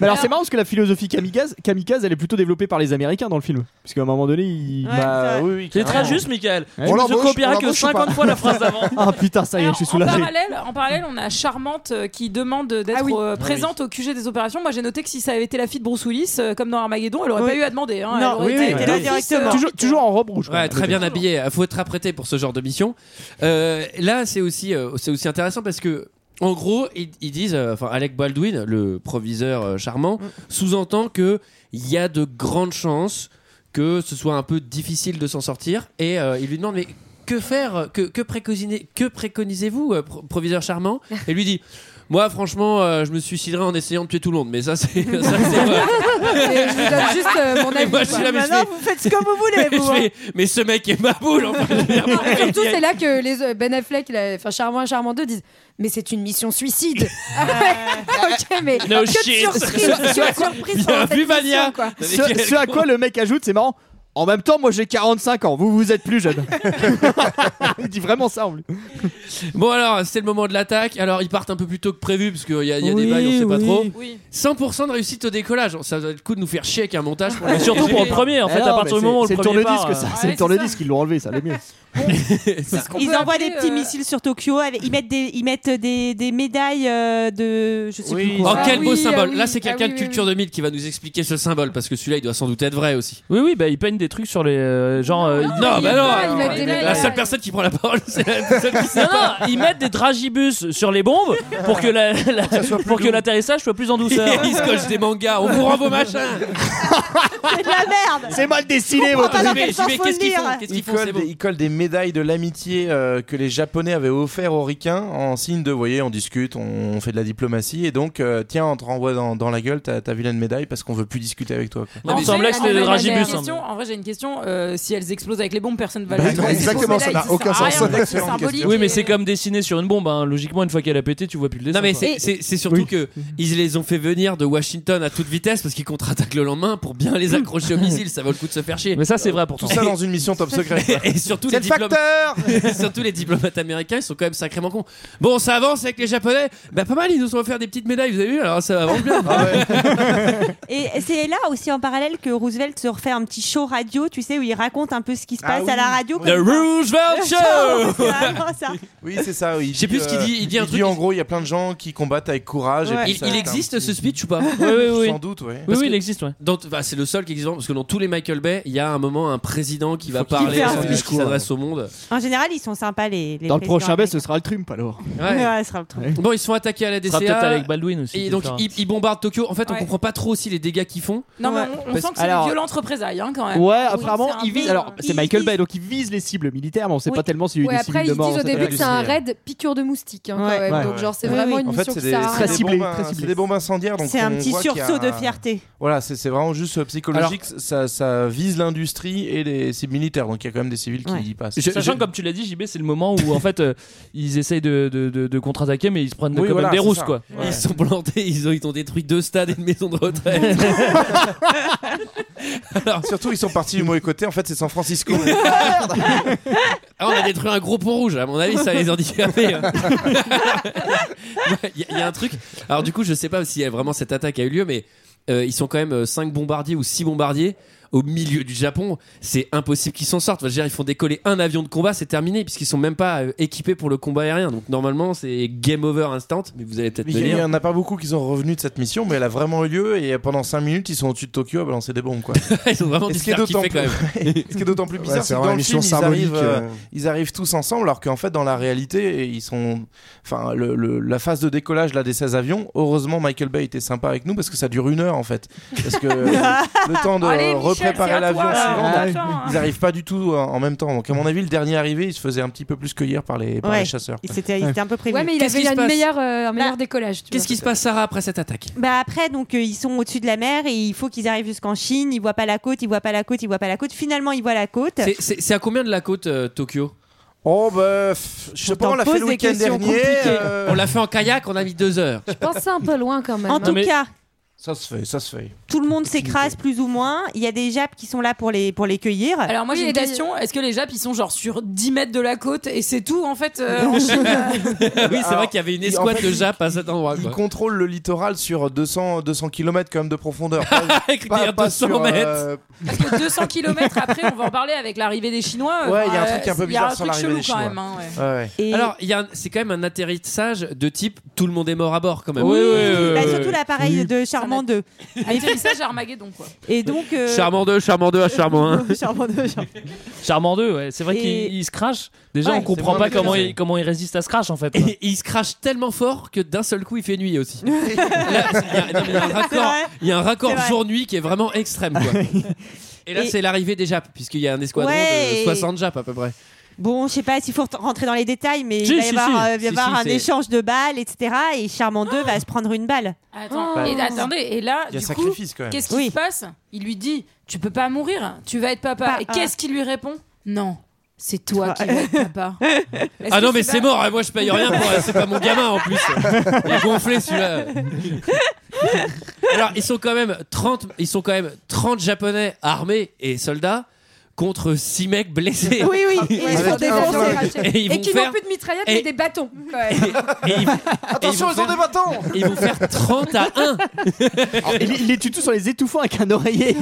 S10: Mais alors c'est marrant parce que la philosophie kamikaze, kamikaze, elle est plutôt développée par les Américains dans le film. Parce qu'à un moment donné, il... bah, oui, oui,
S8: C'est très
S10: carrément.
S8: juste, Michael.
S10: Ouais.
S8: Tu
S10: On
S8: ne
S10: l'embauche,
S8: copieras
S10: on
S8: que
S10: l'embauche ou pas
S8: 50 fois la phrase d'avant.
S10: Ah putain, ça y est, je suis
S11: En
S10: soulagé.
S11: parallèle, en parallèle, on a Charmante euh, qui demande d'être euh, présente au QG des opérations. Moi, j'ai noté que si ça avait été la fille de Bruce Willis, euh, comme dans Armageddon, elle aurait
S2: Oui.
S11: pas eu à demander. hein.
S2: Non,
S11: elle aurait
S2: oui,
S11: été
S2: oui,
S11: avec
S2: elle
S11: le
S2: est
S11: fils,
S2: directement.
S11: euh,
S10: Toujours, toujours en robe rouge.
S9: Ouais, très bien habillé. Faut être apprêté pour ce genre de mission. Euh, là, c'est aussi, euh, c'est aussi intéressant parce que. En gros, ils, ils disent, euh, enfin, Alec Baldwin, le proviseur euh,
S2: Mm.
S9: charmant, sous-entend que il y a de grandes chances que ce soit un peu difficile de s'en sortir, et euh, il lui demande mais que faire, que, que préconisez, que préconisez-vous, euh, pro- proviseur charmant Et lui dit, moi, franchement, euh, je me suiciderai en essayant de tuer tout le monde, mais ça, c'est, ça, c'est vrai.
S12: Et je vous donne juste euh, mon
S9: Et
S12: avis.
S9: moi, je suis là, mais je
S12: Maintenant,
S9: fais-
S12: vous faites ce que vous voulez,
S9: Mais
S12: vous,
S9: je
S12: hein.
S9: fais, mais ce mec est ma boule. Enfin, je veux dire,
S12: Surtout, c'est là que les euh, Ben Affleck, la- enfin Charmant et Charmant 2 disent Mais c'est une mission suicide Ah ouais, Ok, mais
S10: No
S12: que de
S10: shit.
S12: surprise que de surprise pendant cette mission, quoi.
S10: Ce, ce à quoi le mec ajoute, c'est marrant. En même temps, moi j'ai 45 ans, vous vous êtes plus jeune. il dit vraiment ça en lui.
S9: Bon alors, c'est le moment de l'attaque. Alors ils partent un peu plus tôt que prévu parce qu'il y a, il y a
S8: Oui,
S9: des bails, on sait pas
S8: oui.
S9: trop. 100% de réussite au décollage. Ça doit être le coup de nous faire chier avec un montage. Pour
S8: Et surtout pour le premier, en fait, à partir du moment où le
S10: Eh C'est le
S8: premier
S10: tourne-disque,
S8: part,
S10: ça.
S8: euh, Ah,
S10: c'est le tourne-disque, ils l'ont enlevé, ça, le mieux.
S2: Ils envoient
S11: appeler,
S2: des petits
S11: euh,
S2: missiles sur Tokyo. avec- ils mettent des, ils mettent des, des médailles euh, de. Je sais
S9: Oui.
S2: plus
S9: Oh,
S2: quoi.
S9: quel beau symbole!
S2: oui.
S9: Là, c'est
S2: Ah
S9: quelqu'un
S2: oui,
S9: de
S2: oui,
S9: Culture 2000 qui va nous expliquer ce symbole parce que celui-là, il doit sans doute être vrai aussi.
S8: Oui, oui, bah, il peigne des des trucs sur les. euh, genre. euh, non,
S9: il
S8: bah
S9: met pas, il
S8: non
S9: met des
S8: La
S9: médailles.
S8: seule personne qui prend la parole, c'est la seule qui sait pas. Ils mettent des dragibus sur les bombes pour que la- la- pour que l'atterrissage soit plus en douceur.
S9: Ils se collent des mangas, on vous rend vos machins
S2: C'est de la merde
S10: C'est mal dessiné,
S2: votre
S13: truc.
S2: Qu'est-ce qu'ils font
S13: Il colle, des, il colle des médailles de l'amitié euh, que les Japonais avaient offert aux Ricains en signe de, vous voyez, on discute, on, on fait de la diplomatie, et donc, euh, tiens, on te renvoie dans, dans la gueule ta, ta vilaine médaille parce qu'on veut plus discuter avec toi. quoi.
S11: En vrai, en vrai, j'ai
S8: hein,
S11: une question- En vrai, j'ai une question. euh, si elles explosent avec les bombes, personne ne va
S8: Bah,
S11: le trouver.
S8: exactement,
S11: C'est
S8: ça
S11: pour
S8: n'a
S11: cela,
S8: aucun
S11: ça sert à
S8: sens.
S11: rien, en fait, c'est symbolique.
S8: Oui, mais c'est comme dessiner sur une bombe. hein. Logiquement, une fois qu'elle a pété, tu vois plus le dessin.
S9: Non mais
S8: quoi.
S9: c'est- c'est c'est surtout que ils les ont fait venir de Washington à toute vitesse parce qu'ils contre-attaquent le lendemain pour bien les accrocher au missile, ça vaut le coup de se faire chier.
S8: Mais ça, c'est vrai pourtant.
S9: Tout ça dans une
S13: mission top
S9: secret. et surtout les,
S13: C'est le
S9: diplômes- surtout les diplomates américains, ils sont quand même sacrément cons. Bon, ça avance avec les japonais. Bah pas mal, ils nous ont offert des petites médailles, vous avez vu Alors ça avance bien.
S2: Et c'est là aussi en parallèle que Roosevelt se refait un petit show radio, tu sais, où il raconte un peu ce qui se
S13: Ah
S10: Ah
S2: passe à la radio.
S13: The Roosevelt Show
S2: C'est vraiment ça.
S13: Oui, c'est ça. Oui.
S9: Je sais plus ce qu'il dit, il dit un truc-
S13: en gros, il y a plein de gens qui combattent avec courage. et
S9: Ouais.
S13: puis
S9: Il-
S13: ça,
S9: il
S13: c'est un
S9: existe,
S13: petit-
S9: ce speech, ou pas
S13: Oui,
S9: oui, oui.
S13: Sans doute, oui.
S9: Parce que
S8: existe, ouais.
S9: dans- bah, c'est le seul qui existe vraiment, parce que dans tous les Michael Bay, il y a un moment un président qui va parler,
S2: fait un
S9: euh,
S2: speech.
S9: qui s'adresse au monde.
S2: En général, ils sont sympas les. les
S9: Dans le
S2: présidents.
S9: prochain
S10: Chabet, ce sera le Trump alors.
S2: Ouais, ouais, ça sera le truc.
S9: Bon, ils se font attaquer à la
S10: Ce sera
S9: DCA.
S10: peut-être avec Baldwin aussi,
S9: Et
S10: qui
S9: donc,
S10: fera-
S9: ils, ils bombardent Tokyo. En fait, on
S11: Ouais.
S9: comprend pas trop aussi les dégâts qu'ils font.
S11: Non, mais on, on
S9: Parce-
S11: sent que c'est
S9: Alors-
S11: des violentes représailles hein, quand même.
S10: Ouais,
S11: Oui,
S10: apparemment,
S11: c'est un
S10: ils visent.
S11: peu-
S10: Alors, c'est Michael Bay, donc ils visent les cibles militaires, mais on sait pas tellement s'il y a eu
S12: Ouais,
S10: des
S12: après,
S10: civils
S12: ils
S10: de
S12: disent
S10: mort.
S12: au
S10: dans cette
S12: début que c'est un
S10: industrie.
S12: raid piqûre de moustique, hein, quand
S10: Ouais.
S12: même.
S10: Ouais,
S12: donc,
S10: ouais.
S12: genre, c'est
S10: Oui,
S12: vraiment
S10: oui.
S12: une
S13: En
S12: mission
S13: fait, c'est
S12: qui
S13: des,
S12: sert à
S13: c'est
S12: rien.
S13: des bombes, hein, c'est des bombes incendiaires. donc
S12: C'est un
S13: on
S12: petit
S13: voit qu'il y a
S12: sursaut de
S13: un-
S12: fierté.
S13: Voilà, c'est c'est vraiment juste euh, psychologique. ça, ça vise l'industrie et les cibles militaires. Donc il y a quand même des civils qui y passent.
S8: Je- Sachant que, comme tu l'as dit, JB, c'est le moment où en fait euh, ils essayent de, de- de- de contre-attaquer, mais ils se prennent
S9: Oui,
S8: comme
S9: voilà,
S8: des
S9: c'est
S8: rousses
S9: ça.
S8: quoi.
S9: Ils se sont plantés, ils ont, ils ont détruit deux stades et une maison de retraite.
S13: Surtout, ils sont partis du mauvais côté. En fait, c'est San Francisco.
S9: Ah, on a détruit un gros pont rouge, à mon avis, ça les handicapés. hein. Il y, a- il y a un truc. Alors, du coup, je sais pas si euh, vraiment cette attaque a eu lieu, mais euh, ils sont quand même 5 bombardiers ou 6 bombardiers au milieu du Japon. C'est impossible qu'ils s'en sortent. Enfin, je veux dire, ils font décoller un avion de combat, c'est terminé, puisqu'ils sont même pas euh, équipés pour le combat aérien. Donc, normalement, c'est game over instant, mais vous allez peut-être
S13: Il
S9: me
S13: y,
S9: dire.
S13: en a pas beaucoup qui sont revenus de cette mission, mais elle a vraiment eu lieu. Et pendant 5 minutes, ils sont au-dessus de Tokyo à balancer des bombes. Quoi.
S9: Ils ont vraiment
S13: Et
S9: dû
S13: ce
S9: se
S13: qui est
S9: faire
S13: d'autant
S9: kiffer,
S13: plus,
S9: quand même.
S13: ce qui est d'autant plus
S9: Ouais,
S13: bizarre,
S9: c'est
S13: c'est que
S9: vraiment
S13: dans le
S9: une
S13: film,
S9: mission
S13: ils arrivent,
S9: symbolique,
S13: euh,
S9: euh.
S13: ils arrivent tous ensemble, alors qu'en fait, dans la réalité, ils sont. Enfin, le- le- la phase de décollage là, des 16 avions, heureusement, Michael Bay était sympa avec nous parce que ça dure une heure en fait. Parce que euh, le temps de euh,
S9: Allez, Michel, c'est
S13: repréparer
S9: à
S13: l'avion
S9: toi,
S13: suivant,
S9: c'est à
S13: donc,
S9: toi, hein.
S13: ils arrivent pas du tout euh, en même temps. Donc, à mon avis, le dernier arrivé, il se faisait un petit peu plus cueillir par les, par
S2: Ouais.
S13: les chasseurs.
S2: Il s'était il s'était un peu prévu.
S12: Ouais, mais il
S9: Qu'est-ce
S12: avait
S9: qui se
S12: une
S9: passe
S12: meilleure, euh, un meilleur
S2: Bah,
S12: décollage. tu
S9: Qu'est-ce qui se passe, Sarah, après cette attaque
S2: Bah après, donc euh, ils sont au-dessus de la mer et il faut qu'ils arrivent jusqu'en Chine. Ils voient pas la côte, ils voient pas la côte, ils voient pas la côte. Finalement, ils voient la côte.
S9: C'est- C'est c'est à combien de la côte, euh, Tokyo
S13: Oh, bah, je sais
S2: pas, on l'a fait le week-end dernier, euh,
S9: On l'a fait en kayak, on a mis deux heures.
S12: Je pense que c'est un peu loin quand même. hein.
S2: En tout cas,
S13: Ça se fait, ça se fait.
S2: tout le monde s'écrase plus ou moins. Il y a des Japs qui sont là pour les pour les cueillir.
S11: Alors moi j'ai une question, est-ce que les Japs ils sont genre sur 10 mètres de la côte et c'est tout en fait euh, en Chine
S9: oui, c'est vrai qu'il y avait une
S13: il- en
S9: escouade
S13: fait,
S9: de
S13: il-
S9: Jap hein, à cet endroit.
S13: Ils
S9: quoi.
S13: contrôlent le littoral sur 200, 200 km quand même de profondeur. Pas- euh,
S9: Avec dire 200 mètres.
S11: Parce que 200 km après on va en parler avec l'arrivée des Chinois. euh,
S13: Ouais, il y a un
S11: euh,
S13: truc un peu
S11: il y a
S13: bizarre
S11: un
S13: sur
S11: truc
S13: l'arrivée
S11: chelou
S13: des
S11: quand
S13: Chinois.
S11: même. hein, ouais.
S2: Et-
S9: Alors, il y a un- c'est quand même un atterrissage de type tout le monde est mort à bord quand même.
S2: Oui, bah, surtout l'appareil de Charmant 2.
S12: Ah,
S11: Atterrissage à Armageddon quoi.
S2: Et donc. euh,
S9: Charmant hein. 2, Charmant 2 à Charmant 1.
S2: Charmant 2, Charmant
S8: Charmant 2, ouais. C'est vrai
S9: Et-
S8: qu'il il se crache. Déjà,
S9: Ouais,
S8: on comprend
S9: c'est
S8: pas
S9: vraiment
S8: comment
S9: dégueulasse.
S8: il, comment il résiste à ce crash en fait.
S9: Et il se crache tellement fort que d'un seul coup il fait nuit aussi. Là, Il y, a- non, mais il y a un raccord,
S2: vrai.
S9: il y a un raccord
S2: C'est vrai.
S9: jour-nuit qui est vraiment extrême. quoi. Et là,
S2: Et-
S9: c'est l'arrivée des Japs, puisqu'il y a un escadron
S2: Ouais,
S9: de
S2: et-
S9: 60 Japs à peu près.
S2: Bon, je sais pas s'il faut re- rentrer dans les détails, mais
S9: Si,
S2: il va
S9: si,
S2: y avoir,
S9: si.
S2: euh, il va y
S9: Si,
S2: avoir
S9: si,
S2: un
S9: c'est-
S2: échange de balles, etc. Et Charmant 2 va se prendre une balle.
S11: Attends,
S2: Oh.
S11: et attendez, et là,
S9: Ah,
S2: Il y a
S11: du coup,
S2: sacrifice, quand même.
S11: qu'est-ce qui
S2: Oui.
S11: se passe Il lui dit Tu peux pas mourir, tu vas être papa.
S2: Pas-
S11: et qu'est-ce qu'il lui répond Non, c'est toi qui vas être papa. Est-ce
S9: Ah
S11: que
S9: non, mais
S11: pas-
S9: c'est mort, hein, moi je paye rien, pour- c'est pas mon gamin en plus. Il est gonflé celui-là. Alors, ils sont quand même 30, ils sont quand même 30 japonais armés et soldats contre 6 mecs blessés.
S12: Oui, oui, et ils sont
S9: défoncés. Et ils
S12: Et
S9: vont
S12: qui
S9: faire
S12: n'ont plus de mitraillette,
S9: et-
S12: mais des bâtons. Ouais.
S13: Attention, ils ont des bâtons
S9: Ils vont faire 30 à 1.
S10: il, il les tue tous en les étouffant avec un oreiller.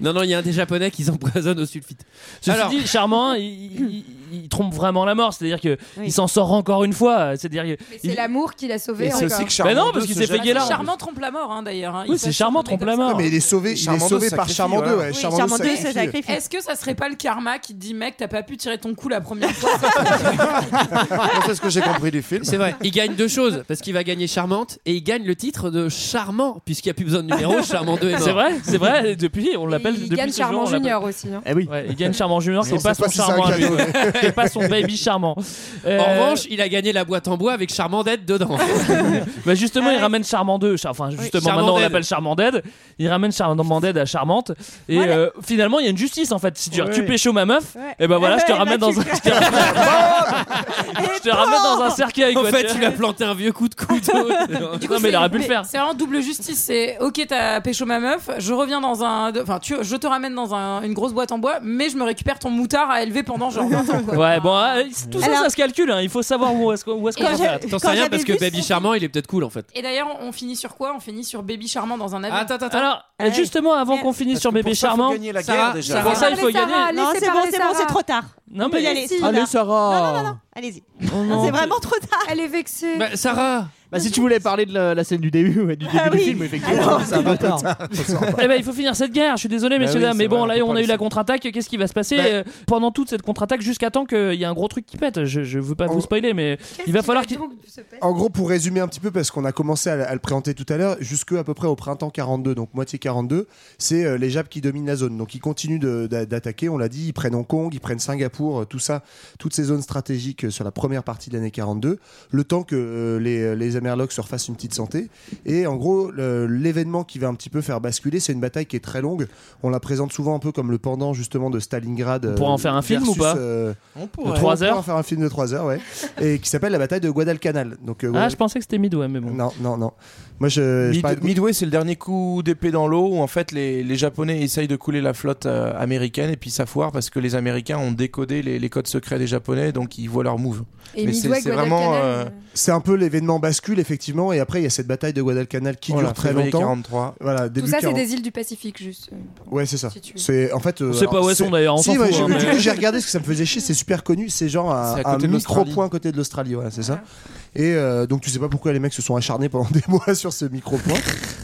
S9: Non, non, il y a un des japonais qui s'empoisonne au sulfite.
S8: Ceci
S9: Alors-
S8: dit, Charmant 1, il, il- il trompe vraiment la mort. C'est-à-dire que il s'en sort encore une fois. C'est-à-dire que-
S12: Mais
S8: il-
S12: c'est l'amour qui l'a sauvé.
S8: Et c'est
S12: encore.
S8: aussi que Charmant Bah non, parce qu'il II s'est se fait jette- guélar.
S11: Charmant trompe la mort, hein, d'ailleurs. hein.
S8: Oui,
S11: Il
S8: c'est
S11: passe-
S8: Charmant trompe la mort.
S4: mais il est sauvé, il est sauvé par Charmant 2.
S11: Oui,
S4: Charmant
S11: Charmant
S4: II,
S11: II,
S4: sacrifie.
S11: c'est sacrifié. Est-ce que ça serait pas le karma qui te dit, mec, t'as pas pu tirer ton coup la première fois
S9: C'est ce que j'ai compris du film. C'est vrai, il gagne deux choses parce qu'il va gagner Charmante et il gagne le titre de Charmant puisqu'il n'y a plus besoin de numéro. Charmant 2 est mort.
S8: C'est vrai, c'est vrai. Depuis, on l'appelle.
S12: Il
S8: depuis
S12: gagne
S8: ce jour,
S12: Charmant
S8: on l'appelle-
S12: Junior aussi. hein.
S10: Eh oui.
S8: il gagne Charmant Junior,
S9: On
S8: c'est
S9: sait
S8: pas son
S9: pas si c'est
S8: Charmant
S9: un
S8: à lui,
S9: cadeau.
S8: ouais. C'est pas son baby Charmant. Euh,
S9: En revanche, il a gagné la boîte en bois avec Charmandette dedans.
S8: bah
S9: Ah
S8: justement, il ramène Charmant 2. Char- Enfin, justement, maintenant on
S9: Charmandel.
S8: l'appelle Charmant Dead. Il ramène Charmant Dead à Charmante. Et euh, finalement, il y a une justice en fait. Si tu,
S9: Ouais.
S8: tu pécho ma meuf, et ben voilà,
S9: Eh
S8: je te
S9: ben,
S8: ramène
S9: bah,
S8: dans
S9: tu
S8: un.
S9: craques.
S8: je te ramène- Je te ramène dans un cercueil.
S9: En
S8: quoi,
S9: fait,
S8: tu vois.
S9: il a planté un vieux coup de couteau.
S11: Du coup,
S8: Non, mais il
S11: c'est-
S8: aurait pu le
S11: mais
S8: faire.
S11: C'est vraiment double justice. C'est ok, t'as pécho ma meuf. Je reviens dans un. Enfin, tu, je te ramène dans un- une grosse boîte en bois, mais je me récupère ton moutard à élever pendant genre 20 ans. Quoi.
S8: Ouais, bon, euh, c'est- tout ça,
S11: Alors-
S8: ça se calcule. hein. Il faut savoir où est-ce qu'on où est-ce qu'on
S11: Quand
S8: va
S11: j'ai-
S8: faire.
S11: T'en sais quand rien j'avais parce que vu
S8: Baby Charmant, il est peut-être cool en fait.
S11: Et d'ailleurs, on finit sur quoi On finit sur Baby Charmant dans un avion.
S8: Attends, attends, Alors, justement, avant qu'on finisse sur Bébé
S11: Ah ça, faut
S8: Charmant,
S11: gagner la
S8: Sarah,
S11: guerre, déjà.
S8: pour ça, il
S11: Allez,
S8: faut
S11: Sarah,
S8: gagner.
S11: allez,
S2: Non,
S11: Laissez
S2: c'est bon,
S11: parler
S2: c'est bon,
S11: Sarah.
S2: c'est trop tard.
S8: Ah, Non,
S2: On peut
S8: mais-
S2: y aller.
S8: Si.
S2: On y
S8: Allez,
S2: va.
S10: Sarah.
S2: Non, non, non, non, allez-y.
S10: non,
S2: c'est
S10: t'es-
S2: vraiment trop tard.
S12: Elle est vexée.
S9: Oh, Bah, Sarah
S10: Bah, si tu voulais parler de la, la scène du début, ouais, du début
S8: Ah
S10: du
S8: oui.
S10: film, effectivement,
S8: Alors-
S10: c'est un peu tard.
S8: Eh ben, il faut finir cette guerre. Je suis désolé,
S10: Bah
S8: messieurs
S10: oui,
S8: dames,
S10: c'est
S8: mais bon,
S10: vrai, on
S8: là,
S10: peut
S8: on
S10: pas
S8: a eu
S10: laisser.
S8: la contre-attaque. Qu'est-ce qui va se passer
S10: Bah-
S8: euh, pendant toute cette contre-attaque jusqu'à temps qu'il y a un gros truc qui pète Je, je veux pas vous spoiler, mais il va falloir qu'il.
S4: En gros, pour résumer un petit peu, parce qu'on a commencé à, à le présenter tout à l'heure, jusque à peu près au printemps 42, donc moitié 42, c'est euh, les Japs qui dominent la zone. Donc ils continuent de- d'a- d'attaquer, on l'a dit, ils prennent Hong Kong, ils prennent Singapour, euh, tout ça, toutes ces zones stratégiques euh, sur la première partie de l'année 42, le temps que euh, les, les Amerlocs se refassent une petite santé. Et en gros, le- l'événement qui va un petit peu faire basculer, c'est une bataille qui est très longue. On la présente souvent un peu comme le pendant justement de Stalingrad. euh,
S8: On pourrait en faire un film ou pas
S4: On
S8: pourrait. De trois heures
S4: faire un film de 3 heures, ouais. et qui s'appelle La bataille de Guadalcanal. Donc, euh,
S8: Ah,
S4: Guadal-
S8: je pensais que c'était Midway, mais bon.
S4: Non, non, non. Moi, Euh, je.
S13: Mid- Midway, c'est le dernier coup d'épée dans l'eau où en fait les, les Japonais essayent de couler la flotte euh, américaine et puis ça foire parce que les Américains ont décodé les, les codes secrets des Japonais donc ils voient leur move. Mais c'est- c'est vraiment. euh,
S4: C'est un peu l'événement bascule, effectivement. Et après, il y a cette bataille de Guadalcanal qui
S13: Voilà,
S4: dure très
S13: Oh février
S4: longtemps.
S13: 43.
S4: Voilà,
S12: Tout
S4: début
S12: ça, c'est
S4: 40.
S12: des îles du Pacifique, juste.
S4: Ouais, c'est ça. c'est en fait. euh,
S8: On sait pas
S4: alors,
S8: où elles sont,
S4: c'est-
S8: d'ailleurs, on
S4: Si,
S8: s'en
S4: ouais,
S8: fout,
S4: j'ai-
S8: hein,
S4: du
S8: mais-
S4: coup, j'ai regardé parce que ça me faisait chier. C'est super connu. C'est genre un,
S13: C'est à côté
S4: un
S13: de l'Australie.
S4: micro-point à côté de l'Australie. Voilà, c'est ça. Et euh, donc, tu sais pas pourquoi les mecs se sont acharnés pendant des mois sur ce micro-point.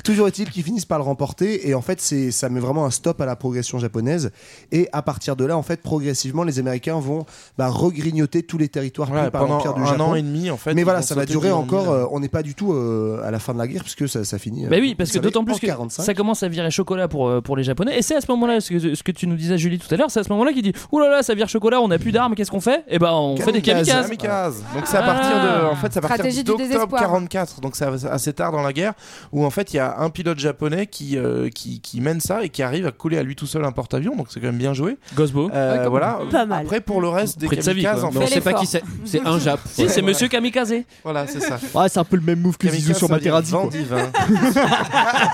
S4: Toujours est-il qu'ils finissent par le remporter. Et en fait, c'est ça met vraiment un stop à la progression japonaise. Et à partir de là, en fait, progressivement, les Américains vont bah, regrignoter tous les territoires
S13: Voilà,
S4: pris par
S13: pendant
S4: l'empire du
S13: un
S4: Japon.
S13: an et demi, en fait,
S4: Mais
S13: ils
S4: voilà,
S13: vont
S4: ça va
S13: sauter
S4: durer
S13: du en
S4: encore.
S13: mille.
S4: euh, on n'est pas du tout euh, à la fin de la guerre puisque ça, ça finit.
S8: Bah
S4: euh,
S8: oui, parce que
S4: vous savez,
S8: d'autant plus
S4: en
S8: que
S4: 45.
S8: ça commence à virer chocolat pour, euh, pour les Japonais. Et c'est à ce moment-là, ce que, ce que tu nous disais, Julie, tout à l'heure, c'est à ce moment-là qu'il dit Ouh là là, ça vire chocolat, on n'a plus d'armes, qu'est-ce qu'on fait Eh ben, on fait des kamikazes.
S13: Kamikazes. Donc c'est à partir
S8: Ah.
S13: de en fait c'est à
S8: Stratégie
S13: partir
S8: du
S13: d'octobre
S8: désespoir.
S13: 44 donc c'est assez tard dans la guerre où en fait il y a un pilote japonais qui, euh, qui qui mène ça et qui arrive à couler à lui tout seul un porte-avions donc c'est quand même bien joué. Euh,
S8: Gosbo.
S2: Ouais, comme-
S13: voilà.
S2: Pas mal.
S13: Après pour le reste des
S8: Près de sa vie,
S13: kamikazes
S8: quoi.
S13: en
S8: Mais on
S13: fait
S8: sait pas qui c'est. C'est un Jap. Si, c'est Monsieur Kamikaze.
S13: Voilà, c'est ça.
S10: Ouais, c'est un peu le même move que
S13: Kamikaze,
S10: Zizou sur
S13: ça veut dire
S10: Materazzi. quoi.
S13: Vendive, hein.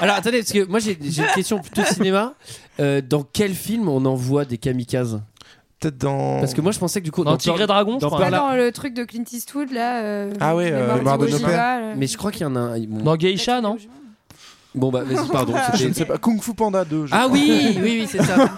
S9: Alors attendez, parce que moi j'ai j'ai une question plutôt cinéma. Euh, dans quel film on envoie des kamikazes
S13: Peut-être dans. Ah
S9: Parce que moi je pensais que du coup.
S8: Dans Tigre et Dragon, je crois.
S9: Pearl-
S12: Dans le truc de Clint Eastwood, là. euh,
S9: Ah ouais,
S12: Mémoire
S9: Mémoire de
S12: d'Iwo
S9: nos
S12: Jima,
S9: pères.
S12: là. euh.
S9: Mais je crois qu'il y en a un. bon.
S8: Dans Geisha, non
S9: Bon bah vas-y, pardon.
S13: Je ne sais pas. Kung Fu Panda 2. je
S9: Ah
S13: crois.
S9: oui, oui, oui, c'est ça.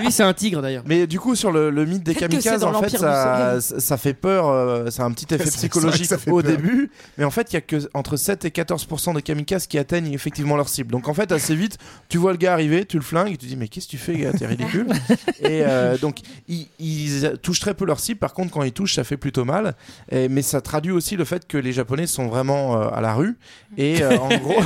S9: oui, c'est un tigre d'ailleurs.
S13: Mais du coup, sur le, le mythe des
S9: Peut-être que c'est
S13: kamikazes,
S9: dans
S13: en fait,
S9: l'Empire
S13: ça,
S9: du
S13: ça- ça fait peur. euh, ça a un petit effet
S9: C'est- c'est vrai que
S13: psychologique
S9: ça fait
S13: au
S9: peur.
S13: début. Mais en fait, il y a que entre 7 et 14 des kamikazes qui atteignent effectivement leur cible. Donc en fait, assez vite, tu vois le gars arriver, tu le flingues, et tu dis Mais qu'est-ce que tu fais, gars T'es ridicule. et euh, donc, ils, ils touchent très peu leur cible. Par contre, quand ils touchent, ça fait plutôt mal. Et- mais ça traduit aussi le fait que les Japonais sont vraiment euh, à la rue. Et euh, en gros.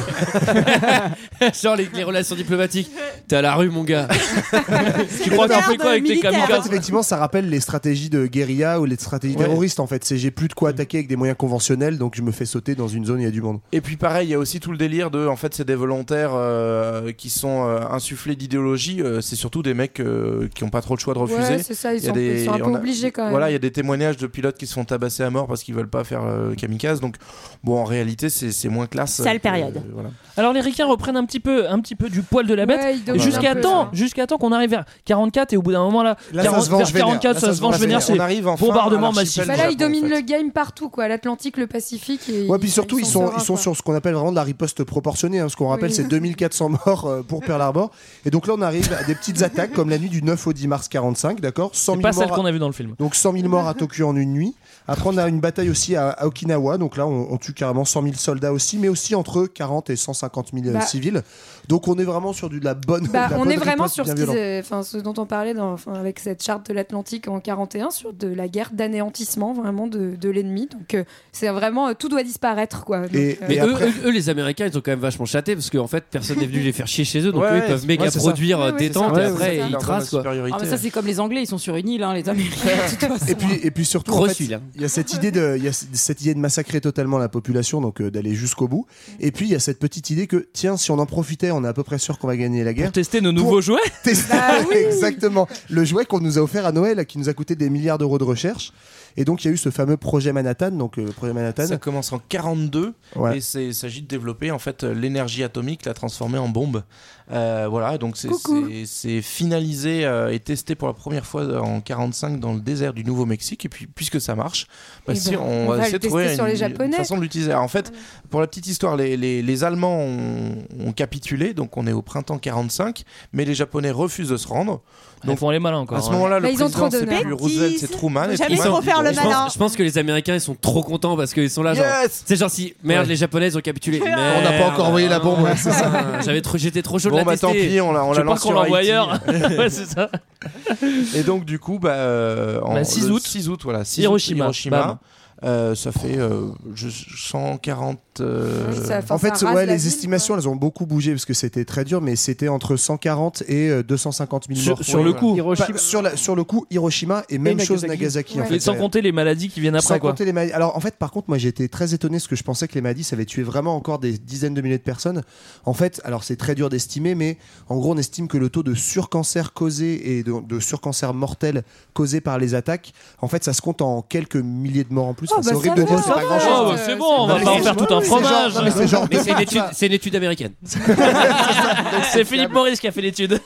S9: Genre les, les relations diplomatiques. T'es à la rue, mon gars. tu
S4: Mais
S9: crois
S4: non,
S9: qu'on
S4: mais
S9: fait quoi avec tes
S4: militaire. En fait,
S9: kamikazes
S4: Effectivement, ça rappelle les stratégies de guérilla ou les stratégies
S13: Ouais.
S4: terroristes. En fait, c'est j'ai plus de quoi attaquer avec des moyens conventionnels, donc je me fais sauter dans une zone où il y a du monde.
S13: Et puis pareil, il y a aussi tout le délire de, en fait, c'est des volontaires euh, qui sont euh, insufflés d'idéologie. euh, c'est surtout des mecs euh, qui n'ont pas trop le choix de
S12: Ouais,
S13: refuser.
S12: c'est ça, ils
S13: Il y a
S12: sont- ils sont un peu
S13: on
S12: obligés, quand même.
S13: Voilà, il y a des témoignages de pilotes qui se font tabasser à mort parce qu'ils veulent pas faire euh, kamikaze. Donc bon, en réalité, c'est c'est moins classe.
S2: Sale
S13: que-
S2: période.
S13: voilà.
S8: Alors les Ricains reprennent un petit peu, un petit peu du poil de la bête
S11: Ouais, ils dominent un
S8: jusqu'à
S11: peu,
S8: temps,
S11: ça.
S8: jusqu'à temps qu'on arrive vers 44 et au bout d'un moment là,
S13: Là, ça se venge
S8: vers
S13: vénère.
S8: 44
S13: Là,
S8: ça, se venge vénère,
S13: On
S8: c'est
S13: arrive enfin
S8: bombardement
S13: à
S8: massif.
S13: l'archipel
S12: Bah là, ils dominent le game partout, quoi. L'Atlantique, le Pacifique. Et
S4: Ouais, puis surtout, ils sont,
S12: sereins,
S4: ils sont
S12: quoi.
S4: sur ce qu'on appelle vraiment de la riposte proportionnée. hein. Ce qu'on rappelle,
S12: Oui.
S4: c'est 2400 morts euh, pour Pearl Harbor. Et donc là, on arrive à des petites attaques comme la nuit du 9 au 10 mars 45, d'accord 100
S8: C'est
S4: 000
S8: pas celle
S4: morts à-
S8: qu'on a vue dans le film.
S4: Donc 100 000 morts à Tokyo en une nuit. Après, on a une bataille aussi à, à Okinawa. Donc là, on, on tue carrément 100 000 soldats aussi, mais aussi entre 40 et 150 000 euh,
S12: Bah.
S4: civils. Donc on est vraiment sur du, de la bonne.
S12: Bah,
S4: de la
S12: on
S4: bonne
S12: est vraiment
S4: riposte
S12: sur ce,
S4: bien
S12: qu'ils-
S4: violente.
S12: euh, enfin, ce dont on parlait dans, enfin, avec cette charte de l'Atlantique en 41 sur de la guerre d'anéantissement vraiment de, de l'ennemi. Donc euh, c'est vraiment euh, tout doit disparaître quoi. Donc, euh,
S9: mais eux, eux- eux, les Américains, ils ont quand même vachement chaté parce qu'en fait, personne n'est venu les faire chier chez eux, donc
S13: Ouais,
S9: eux, ils
S13: ouais,
S9: peuvent
S13: c'est-
S9: méga
S13: ouais, c'est ça.
S9: produire
S13: Ouais,
S9: euh,
S13: ouais, c'est
S9: détente
S13: ça.
S9: et
S13: Ouais,
S9: après
S13: ouais, c'est
S9: ils
S13: leur
S9: tracent quoi.
S11: Ah, mais ça, c'est comme les Anglais, ils sont sur une île, hein, les Américains. de toute façon.
S4: Et puis, et puis surtout, en
S9: Gros
S4: fait,
S9: celui-là.
S4: il y a cette idée de, il y a c- cette idée de massacrer totalement la population, donc euh, d'aller jusqu'au bout. Et puis il y a cette petite idée que tiens, si on en profitait, on est à peu près sûr qu'on va gagner la guerre.
S8: Pour tester nos nouveaux jouets.
S4: Tester- Exactement. Le jouet qu'on nous a offert à Noël, qui nous a coûté des milliards d'euros de recherche. Et donc il y a eu ce fameux projet Manhattan, donc euh, le projet Manhattan.
S13: Ça commence en 42
S4: Ouais.
S13: et c'est- il s'agit de développer en fait euh, l'énergie atomique, la transformer en bombe. Euh, voilà, donc c'est- c'est c'est finalisé euh, et testé pour la première fois euh, en 45 dans le désert du Nouveau-Mexique. Et puis puisque ça marche, bah,
S12: Eh
S13: si,
S12: ben,
S13: on,
S12: on va le
S13: essayer de
S12: tester
S13: trouver
S12: sur les
S13: une- une,
S12: Japonais.
S13: façon de l'utiliser. Alors, En fait, pour la petite histoire, les, les- les Allemands ont, ont capitulé, donc on est au printemps 45, mais les Japonais refusent de se rendre.
S8: Donc font les malins encore.
S13: À ce moment-là,
S8: Bah,
S13: le
S8: ils ont
S13: président
S8: trop
S13: c'est
S8: d'honneur.
S13: plus Roosevelt, c'est Truman. et
S2: Jamais
S13: Truman,
S2: trop
S13: il
S2: faire
S13: dit,
S2: le
S13: bon,
S9: Je
S2: malin.
S9: pense, je pense que les Américains ils sont trop contents parce qu'ils sont là genre
S13: Yes
S9: c'est genre si merde
S13: Ouais.
S9: les Japonais ils ont capitulé.
S13: On
S9: Merde.
S13: n'a pas encore envoyé la bombe, ouais, c'est
S9: Putain, J'avais trop j'étais trop chaud
S13: Bon,
S9: de la
S13: bah,
S9: tester.
S13: tant pis, on la- on
S9: Je
S13: la
S9: pense
S13: lance
S9: qu'on
S13: sur
S9: l'envoie
S13: Haïti.
S9: ailleurs. ouais c'est ça.
S13: Et donc du coup, bah, euh, en,
S8: Bah, 6
S13: le
S8: août.
S13: 6 août, voilà, 6
S8: Hiroshima.
S13: Hiroshima.
S8: Bam.
S13: euh, ça fait euh, je- 140. euh,
S4: en fait, ouais, les estimations, elles ont beaucoup bougé parce que c'était très dur, mais c'était entre 140 et euh, 250 000
S8: Sur-
S4: morts.
S8: sur le coup.
S4: Pas- sur, la- sur le coup, Hiroshima et même chose Nagasaki. en
S8: Et
S4: fait,
S8: sans
S4: ouais.
S8: compter les maladies qui viennent
S4: Sans
S8: après quoi.
S4: compter les maladies. Alors en fait, par contre, moi j'ai été très étonné parce que je pensais que les maladies ça avait tué vraiment encore des dizaines de milliers de personnes. En fait, alors c'est très dur d'estimer, mais en gros, on estime que le taux de surcancer causé et de, de surcancer mortel causé par les attaques, en fait, ça se compte en quelques milliers de morts en plus.
S9: Oh,
S4: Enfin, c'est
S9: bah,
S4: horrible
S9: ça
S4: de dire,
S9: va,
S4: c'est pas
S9: ça
S4: grand
S9: va,
S4: chose.
S9: Oh, bah, c'est bon, on va
S4: Mais
S9: pas en
S4: c'est-
S9: faire tout un
S4: oui, c'est genre-
S9: fromage.
S4: non, mais c'est genre
S9: Mais c'est une
S4: deux-
S9: étude- c'est une étude américaine.
S8: C'est Philippe Maurice qui a fait l'étude.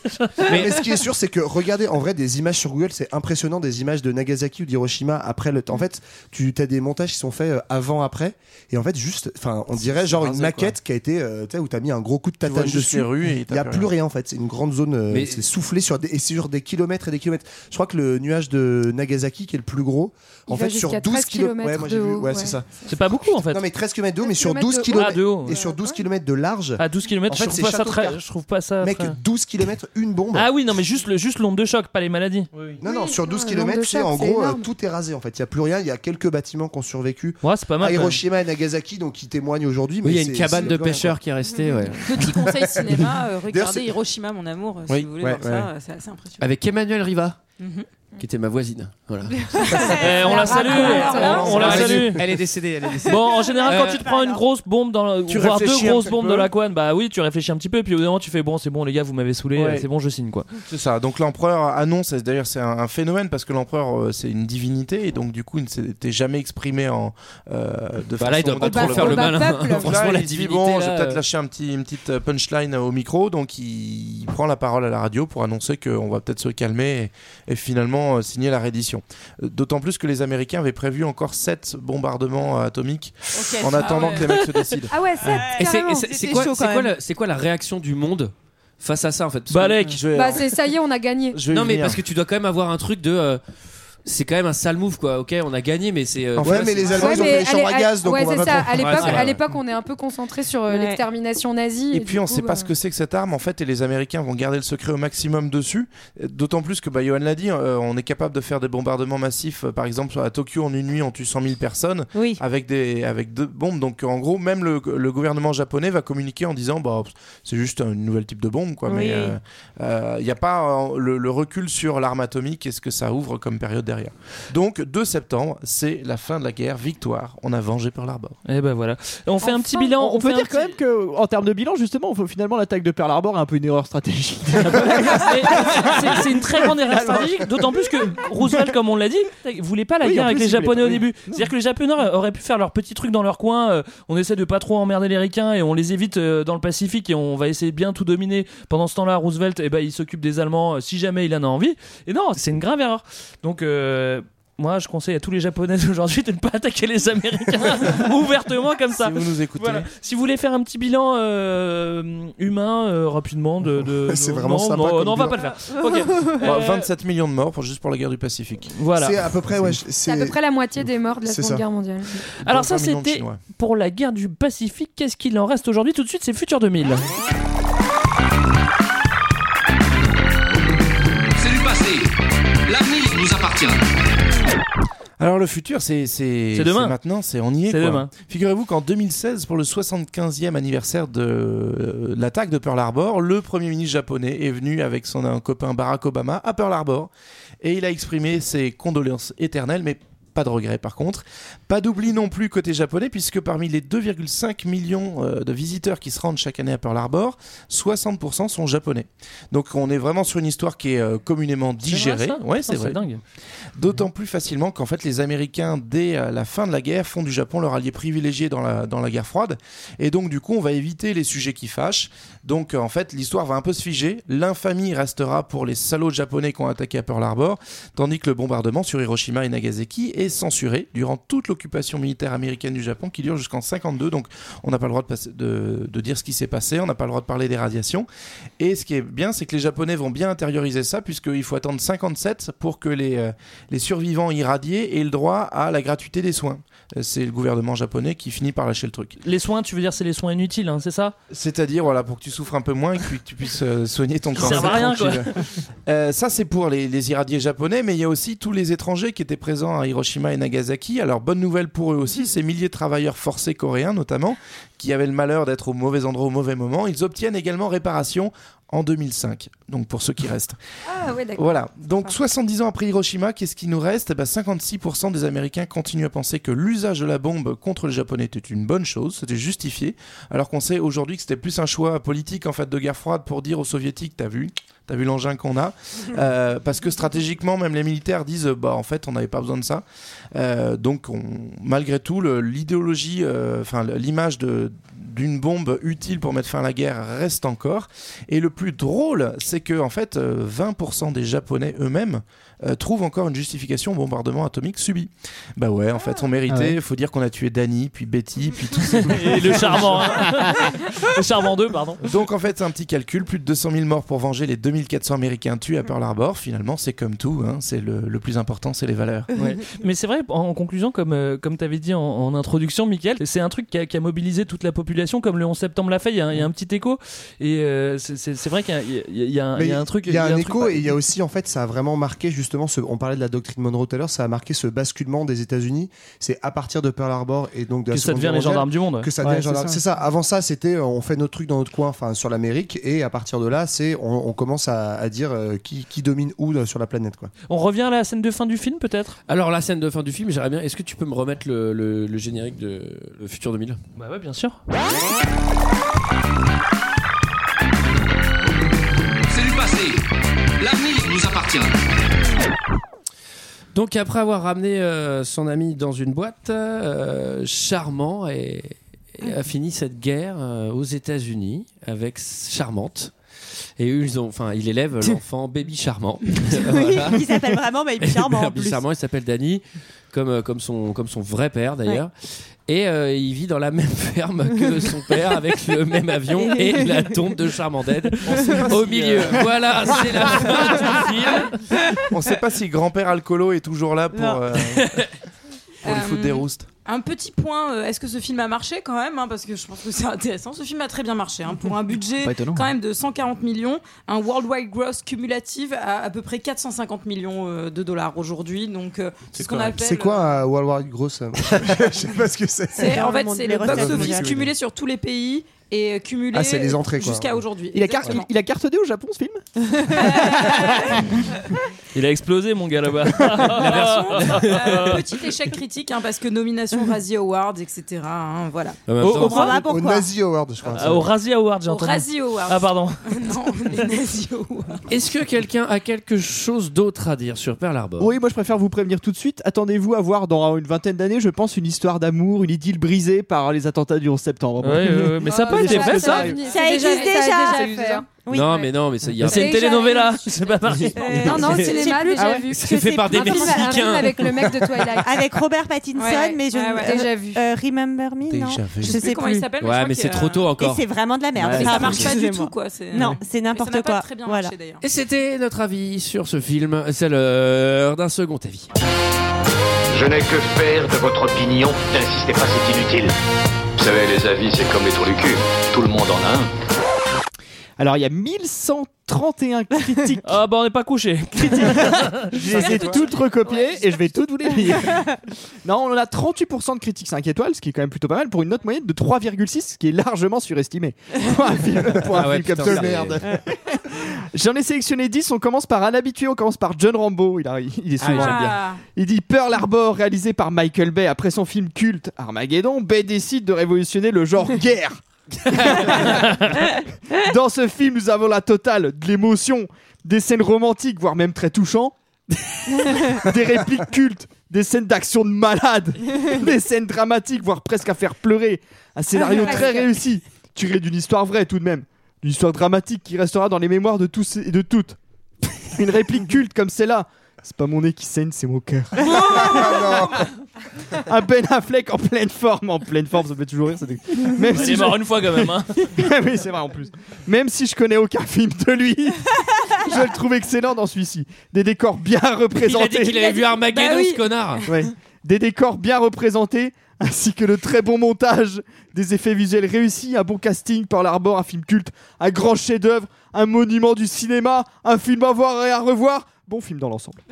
S4: Mais... ce qui est sûr, c'est que regardez en vrai des images sur Google, c'est impressionnant des images de Nagasaki ou d'Hiroshima après le. En fait, tu as des montages qui sont faits euh, avant après, et en fait juste, enfin, on dirait genre une
S13: rasé,
S4: maquette qui a été, euh, tu sais, où t'as mis un gros coup de
S13: vois
S4: tatane
S13: juste
S4: dessus.
S13: les rues et
S4: Il y a
S13: t'as
S4: plus
S13: plus
S4: rien en fait. C'est une grande zone, euh,
S13: Mais-
S4: c'est soufflé sur des, et sur des kilomètres et des kilomètres. Je crois que le nuage de Nagasaki qui est le plus gros,
S12: Il
S4: en
S12: va
S4: fait sur
S12: jusqu'à
S4: 12
S12: 13
S4: kilomètres.
S12: kilomètres
S4: Ouais, moi j'ai
S12: de
S4: vu.
S12: haut,
S4: Ouais, c'est
S12: ouais.
S4: ça.
S8: C'est pas beaucoup en fait.
S4: Non mais 13 km de haut, mais sur 12
S8: kilomètres de haut.
S4: km et sur 12 km de large.
S8: À 12 km,
S4: En fait,
S8: je,
S4: c'est
S8: trouve pas ça
S4: château de
S8: très-
S4: cartes.
S8: je trouve pas ça.
S4: Mec,
S8: très-
S4: 12 km, une bombe.
S8: Ah oui, non, mais juste le juste l'onde de choc, pas les maladies.
S4: Non, non, sur 12
S8: le nombre de
S4: km, c'est
S8: chocs,
S4: en
S8: c'est
S4: gros, euh,
S8: énorme.
S4: tout est rasé en fait. Il n'y a plus rien, il y a quelques bâtiments qui ont survécu.
S8: Ouais, c'est pas mal.
S4: à
S8: quand même.
S4: Hiroshima et Nagasaki, donc qui témoignent aujourd'hui.
S9: Oui, il y a
S4: mais
S9: une
S4: c'est-
S9: cabane
S4: c'est
S9: de
S4: plus rien,
S9: pêcheurs
S4: quoi.
S9: qui est restée. ouais.
S8: Mm-hmm.
S11: Petit conseil cinéma, euh,
S4: D'ailleurs,
S11: regardez
S4: c'est-
S11: Hiroshima, mon amour, euh,
S9: Oui,
S11: si vous voulez
S9: ouais,
S11: voir
S9: ouais.
S11: ça, euh, c'est assez impressionnant.
S9: Avec Emmanuel Riva,
S11: Mhm.
S9: qui était ma voisine. Voilà.
S8: Eh, on la salue, on, on la salue.
S9: Elle est décédée, elle est décédée.
S8: Bon, en général, quand tu te prends une grosse bombe dans, la-
S9: Tu
S8: voire deux
S9: réfléchis un
S8: grosses
S9: petit
S8: bombes
S9: peu.
S8: dans la couane, bah oui, tu réfléchis un petit peu, et puis au bout d'un moment, tu fais bon, c'est bon, les gars, vous m'avez saoulé,
S13: Ouais.
S8: c'est bon, je signe quoi.
S13: C'est ça. Donc l'empereur annonce, et d'ailleurs c'est un, un phénomène parce que l'empereur euh, c'est une divinité et donc du coup il ne s'était jamais exprimé en euh, de
S9: Bah, là, il doit
S13: façon
S9: pas trop faire le malin.
S13: Donc là,
S9: Franchement, la
S13: il dit,
S9: divinité,
S13: bon, je
S9: là,
S13: vais peut-être
S9: euh,
S13: lâcher un petit, une petite euh, punchline euh, au micro. Donc il, il prend la parole à la radio pour annoncer qu'on va peut-être se calmer et, et finalement euh, signer la reddition. Euh, D'autant plus que les Américains avaient prévu encore 7 bombardements euh, atomiques en
S12: Ah
S13: attendant
S12: ouais.
S13: que les mecs se décident.
S12: Ah ouais, sept,
S9: Et c'est-
S12: carrément.
S9: et c'est- c'est quoi, c'est quoi la- c'est quoi la réaction du monde face à ça en fait Parce que-
S12: Bah c'est ça y est, on a gagné.
S9: Non mais parce que tu dois quand même avoir un truc de. euh, c'est quand même un sale move quoi. Ok, on a gagné, mais c'est. euh,
S4: Ouais,
S9: tu vois,
S4: mais
S9: c'est-
S4: les Allemands, ils ont
S12: Ouais,
S4: fait
S12: mais
S4: les chambres
S12: à
S4: à
S12: l'é-
S4: gaz, donc
S12: ouais,
S4: on va
S12: c'est
S4: pas
S12: ça.
S4: trop-
S12: À l'époque,
S13: Ouais, c'est
S12: à
S13: vrai.
S12: l'époque, on est un peu concentré sur euh, l'extermination nazie.
S13: Et puis on
S12: du
S13: sait
S12: coup,
S13: pas
S12: euh,
S13: ce que c'est que cette arme en fait et les Américains vont garder le secret au maximum dessus. D'autant plus que bah, Johan l'a dit, euh, on est capable de faire des bombardements massifs. euh, par exemple à Tokyo en une nuit on tue 100 000 personnes avec des avec deux bombes. Donc en gros même le, le gouvernement japonais va communiquer en disant bah pff, c'est juste un nouvel type de bombe quoi. euh,
S2: Oui.
S13: Mais il n'y a pas euh, le, le recul sur l'arme atomique et ce que ça ouvre comme période derrière. Donc 2 septembre, c'est la fin de la guerre, victoire, on a vengé Pearl Harbor.
S8: Et ben voilà. On fait un petit bilan.
S10: On, peut dire quand même que, en termes de bilan, justement, faut- finalement, l'attaque de Pearl Harbor est un peu une erreur stratégique.
S8: Et c'est- C'est une très grande erreur stratégique, d'autant plus que Roosevelt, comme on l'a dit, voulait pas la
S10: Oui,
S8: guerre
S10: en
S8: avec
S10: plus,
S8: les
S10: il voulait
S8: Japonais
S10: pas.
S8: au début. C'est-à-dire que les Japonais auraient pu faire leur petit truc dans leur coin. euh, on essaie de pas trop emmerder les Ricains et on les évite euh, dans le Pacifique et on va essayer de bien tout dominer. Pendant ce temps-là, Roosevelt, eh ben, il s'occupe des Allemands euh, si jamais il en a envie. Et non, c'est une grave erreur. Donc. euh, moi, je conseille à tous les Japonais aujourd'hui de ne pas attaquer les Américains ouvertement comme ça.
S13: Si vous nous écoutez.
S8: Voilà. Si vous voulez faire un petit bilan euh, humain euh, rapidement de, de-
S13: C'est
S8: non,
S13: vraiment
S8: non,
S13: sympa
S8: Non,
S13: comme
S8: non, on va
S13: bilan.
S8: pas le faire. Ok.
S13: Bon,
S8: Euh,
S13: Bah, 27 millions de morts pour- juste pour la guerre du Pacifique.
S8: Voilà.
S4: C'est à peu près, ouais, je-
S12: C'est à peu près la moitié des morts de la
S13: C'est
S12: Seconde
S13: ça.
S12: Guerre mondiale.
S8: Alors ça,
S13: 20 millions de
S8: c'était
S13: Chinois.
S8: pour la guerre du Pacifique. Qu'est-ce qu'il en reste aujourd'hui Tout de suite, c'est Futur 2000.
S18: Euh, C'est du passé. L'avenir nous appartient.
S13: Alors le futur, c'est c'est
S8: C'est demain.
S13: c'est maintenant, c'est on y est.
S8: C'est
S13: quoi.
S8: demain.
S13: Figurez-vous qu'en 2016, pour le 75e anniversaire de euh, l'attaque de Pearl Harbor, le premier ministre japonais est venu avec son un copain Barack Obama à Pearl Harbor et il a exprimé ses condoléances éternelles, mais pas de regret par contre. Pas d'oubli non plus côté japonais, puisque parmi les 2,5 millions euh, de visiteurs qui se rendent chaque année à Pearl Harbor, 60% sont japonais. Donc on est vraiment sur une histoire qui est euh, communément digérée.
S8: ça
S13: ouais,
S8: Putain,
S13: c'est
S8: c'est
S13: vrai.
S8: dingue.
S13: D'autant plus facilement qu'en fait les Américains, dès euh, la fin de la guerre, font du Japon leur allié privilégié dans la, dans la guerre froide. Et donc du coup, on va éviter les sujets qui fâchent. Donc euh, en fait, l'histoire va un peu se figer. L'infamie restera pour les salauds japonais qui ont attaqué à Pearl Harbor, tandis que le bombardement sur Hiroshima et Nagasaki est censuré durant toute l'occupation militaire américaine du Japon qui dure jusqu'en 52. Donc on n'a pas le droit de, passer- de- de dire ce qui s'est passé, on n'a pas le droit de parler des radiations. Et ce qui est bien, c'est que les Japonais vont bien intérioriser ça, puisqu'il faut attendre 57 pour que les, euh, les survivants irradiés aient le droit à la gratuité des soins. Euh, C'est le gouvernement japonais qui finit par lâcher le truc.
S8: Les soins, tu veux dire, c'est les soins inutiles, hein, c'est ça
S13: C'est-à-dire, voilà, pour que tu souffres un peu moins et que tu puisses euh, soigner ton
S8: Ils
S13: cancer.
S8: servent à rien,
S13: tranquille.
S8: quoi.
S13: Euh, ça, c'est pour les, les irradiés japonais, mais il y a aussi tous les étrangers qui étaient présents à Hiroshima et Nagasaki. Alors, bonne nouvelle pour eux aussi, ces milliers de travailleurs forcés coréens, notamment, qui avaient le malheur d'être au mauvais endroit au mauvais moment, ils obtiennent également réparation en 2005. Donc, pour ceux qui restent.
S12: Ah ouais, d'accord.
S13: Voilà. Donc 70 ans après Hiroshima, qu'est-ce qui nous reste Eh ben, 56% des Américains continuent à penser que l'usage de la bombe contre les Japonais était une bonne chose, c'était justifié, alors qu'on sait aujourd'hui que c'était plus un choix politique en fait de guerre froide pour dire aux soviétiques t'as vu T'as vu l'engin qu'on a Euh, Parce que stratégiquement, même les militaires disent bah en fait on n'avait pas besoin de ça. Euh, donc on- malgré tout, le- l'idéologie, euh, enfin l'image de d'une bombe utile pour mettre fin à la guerre reste encore. Et le plus drôle, c'est que en fait, euh, 20% des Japonais eux-mêmes euh, trouvent encore une justification au bombardement atomique subi. Bah ouais, en fait, on méritait.
S8: Ah ouais.
S13: Faut dire qu'on a tué Dany, puis Betty, puis tout.
S8: Et le charmant. hein. le charmant 2, pardon.
S13: Donc en fait, c'est un petit calcul, plus de 200 000 morts pour venger les 2400 Américains tués à Pearl Harbor. Finalement, c'est comme tout, hein, c'est le, le plus important, c'est les valeurs.
S8: Ouais. Mais c'est vrai, en en conclusion, comme, euh, comme tu avais dit en, en introduction, Michael, c'est un truc qui a, qui a mobilisé toute la population, comme le 11 septembre l'a fait, il y, a un- il y a un petit écho. Et euh, c'est- c'est c'est vrai qu'il y a- il y, a- il y a un-
S4: Mais
S8: il y a un truc.
S4: Il y a un
S8: truc-
S4: écho et il y a aussi, en fait, ça a vraiment marqué justement. Ce, on parlait de la doctrine Monroe tout à l'heure, ça a marqué ce basculement des États-Unis. C'est à partir de Pearl Harbor et donc de la
S8: Que ça
S4: Seconde
S8: devient
S4: Guerre
S8: les
S4: mondiale
S8: gendarmes du monde, ouais.
S4: Que ça devient
S8: Ouais,
S4: les
S8: c'est
S4: gendarmes.
S8: ça.
S4: C'est ça. Avant ça, c'était euh, on fait notre truc dans notre coin, enfin sur l'Amérique, et à partir de là, c'est on, on commence à, à dire euh, qui, qui domine où euh, sur la planète, quoi.
S8: On revient à la scène de fin du film, peut-être
S19: Alors la scène de fin du film, j'aimerais bien. Est-ce que tu peux me remettre le, le- le générique de le futur 2000
S8: Bah ouais, bien sûr.
S18: C'est du passé. L'avenir nous appartient.
S19: Donc après avoir ramené euh, son ami dans une boîte, euh, Charmant et, et
S2: Ah.
S19: a fini cette guerre euh, aux États-Unis avec Charmante. Et eux, ils ont, enfin, il élève l'enfant Baby Charmant. Voilà.
S2: qui s'appelle vraiment Baby Charmant, en
S19: Baby
S2: plus.
S19: Charmant, il s'appelle Danny, comme, euh, comme, son, comme son vrai père d'ailleurs. Et euh, il vit dans la même ferme que son père avec le même avion et la tombe de Charmandette au milieu. Voilà, c'est la fin du film.
S13: On sait pas si grand-père alcoolo est toujours là pour,
S11: Non.
S13: euh, pour les foutre des roustes.
S11: Un petit point, euh, est-ce que ce film a marché quand même hein, Parce que je pense que c'est intéressant. Ce film a très bien marché. hein, pour un budget
S10: Pas étonnant.
S11: quand même de 140 millions, un worldwide gross cumulatif à à peu près 450 millions euh, de dollars aujourd'hui. Donc, euh, c'est ce qu'on appelle.
S4: C'est quoi un World War Gross euh, Je sais pas ce que c'est.
S11: C'est- en fait, c'est le box-office cumulé sur tous les pays et euh, cumulé
S4: Ah, c'est les entrées, quoi.
S11: jusqu'à aujourd'hui.
S10: Il a, car- il,
S11: Exactement.
S10: il a carte au Japon ce film
S8: Il a explosé mon gars là-bas.
S11: Euh, petit échec critique hein, parce que nomination Razzie Awards, etc. hein, voilà.
S8: En même Au- temps- au-
S11: Voilà
S8: au Nazi
S4: Award, je crois.
S8: Ah, au Razzie Award, j'ai
S11: Au
S8: entendu.
S11: Razzie Awards.
S8: Ah, pardon.
S11: non, les Nazi Awards.
S9: Est-ce que quelqu'un a quelque chose d'autre à dire sur Pearl Harbor
S10: Oui, moi je préfère vous prévenir tout de suite. Attendez-vous à voir dans une vingtaine d'années, je pense, une histoire d'amour, une idylle brisée par les attentats du 11 septembre. Ah,
S9: Ouais, ouais, ouais, mais ça a pas été fait, ça.
S2: Ça existe déjà.
S9: non, mais non, mais ça y a.
S8: C'est une télénovela. C'est pas pareil.
S9: Euh,
S2: Euh,
S12: Non, non,
S2: Je sais
S12: cinéma,
S2: plus.
S12: déjà
S2: Ah ouais.
S12: vu.
S8: C'est fait par des
S12: Un film- un film
S8: Mexicains.
S12: avec le mec de Twilight.
S2: Avec Robert Pattinson,
S12: Ouais, ouais.
S2: mais je
S12: Ouais, ouais. Déjà
S2: vu. Remember Me, non
S9: Déjà vu.
S2: Je
S9: Je
S2: sais
S9: sais
S2: plus
S11: comment il s'appelle, mais je
S9: Ouais,
S11: crois
S9: mais
S11: que,
S9: c'est trop tôt
S2: Et
S9: encore.
S2: c'est vraiment de la merde.
S9: Ouais.
S2: Ça
S9: Ça
S2: marche
S9: marche
S2: pas du
S11: tout, quoi.
S2: Non, c'est n'importe quoi. Voilà.
S9: Et c'était notre avis sur ce film. C'est l'heure d'un second avis.
S18: Je n'ai que faire de votre opinion. N'insistez pas, c'est inutile. Vous savez, les avis, c'est comme les trous du cul. Tout le monde en a un.
S10: Alors il y a 1131 critiques.
S8: Ah bah on n'est pas couché.
S10: je les ai toutes recopiées et je vais toutes vous les lire. non, on en a 38% de critiques 5 étoiles, ce qui est quand même plutôt pas mal, pour une note moyenne de 3,6, ce qui est largement surestimé. pour un film, pour un
S9: Ah ouais,
S10: film comme
S9: putain, c'est-
S10: ça.
S9: merde.
S10: J'en ai sélectionné 10, on commence par un habitué, on commence par John Rambo, il, a- il est
S9: Ah,
S10: souvent.
S9: j'aime bien.
S10: Il dit Pearl Harbor, réalisé par Michael Bay après son film culte Armageddon, Bay décide de révolutionner le genre guerre. Dans ce film, nous avons la totale de l'émotion, des scènes romantiques, voire même très touchantes, des répliques cultes, des scènes d'action de malade, des scènes dramatiques, voire presque à faire pleurer. Un scénario très réussi, tiré d'une histoire vraie tout de même, d'une histoire dramatique qui restera dans les mémoires de tous et de toutes. Une réplique culte comme celle-là. C'est pas mon nez qui saigne, c'est mon cœur. Un Ben Affleck en pleine forme, en pleine forme, ça me fait toujours rire. ça dé-
S8: Il est mort
S10: je- Ah
S8: une fois, quand même, hein.
S10: oui, c'est vrai en plus. Même si je connais aucun film de lui, je le trouve excellent dans celui-ci. Des décors bien représentés.
S9: Il a dit bah qu'il avait vu Armageddon, ce connard.
S10: Ouais. Des décors bien représentés, ainsi que le très bon montage, des effets visuels réussis, un bon casting, Pearl Harbor, un film culte, un grand chef-d'œuvre, un monument du cinéma, un film à voir et à revoir. Bon film dans l'ensemble.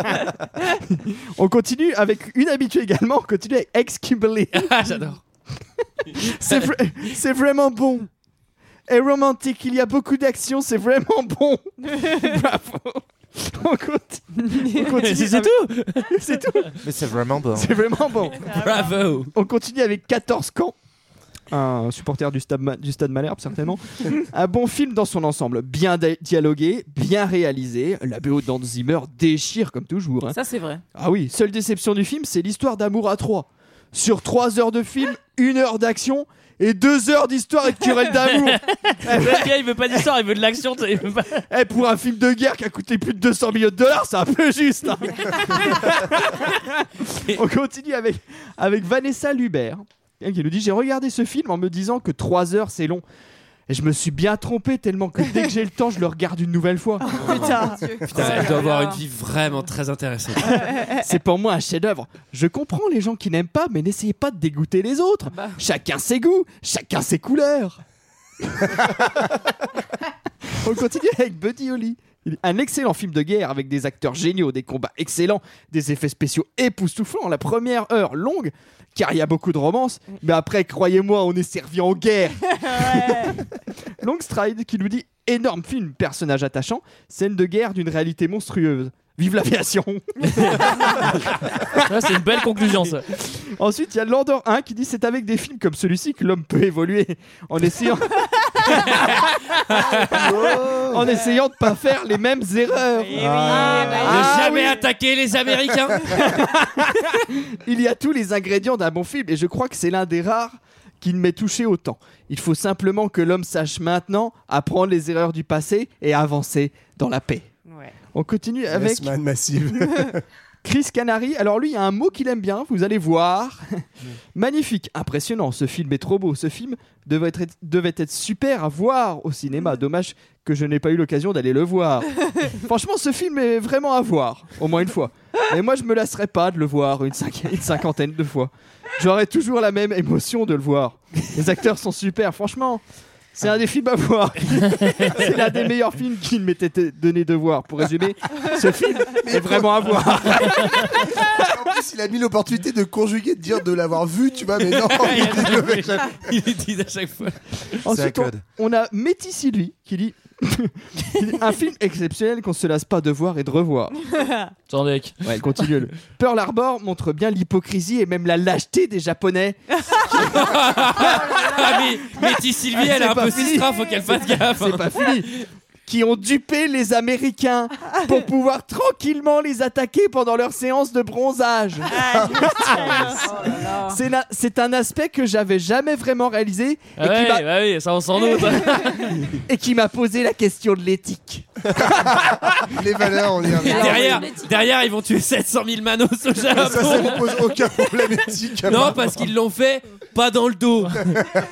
S10: on continue avec une habituée également, on continue avec Ex Kimberly.
S9: Ah, J'adore.
S10: C'est vrai- c'est vraiment bon. Et romantique, il y a beaucoup d'action, c'est vraiment bon. Bravo. On continue. on continue
S9: C'est
S10: avec- C'est tout.
S13: Mais c'est vraiment bon.
S10: C'est vraiment bon.
S9: Bravo.
S10: On continue avec 14 camps. Un supporter du stade, Ma- du stade Malherbe, certainement. un bon film dans son ensemble. Bien di- dialogué, bien réalisé. La BO de Dan Zimmer déchire comme toujours. hein.
S11: Ça, c'est vrai.
S10: Ah oui, seule déception du film, c'est l'histoire d'amour à trois. Sur trois heures de film, une heure d'action et deux heures d'histoire et de querelle d'amour. ben,
S8: Le gars, il veut pas d'histoire, il veut de l'action. tu sais, il veut pas-
S10: Eh, pour un film de guerre qui a coûté plus de 200 millions de dollars, c'est un peu juste. hein. On continue avec, avec Vanessa Lubert, hein, qui nous dit J'ai regardé ce film en me disant que 3 heures c'est long. Et je me suis bien trompé tellement que dès que j'ai le temps, je le regarde une nouvelle fois.
S11: Putain.
S10: Ah,
S9: Putain, Oh, elle doit avoir une vie vraiment très intéressante.
S10: C'est pour moi un chef-d'œuvre. Je comprends les gens qui n'aiment pas, mais n'essayez pas de dégoûter les autres. Chacun ses goûts, chacun ses couleurs. On continue avec Buddy Holly. Un excellent film de guerre avec des acteurs géniaux, des combats excellents, des effets spéciaux époustouflants. La première heure longue, car il y a beaucoup de romance, mais après, croyez-moi, on est servi en guerre. Longstride qui nous dit énorme film, personnage attachant, scène de guerre d'une réalité monstrueuse. Vive l'aviation
S8: Ça, c'est une belle conclusion, ça.
S10: Ensuite, il y a Landor 1 qui dit c'est avec des films comme celui-ci que l'homme peut évoluer en essayant en essayant de pas faire les mêmes erreurs.
S8: Eh Ah, bah
S10: Ah,
S9: ne jamais Ah, attaquer les Américains.
S10: Il y a tous les ingrédients d'un bon film et je crois que c'est l'un des rares qui ne m'ait touché autant. Il faut simplement que l'homme sache maintenant apprendre les erreurs du passé et avancer dans la paix. On continue avec
S4: Yes Man Massive.
S10: Chris Canary, alors lui, il y a un mot qu'il aime bien, vous allez voir. Magnifique, impressionnant, ce film est trop beau. Ce film devait être, devait être super à voir au cinéma. Dommage que je n'ai pas eu l'occasion d'aller le voir. Franchement, ce film est vraiment à voir, au moins une fois. Mais moi, je me lasserai pas de le voir une, cinqui- une cinquantaine de fois. J'aurai toujours la même émotion de le voir. Les acteurs sont super, franchement. C'est un des films à voir. c'est l'un des meilleurs films qu'il m'était donné de voir. Pour résumer, ce film est vraiment à voir.
S4: En plus, il a mis l'opportunité de conjuguer, de dire de l'avoir vu, tu vois, mais non, il dit le mec, j'avoue.
S9: Il utilise à chaque fois.
S10: Ensuite, on, on a Métissi lui qui dit un film exceptionnel qu'on se lasse pas de voir et de revoir.
S11: Eh.
S8: Tandek.
S10: Ouais, continue. Pearl Harbor montre bien l'hypocrisie et même la lâcheté des Japonais.
S9: Ah, mais, mais Tis Sylvie,
S10: Ah,
S9: elle
S10: c'est
S9: a un
S10: pas
S9: peu
S10: fini.
S9: sistra, faut qu'elle fasse gaffe. hein.
S10: C'est pas fini. Qui ont dupé les Américains pour pouvoir tranquillement les attaquer pendant leur séance de bronzage. C'est la- C'est un aspect que j'avais jamais vraiment réalisé et
S8: Ah
S10: qui
S8: ouais,
S10: m'a
S8: bah oui, ça on s'en doute.
S10: et qui m'a posé la question de l'éthique.
S4: Les valeurs, on y
S9: Et
S4: revient. Ah
S9: derrière, derrière, ils vont tuer 700 000 manos au Japon.
S4: Ça, ça vous pose aucun problème éthique.
S9: non, parce qu'ils l'ont fait pas dans le dos.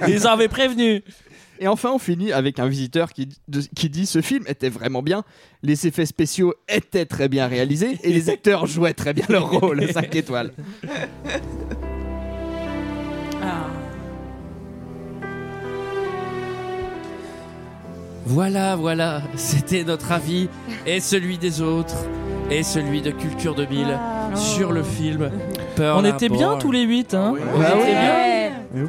S8: Ils avaient prévenu.
S10: Et enfin, on finit avec un visiteur qui, de- qui dit ce film était vraiment bien, les effets spéciaux étaient très bien réalisés et les acteurs jouaient très bien leur rôle. 5 étoiles.
S9: Voilà, voilà, c'était notre avis et celui des autres et celui de Culture 2000
S8: Ah.
S9: sur le film Pearl
S8: On était bien
S9: Harbor.
S8: tous les 8 hein.
S9: On était bien.
S11: Eh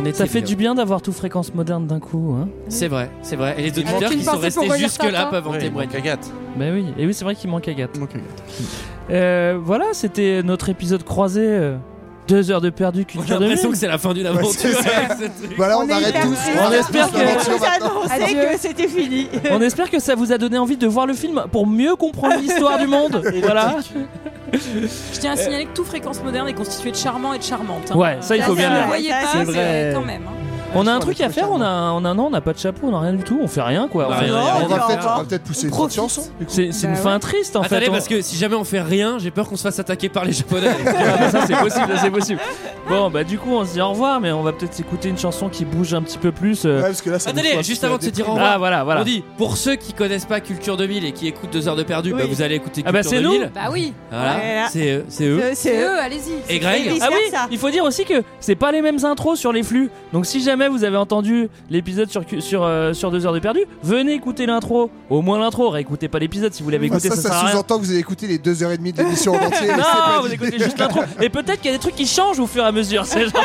S9: On était
S8: Ça fait
S9: bien.
S8: du bien d'avoir tout fréquence moderne d'un coup hein.
S9: C'est vrai, c'est vrai. Et les
S8: Il manque
S9: auditeurs
S8: une
S9: qui sont
S8: pensée pour
S9: restés
S8: Roger hein.
S9: jusque-là
S8: Tintin.
S9: peuvent en
S8: Ouais, il
S9: témoigner.
S8: Ben oui, et oui, c'est vrai qu'il manque Agathe. Euh, voilà, c'était notre épisode croisé. euh, Deux heures de perdu,
S9: On a
S8: culture de
S9: l'impression que c'est la fin d'une aventure. avec ce truc.
S4: Voilà, Bah on,
S8: On est
S4: arrête
S8: hyper
S4: tous.
S8: triste.
S4: arrête
S8: On espère
S4: tous
S8: que-
S4: l'aventure maintenant.
S2: On sait
S8: Adieu.
S2: que c'était fini.
S8: On espère que ça vous a donné envie de voir le film pour mieux comprendre l'histoire du monde. Et voilà.
S11: Je tiens à
S8: Eh.
S11: signaler que tout fréquence moderne est constitué de charmants et de charmantes. hein.
S8: Ouais, ça, il faut
S11: Si
S8: bien le
S11: vous
S8: dire.
S11: le voyez pas,
S8: C'est
S11: c'est
S8: vrai.
S11: quand même. hein.
S8: On a un truc à faire, on a, un- on a un an, on n'a pas de chapeau, on n'a rien du tout, on fait rien quoi.
S9: Bah,
S8: On fait-
S9: rien, rien,
S4: On va
S9: rien.
S4: peut-être on va peut-être pousser une petite chanson.
S8: C'est c'est une
S9: Bah
S8: fin triste en
S9: Attendez,
S8: fait. on-
S9: parce que si jamais on fait rien, j'ai peur qu'on se fasse attaquer par les Japonais.
S8: Ah, bah, ça c'est possible, ça, c'est possible. Bon bah du coup on se dit au revoir, mais on va peut-être écouter une chanson qui bouge un petit peu plus. euh.
S4: Ouais, parce que là, ça nous
S9: Attendez,
S4: fout un
S9: juste
S4: petit
S9: avant
S4: peu
S9: de se
S4: la
S9: dire au
S4: déprime.
S9: revoir,
S8: Ah, voilà, voilà.
S9: on dit pour ceux qui connaissent pas Culture 2000 et qui écoutent 2 heures de perdu, bah,
S11: Oui.
S9: vous allez écouter Culture
S8: Ah bah, c'est nous.
S9: 2000.
S11: Bah oui.
S9: Voilà,
S8: Ouais.
S9: c'est eux. C'est eux.
S11: C'est eux, allez-y.
S9: Et Greg
S8: Ah oui, il faut dire aussi que c'est pas les mêmes intros sur les flux. Donc si jamais vous avez entendu l'épisode sur sur euh, sur deux heures de perdu, venez écouter l'intro. Au moins l'intro, réécoutez pas l'épisode si vous l'avez
S4: Ah,
S8: écouté,
S4: ça,
S8: ça, sert à
S4: ça
S8: rien.
S4: sous-entend que vous avez écouté les 2h30 de l'émission en entier. mais c'est
S8: Non,
S4: pas
S8: vous
S4: dit.
S8: écoutez juste l'intro. Et peut-être qu'il y a des trucs qui changent au fur et à mesure. C'est genre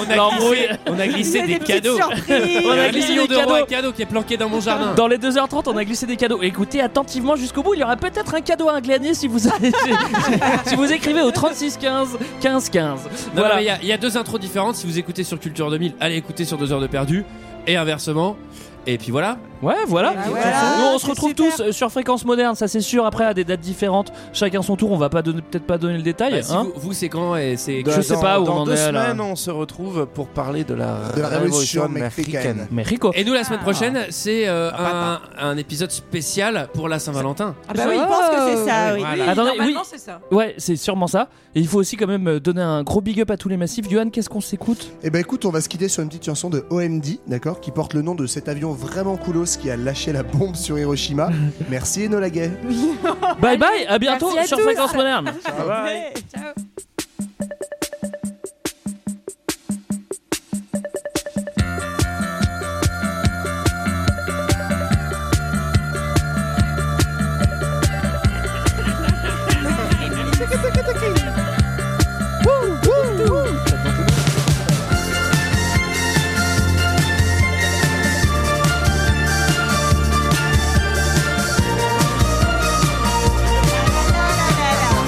S9: On a glissé, on a glissé des, cadeaux.
S8: On a
S9: Un
S8: glissé
S9: million
S8: des
S9: d'euros à
S8: cadeaux.
S9: cadeau qui est planqué dans mon jardin.
S8: Dans les 2h30, on a glissé des cadeaux. Écoutez attentivement jusqu'au bout. Il y aura peut-être un cadeau à gagner si vous si vous écrivez au 36 15 15 15.
S9: Non,
S8: Voilà.
S9: mais il y a- il y, a deux intros différentes. Si vous écoutez sur Culture 2000, allez écouter sur 2 heures de perdu. Et inversement. Et puis voilà.
S8: Ouais, voilà.
S2: Ah
S9: voilà,
S8: Nous, on se retrouve tous euh, sur Fréquence Moderne, ça c'est sûr. Après, à des dates différentes, chacun son tour. On va pas donner- peut-être pas donner le détail.
S9: Bah, si
S8: hein.
S9: vous, vous, c'est quand et c'est.
S8: Je sais pas où
S13: dans
S8: on en
S13: deux
S8: est là.
S13: semaines, on se retrouve pour parler de la,
S4: De la révolution
S13: mexicaine. Ah.
S4: mexicaine.
S8: Mais Rico.
S9: Et nous, la semaine prochaine, c'est euh, un, un épisode spécial pour la Saint-Valentin.
S2: Ah bah oui, je pense que c'est ça, oui.
S9: Voilà.
S8: Attendez, oui.
S11: Normalement, c'est ça.
S8: Ouais, c'est sûrement ça. Et il faut aussi quand même euh, donner un gros big up à tous les massifs. Johan, qu'est-ce qu'on s'écoute
S4: Eh ben écoute, on va se quitter sur une petite chanson de OMD, d'accord, qui porte le nom de cet avion vraiment coolos qui a lâché la bombe sur Hiroshima. Merci Enola Gay.
S8: Bye bye, à bientôt
S11: Merci à
S8: sur
S11: tous.
S8: Fréquence Moderne.
S11: Ciao.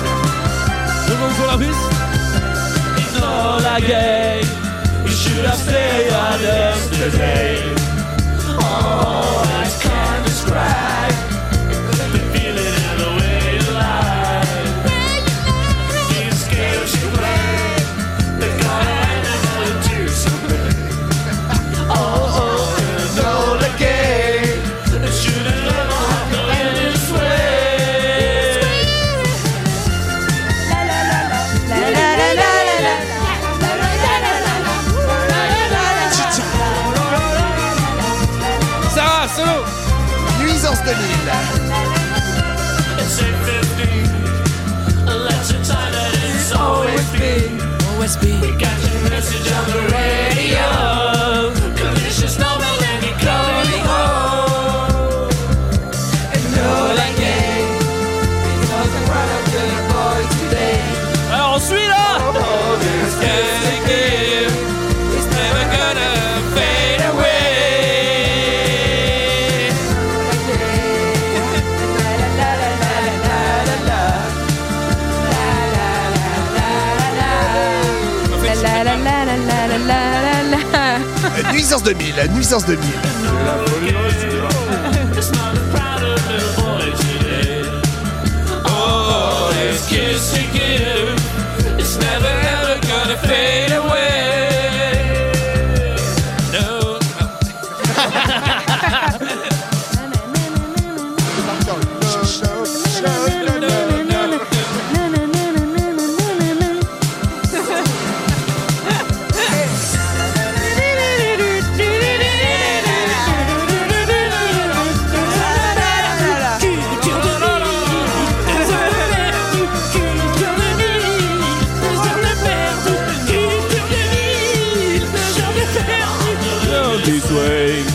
S9: Rejoins-nous sur la piste.
S8: Enola Gay,
S17: you should have stayed on yesterday. Oh, I can't describe the feeling and the way you lie. These games you play, the guy I never do something. Oh, oh, it's all a game. It should have never happened this way.
S9: Sarah, solo
S4: Nuisance 2000
S17: It's 8.15 Let's time that it's always been
S9: Always be.
S17: Got your message on the radio Delicious
S20: la
S4: Euh, Nuisance 2000, euh, nuisance 2000.
S15: It's not a proud little boy today. Oh, this kiss you give, it's never ever gonna fade away. No. This way.
S8: Oh,